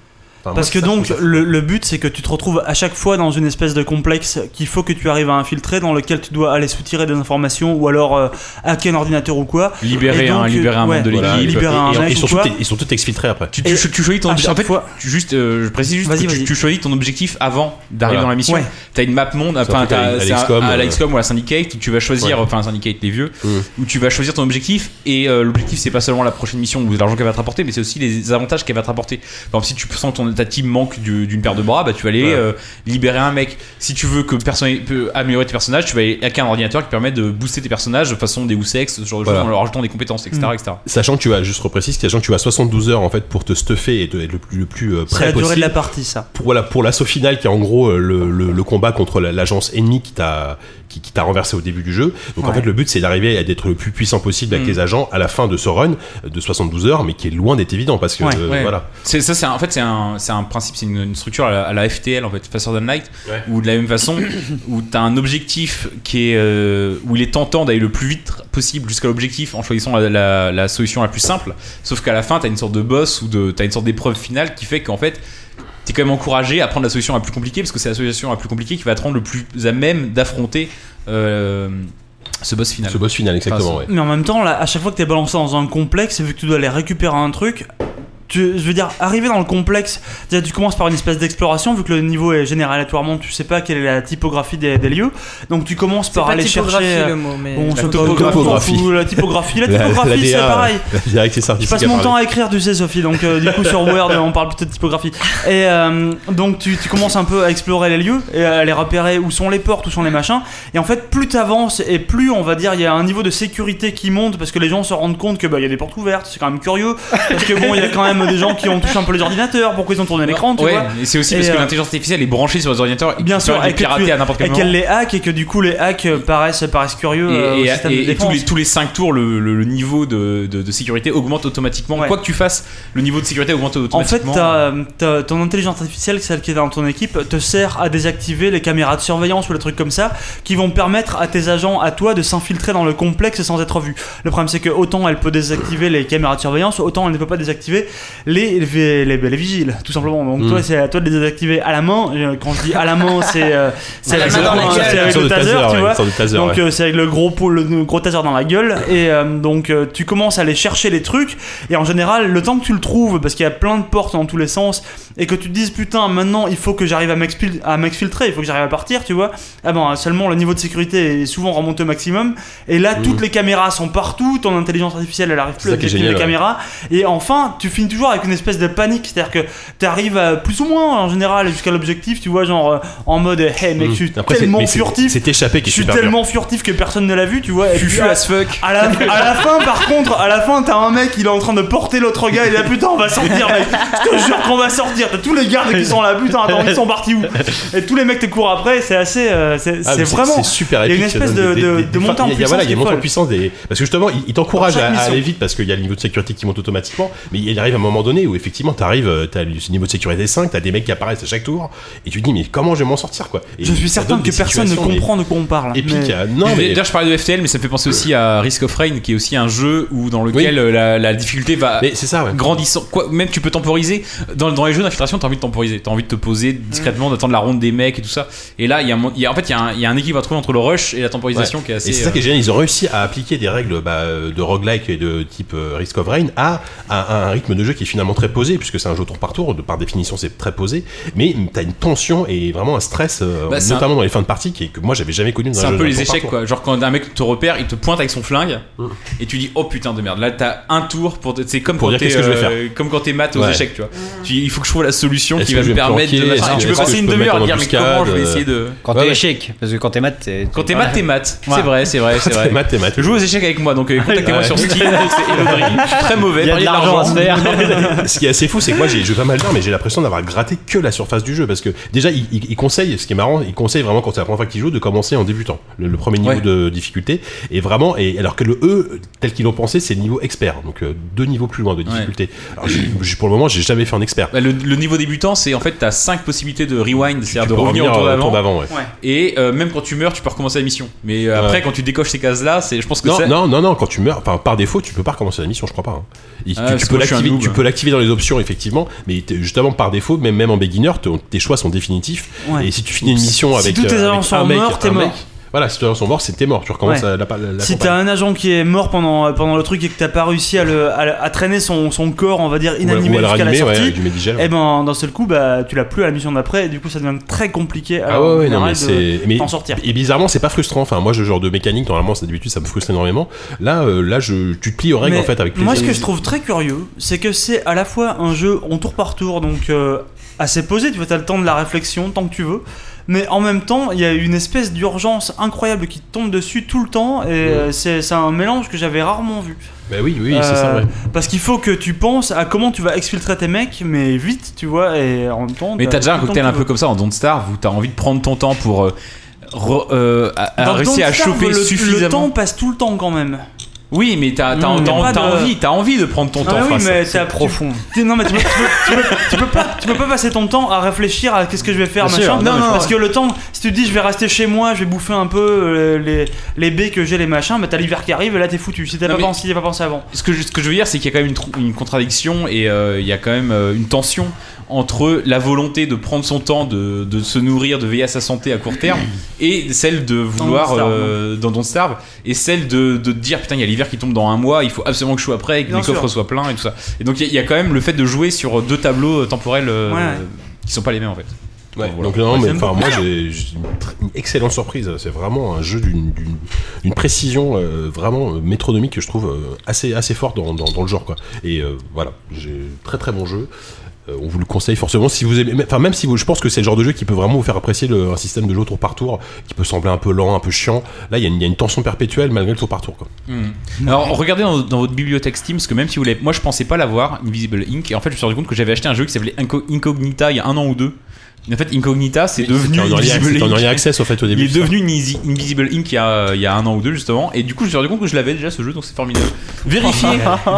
Enfin, Parce moi, que ça, donc je trouve ça- le, le but c'est que tu te retrouves à chaque fois dans une espèce de complexe qu'il faut que tu arrives à infiltrer dans lequel tu dois aller soutirer des informations ou alors euh, hacker un ordinateur ou quoi. Libérer Et donc, euh, un- libérer un ouais, membre de l'équipe. voilà, libérer Et- un et- mec et ou surtout, quoi. t'es- Ils sont tous exfiltrés après. Tu, tu, tu choisis ton à objectif. En chaque fait, fois- tu- juste, euh, je précise juste que tu, tu choisis ton objectif avant d'arriver Voilà. dans la mission. Ouais. T'as une map monde, C'est un enfin, truc à- t'as à c'est un- l'XCOM, à la euh. XCOM ou à la Syndicate où tu vas choisir, Ouais. enfin, Syndicate les vieux, où tu vas choisir ton objectif et euh, l'objectif c'est pas seulement la prochaine mission ou l'argent qu'elle va te rapporter, mais c'est aussi les avantages qu'elle va te rapporter. Par exemple, si tu sens que ton, ta team manque du- d'une paire de bras, bah tu vas aller euh, libérer un mec. Si tu veux que personne euh, peut améliorer tes personnages, tu vas aller hacker un ordinateur qui permet de booster tes personnages de façon des Deus Ex, ce genre de Voilà. choses, en leur rajoutant des compétences, etc. etc. Sachant que tu as, juste reprécise, sachant que tu as 72 heures en fait pour te stuffer et de- être le plus, le plus euh, C'est prêt la durée possible. de la partie ça. Pour, voilà, pour l'assaut final qui est en gros euh, le, le- le combat contre la- l'agence ennemie qui t'a qui, qui t'a renversé au début du jeu. Donc en Ouais. fait, le but c'est d'arriver à être le plus puissant possible avec Mm. les agents à la fin de ce run de 72 heures, mais qui est loin d'être évident parce que euh, Ouais. voilà. C'est ça, c'est un- en fait c'est un, c'est un principe, c'est une, une structure à la, à la FTL en fait, Faster Than Light, où de la même façon, où t'as un objectif qui est euh, où il est tentant d'aller le plus vite possible jusqu'à l'objectif en choisissant la, la- la solution la plus simple. Sauf qu'à la fin t'as une sorte de boss ou de t'as une sorte d'épreuve finale qui fait qu'en fait t'es quand même encouragé à prendre la solution la plus compliquée parce que c'est la solution la plus compliquée qui va te rendre le plus à même d'affronter euh, ce boss final. Ce boss final, exactement, Enfin, ouais. Mais en même temps, là, à chaque fois que t'es balancé dans un complexe et vu que tu dois aller récupérer un truc, tu- je veux dire, arriver dans le complexe, déjà, tu commences par une espèce d'exploration, vu que le niveau est généralement, tu sais pas quelle est la typographie des, des lieux, donc tu commences par pas aller chercher. typographie, euh, le mot, mais- Bon, La c'est- topographie. on s'en fout, La typographie, la typographie, c'est DA, pareil. euh, La DA qui est sortie, Je passe c'est mon qu'à temps parler. à écrire, tu sais, Sophie. Donc, euh, du coup, sur Word, on parle plutôt de typographie. Et euh, donc, tu, tu commences un peu à explorer les lieux et à les repérer où sont les portes, où sont les machins. Et en fait, plus t'avances et plus, on va dire, il y a un niveau de sécurité qui monte parce que les gens se rendent compte que bah, il y a des portes ouvertes. C'est quand même curieux parce que bon, il y a quand même des gens qui ont touché un peu les ordinateurs. Pourquoi ils ont tourné l'écran, tu ouais, vois et c'est aussi parce Et, que euh, l'intelligence artificielle est branchée sur les ordinateurs et Bien qui sûr, peut les et que tu- pirater à n'importe quel et moment. qu'elle les hack et que du coup les hacks euh, paraissent, paraissent curieux Et- euh, au et, système et- de et tous, défense. les, tous les 5 tours, le, le- le niveau de, de- de sécurité augmente automatiquement. Quoi que tu fasses, le niveau de sécurité augmente En fait, automatiquement. t'as- euh, t'as- ton intelligence artificielle, celle qui est dans ton équipe, te sert à désactiver les caméras de surveillance ou les trucs comme ça, qui vont permettre à tes agents, à toi, de s'infiltrer dans le complexe sans être vus. Le problème, c'est que autant elle peut désactiver les caméras de surveillance, autant elle ne peut pas désactiver les, les, les- les vigiles, tout simplement. Donc Mm. toi, c'est à toi de les désactiver à la main. Euh, Quand je dis à la main, c'est euh, c'est À la avec, main le- dans la hein, gueule. c'est avec Une le sorte de taser, taser, tu ouais, vois. une sorte de taser, Donc ouais. euh, c'est avec le gros pou- le gros taser dans la gueule et euh, donc euh, tu commences à aller chercher les trucs et en général le temps que tu le trouves parce qu'il y a plein de portes dans tous les sens et que tu te dises putain maintenant il faut que j'arrive à m'expil- à m'exfiltrer il faut que j'arrive à partir tu vois ah ben seulement le niveau de sécurité est souvent remonté au maximum et là toutes les caméras sont partout ton intelligence artificielle elle arrive plus à Mmh. ça qui est détecter les génial, ouais. caméras caméra. Et enfin, tu finis toujours avec une espèce de panique, c'est-à-dire que tu arrives plus ou moins en général jusqu'à l'objectif, tu vois, genre euh, en mode hey mec, Mm. je suis Après, c'est- tellement mais c'est- furtif, c'est échappé qui est je suis super tellement furtif que personne ne l'a vu, tu vois. et Fufu puis, à- as fuck. À la, à la fin, par contre, à la fin, t'as un mec, il est en train de porter l'autre gars, il est là putain, on va sortir, mec, je te jure qu'on va sortir. T'as tous les gardes qui sont là, putain, attends, ils sont partis où Et tous les mecs te courent après, c'est assez, euh, c'est Ah, c'est mais vraiment, c'est super il y a épique. une ça espèce donne de, des- de, des- de des- montée en il y a- puissance. Voilà, il y a qui est une montée en folle. puissance des. Parce que justement, il, il t'encourage Dans chaque à, à mission. aller vite parce qu'il y a le niveau de sécurité qui monte automatiquement, mais il arrive à un moment donné où effectivement t'arrives, euh, t'as le ce niveau de sécurité 5, t'as des mecs qui apparaissent à chaque tour, et tu te dis mais comment je vais m'en sortir quoi Et Je suis ça certain donne que des personne ne situations, mais- comprend de quoi on parle. Épique, mais- euh, non mais D'ailleurs, je parlais de FTL, mais ça me fait penser aussi à Risk of Rain, qui est aussi un jeu où dans lequel euh, la, la difficulté va grandissant. Quoi, même tu peux temporiser. Dans, dans les jeux d'infiltration, t'as envie de temporiser, t'as envie de te poser Mm. discrètement, d'attendre la ronde des mecs et tout ça. Et là, il y a, un mo- il y a- en fait, il y a un, il y a un équilibre à trouver entre le rush et la temporisation Ouais. qui est assez. Et c'est ça qui est euh, génial, ils ont réussi à appliquer des règles bah, euh, de roguelike et de type euh, Risk of Rain à, à un rythme de jeu qui est finalement très posé, puisque c'est un jeu tour par tour, de, par définition c'est très posé, mais t'as une tension et vraiment un stress, euh, Bah, c'est notamment un- dans les fins de partie, qui est- que moi j'avais jamais connu dans C'est un un jeu peu de les tour par échecs tour. quoi. Genre quand un mec te repère, il te pointe avec son flingue Mm. et tu dis oh putain de merde. Là t'as un tour pour. te- C'est comme Pour quand dire t'es qu'est-ce que je vais euh, faire. comme quand t'es maths aux Ouais. échecs tu vois. Mm. Tu dis, il faut que je trouve la solution Est-ce qui que va je me vais me permettre de. planquer machin. Est-ce que- Tu peux est-ce que passer je une peux me demi-heure à mettre en dire mais comment je vais embuscade, essayer de. Quand Ouais, t'es ouais. échec, parce que quand t'es maths, t'es. Quand t'es maths, t'es maths. C'est vrai, c'est vrai, c'est vrai. maths, t'es maths. Joue aux échecs avec moi, donc euh, contactez-moi Ouais. sur Steam. c'est Elodry. Je suis Très mauvais. parlez ce qui est assez fou, c'est que moi j'ai joué pas mal d'heures, mais j'ai l'impression d'avoir gratté que la surface du jeu. Parce que déjà, il, il- il conseille, ce qui est marrant, il conseille vraiment quand c'est la première fois que tu joues de commencer en débutant, le, le premier niveau Ouais. de difficulté. Et vraiment, et, alors que le E, tel qu'ils l'ont pensé, c'est le niveau expert. Donc euh, deux niveaux plus loin de difficulté. Alors, j'ai- j'ai- pour le moment, j'ai jamais fait en expert. Bah, Le, le niveau débutant, c'est en fait t'as 5 possibilités de rewind, c'est-à-dire de peux revenir au revenir tour au d'avant. tour d'avant, ouais. Ouais. Et euh, même quand tu meurs, tu peux recommencer la mission. Mais euh, Ouais. après, quand tu décoches ces cases-là, c'est, je pense que Non, c'est. non, non, non, quand tu meurs, enfin, par défaut, tu peux pas recommencer la mission, je crois pas. hein. Il- Ah, tu- tu, parce que peux moi, je suis un l'activer, noob. tu peux l'activer dans les options, effectivement, mais t'es- justement, par défaut, même, même en beginner, ton- tes choix sont définitifs. Ouais. Et si tu finis une Si- mission si avec. tous tes euh, avec agents sont un mec, morts, t'es un mec, mort. Voilà, si tes agents sont morts, c'est t'es mort. Tu recommences Ouais. la, la, la- la si campagne. t'as un agent qui est mort pendant, euh, pendant le truc et que t'as pas réussi à, le, à, à traîner son, son corps, on va dire, inanimé ou à le jusqu'à la ranimer, ouais, sortie, avec du Medigel, ouais. et ben d'un seul coup, bah, tu l'as plus à la mission d'après, et du coup ça devient très compliqué à Ah ouais, ouais, non, général, mais c'est. de mais- t'en sortir. Et bizarrement, c'est pas frustrant. Enfin, moi, ce genre de mécanique, normalement, c'est d'habitude, ça me frustre énormément. Là, euh, là, je, tu te plies aux règles, Mais en fait, avec plaisir. Moi, ce que je trouve très curieux, c'est que c'est à la fois un jeu en tour par tour, donc euh, assez posé, tu vois, t'as le temps de la réflexion tant que tu veux. Mais en même temps, il y a une espèce d'urgence incroyable qui te tombe dessus tout le temps, et euh, c'est c'est un mélange que j'avais rarement vu. Bah oui, oui, c'est ça, Euh, ouais. Parce qu'il faut que tu penses à comment tu vas exfiltrer tes mecs, mais vite, tu vois, et en même temps. Mais t'as déjà un tout le cocktail temps un que peu comme ça en Don't Starve où t'as envie de prendre ton temps pour. euh, re- euh, à- à Dans réussir à Don't Starve, choper le- Le suffisamment. temps passe tout le temps quand même. Oui, mais t'as, t'as, Mm. t'as- Y a pas t'as de- envie, t'as envie de prendre ton Ah temps. oui, enfin, mais c'est- t'as- c'est profond. T'es- Non, mais tu peux, tu peux- tu peux- tu peux pas, tu peux pas passer ton temps à réfléchir à qu'est-ce que je vais faire, Bien machin. sûr, non, mais je parce comprends. que le temps, si tu te dis je vais rester chez moi, je vais bouffer un peu euh, les, les baies que j'ai, les machins, bah t'as l'hiver qui arrive et là t'es foutu. Si t'as Non, pas, mais- pensé- si t'as pas pensé avant. ce que, je, ce que je veux dire, c'est qu'il y a quand même une, trou- une contradiction et euh, il y a quand même euh, une tension entre la volonté de prendre son temps, de, de se nourrir, de veiller à sa santé à court terme, et celle de vouloir Don't Starve, euh, dans Don't Starve, et celle de, de te dire putain, il y a l'hiver qui tombe dans un mois, il faut absolument que je sois prêt, et que Bien mes coffres sûr. soient pleins et tout ça. Et donc il y, a- il y a quand même le fait de jouer sur deux tableaux euh, temporels euh, Ouais. qui sont pas les mêmes en fait. Ouais, Voilà. donc non, Ouais, mais c'est enfin, un peu- moi j'ai j'ai une, tr- une excellente surprise. C'est vraiment un jeu d'une d'une- d'une précision euh, vraiment euh, métronomique que je trouve euh, assez assez forte dans, dans- dans le genre quoi. Et euh, voilà, j'ai très très bon jeu. Euh, on vous le conseille forcément si vous aimez. Enfin, même si vous, je pense que c'est le genre de jeu qui peut vraiment vous faire apprécier le, un système de jeu tour par tour qui peut sembler un peu lent, un peu chiant. Là, il y, a une- il y a une tension perpétuelle malgré le tour par tour quoi. Hmm. Alors regardez dans, dans votre bibliothèque Steam parce que même si vous l'avez, moi je pensais pas l'avoir Invisible Ink et en fait je me suis rendu compte que j'avais acheté un jeu qui s'appelait Inco- Incognita il y a un an ou deux. Et en fait Incognita c'est devenu c'était en early Invisible access- c'était en Ink. early access, au fait, au début, Il est c'est devenu Inisi- Invisible Ink il y, a, il y a un an ou deux justement et du coup je me suis rendu compte que je l'avais déjà ce jeu donc c'est formidable. Vérifiez,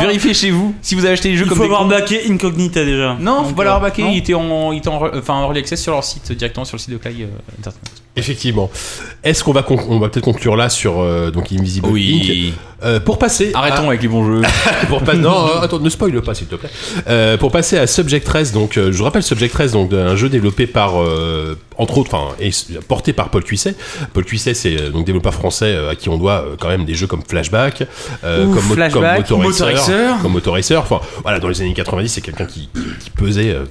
vérifiez chez vous si vous avez acheté les jeux Ah. Il comme faut des avoir cons. baqué Incognita déjà. Non, faut Donc, pas euh, l'avoir baqué, non. il était en, il était en, re- enfin, en early access sur leur site directement sur le site de Clay euh, Entertainment. Effectivement. Est-ce qu'on va con- on va peut-être conclure là sur euh, donc Invisible Oui. Ink. Euh, pour passer. Arrêtons avec les bons jeux. pour pas- non, euh, attends, ne spoil pas s'il te plaît. Euh, pour passer à Subject 13, donc euh, je vous rappelle Subject 13, donc un jeu développé par euh, entre autres, enfin et s- porté par Paul Cuisset. Paul Cuisset, c'est euh, donc développeur français euh, à qui on doit euh, quand même des jeux comme Flashback, euh, Ouh, comme, Mo- Flashback, comme Motor Motor Racer, Racer. comme Motor Racer. Enfin voilà, dans les années 90, c'est quelqu'un qui, qui, qui pesait. euh,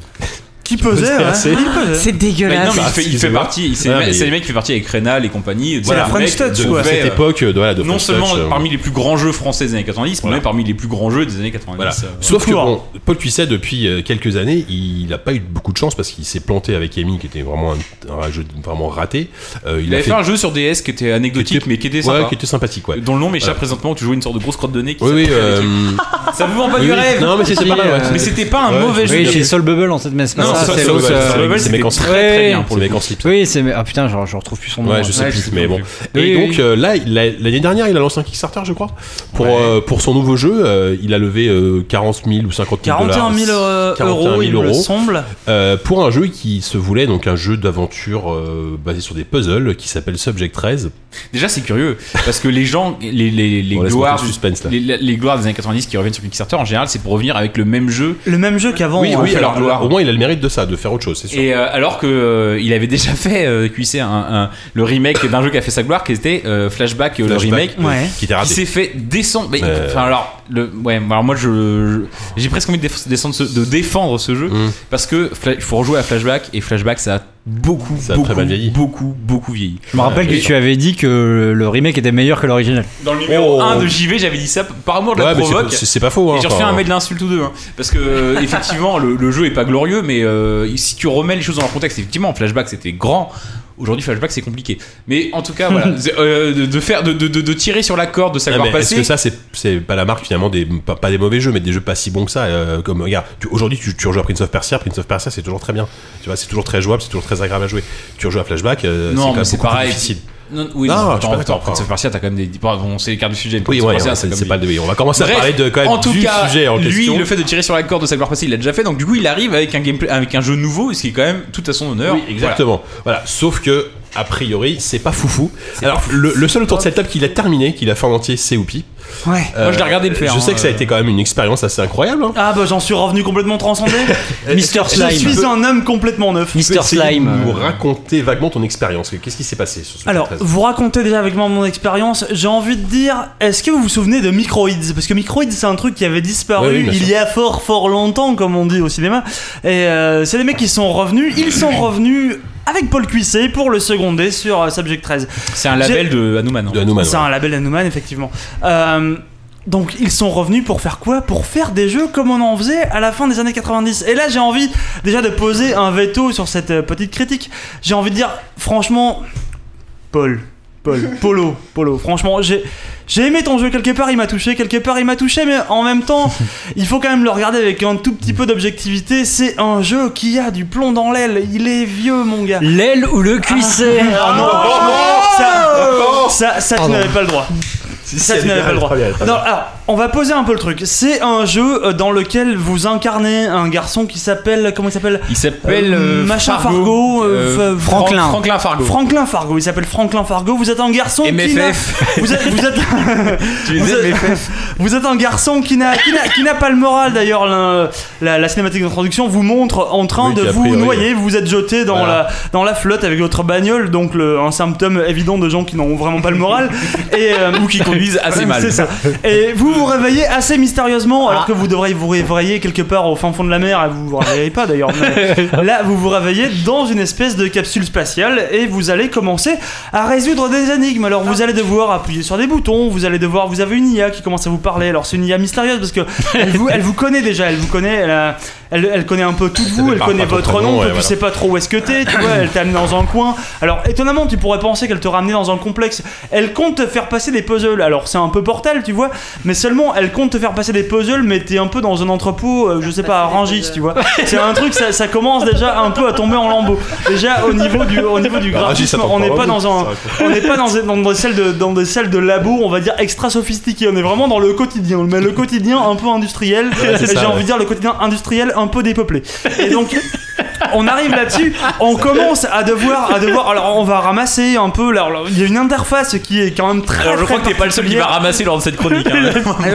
Qui pesait, ouais. assez. Qui pesait. Ah, C'est Mais dégueulasse. non, mais Bah, il fait, il fait excusez-moi. partie. il- C'est Ah, les mecs- mais- c'est les mecs qui fait partie avec Rénal et compagnie. Voilà, C'est la les French mecs Touch, de- quoi. de- Cette euh, époque, euh, de- voilà, de non French seulement Touch, euh, parmi les plus grands jeux français des années 90, mais parmi les plus grands jeux des années 90. Voilà. euh, Sauf que voilà. bon, Paul Cuisset, depuis euh, quelques années, il n'a pas eu beaucoup de chance parce qu'il s'est planté avec Amy, qui était vraiment un, un jeu vraiment raté. Euh, Il, avait fait... un jeu sur DS qui était anecdotique, mais qui était sympa. Ouais, qui était sympathique, ouais. Dont le nom m'échappe Voilà. présentement, où tu jouais une sorte de grosse crotte de nez qui Oui, oui, s'appelait- euh, Ça vous vend pas Oui, du oui. rêve Non, mais c'était pas mal, ouais. Mais c'était pas un mauvais jeu. Oui, j'ai Soul Bubble en cette messe. Non, ça, ça, ça, c'est ça, l'autre, ça, euh, c'est le mec, c'est c'était mec en très, slip. très Ouais. bien pour le C'est mec en plus- Oui, c'est. mais- Ah putain, je, je retrouve plus son nom. hein. Ouais, je sais plus, mais bon. Et donc euh, là, il a- l'année dernière, il a lancé un Kickstarter, je crois, pour euh, pour son nouveau jeu. euh, il a levé euh, 40 000 ou 50 000 41 000 euh, dollars, 41 euros, il me 000 le euros, semble. euh, pour un jeu qui se voulait donc un jeu d'aventure euh, basé sur des puzzles qui s'appelle Subject 13. Déjà, c'est curieux parce que les gens, les, les, les, laisse gloires, monter le suspense, là. les, les gloires des années 90 qui reviennent sur Kickstarter, en général, c'est pour revenir avec le même jeu. Le même jeu qu'avant. Oui, hein. oui, alors gloire. Au moins, il a le mérite de ça, de faire autre chose, c'est sûr. Et euh, alors que euh, il avait déjà fait euh, QIC un, un- le remake d'un jeu qui a fait sa gloire, qui était euh, Flashback, euh, le remake, Flashback, ouais. qui était raté. s'est fait descendre. Mais, Euh. enfin, alors, le, ouais, alors moi, je, je- j'ai presque envie de, déf- descendre ce- de défendre ce jeu Mm. parce que Fla- il faut rejouer à Flashback et Flashback, ça a beaucoup, a beaucoup, très mal vieilli. beaucoup, beaucoup vieilli. Je me rappelle que Et tu avais dit que le remake était meilleur que l'original. Dans le numéro Oh. 1 de JV, j'avais dit ça par amour de Ouais, la mais c'est provoque. pas- c'est- c'est pas faux, hein, et j'ai refait enfin. un mail d'insulte ou deux. hein. parce que, euh, effectivement, le, le jeu est pas glorieux, mais euh, si tu remets les choses dans leur contexte, effectivement, Flashback c'était grand. Aujourd'hui, Flashback c'est compliqué. Mais en tout cas, voilà. c'est, euh, de, de faire, de, de- de- de tirer sur la corde, de Ah, savoir mais est-ce passer. que ça c'est c'est pas la marque finalement des pas, pas des mauvais jeux mais des jeux pas si bons que ça euh, comme regarde tu- aujourd'hui tu, tu rejoues à Prince of Persia Prince of Persia c'est toujours très bien tu vois c'est toujours très jouable c'est toujours très agréable à jouer tu rejoues à Flashback euh, c'est non, quand mais même c'est beaucoup plus pareil. difficile Non, oui, Non, non, je suis attends, pas d'accord. attends, Prince of Persia, t'as quand même des. Bon, on s'écarte du sujet. mais Oui, Prince of ouais, Persia, on- c'est c'est comme pas des- le- on va commencer à Bref, parler de- quand même en tout du cas, sujet en lui, question. le fait de tirer sur la corde, de savoir passer, il l'a déjà fait. Donc du coup, il arrive avec un gameplay, avec un jeu nouveau, ce qui est quand même tout à son honneur. Oui, exactement. Voilà. Sauf que, ah, a priori, c'est pas foufou. Alors, le, le seul autour de cette table qu'il a terminé, qu'il a fait en entier, c'est Oupi. Ouais. euh, Moi, je l'ai regardé le faire, Euh, Je sais hein, que ça a euh. été quand même une expérience assez incroyable. hein. Euh, Ah bah j'en suis revenu complètement transcendé. Mister Slime. Je suis un homme complètement neuf. Tu peux essayer de Nous raconter vaguement ton expérience. Qu'est-ce qui s'est passé sur ce Alors, vous racontez déjà avec moi mon expérience. J'ai envie de dire, est-ce que vous vous souvenez de Microids Parce que Microids, c'est un truc qui avait disparu Oui, oui, bien il y a fort, fort longtemps, comme on dit au cinéma. Et euh, c'est des mecs qui sont revenus. Ils sont revenus avec Paul Cuisset pour le seconder sur euh, Subject 13. C'est un label de Hanuman. De C'est un label Hanuman, effectivement. Euh, donc ils sont revenus pour faire quoi Pour faire des jeux comme on en faisait à la fin des années 90. Et là j'ai envie déjà de poser un veto sur cette euh, petite critique. J'ai envie de dire franchement, Paul, Paul, Polo, Polo, franchement j'ai... J'ai aimé ton jeu quelque part, il m'a touché, quelque part il m'a touché, mais en même temps, il faut quand même le regarder avec un tout petit peu d'objectivité. C'est un jeu qui a du plomb dans l'aile. Il est vieux, mon gars. L'aile ou le cuisset Ah, non, Oh ça, ça, ça, tu Pardon. n'avais pas le droit. Ça, si, tu elle est n'avais bien, pas le droit. elle est très bien, elle est Non, très alors, on va poser un peu le truc. C'est un jeu euh, dans lequel vous incarnez un garçon qui s'appelle. Comment il s'appelle Il s'appelle, euh, Machin Fargo, Fargo. euh, euh, Fra- Franklin. Franklin Fargo. Franklin Fargo. Il s'appelle Franklin Fargo. Vous êtes un garçon qui. n'a- MFF. Vous êtes. Vous êtes, vous êtes- vous êtes un garçon qui n'a qui n'a- qui n'a pas le moral d'ailleurs. La, la- la cinématique d'introduction vous montre en train Oui, de qui a vous priori, noyer. Vous vous êtes jeté dans, Voilà. la, dans la flotte avec votre bagnole. Donc le, un symptôme évident de gens qui n'ont vraiment pas le moral. et, euh, Ou qui conduisent assez mal. C'est ça. Et vous vous réveillez assez mystérieusement alors que vous devriez vous réveiller quelque part au fin fond de la mer. Et vous vous réveillez pas d'ailleurs. mais Là, vous vous réveillez dans une espèce de capsule spatiale et vous allez commencer à résoudre des énigmes. Alors vous allez devoir appuyer sur des boutons. Vous allez devoir. Vous avez une IA qui commence à vous parler. Alors c'est une IA mystérieuse parce que elle vous, elle vous connaît déjà. Elle vous connaît. Elle, a- elle, elle connaît un peu tout de vous. Elle par- connaît par ton votre prénom, nom. ouais, tu voilà. sais pas trop où est-ce que t'es. Tu vois, elle t'a amené dans un coin. Alors étonnamment, tu pourrais penser qu'elle te ramenait dans un complexe. Elle compte te faire passer des puzzles. Alors c'est un peu portal, tu vois, mais seulement elle compte te faire passer des puzzles, mais t'es un peu dans un entrepôt, euh, je sais pas, à Rangis, tu vois. C'est un truc, ça, ça commence déjà un peu à tomber en lambeaux. Déjà au niveau du, au niveau du Bah, Rangis, graphisme, ça tombe on n'est pas en pas dans un, lambeaux, on n'est pas dans, dans des salles de, dans des salles de labo, on va dire extra sophistiquées. On est vraiment dans le quotidien, mais le quotidien un peu industriel. Ouais, c'est Et ça, j'ai ouais. envie de dire le quotidien industriel un peu dépeuplé. Et donc on arrive là-dessus, on commence à devoir, à devoir. Alors on va ramasser un peu. là, alors, il y a une interface qui est quand même très. Alors Euh, je très crois que t'es pas le seul qui va particulière. ramasser lors de cette chronique. hein.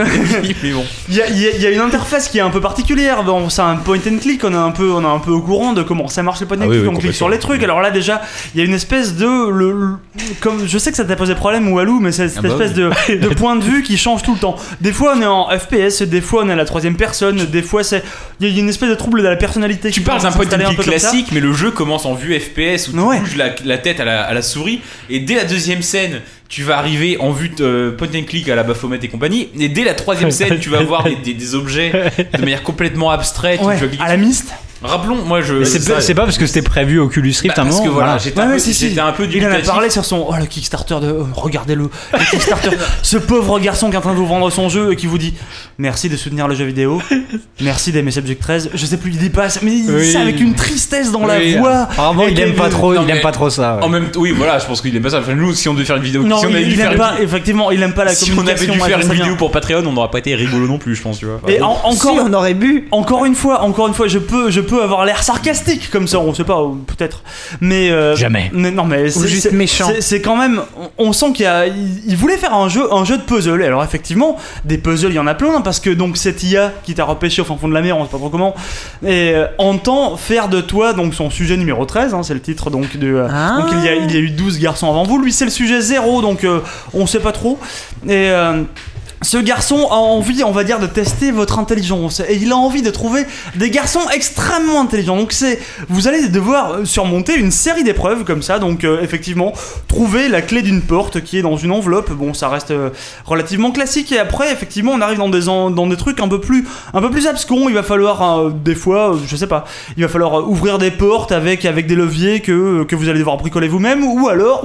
mais bon. Il y, a- il y a- il y a une interface qui est un peu particulière. Bon, c'est un point and click. On est un peu, on est un peu au courant de comment ça marche le point and Ah oui, click. oui, on clique sur les trucs. Alors là déjà, il y a une espèce de, le, le- comme je sais que ça t'a posé problème Walou, mais c'est cette Ah bah espèce oui. de, de point de vue qui change tout le temps. Des fois on est en FPS, des fois on est à la troisième personne, des fois c'est, il y a une espèce de trouble de la personnalité. Tu parles d'un point and click classique, mais mais le jeu commence en vue FPS où tu bouges la, la tête à la, à la souris. Et dès la deuxième scène, tu vas arriver en vue euh, point and click à la Baphomet et compagnie. Et dès la troisième scène, tu vas voir des, des- des objets de manière complètement abstraite. Ouais, à la miste Rappelons, moi je. Mais c'est pas, c'est pas parce que c'était prévu Oculus Rift Bah, à un parce moment. que voilà, j'étais un peu- j'étais un peu Il en a dubitatif. parlé sur son. Oh, le Kickstarter de. oh, Regardez-le. Le Kickstarter. ce pauvre garçon qui est en train de vous vendre son jeu et qui vous dit Merci de soutenir le jeu vidéo. Merci d'aimer Subject 13. Je sais plus, il dit pas ça, mais il dit Oui. ça avec une tristesse dans Oui. la voix. Apparemment, il Et aime que- pas trop, il aime mais- pas trop ça. ouais. En même temps, oui, voilà, je pense qu'il aime pas ça. Enfin, nous, si on devait faire une vidéo, Non, si on avait il, dû il faire aime une pas, effectivement, il aime pas la si on avait communication, dû ouais, faire je une sais bien. vidéo pour Patreon, on n'aurait pas été rigolo non plus, je pense, tu vois. Ah, Et en- encore, on aurait bu. Encore une fois, encore une fois, je peux, je peux avoir l'air sarcastique comme ça, on sait pas, ou peut-être. Mais euh, Jamais. mais non, mais c'est juste c'est- méchant. c'est- C'est quand même, on, on sent qu'il y a, il, il voulait faire un jeu, un jeu de puzzle. Et alors effectivement, des puzzles, il y en a plein, hein, parce que donc cette IA qui t'a repêché au fin fond de la mer, on sait pas trop comment, et euh, entend faire de toi donc son sujet numéro 13, hein, c'est le titre donc de. euh, Ah. donc il y, a, il y a eu 12 garçons avant vous, lui c'est le sujet zéro, donc euh, on sait pas trop. Et euh, ce garçon a envie, on va dire, de tester votre intelligence. Et il a envie de trouver des garçons extrêmement intelligents. Donc c'est, vous allez devoir euh, surmonter une série d'épreuves comme ça. Donc euh, effectivement, trouver la clé d'une porte qui est dans une enveloppe. Bon, ça reste euh, relativement classique. Et après, effectivement, on arrive dans des en- dans des trucs un peu plus, un peu plus abscons. Il va falloir euh, des fois, euh, je sais pas, il va falloir euh, ouvrir des portes avec avec des leviers que que vous allez devoir bricoler vous-même, ou alors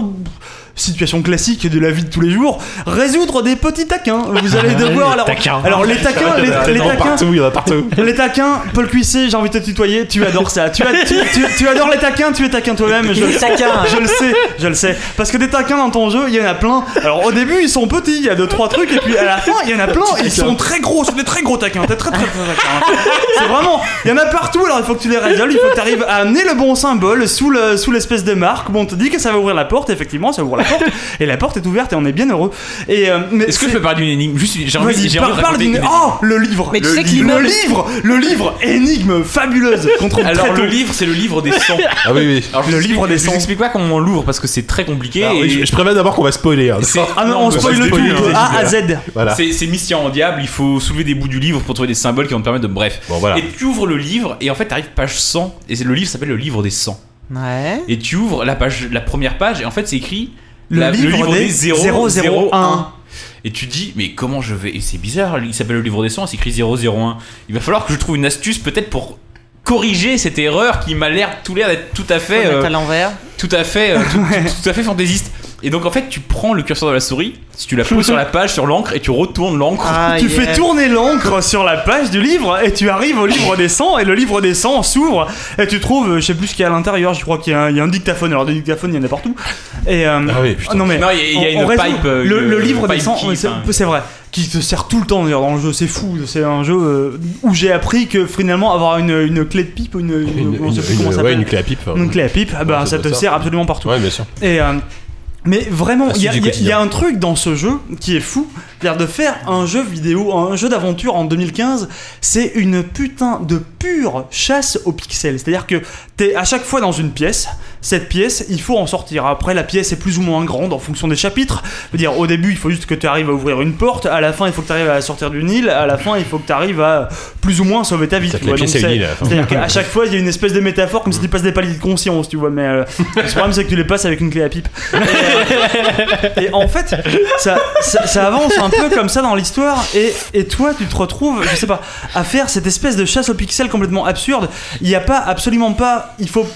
situation classique de la vie de tous les jours, résoudre des petits taquins. Vous allez devoir. alors, Ah Taquins. alors, les taquins, les, Ah, Il y en a les taquins. partout, il y en a partout. Les taquins, Paul Cuissé, j'ai envie de te tutoyer, tu adores ça. Tu, as- tu, tu- tu adores les taquins, tu es taquin toi-même, je, Les taquins. je le sais, je le sais. Parce que des taquins dans ton jeu, il y en a plein. Alors au début, ils sont petits, il y a deux, trois trucs, et puis à la fin, il y en a plein, ils sont très gros, ce sont des très gros taquins, t'es très très très taquin. hein. C'est vraiment, il y en a partout, alors il faut que tu les résolves, il faut que tu arrives à amener le bon symbole sous le- sous l'espèce de marque. Bon, on te dit que ça va ouvrir la porte, effectivement, ça ouvre la porte, et la porte est ouverte, et on est bien heureux. Et, euh, mais Est-ce que je peux parler d'une énigme Juste, j'ai envie, Vas-y, j'ai par- envie de parle raconter d'une. une Oh, le livre. Mais tu le sais que livre, l'immeuble- le livre, le livre, énigme fabuleuse qu'on trouve Alors très tôt. le livre, c'est le livre des 100. Ah oui, oui. Alors, je Le vous livre explique- des Je vous 100. explique pas comment on l'ouvre parce que c'est très compliqué. Ah oui, et- je, je préviens d'abord qu'on va spoiler. hein. C'est- Ah non, on mais ça spoil se le spoil, tout, hein. de A à Z. Voilà. C'est c'est Mystia en diable, il faut soulever des bouts du livre pour trouver des symboles qui vont te permettre de. Bref. Et tu ouvres le livre et en fait t'arrives page 100 et c'est- le livre s'appelle le livre des 100. Ouais. Et tu ouvres la, page, la première page et en fait c'est écrit Le la- livre des 0, 001. Et tu te dis, mais comment je vais. et C'est bizarre, il s'appelle le livre des 100, il s'écrit 001. Il va falloir que je trouve une astuce peut-être pour corriger cette erreur qui m'a l'air tout l'air d'être tout à fait. Faut le mettre à euh, l'envers. tout à fait euh, tout, tout- tout à fait fantaisiste et donc en fait tu prends le curseur de la souris si tu la poses sur la page sur l'encre et tu retournes l'encre tu fais tourner l'encre sur la page du livre et tu arrives au livre des 100 et le livre des 100 s'ouvre et tu trouves, euh, je sais plus ce qu'il y a à l'intérieur, je crois qu'il y, a un- il y a un dictaphone. Alors des dictaphones, il y en a partout. Et, euh, Ah oui, putain. Non mais Non, il y a- il y a on- une on résout. pipe, euh, le, une- le livre une des pipe 100, key, c'est enfin. c'est vrai, qui te sert tout le temps d'ailleurs dans le jeu. C'est fou, c'est un jeu euh, où j'ai appris que finalement avoir une, une clé de pipe, ou une, une, on sait plus une- comment ça ouais, s'appelle. une clé à pipe. hein. Une clé à pipe, ah bah, Ouais, ça c'est te ça. sert absolument partout. Ouais, bien sûr. Et euh, mais vraiment, il y, a- Astuce du il y a- il y a quotidien. un truc dans ce jeu qui est fou, c'est-à-dire de faire un jeu vidéo, un jeu d'aventure en 2015, c'est une putain de pure chasse aux pixels. C'est-à-dire que t'es à chaque fois dans une pièce, cette pièce, il faut en sortir. Après, la pièce est plus ou moins grande en fonction des chapitres. Je veux dire, au début, il faut juste que tu arrives à ouvrir une porte, à la fin, il faut que tu arrives à sortir d'une île, à la fin, il faut que tu arrives à plus ou moins sauver ta vie. C'est-à-dire tu que vois. la Donc, pièce est hein. une c'est- île, à la fin. c'est-à-dire qu'à chaque fois, il y a une espèce de métaphore comme si tu passes des paliers de conscience, tu vois. Mais euh, le problème, c'est que tu les passes avec une clé à pipe. Et en fait, ça, ça, ça avance un peu comme ça dans l'histoire. Et, et toi, tu te retrouves, je sais pas, à faire cette espèce de chasse aux pixels complètement absurde. Il n'y a pas, absolument pas, il faut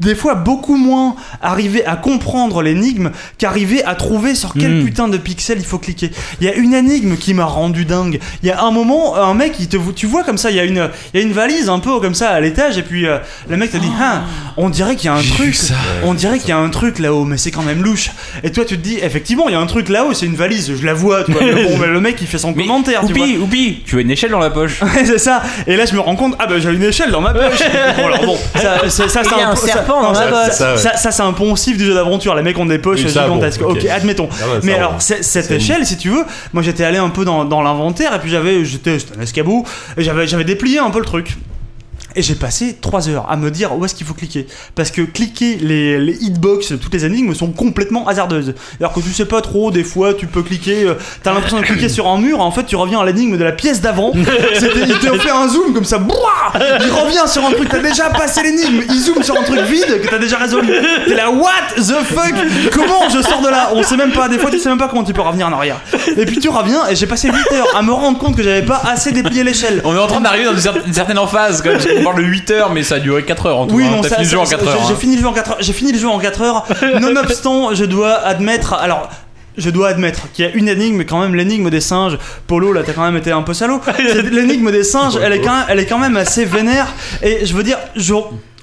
des fois beaucoup moins arriver à comprendre l'énigme qu'arriver à trouver sur quel putain de pixel il faut cliquer. Il y a une énigme qui m'a rendu dingue. Il y a un moment, un mec, il te, vo- tu vois comme ça, il y, a une, il y a une valise un peu comme ça à l'étage, et puis euh, le mec te dit, ah, on dirait qu'il y a un truc, on dirait qu'il y a un truc là-haut, mais c'est quand même louche. Et toi, tu te dis, effectivement, il y a un truc là-haut, c'est une valise, je la vois, tu vois. Mais bon, mais le mec, il fait son commentaire, tu vois. oupi oupi tu as une échelle dans la poche Ouais, c'est ça. Et là, je me rends compte, ah bah j'ai une échelle dans ma poche. Bon, alors bon, ça, ça, ça, Il y c'est a un po- serpent ça- dans non, ma ça- poche. Ça, Ah Ouais. ça, ça, c'est un poncif du jeu d'aventure. Les mecs ont des poches Oui, ça, bon, gigantesques. ok. ok, admettons. Ah ouais, ça, Mais bon. alors, c'est- cette C'est une- échelle, si tu veux, moi j'étais allé un peu dans, dans l'inventaire et puis j'avais, j'étais j'étais un escabeau, et j'avais, j'avais déplié un peu le truc. Et j'ai passé 3 heures à me dire où est-ce qu'il faut cliquer. Parce que cliquer les, les hitbox de toutes les énigmes sont complètement hasardeuses. Alors que tu sais pas trop, des fois tu peux cliquer, euh, t'as l'impression de cliquer sur un mur, en fait tu reviens à l'énigme de la pièce d'avant. C'était- Il te fait un zoom comme ça, bouah il revient sur un truc, t'as déjà passé l'énigme, il zoome sur un truc vide que t'as déjà résolu. T'es là, what the fuck Comment je sors de là On sait même pas, des fois tu sais même pas comment tu peux revenir en arrière. Et puis tu reviens et j'ai passé 8 heures à me rendre compte que j'avais pas assez déplié l'échelle. on est en train d'arriver dans une, cer- une certaine emphase quand même. je comprends voir le 8h, mais ça a duré 4h en tout. Oui, hein. non, T'as ça, fini le ça- jeu en ça- 4h. j'ai- J'ai fini le jeu en 4 heures. J'ai fini le jeu en 4 heures. Nonobstant, je dois admettre. Alors. Je dois admettre qu'il y a une énigme, quand même l'énigme des singes. Polo, là, t'as quand même été un peu salaud. C'est- L'énigme des singes, elle est, quand même, elle est quand même assez vénère. Et je veux dire, je,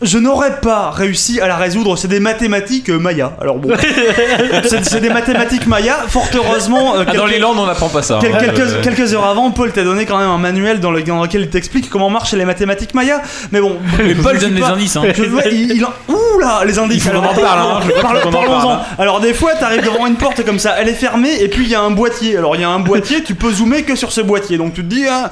je n'aurais pas réussi à la résoudre. C'est des mathématiques euh, Maya. Alors bon, c'est c'est des mathématiques Maya. Fort heureusement, euh, Ah, dans quelques- les Landes, on n'apprend pas ça. Quel- hein. quelques, Euh, quelques heures avant, Paul t'a donné quand même un manuel dans, le- dans lequel il t'explique comment marchent les mathématiques mayas. Mais bon, Mais je Paul suis donne les pas- indices, hein. Je, ouais, il, il en- ouh là, les indices. Il faut qu'on Alors, en parle, hein. Je veux parle- qu'on en parle, Parlons-en. hein. Alors des fois, t'arrives devant une porte comme ça, elle est fermée, et puis il y a un boîtier. Alors il y a un boîtier, tu peux zoomer que sur ce boîtier. Donc tu te dis, ah,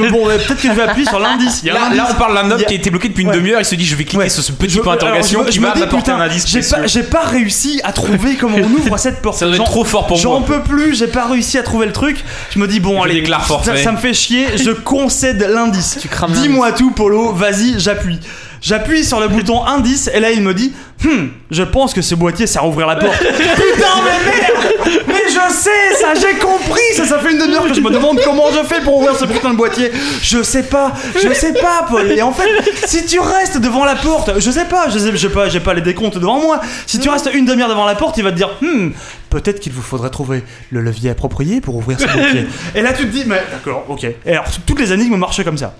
mais bon, ouais, peut-être que je vais appuyer sur l'indice. Il y a Là, un là, indice. on parle d'un Il homme y a- qui a été bloqué depuis une demi-heure. Il se dit, je vais cliquer sur ce petit Je- point d'interrogation alors, je me- qui je me va dis, m'apporter putain, un indice. J'ai pas, précieux. j'ai pas réussi à trouver comment on ouvre cette porte. Ça doit être J'en- trop fort pour J'en moi. peux plus, j'ai pas réussi à trouver le truc. Je me dis, bon, Je allez, déclare ça, forfait. ça me fait chier, je concède l'indice. Dis-moi tout, Polo, vas-y, j'appuie. J'appuie sur le bouton indice et là il me dit Hum, je pense que ce boîtier sert à ouvrir la porte. Putain, mais merde Mais je sais ça, j'ai compris ça, ça fait une demi-heure que je me demande comment je fais pour ouvrir ce putain de boîtier. Je sais pas, je sais pas, Paul. Et en fait, si tu restes devant la porte, je sais pas, je sais, j'ai pas, j'ai pas les décomptes devant moi. Si tu restes une demi-heure devant la porte, il va te dire Hum, peut-être qu'il vous faudrait trouver le levier approprié pour ouvrir ce boîtier. Et là, tu te dis Mais d'accord, ok. Et alors, toutes les énigmes marchent comme ça.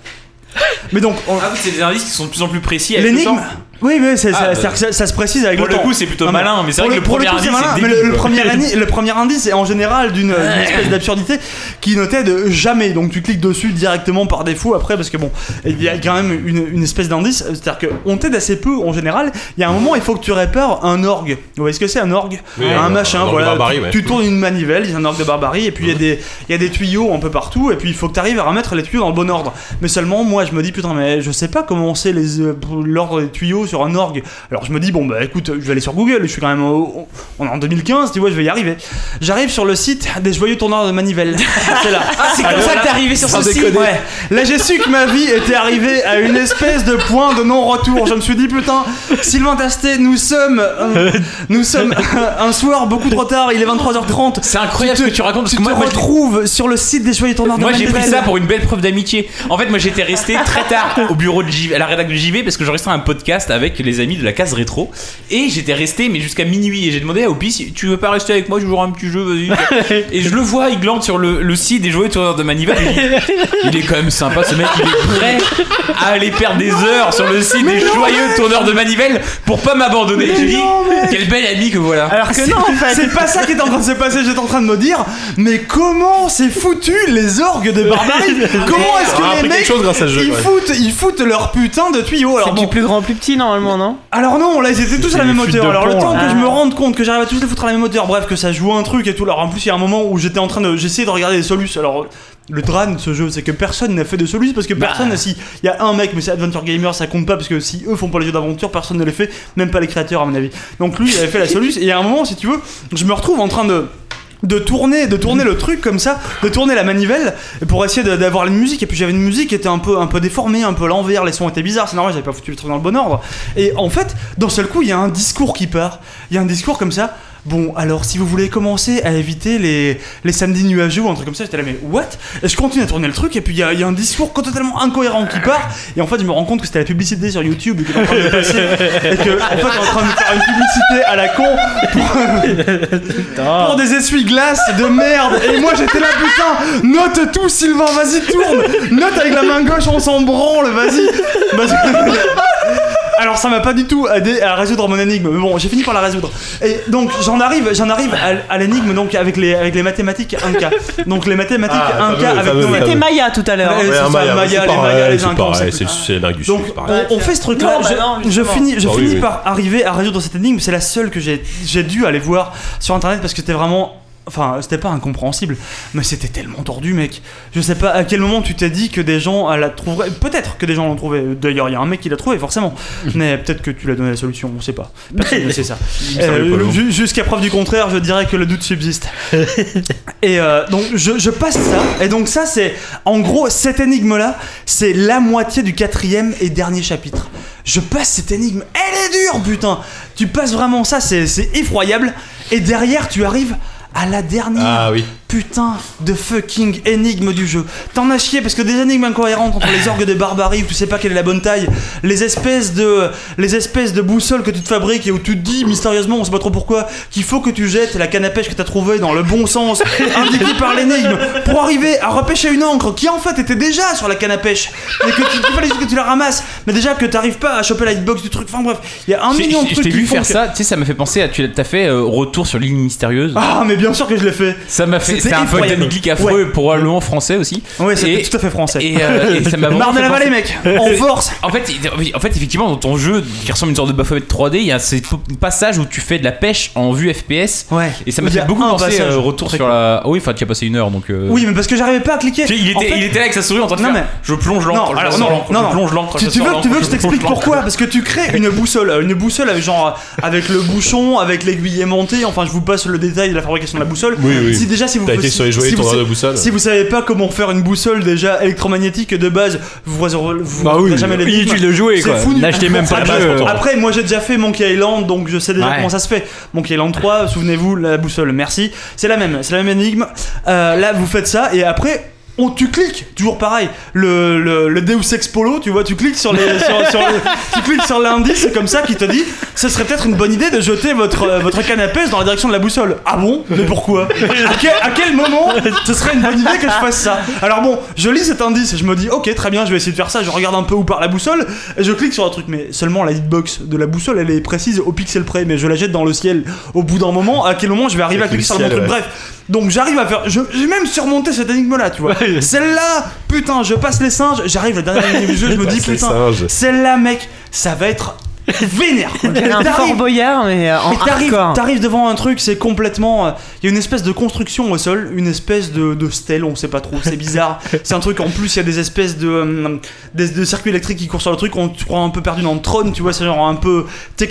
Mais donc, on- Ah oui, c'est des indices qui sont de plus en plus précis. avec le L'énigme temps. Oui, mais c'est- Ah, ça- euh, c'est-à-dire que ça, ça se précise avec pour le le temps. coup, c'est plutôt Non, mais malin, mais c'est pour vrai que le pour premier coup, c'est indice, malin, c'est mais le, débile, le quoi. premier indice, le premier indice est en général d'une d'une espèce d'absurdité qui notait de jamais. Donc tu cliques dessus directement par défaut après, parce que bon, il y a quand même une, une espèce d'indice. C'est-à-dire qu'on t'aide assez peu en général. Il y a un moment, il faut que tu répares un orgue. Vous voyez ce que c'est un orgue Oui, Un un machin, orgue de voilà. barbarie, tu, ouais. tu tournes une manivelle, il y a un orgue de barbarie, et puis il y a des- il y, a des tuyaux un peu partout, et puis il faut que tu arrives à remettre les tuyaux dans le bon ordre. Mais seulement, moi, je me dis, putain, mais je sais pas comment on sait les, euh, l'ordre des tuyaux sur un orgue. Alors je me dis, bon, bah écoute, je vais aller sur Google, je suis quand même au- on est en 2015, tu vois, je vais y arriver. J'arrive sur le site des joyeux tourneurs de manivelle. c'est là. Ah, c'est comme Alors, ça que là, t'es arrivé sur sans ce site. déconner. Ouais. Là, j'ai su que ma vie était arrivée à une espèce de point de non-retour. Je me suis dit, putain, Sylvain Tasté, nous sommes, euh, nous sommes un soir beaucoup trop tard, il est 23h30. C'est incroyable ce que tu racontes parce Tu que moi, te moi, je- retrouves sur le site des joyeux tourneurs de Moi j'ai pris manivelle. ça pour une belle preuve d'amitié. En fait, moi j'étais resté très tard au bureau de JV, à la rédaction de JV parce que j'enregistrais un podcast avec les amis de la case rétro et j'étais resté mais jusqu'à minuit et j'ai demandé à Obi si tu veux pas rester avec moi, je jouerai un petit jeu, vas-y. et je le vois, il glande sur le, le site des joueurs tourneurs de manivelle. et je dis, Il est quand même sympa ce mec, il est prêt à aller perdre des heures sur le site des joyeux tourneurs de manivelle pour pas m'abandonner. J'ai dit quel bel ami que voilà. Alors que non, Ah, c'est pas ça qui est en train de se passer. J'étais en train de me dire, mais comment c'est foutu les orgues de barbarie Comment est-ce On que a les appris quelque mecs chose grâce à ce jeu, ils ouais. foutent, ils foutent leur putain de tuyau Alors C'est du bon. plus grand au plus petit normalement, non Alors non, là ils étaient tous à la des même chutes hauteur. de Alors le pont, temps là. que je Ah. me rende compte que j'arrive à tous les foutre à la même hauteur, bref, que ça joue un truc et tout. Alors en plus, il y a un moment où j'étais en train de. J'essayais de regarder les solutions. Alors le drame de ce jeu, c'est que personne n'a fait de solutions parce que Bah. personne. Si, il y a un mec, mais c'est Adventure Gamer, ça compte pas parce que si eux font pas les jeux d'aventure, personne ne les fait, même pas les créateurs à mon avis. Donc lui, il avait fait la solution et à un moment, si tu veux, je me retrouve en train de de tourner de tourner le truc comme ça de tourner la manivelle pour essayer de- d'avoir la musique et puis j'avais une musique qui était un peu un peu déformée un peu à l'envers les sons étaient bizarres c'est normal j'avais pas foutu les trucs dans le bon ordre et en fait d'un seul coup il y a un discours qui part il y a un discours comme ça Bon, alors si vous voulez commencer à éviter les, les samedis nuageux ou un truc comme ça, j'étais là, mais what Et je continue à tourner le truc, et puis il y a, il y a un discours totalement incohérent qui part, et en fait je me rends compte que c'était la publicité sur YouTube qui était en train de passer, et que en fait on est en train de faire une publicité à la con pour, pour des Ah, essuie-glaces de merde. Et moi j'étais là, putain, note tout Sylvain, vas-y tourne, note avec la main gauche, on s'en branle, vas-y. Parce que- Alors ça m'a pas du tout aidé à résoudre mon énigme, mais bon, j'ai fini par la résoudre. Et donc j'en arrive, j'en arrive à, à l'énigme donc avec les avec les mathématiques 1K. Donc les mathématiques Ah, 1K fameux, avec fameux, Noël. fameux. Maya tout à l'heure. Ouais, Ouais, c'est un ça, Maya, Maya, c'est les pareil, Maya, les c'est Incas, pareil, c'est C'est tout. c'est l'Inde du Donc, Sud, c'est pareil. on, on fait ce truc là, Non, bah non, je, je justement. finis, je Ah oui, finis oui. par arriver à résoudre cette énigme, c'est la seule que j'ai j'ai dû aller voir sur internet parce que c'était vraiment... Enfin, c'était pas incompréhensible, mais c'était tellement tordu, mec. Je sais pas à quel moment tu t'es dit que des gens à la trouveraient. Peut-être que des gens l'ont trouvé. D'ailleurs, il y a un mec qui l'a trouvé, forcément. Mais peut-être que tu l'as donné la solution, on sait pas. Personne ne sait ça. Il me semble Euh, pas, non. ju- Jusqu'à preuve du contraire, je dirais que le doute subsiste. Et euh, donc je, je passe ça. Et donc ça c'est en gros cette énigme là, c'est la moitié du quatrième et dernier chapitre. Je passe cette énigme, elle est dure putain. Tu passes vraiment ça, c'est c'est effroyable. Et derrière tu arrives à la dernière. Ah oui. putain de fucking énigme du jeu. T'en as chié parce que des énigmes incohérentes entre les orgues de barbarie où tu sais pas quelle est la bonne taille, les espèces de les espèces de boussoles que tu te fabriques et où tu te dis mystérieusement, on sait pas trop pourquoi, qu'il faut que tu jettes la canne à pêche que t'as trouvée dans le bon sens indiqué par l'énigme pour arriver à repêcher une encre qui en fait était déjà sur la canne à pêche et que tu, qu'il fallait juste que tu la ramasses, mais déjà que t'arrives pas à choper la hitbox du truc. Enfin bref, il y a un J'ai- million de Je trucs t'ai qui vu font faire que- ça, tu sais, ça m'a fait penser à. Tu as fait euh, Retour sur l'île mystérieuse. Ah mais bien sûr que je l'ai fait. Ça m'a fait. C'était C'est un peu effroyable. clic affreux, probablement français aussi. Ouais, c'était Et- tout à fait français. Et, euh, et ça m'a vraiment Marne de fait la penser- Euh, vallée, mec. En force. En fait, en fait, effectivement, dans ton jeu qui ressemble à une sorte de Baphomet 3D, il y a ces p- passages où tu fais de la pêche en vue FPS. Ouais. Et ça m'a Il y fait a beaucoup un penser passage. euh, retour sur la. Ah oui, enfin, tu as passé une heure donc. euh, Oui, mais parce que j'arrivais pas à cliquer. Tu sais, Il En était, fait- il était là avec sa souris en train de Non, faire mais- Je plonge l'encre, non, je alors sors non, l'encre, non, je non. plonge l'encre, Tu, je tu sors veux, tu veux l'encre, que je t'explique plonge l'encre. pourquoi Parce que tu crées une boussole, euh, une boussole avec genre euh, avec le bouchon, avec l'aiguille aimantée. Enfin, je vous passe le détail de la fabrication de la boussole. Oui, oui. Si déjà si vous T'as été si- sur les joyeux si vous tourneurs sa- de boussole. Si vous savez pas comment faire une boussole déjà électromagnétique de base, vous vous, vous Bah oui, vous jamais les inutile de jouer, quoi. N'achetez même pas le Après, jeu. Après, moi j'ai déjà fait Monkey Island, donc je sais déjà Ouais. comment ça se fait. Monkey Island 3, souvenez-vous la boussole. Merci. C'est la même, c'est la même énigme. Euh, là, vous faites ça et après. On, tu cliques, toujours pareil, le, le, le Deus Ex Polo, tu vois, tu cliques sur les, sur, sur les- tu cliques sur l'indice, c'est comme ça qu'il te dit, ce serait peut-être une bonne idée de jeter votre, euh, votre canne à pêche dans la direction de la boussole. Ah bon Mais pourquoi à quel, à quel moment ce serait une bonne idée que je fasse ça Alors bon, je lis cet indice et je me dis, ok, très bien, je vais essayer de faire ça, je regarde un peu où part la boussole, et je clique sur un truc, mais seulement la hitbox de la boussole, elle est précise au pixel près, mais je la jette dans le ciel. Au bout d'un moment, à quel moment je vais arriver à Avec le cliquer sur le bon ciel, truc ouais. Bref, donc j'arrive à faire. je- J'ai même surmonté cette énigme-là, tu vois. Celle-là, putain, je passe les singes, j'arrive à la dernière énigme du jeu, je me dis Passe les putain, singes. celle-là, mec, ça va être vénère. quoi. Il y a un T'arrives- fort boyard, mais euh, en mais t'arrives, hardcore. t'arrives devant un truc, c'est complètement. euh, Il y a une espèce de construction au sol, une espèce de, de stèle, on sait pas trop, c'est bizarre. c'est un truc, en plus, il y a des espèces de, hum, des- de circuits électriques qui courent sur le truc, on te croit un peu perdu dans le trône, tu vois, c'est genre un peu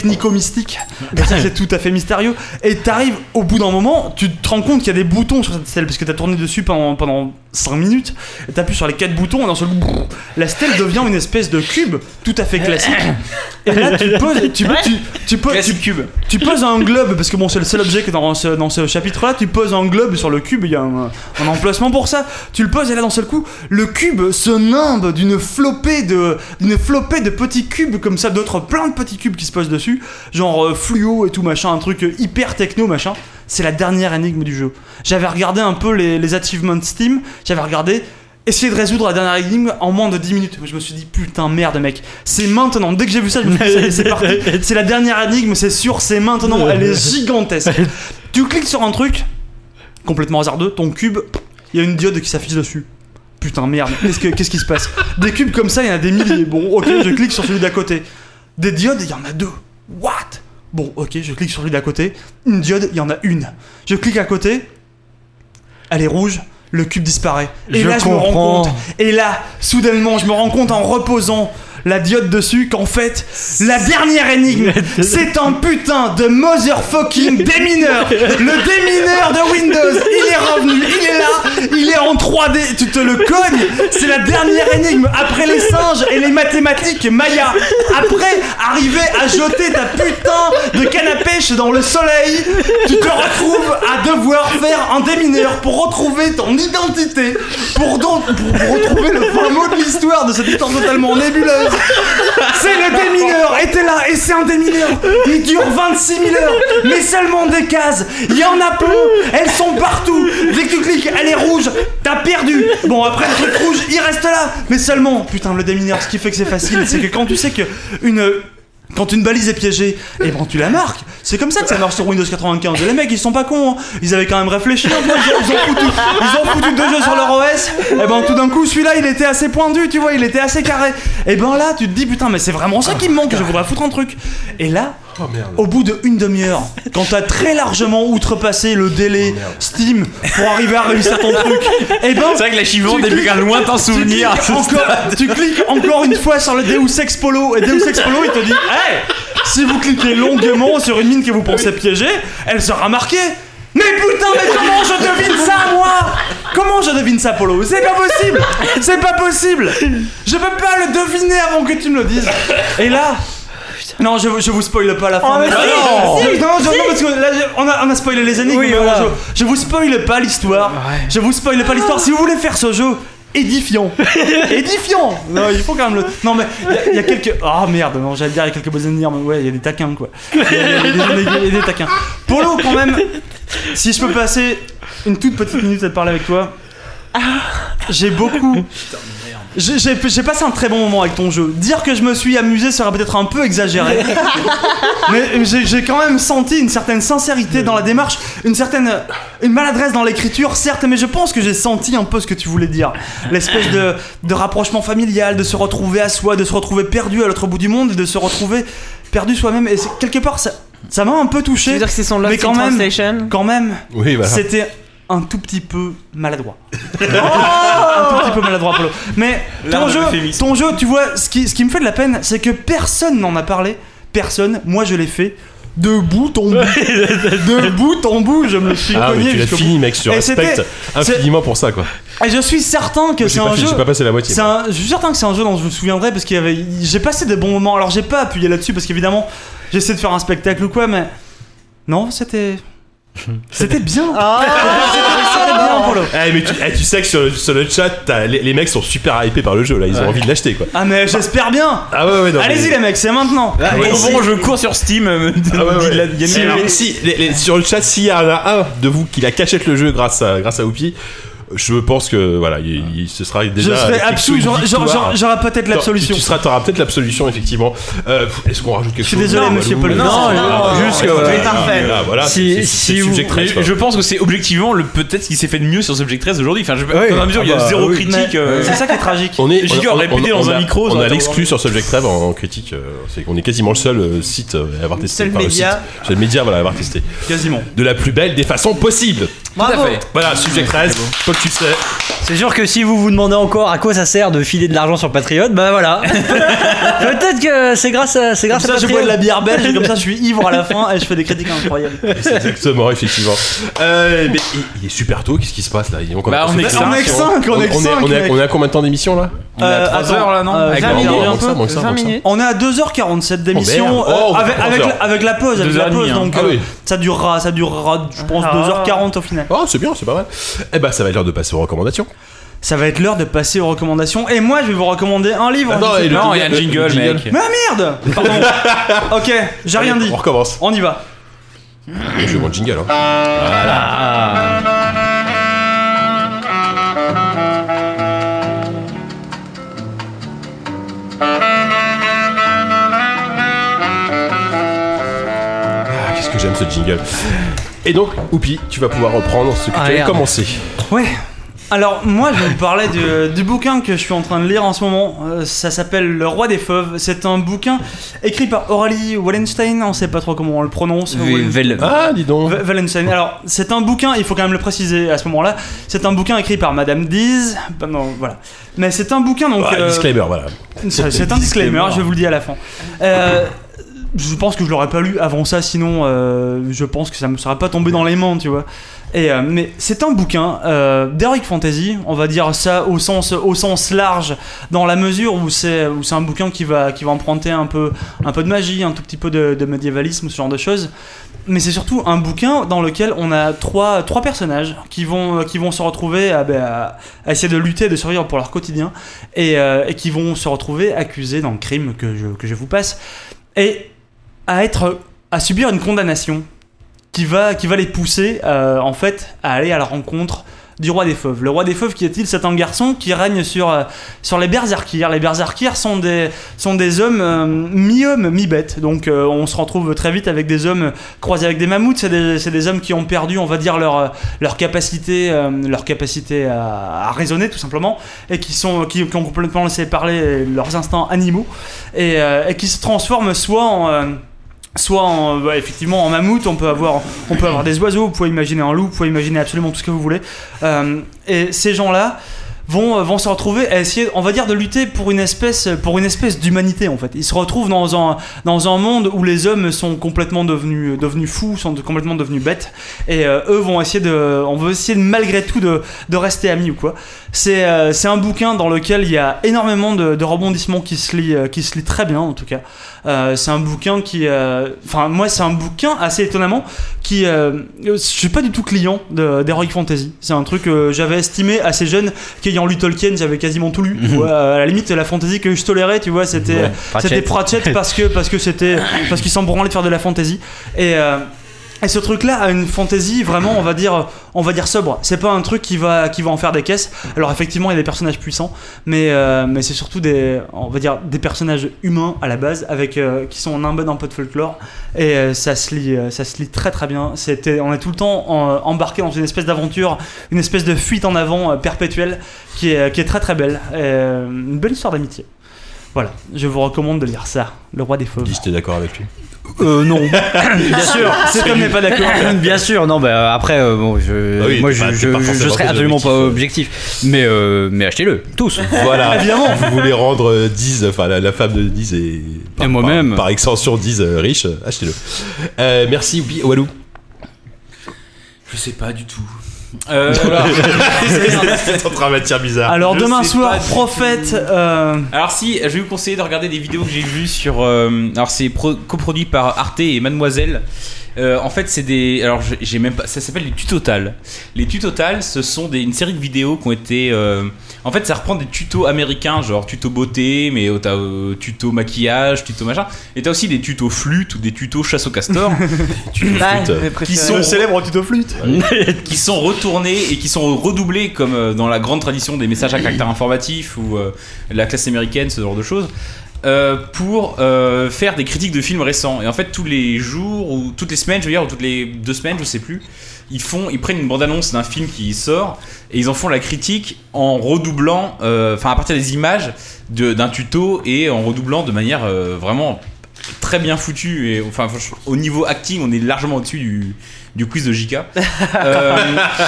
technico-mystique. Et ça, c'est tout à fait mystérieux. Et t'arrives, au bout d'un moment, tu te rends compte qu'il y a des boutons sur cette stèle, parce que t'as tourné dessus pendant, pendant 5 minutes, et t'appuies sur les quatre boutons, et d'un seul coup, brrr, la stèle devient une espèce de cube tout à fait classique. Et là, tu poses, tu, peux- tu, tu poses, tu, tu poses un globe, parce que bon, c'est le seul objet que dans ce, dans ce chapitre-là, tu poses un globe sur le cube, il y a un, un emplacement pour ça. Tu le poses et là, d'un seul coup, le cube se nimbe d'une flopée de, d'une flopée de petits cubes comme ça, d'autres plein de petits cubes qui se posent dessus, genre euh, fluo et tout machin, un truc euh, hyper techno machin. C'est la dernière énigme du jeu. J'avais regardé un peu les, les achievements Steam, j'avais regardé essayer de résoudre la dernière énigme en moins de 10 minutes. Je me suis dit, putain, merde, mec, c'est maintenant. Dès que j'ai vu ça, je me suis dit, ça y est, c'est parti. C'est la dernière énigme, c'est sûr, c'est maintenant. Elle est gigantesque. Tu cliques sur un truc, complètement hasardeux, ton cube, il y a une diode qui s'affiche dessus. Putain, merde, qu'est-ce, que- qu'est-ce qui se passe Des cubes comme ça, il y en a des milliers. Bon, ok, je clique sur celui d'à côté. Des diodes, il y en a deux. What Bon, ok, je clique sur celui d'à côté. Une diode, il y en a une. Je clique à côté, elle est rouge, le cube disparaît. Et Je là, je me comprends. rends compte. Et là, soudainement, je me rends compte en reposant la diode dessus qu'en fait, la dernière énigme, c'est un putain de motherfucking démineur. Le démineur de Windows, il est revenu, il est là, il est en 3D, tu te le cognes. C'est la dernière énigme après les singes et les mathématiques Maya. Après, arriver à jeter ta putain de canne à pêche dans le soleil, tu te retrouves à devoir faire un démineur pour retrouver ton identité, pour, donc, pour, pour retrouver le fin mot de l'histoire de cette histoire totalement nébuleuse. C'est le démineur, et t'es là, et c'est un démineur. Il dure 26 000 heures, mais seulement des cases. Il y en a plein, elles sont partout. Dès que tu cliques, elle est rouge, t'as perdu. Bon, après le truc rouge, il reste là, mais seulement. Putain, le démineur, ce qui fait que c'est facile, c'est que quand tu sais que une. Quand une balise est piégée, et ben tu la marques. C'est comme ça que ça marche sur Windows 95. Et les mecs, ils sont pas cons. hein. Ils avaient quand même réfléchi. un peu. Ils ont foutu, ils ont foutu deux jeux sur leur OS. Et ben tout d'un coup, celui-là, il était assez pointu, tu vois, il était assez carré. Et ben là, tu te dis putain, mais c'est vraiment ça qui me manque. Je voudrais foutre un truc. Et là, au bout de une demi-heure, quand t'as très largement outrepassé le délai Steam pour arriver à réussir ton truc, et ben C'est vrai que la chivante tu est plus cliques- qu'un lointain tu souvenir cliques à ce encore- stade. tu cliques encore une fois sur le Deus Ex Polo et Deus Ex Polo il te dit Hey Si vous cliquez longuement sur une mine que vous pensez piéger, elle sera marquée mais putain, mais comment je devine ça, moi Comment je devine ça, Polo C'est pas possible C'est pas possible Je peux pas le deviner avant que tu me le dises Et là, suite Non, je, vous- je vous spoil pas la fin. Oh, mais Ah, si, si, non, non, je- si. non, parce que là, je- on, a, on a spoilé les énigmes. Oui, mais voilà. bon, je, je vous spoil pas l'histoire. Je vous spoil pas l'histoire. Si vous voulez faire ce jeu, édifiant. édifiant Non, il faut quand même le. Non, mais il y a- il y, a quelques. Oh merde, non, j'allais dire, il y a quelques bonnes énigmes. Ouais, il y a des taquins, quoi. Il y a- il y a des- il y a des- il y a des taquins. Pour l'eau, quand même, si je peux passer une toute petite minute à te parler avec toi. J'ai beaucoup. J'ai- J'ai j'ai passé un très bon moment avec ton jeu. Dire que je me suis amusé sera peut-être un peu exagéré. mais j'ai j'ai quand même senti une certaine sincérité dans la démarche, une certaine euh, une maladresse dans l'écriture, certes, mais je pense que j'ai senti un peu ce que tu voulais dire. L'espèce de, de rapprochement familial, de se retrouver à soi, de se retrouver perdu à l'autre bout du monde, et de se retrouver perdu soi-même. Et c'est- quelque part, ça ça m'a un peu touché. Tu veux dire que c'est son Lost mais quand in même, Translation quand même, Oui, voilà. c'était un tout petit peu maladroit. un tout petit peu maladroit, Polo. Mais ton Oh L'art de jeu, l'euphémisme. ton jeu, tu vois, ce qui, ce qui me fait de la peine, c'est que personne n'en a parlé. Personne. Moi, je l'ai fait. De bout en bout. de bout en bout, je me le suis Ah, mais cogné tu l'as jusqu'au fini, bout. mec, je te Et c'était- respecte infiniment pour ça, quoi. et je suis certain que Moi, j'ai c'est pas un fini, jeu. j'ai pas passé la moitié. c'est un- je suis certain que c'est un jeu dont je me souviendrai parce qu'il y avait. J'ai passé des bons moments. Alors j'ai pas appuyé là-dessus parce qu'évidemment j'essaie de faire un spectacle ou quoi, mais non, c'était. C'était bien. Ah. C'était bien Polo. Eh, mais tu, eh, tu sais que sur le, sur le chat, t'as- les, les mecs sont super hypés par le jeu, là, ils ont envie de l'acheter, quoi. Ah mais j'espère bien. Ah ouais, ouais, non, Allez-y mais- les mecs, c'est maintenant. Ah, ouais. Bon, bon, je- cours sur Steam. euh, Ah ouais, ouais. il y a Si, une- mais alors- si, les- les- sur le chat, s'il y en a un de vous qui la cachette le jeu grâce à, grâce à Oupi, je pense que voilà, il, il- ce sera déjà. Je serai avec quelque absous, chose, une j'aurai- victoire. j'aurai- j'aurai peut-être l'absolution. Tu, tu seras, t'auras peut-être l'absolution effectivement. Euh, pff, Est-ce qu'on rajoute quelque suis chose désolé, monsieur Walou Paul. Non, Ah, non, voilà. non, Juste que non, voilà. c'est parfait. Voilà, voilà, si, c'est- c'est- c'est si le vous- subject 13, je- quoi. je pense que c'est objectivement le peut-être ce qui s'est fait de mieux sur Subject 13 aujourd'hui. Enfin, je, Ouais. dans la mesure où il y Ah a bah, zéro oui. critique. euh, C'est ça qui est tragique. On est, J'ai dû en répéter dans un a- micro, On ça a va l'exclu t'avoir. sur Subject Rêve en, en critique. euh, c'est qu'on est quasiment le seul euh, site euh, à avoir testé. seul enfin, média. site- seul média voilà, à avoir testé. Quasiment. De la plus belle des façons possibles. Bravo. Voilà, Subject 13, Paul, tu le sais. C'est sûr que si vous vous demandez encore à quoi ça sert de filer de l'argent sur Patreon, bah voilà. Peut-être que c'est grâce à c'est grâce Comme à ça, je Patreon. bois de la bière belge et comme ça, je suis ivre à la fin et je fais des critiques incroyables. Exactement, effectivement. Euh, mais il, il est super tôt, qu'est-ce qui se passe là Ils ont Bah, on c'est est pas- que cinq, on est que on- cinq, on est que on est- cinq, on est- mec. on est à combien de temps d'émission là On est à trois attends, heures, là, non euh, Avec 20 le- minutes, moins un que ça, peu. moins que ça, 20 moins que ça. minutes. On est à 2h47 d'émission Oh, merde. euh, Oh, avec, trois avec, heures. la, avec la pause, avec Deux la heures et pause demie, hein. donc Ah euh, oui. ça durera ça durera je pense Ah. 2h40 au final. Oh, c'est bien, c'est pas mal. Eh ben, ça va être l'heure de passer aux recommandations. Ça va être l'heure de passer aux recommandations et moi je vais vous recommander un livre. Attends, Je sais et le- pas. Non, il y a un le- jingle, le jingle. mec. Mais ah, merde Pardon. OK, j'ai rien dit. On recommence. On y va. Et je vais le jingle. hein. Ah. Voilà. Ah, qu'est-ce que j'aime ce jingle. Et donc, Oupi, tu vas pouvoir reprendre ce que Ah, tu avais merde. commencé. Ouais. Alors moi je vais vous parlais du, du bouquin que je suis en train de lire en ce moment. Euh, ça s'appelle Le Roi des Fauves. C'est un bouquin écrit par Aurélie Wallenstein. On sait pas trop comment on le prononce. Oui, Wallen- Vel- Ah, dis donc. Wa- Wallenstein. Alors c'est un bouquin. Il faut quand même le préciser à ce moment-là. C'est un bouquin écrit par Madame Dees. Bah, non, voilà. Mais c'est un bouquin donc. Voilà, euh, Disclaimer, voilà. c'est c'est un disclaimer, je vous le dis à la fin. Euh, je pense que je l'aurais pas lu avant ça, sinon euh, je pense que ça me serait pas tombé dans les mains, tu vois. Et, euh, mais c'est un bouquin euh, d'Heroic Fantasy, on va dire ça au sens, au sens large, dans la mesure où c'est où c'est un bouquin qui va, qui va emprunter un peu, un peu de magie, un tout petit peu de, de médiévalisme, ce genre de choses. Mais c'est surtout un bouquin dans lequel on a trois, trois personnages qui vont, euh, qui vont se retrouver à, ben, à- à essayer de lutter, de survivre pour leur quotidien, et, euh, et qui vont se retrouver accusés d'un crime que je, que je vous passe, et à, être, à subir une condamnation qui va, qui va les pousser euh, en fait à aller à la rencontre du roi des fauves. Le roi des fauves, qui est-il C'est un garçon qui règne sur, euh, sur les berserkir. Les berserkir sont des, sont des hommes euh, mi-hommes, mi-bêtes. Donc euh, on se retrouve très vite avec des hommes croisés avec des mammouths. C'est des, c'est des hommes qui ont perdu, on va dire, leur, euh, leur capacité, euh, leur capacité à, à raisonner, tout simplement, et qui, sont, qui, qui ont complètement laissé parler leurs instincts animaux, et, euh, et qui se transforment soit en... euh, soit en, bah, effectivement en mammouth, on peut avoir, on peut avoir des oiseaux, vous pouvez imaginer un loup, vous pouvez imaginer absolument tout ce que vous voulez. Euh, et ces gens-là vont, euh, vont se retrouver à essayer, on va dire, de lutter pour une espèce, pour une espèce d'humanité en fait. Ils se retrouvent dans un, dans un monde où les hommes sont complètement devenus, euh, devenus fous, sont de- complètement devenus bêtes, et euh, eux vont essayer de, on veut essayer de, malgré tout de, de rester amis ou quoi. C'est euh, c'est un bouquin dans lequel il y a énormément de, de rebondissements qui se lit, euh, qui se lit très bien en tout cas. Euh, c'est un bouquin qui, euh, enfin moi c'est un bouquin assez étonnamment qui, euh, je suis pas du tout client de- d'Heroic Fantasy. C'est un truc que j'avais estimé assez jeune, qu'ayant lu Tolkien j'avais quasiment tout lu. Mhm. Ouais, à la limite la fantasy que je tolérais, tu vois, c'était Ouais, c'était Pratchett. Pratchett parce que parce que c'était parce qu'ils s'en branlaient de faire de la fantasy et euh, et ce truc-là a une fantaisie vraiment, on va dire, on va dire sobre. C'est pas un truc qui va, qui va en faire des caisses. Alors effectivement, il y a des personnages puissants, mais, euh, mais c'est surtout des, on va dire, des personnages humains à la base, avec euh, qui sont imbibés d'un peu de folklore. Et euh, ça se lit, euh, ça se lit très très bien. C'était, on est tout le temps en- embarqué dans une espèce d'aventure, une espèce de fuite en avant euh, perpétuelle, qui est, qui est très très belle. Et, euh, une belle histoire d'amitié. Voilà, je vous recommande de lire ça, Le Roi des Fauves. Si t'es d'accord avec lui. Euh, non. Bien sûr. Cet homme n'est pas d'accord. Bien sûr. Non, bah euh, après, euh, bon, je, Bah oui, moi, t'es je, pas- je, t'es pas je- je forcément serais très absolument objectif, pas objectif. Mais, euh, mais achetez-le tous. Voilà. Évidemment. Vous voulez rendre euh, 10, enfin la, la femme de 10 et, par- moi-même. par, par extension 10 euh, riche, euh, achetez-le. Euh, merci Oupi, Walou. Je sais pas du tout. Euh, Oula. C'est en train de m'attirer bizarre. Alors Je demain sais soir, pas du prophète. tout. euh, Alors si, je vais vous conseiller de regarder des vidéos que j'ai vues sur. euh, alors c'est pro- coproduit par Arte et Mademoiselle. Euh, en fait, c'est des. Alors j'ai- j'ai même pas. Ça s'appelle les tutotales. Les tutotales, ce sont des, une série de vidéos qui ont été. euh, en fait, ça reprend des tutos américains, genre tuto beauté, mais euh, t'as euh, tuto maquillage, tuto machin. Et t'as aussi des tutos flûte ou des tutos chasse au castor. Tuto Ouais, flûte. mes qui préférés. sont Bah, Le célèbre tuto flûte. qui sont retournés et qui sont redoublés comme euh, dans la grande tradition des messages à caractère informatif ou euh, la classe américaine, ce genre de choses. euh, pour euh, faire des critiques de films récents et en fait tous les jours ou toutes les semaines je veux dire ou toutes les deux semaines je sais plus ils font ils prennent une bande annonce d'un film qui sort et ils en font la critique en redoublant euh, enfin à partir des images de- d'un tuto et en redoublant de manière euh, vraiment très bien foutu et enfin franchement, au niveau acting on est largement au-dessus du, du quiz de JK Euh,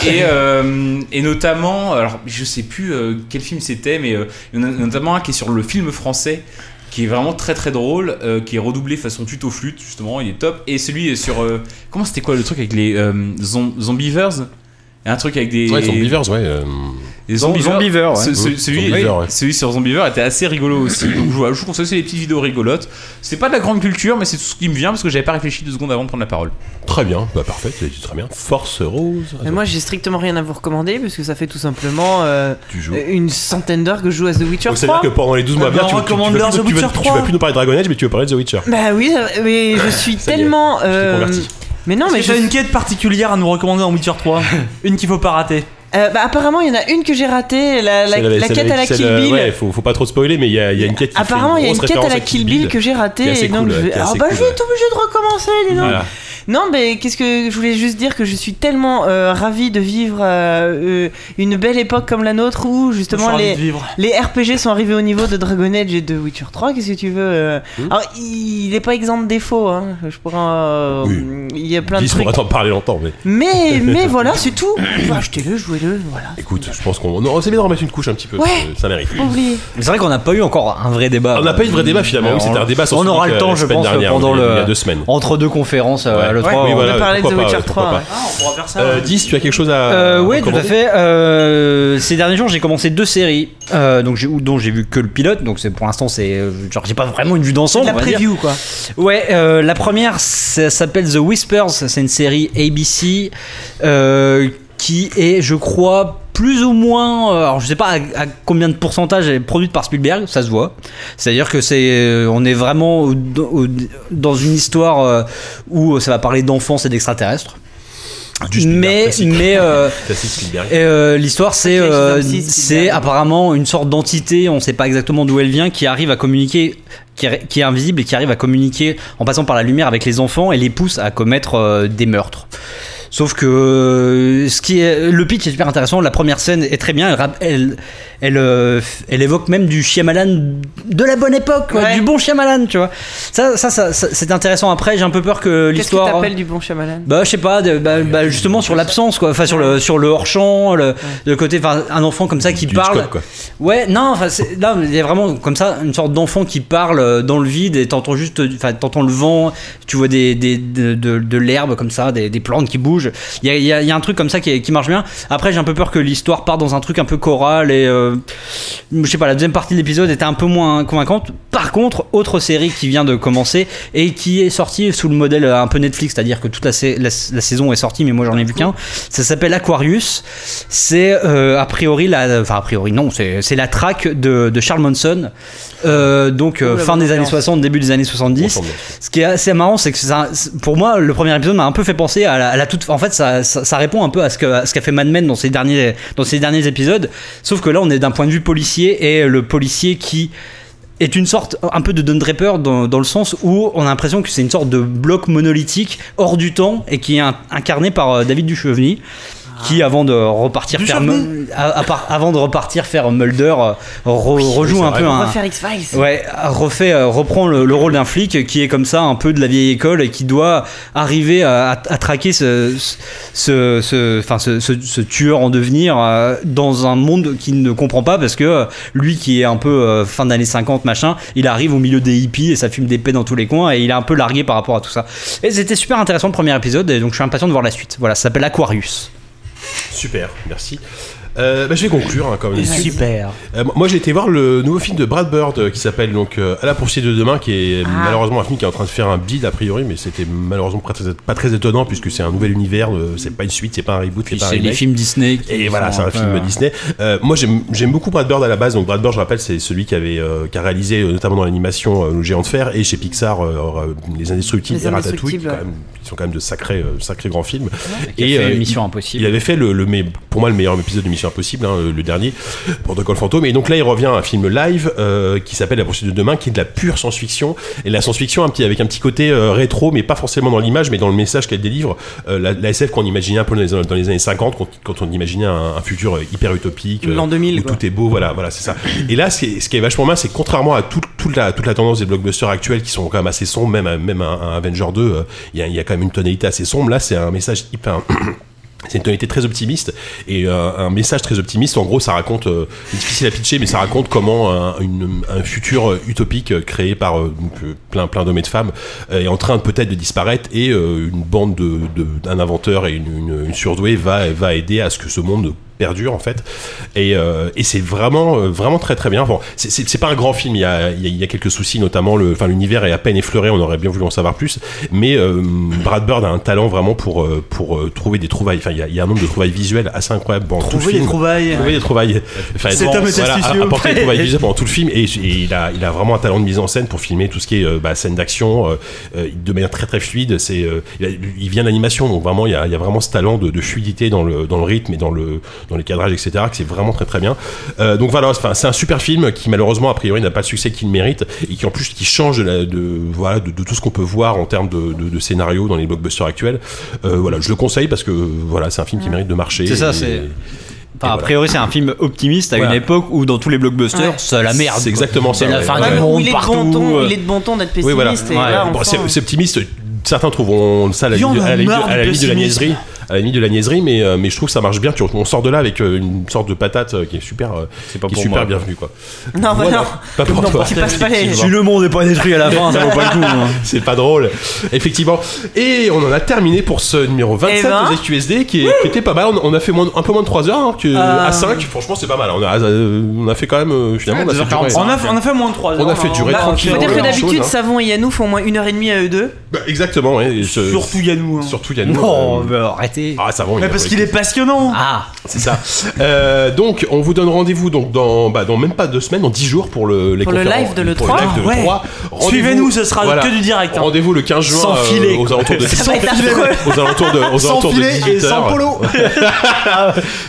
et, euh, et notamment alors je sais plus euh, quel film c'était mais euh, il y en a notamment un qui est sur le film français qui est vraiment très très drôle euh, qui est redoublé façon tuto flûte justement il est top et celui est sur euh, comment c'était quoi le truc avec les euh, zom- zombivers un truc avec des Ouais, Zombievers, ouais. euh, les Zom- zombies Zombievers, ouais. Mmh. celui, Zombievers, ouais. celui sur Zombiever était assez rigolo aussi. Donc je vous- je vous conseille c'est des petites vidéos rigolotes. C'est pas de la grande culture, mais c'est tout ce qui me vient parce que j'avais pas réfléchi deux secondes avant de prendre la parole. Très bien, bah parfait, tu l'as dit très bien. Force Rose. Mais moi, j'ai strictement rien à vous recommander parce que ça fait tout simplement euh, une centaine d'heures que je joue à The Witcher Donc, ça veut 3. dire Oh, que pendant les 12 Bah, mois à venir, tu, tu- tu vas, plus, nous- tu vas- tu vas plus nous parler de Dragon Age, mais tu vas parler de The Witcher. Bah oui, euh, mais je suis tellement. euh, converti. mais non, Est-ce mais que t'as une quête particulière à nous recommander en Witcher 3 Une qu'il faut pas rater. Euh, bah, apparemment, il y en a une que j'ai ratée, la, la, C'est la c'est quête à la c'est Kill le- Bill. Ouais, faut, faut pas trop spoiler, mais il y, a il y a une quête. qui fait Apparemment, il y a une grosse quête à référence la Kill Bill que j'ai qui est ratée. assez Et donc, cool, je ouais, vais- qui est Ah assez bah, cool, je vais être obligée de recommencer, dis donc. Voilà. Non, mais qu'est-ce que je voulais juste dire que je suis tellement euh, ravie de vivre euh, euh, une belle époque comme la nôtre où Je justement suis les, ravi de vivre. les RPG sont arrivés au niveau de Dragon Age et de Witcher 3. Qu'est-ce que tu veux euh. Hmm. Alors, il n'est pas exempt de défauts. hein. Je pourrais. euh, Il y a plein de Dis, on trucs. va t'en parler longtemps, mais. Mais, mais voilà, c'est tout. Achetez-le, jouez-le, voilà. Écoute, je pense qu'on. non, C'est bien d'en remettre une couche un petit peu, Ouais. parce que ça mérite. Oubliez. Mais c'est vrai qu'on n'a pas eu encore un vrai débat. Ah, On n'a pas eu de vrai débat, finalement. Oui, Euh, c'était un on- débat sur On ce aura truc, le euh, temps, la je semaine pense, dernière, pendant il y a- le. il y a deux semaines. Entre deux conférences, euh, Ouais. le Ouais, 3. oui, on- voilà, on- pourquoi pas, ouais, pourquoi pas. hein. Euh, 10, tu as quelque chose à. Euh, oui, tout recommander à fait. Euh, ces derniers jours, j'ai commencé deux séries, euh, donc j'ai- ou- dont j'ai vu que le pilote. Donc c'est pour l'instant, c'est euh, genre j'ai pas vraiment une vue d'ensemble. La on va dire. preview, quoi. Ouais, euh, la première, ça s'appelle The Whispers. C'est une série ABC euh, qui est, je crois, plus ou moins, euh, alors je sais pas à, à combien de pourcentage elle est produite par Spielberg, ça se voit. C'est-à-dire que c'est, euh, on est vraiment au- au- dans une histoire euh, où ça va parler d'enfance et d'extraterrestres. mais mais euh, Classique Spielberg. et, euh, l'histoire, Ah, c'est euh, Jason Seas, c'est apparemment une sorte d'entité, on ne sait pas exactement d'où elle vient, qui arrive à communiquer, qui, est- qui est invisible et qui arrive à communiquer en passant par la lumière avec les enfants et les pousse à commettre euh, des meurtres. Sauf que euh, ce qui est, le pitch est super intéressant. La première scène est très bien. Elle, rap- elle, elle, euh, elle évoque même du Shyamalan de la bonne époque, quoi, du bon Shyamalan, tu vois. Ça, ça, ça, ça- c'est intéressant. Après, j'ai un peu peur que Qu'est-ce que l'histoire. hein. t'appelles du bon Shyamalan Bah, je sais pas, de- bah, bah, justement sur l'absence, quoi. Enfin, sur le, sur le hors-champ, le, le côté, enfin, un enfant comme ça qui parle. Hitchcock, quoi. Ouais, non, enfin, c'est- là, il y a vraiment comme ça une sorte d'enfant qui parle euh, dans le vide et t'entends juste, euh, enfin, t'entends le vent, tu vois des, des, de, de- de l'herbe comme ça, des, des plantes qui bougent. Il y a, il y a- il y a un truc comme ça qui, est- qui marche bien. Après, j'ai un peu peur que l'histoire parte dans un truc un peu choral et euh, je sais pas, la deuxième partie de l'épisode était un peu moins convaincante. Par contre, autre série qui vient de commencer et qui est sortie sous le modèle euh, un peu Netflix, c'est-à-dire que toute la, sa- la- la saison est sortie, mais moi j'en ai vu qu'un. Ça s'appelle Aquarius. C'est euh, a priori la, enfin a priori non, c'est c'est la track de, de Charles Manson. Euh, donc euh, Oh, la fin bonne des années ambiance. 60, début des années 70. Ce qui est assez marrant, c'est que ça- c'est- pour moi, le premier épisode m'a un peu fait penser à la, à la toute. En fait, ça, ça, ça répond un peu à ce que- à ce qu'a fait Mad Men dans ses, derniers, dans ses derniers épisodes. Sauf que là, on est d'un point de vue policier et le policier qui est une sorte un peu de Don Draper dans, dans le sens où on a l'impression que c'est une sorte de bloc monolithique hors du temps et qui est un- incarné par euh, David Duchovny qui avant de repartir faire Duchovny. Mu- à- à part- avant de repartir faire Mulder euh, re- rejoue un peu un, Refaire X-Files. Ouais, refait, euh, reprend le, le rôle d'un flic qui est comme ça, un peu de la vieille école et qui doit arriver à, à- à traquer ce, ce, ce, enfin, ce, ce- ce tueur en devenir euh, dans un monde qu'il ne comprend pas parce que euh, lui qui est un peu euh, fin d'année 50 machin, il arrive au milieu des hippies et ça fume des paix dans tous les coins et il est un peu largué par rapport à tout ça. Et c'était super intéressant le premier épisode et donc je suis impatient de voir la suite. Voilà, ça s'appelle Aquarius. Super, merci. Euh, bah, je vais conclure hein, comme d'habitude. Super. Euh, moi j'ai été voir le nouveau film de Brad Bird euh, qui s'appelle donc euh, À la poursuite de demain qui est Ah. euh, malheureusement un film qui est en train de faire un bid a priori mais c'était malheureusement pas très, pas très étonnant puisque c'est un nouvel univers, euh, c'est pas une suite, c'est pas un reboot, c'est Puis pas un c'est les remake. films Disney. qui Et voilà, sont c'est un peu- film Disney. Euh, moi, j'aime j'aime beaucoup Brad Bird à la base. Donc, Brad Bird, je rappelle, c'est celui qui avait euh, qui a réalisé euh, notamment dans l'animation euh, Le Géant de Fer et chez Pixar euh, euh, Les Indestructibles Les et Ratatouille, Indestructibles, qui, quand ouais. même- qui sont quand même de sacrés, euh, sacrés grands films. Qui a fait euh, Mission il- Impossible. Il avait fait le, le- mais pour moi le meilleur épisode de Mission Impossible, hein, le dernier, Protocole Fantôme. Et donc là, il revient à un film live euh, qui s'appelle La Poursuite de demain, qui est de la pure science-fiction. Et la science-fiction, un petit avec un petit côté euh, rétro, mais pas forcément dans l'image, mais dans le message qu'elle délivre. Euh, la, la SF qu'on imaginait un peu dans les, dans les années 50, quand, quand on imaginait un, un futur euh, hyper utopique, L'an 2000, où tout est beau, voilà, voilà, c'est ça. Et là, c'est- ce qui est vachement bien, c'est que contrairement à tout- toute la toute la tendance des blockbusters actuels qui sont quand même assez sombres, même un- même un, un Avenger 2, euh, il y a- il y, a quand même une tonalité assez sombre. Là, c'est un message hyper C'est une tonalité très optimiste et euh, un message très optimiste. En gros, ça raconte, euh, c'est difficile à pitcher, mais ça raconte comment un, une- un futur euh, utopique euh, créé par euh, donc, euh, plein plein d'hommes et de femmes euh, est en train de peut-être de disparaître et euh, une bande de, de- d'un inventeur et une, une, une surdouée va va aider à ce que ce monde perdure en fait et, euh, et c'est vraiment euh, vraiment très très bien Enfin, c'est- c'est c'est pas un grand film il y a, il y a- il y a quelques soucis notamment le enfin l'univers est à peine effleuré on aurait bien voulu en savoir plus mais euh, Brad Bird a un talent vraiment pour euh, pour euh, trouver des trouvailles enfin il y, a- il y a un nombre de trouvailles visuelles assez incroyable dans tout le Trouver film des trouvailles. trouver des trouvailles enfin, Cet homme est voilà, astucieux. apporter des trouvailles visuelles pendant tout le film et, et il a il a vraiment un talent de mise en scène pour filmer tout ce qui est euh, bah, scène d'action euh, euh, de manière très très fluide c'est euh, il, a- il vient de l'animation donc vraiment il y a, il y a vraiment ce talent de, de fluidité dans le dans le rythme et dans le dans les cadrages etc que c'est vraiment très très bien Euh, donc voilà enfin c'est un super film qui malheureusement a priori n'a pas le succès qu'il mérite et qui en plus qui change de, la- de- voilà de, de tout ce qu'on peut voir en termes de, de, de scénario dans les blockbusters actuels Euh, voilà je le conseille parce que voilà c'est un film qui mérite de marcher C'est ça, Et- c'est- et Enfin, a voilà. priori, c'est un film optimiste à Voilà. une époque où dans tous les blockbusters, Ouais. c'est la merde. C'est exactement ça, C'est la ouais. fin Ouais, Ah du mais monde il est de bon partout. ton, euh. il Il est de bon ton d'être pessimiste. Oui, voilà. et là, Bon, enfin- c'est c'est optimiste. Certains trouveront ça à la Il y en limite de- a à la limite de- marre à la du limite de la pessimisme. niaiserie. À la limite de la niaiserie, mais, euh, mais je trouve que ça marche bien. Tu, on sort de là avec euh, une sorte de patate euh, qui est super, euh, qui est pour super moi. bienvenue. Quoi. Non, bah non. Pas pour Non, toi. tu passes pas les- Effectivement. Si le monde n'est pas détruit à la fin, ça vaut pas le coup, hein. C'est pas drôle. Effectivement. Et on en a terminé pour ce numéro 27 Eh ben. des QSD qui, est- qui était pas mal. On, on a fait moins- un peu moins de 3 heures hein, que, Euh. à 5. Franchement, c'est pas mal. On a, euh, on a fait quand même, euh, finalement, on a fait durer- On a, on a fait moins de 3 heures. On hein. a fait durer Là, tranquille. faut dire que Voilà. d'habitude- Chose, D'habitude, hein. Savon et Yannou font au moins une heure et demie à euh, eux deux. Bah, exactement. ouais, et ce- Surtout Yannou, hein. Surtout Yannou. euh, Non, arrêtez. Ah, ça va. Mais parce qu'il est passionnant. Ah. C'est ça. Euh, donc, on vous donne rendez-vous donc dans, bah, dans même pas deux semaines, dans dix jours pour le, les Pour le conférences- live de l'E3. pour le live de Ah, ouais. l'E3. Rendez-vous- Suivez-nous, ce sera que du direct, hein. Rendez-vous le 15 juin Sans euh, filet, aux quoi. alentours de Ça va être affreux. aux alentours de aux Sans alentours de filet et 18 sans heures. polo.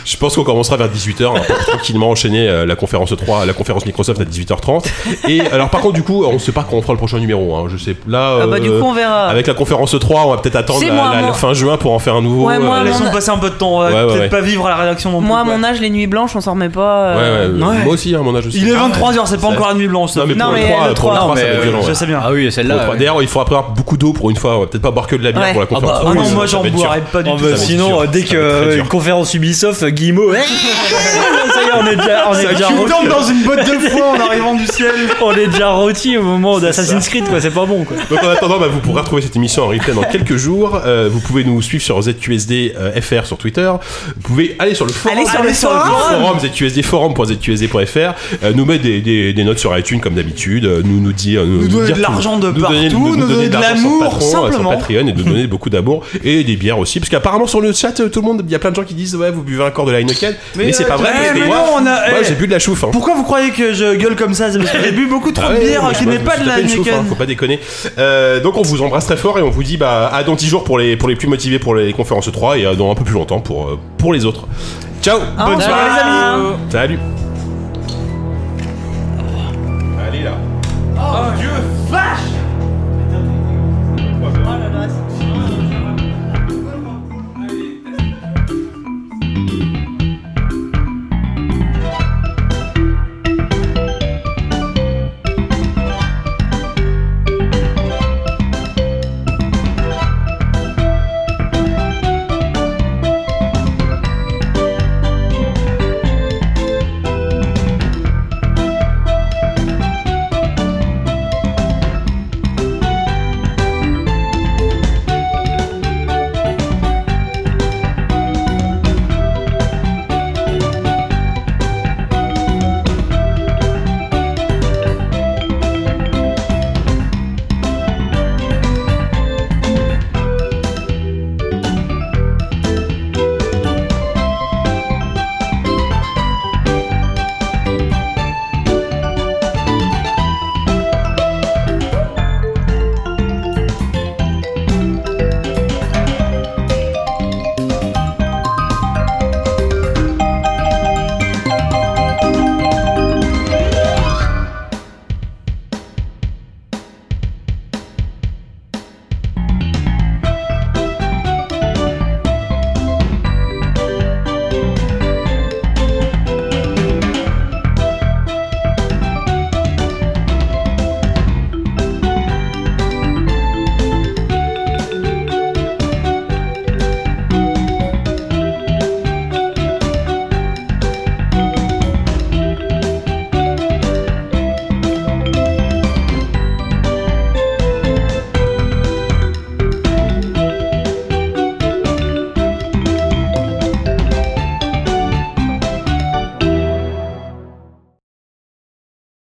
Je pense qu'on commencera vers 18h hein, pour tranquillement enchaîner euh, la conférence 3, la conférence Microsoft à 18h30. Et alors par contre du coup, on sait pas quand on fera le prochain numéro hein. Je sais là Ah bah, du coup, on verra. avec la conférence 3, on va peut-être attendre C'est la, moi, la- la moi. fin juin pour en faire un nouveau euh, Ouais, Ouais, moi, Laissons mon- passer un peu de temps. euh, Ouais, ouais, Peut-être ouais. pas vivre à la rédaction non plus. Moi, à quoi. mon âge, les nuits blanches, on s'en remet pas. Ouais, euh, ouais, Moi aussi, hein, mon âge aussi. Il est 23h, c'est pas Ça- encore la nuit blanche. ça. Non, mais pour le 3, pour le trois. trois, ça va être violent, Je ouais. sais bien. Ah oui, Pour le trois. D'ailleurs, il faudra prévoir beaucoup d'eau pour une fois. On va peut-être pas boire que de la bière Ouais. pour la Ah bah, conférence. ah oh non, moi, j'en boirais pas du tout. Ça va être sinon, dur. euh, dès Ça que va être très euh, dur. une conférence Ubisoft, euh, Guillemot. eh, ça y est, on est déjà, on est Ça déjà cul rôti. tombe dans une botte de foin en arrivant du ciel. On est déjà rôti au moment d'Assassin's ça. Creed, quoi. C'est pas bon, quoi. Donc en attendant, bah, vous pourrez retrouver cette émission en replay dans quelques jours. Euh, vous pouvez nous suivre sur ZQSD euh, FR sur Twitter. Vous pouvez aller sur le forum. Allez sur le forum. forum ZQSDforum.zqsd.fr. Euh, nous mettre des, des- des notes sur iTunes comme d'habitude. Euh, nous nous dire, nous, donner dire de tout. l'argent de nous donner- partout, nous, nous donner de l'argent sur l'amour, Patreon, euh, simplement. Sur Patreon et nous donner beaucoup d'amour et des bières aussi. Parce qu'apparemment sur le chat, euh, tout le monde, il y a plein de gens qui disent ouais, vous buvez un corps de la Heineken, mais, c'est euh, pas vrai. eh, parce que mais moi, non, on a- moi, eh. j'ai bu de la chouffe. hein. Pourquoi vous croyez que je gueule comme ça C'est parce que j'ai bu beaucoup trop Ah de ouais, bière moi, qui je me- n'est je pas me de suis la tapé une chauffe, hein, Heineken. faut pas déconner. Euh, donc on vous embrasse très fort et on vous dit bah, à dans 10 jours pour les, pour les plus motivés pour les conférences 3 et euh, dans un peu plus longtemps pour, euh, pour les autres. Ciao Au Bonne revoir, soirée les amis. Salut Oh,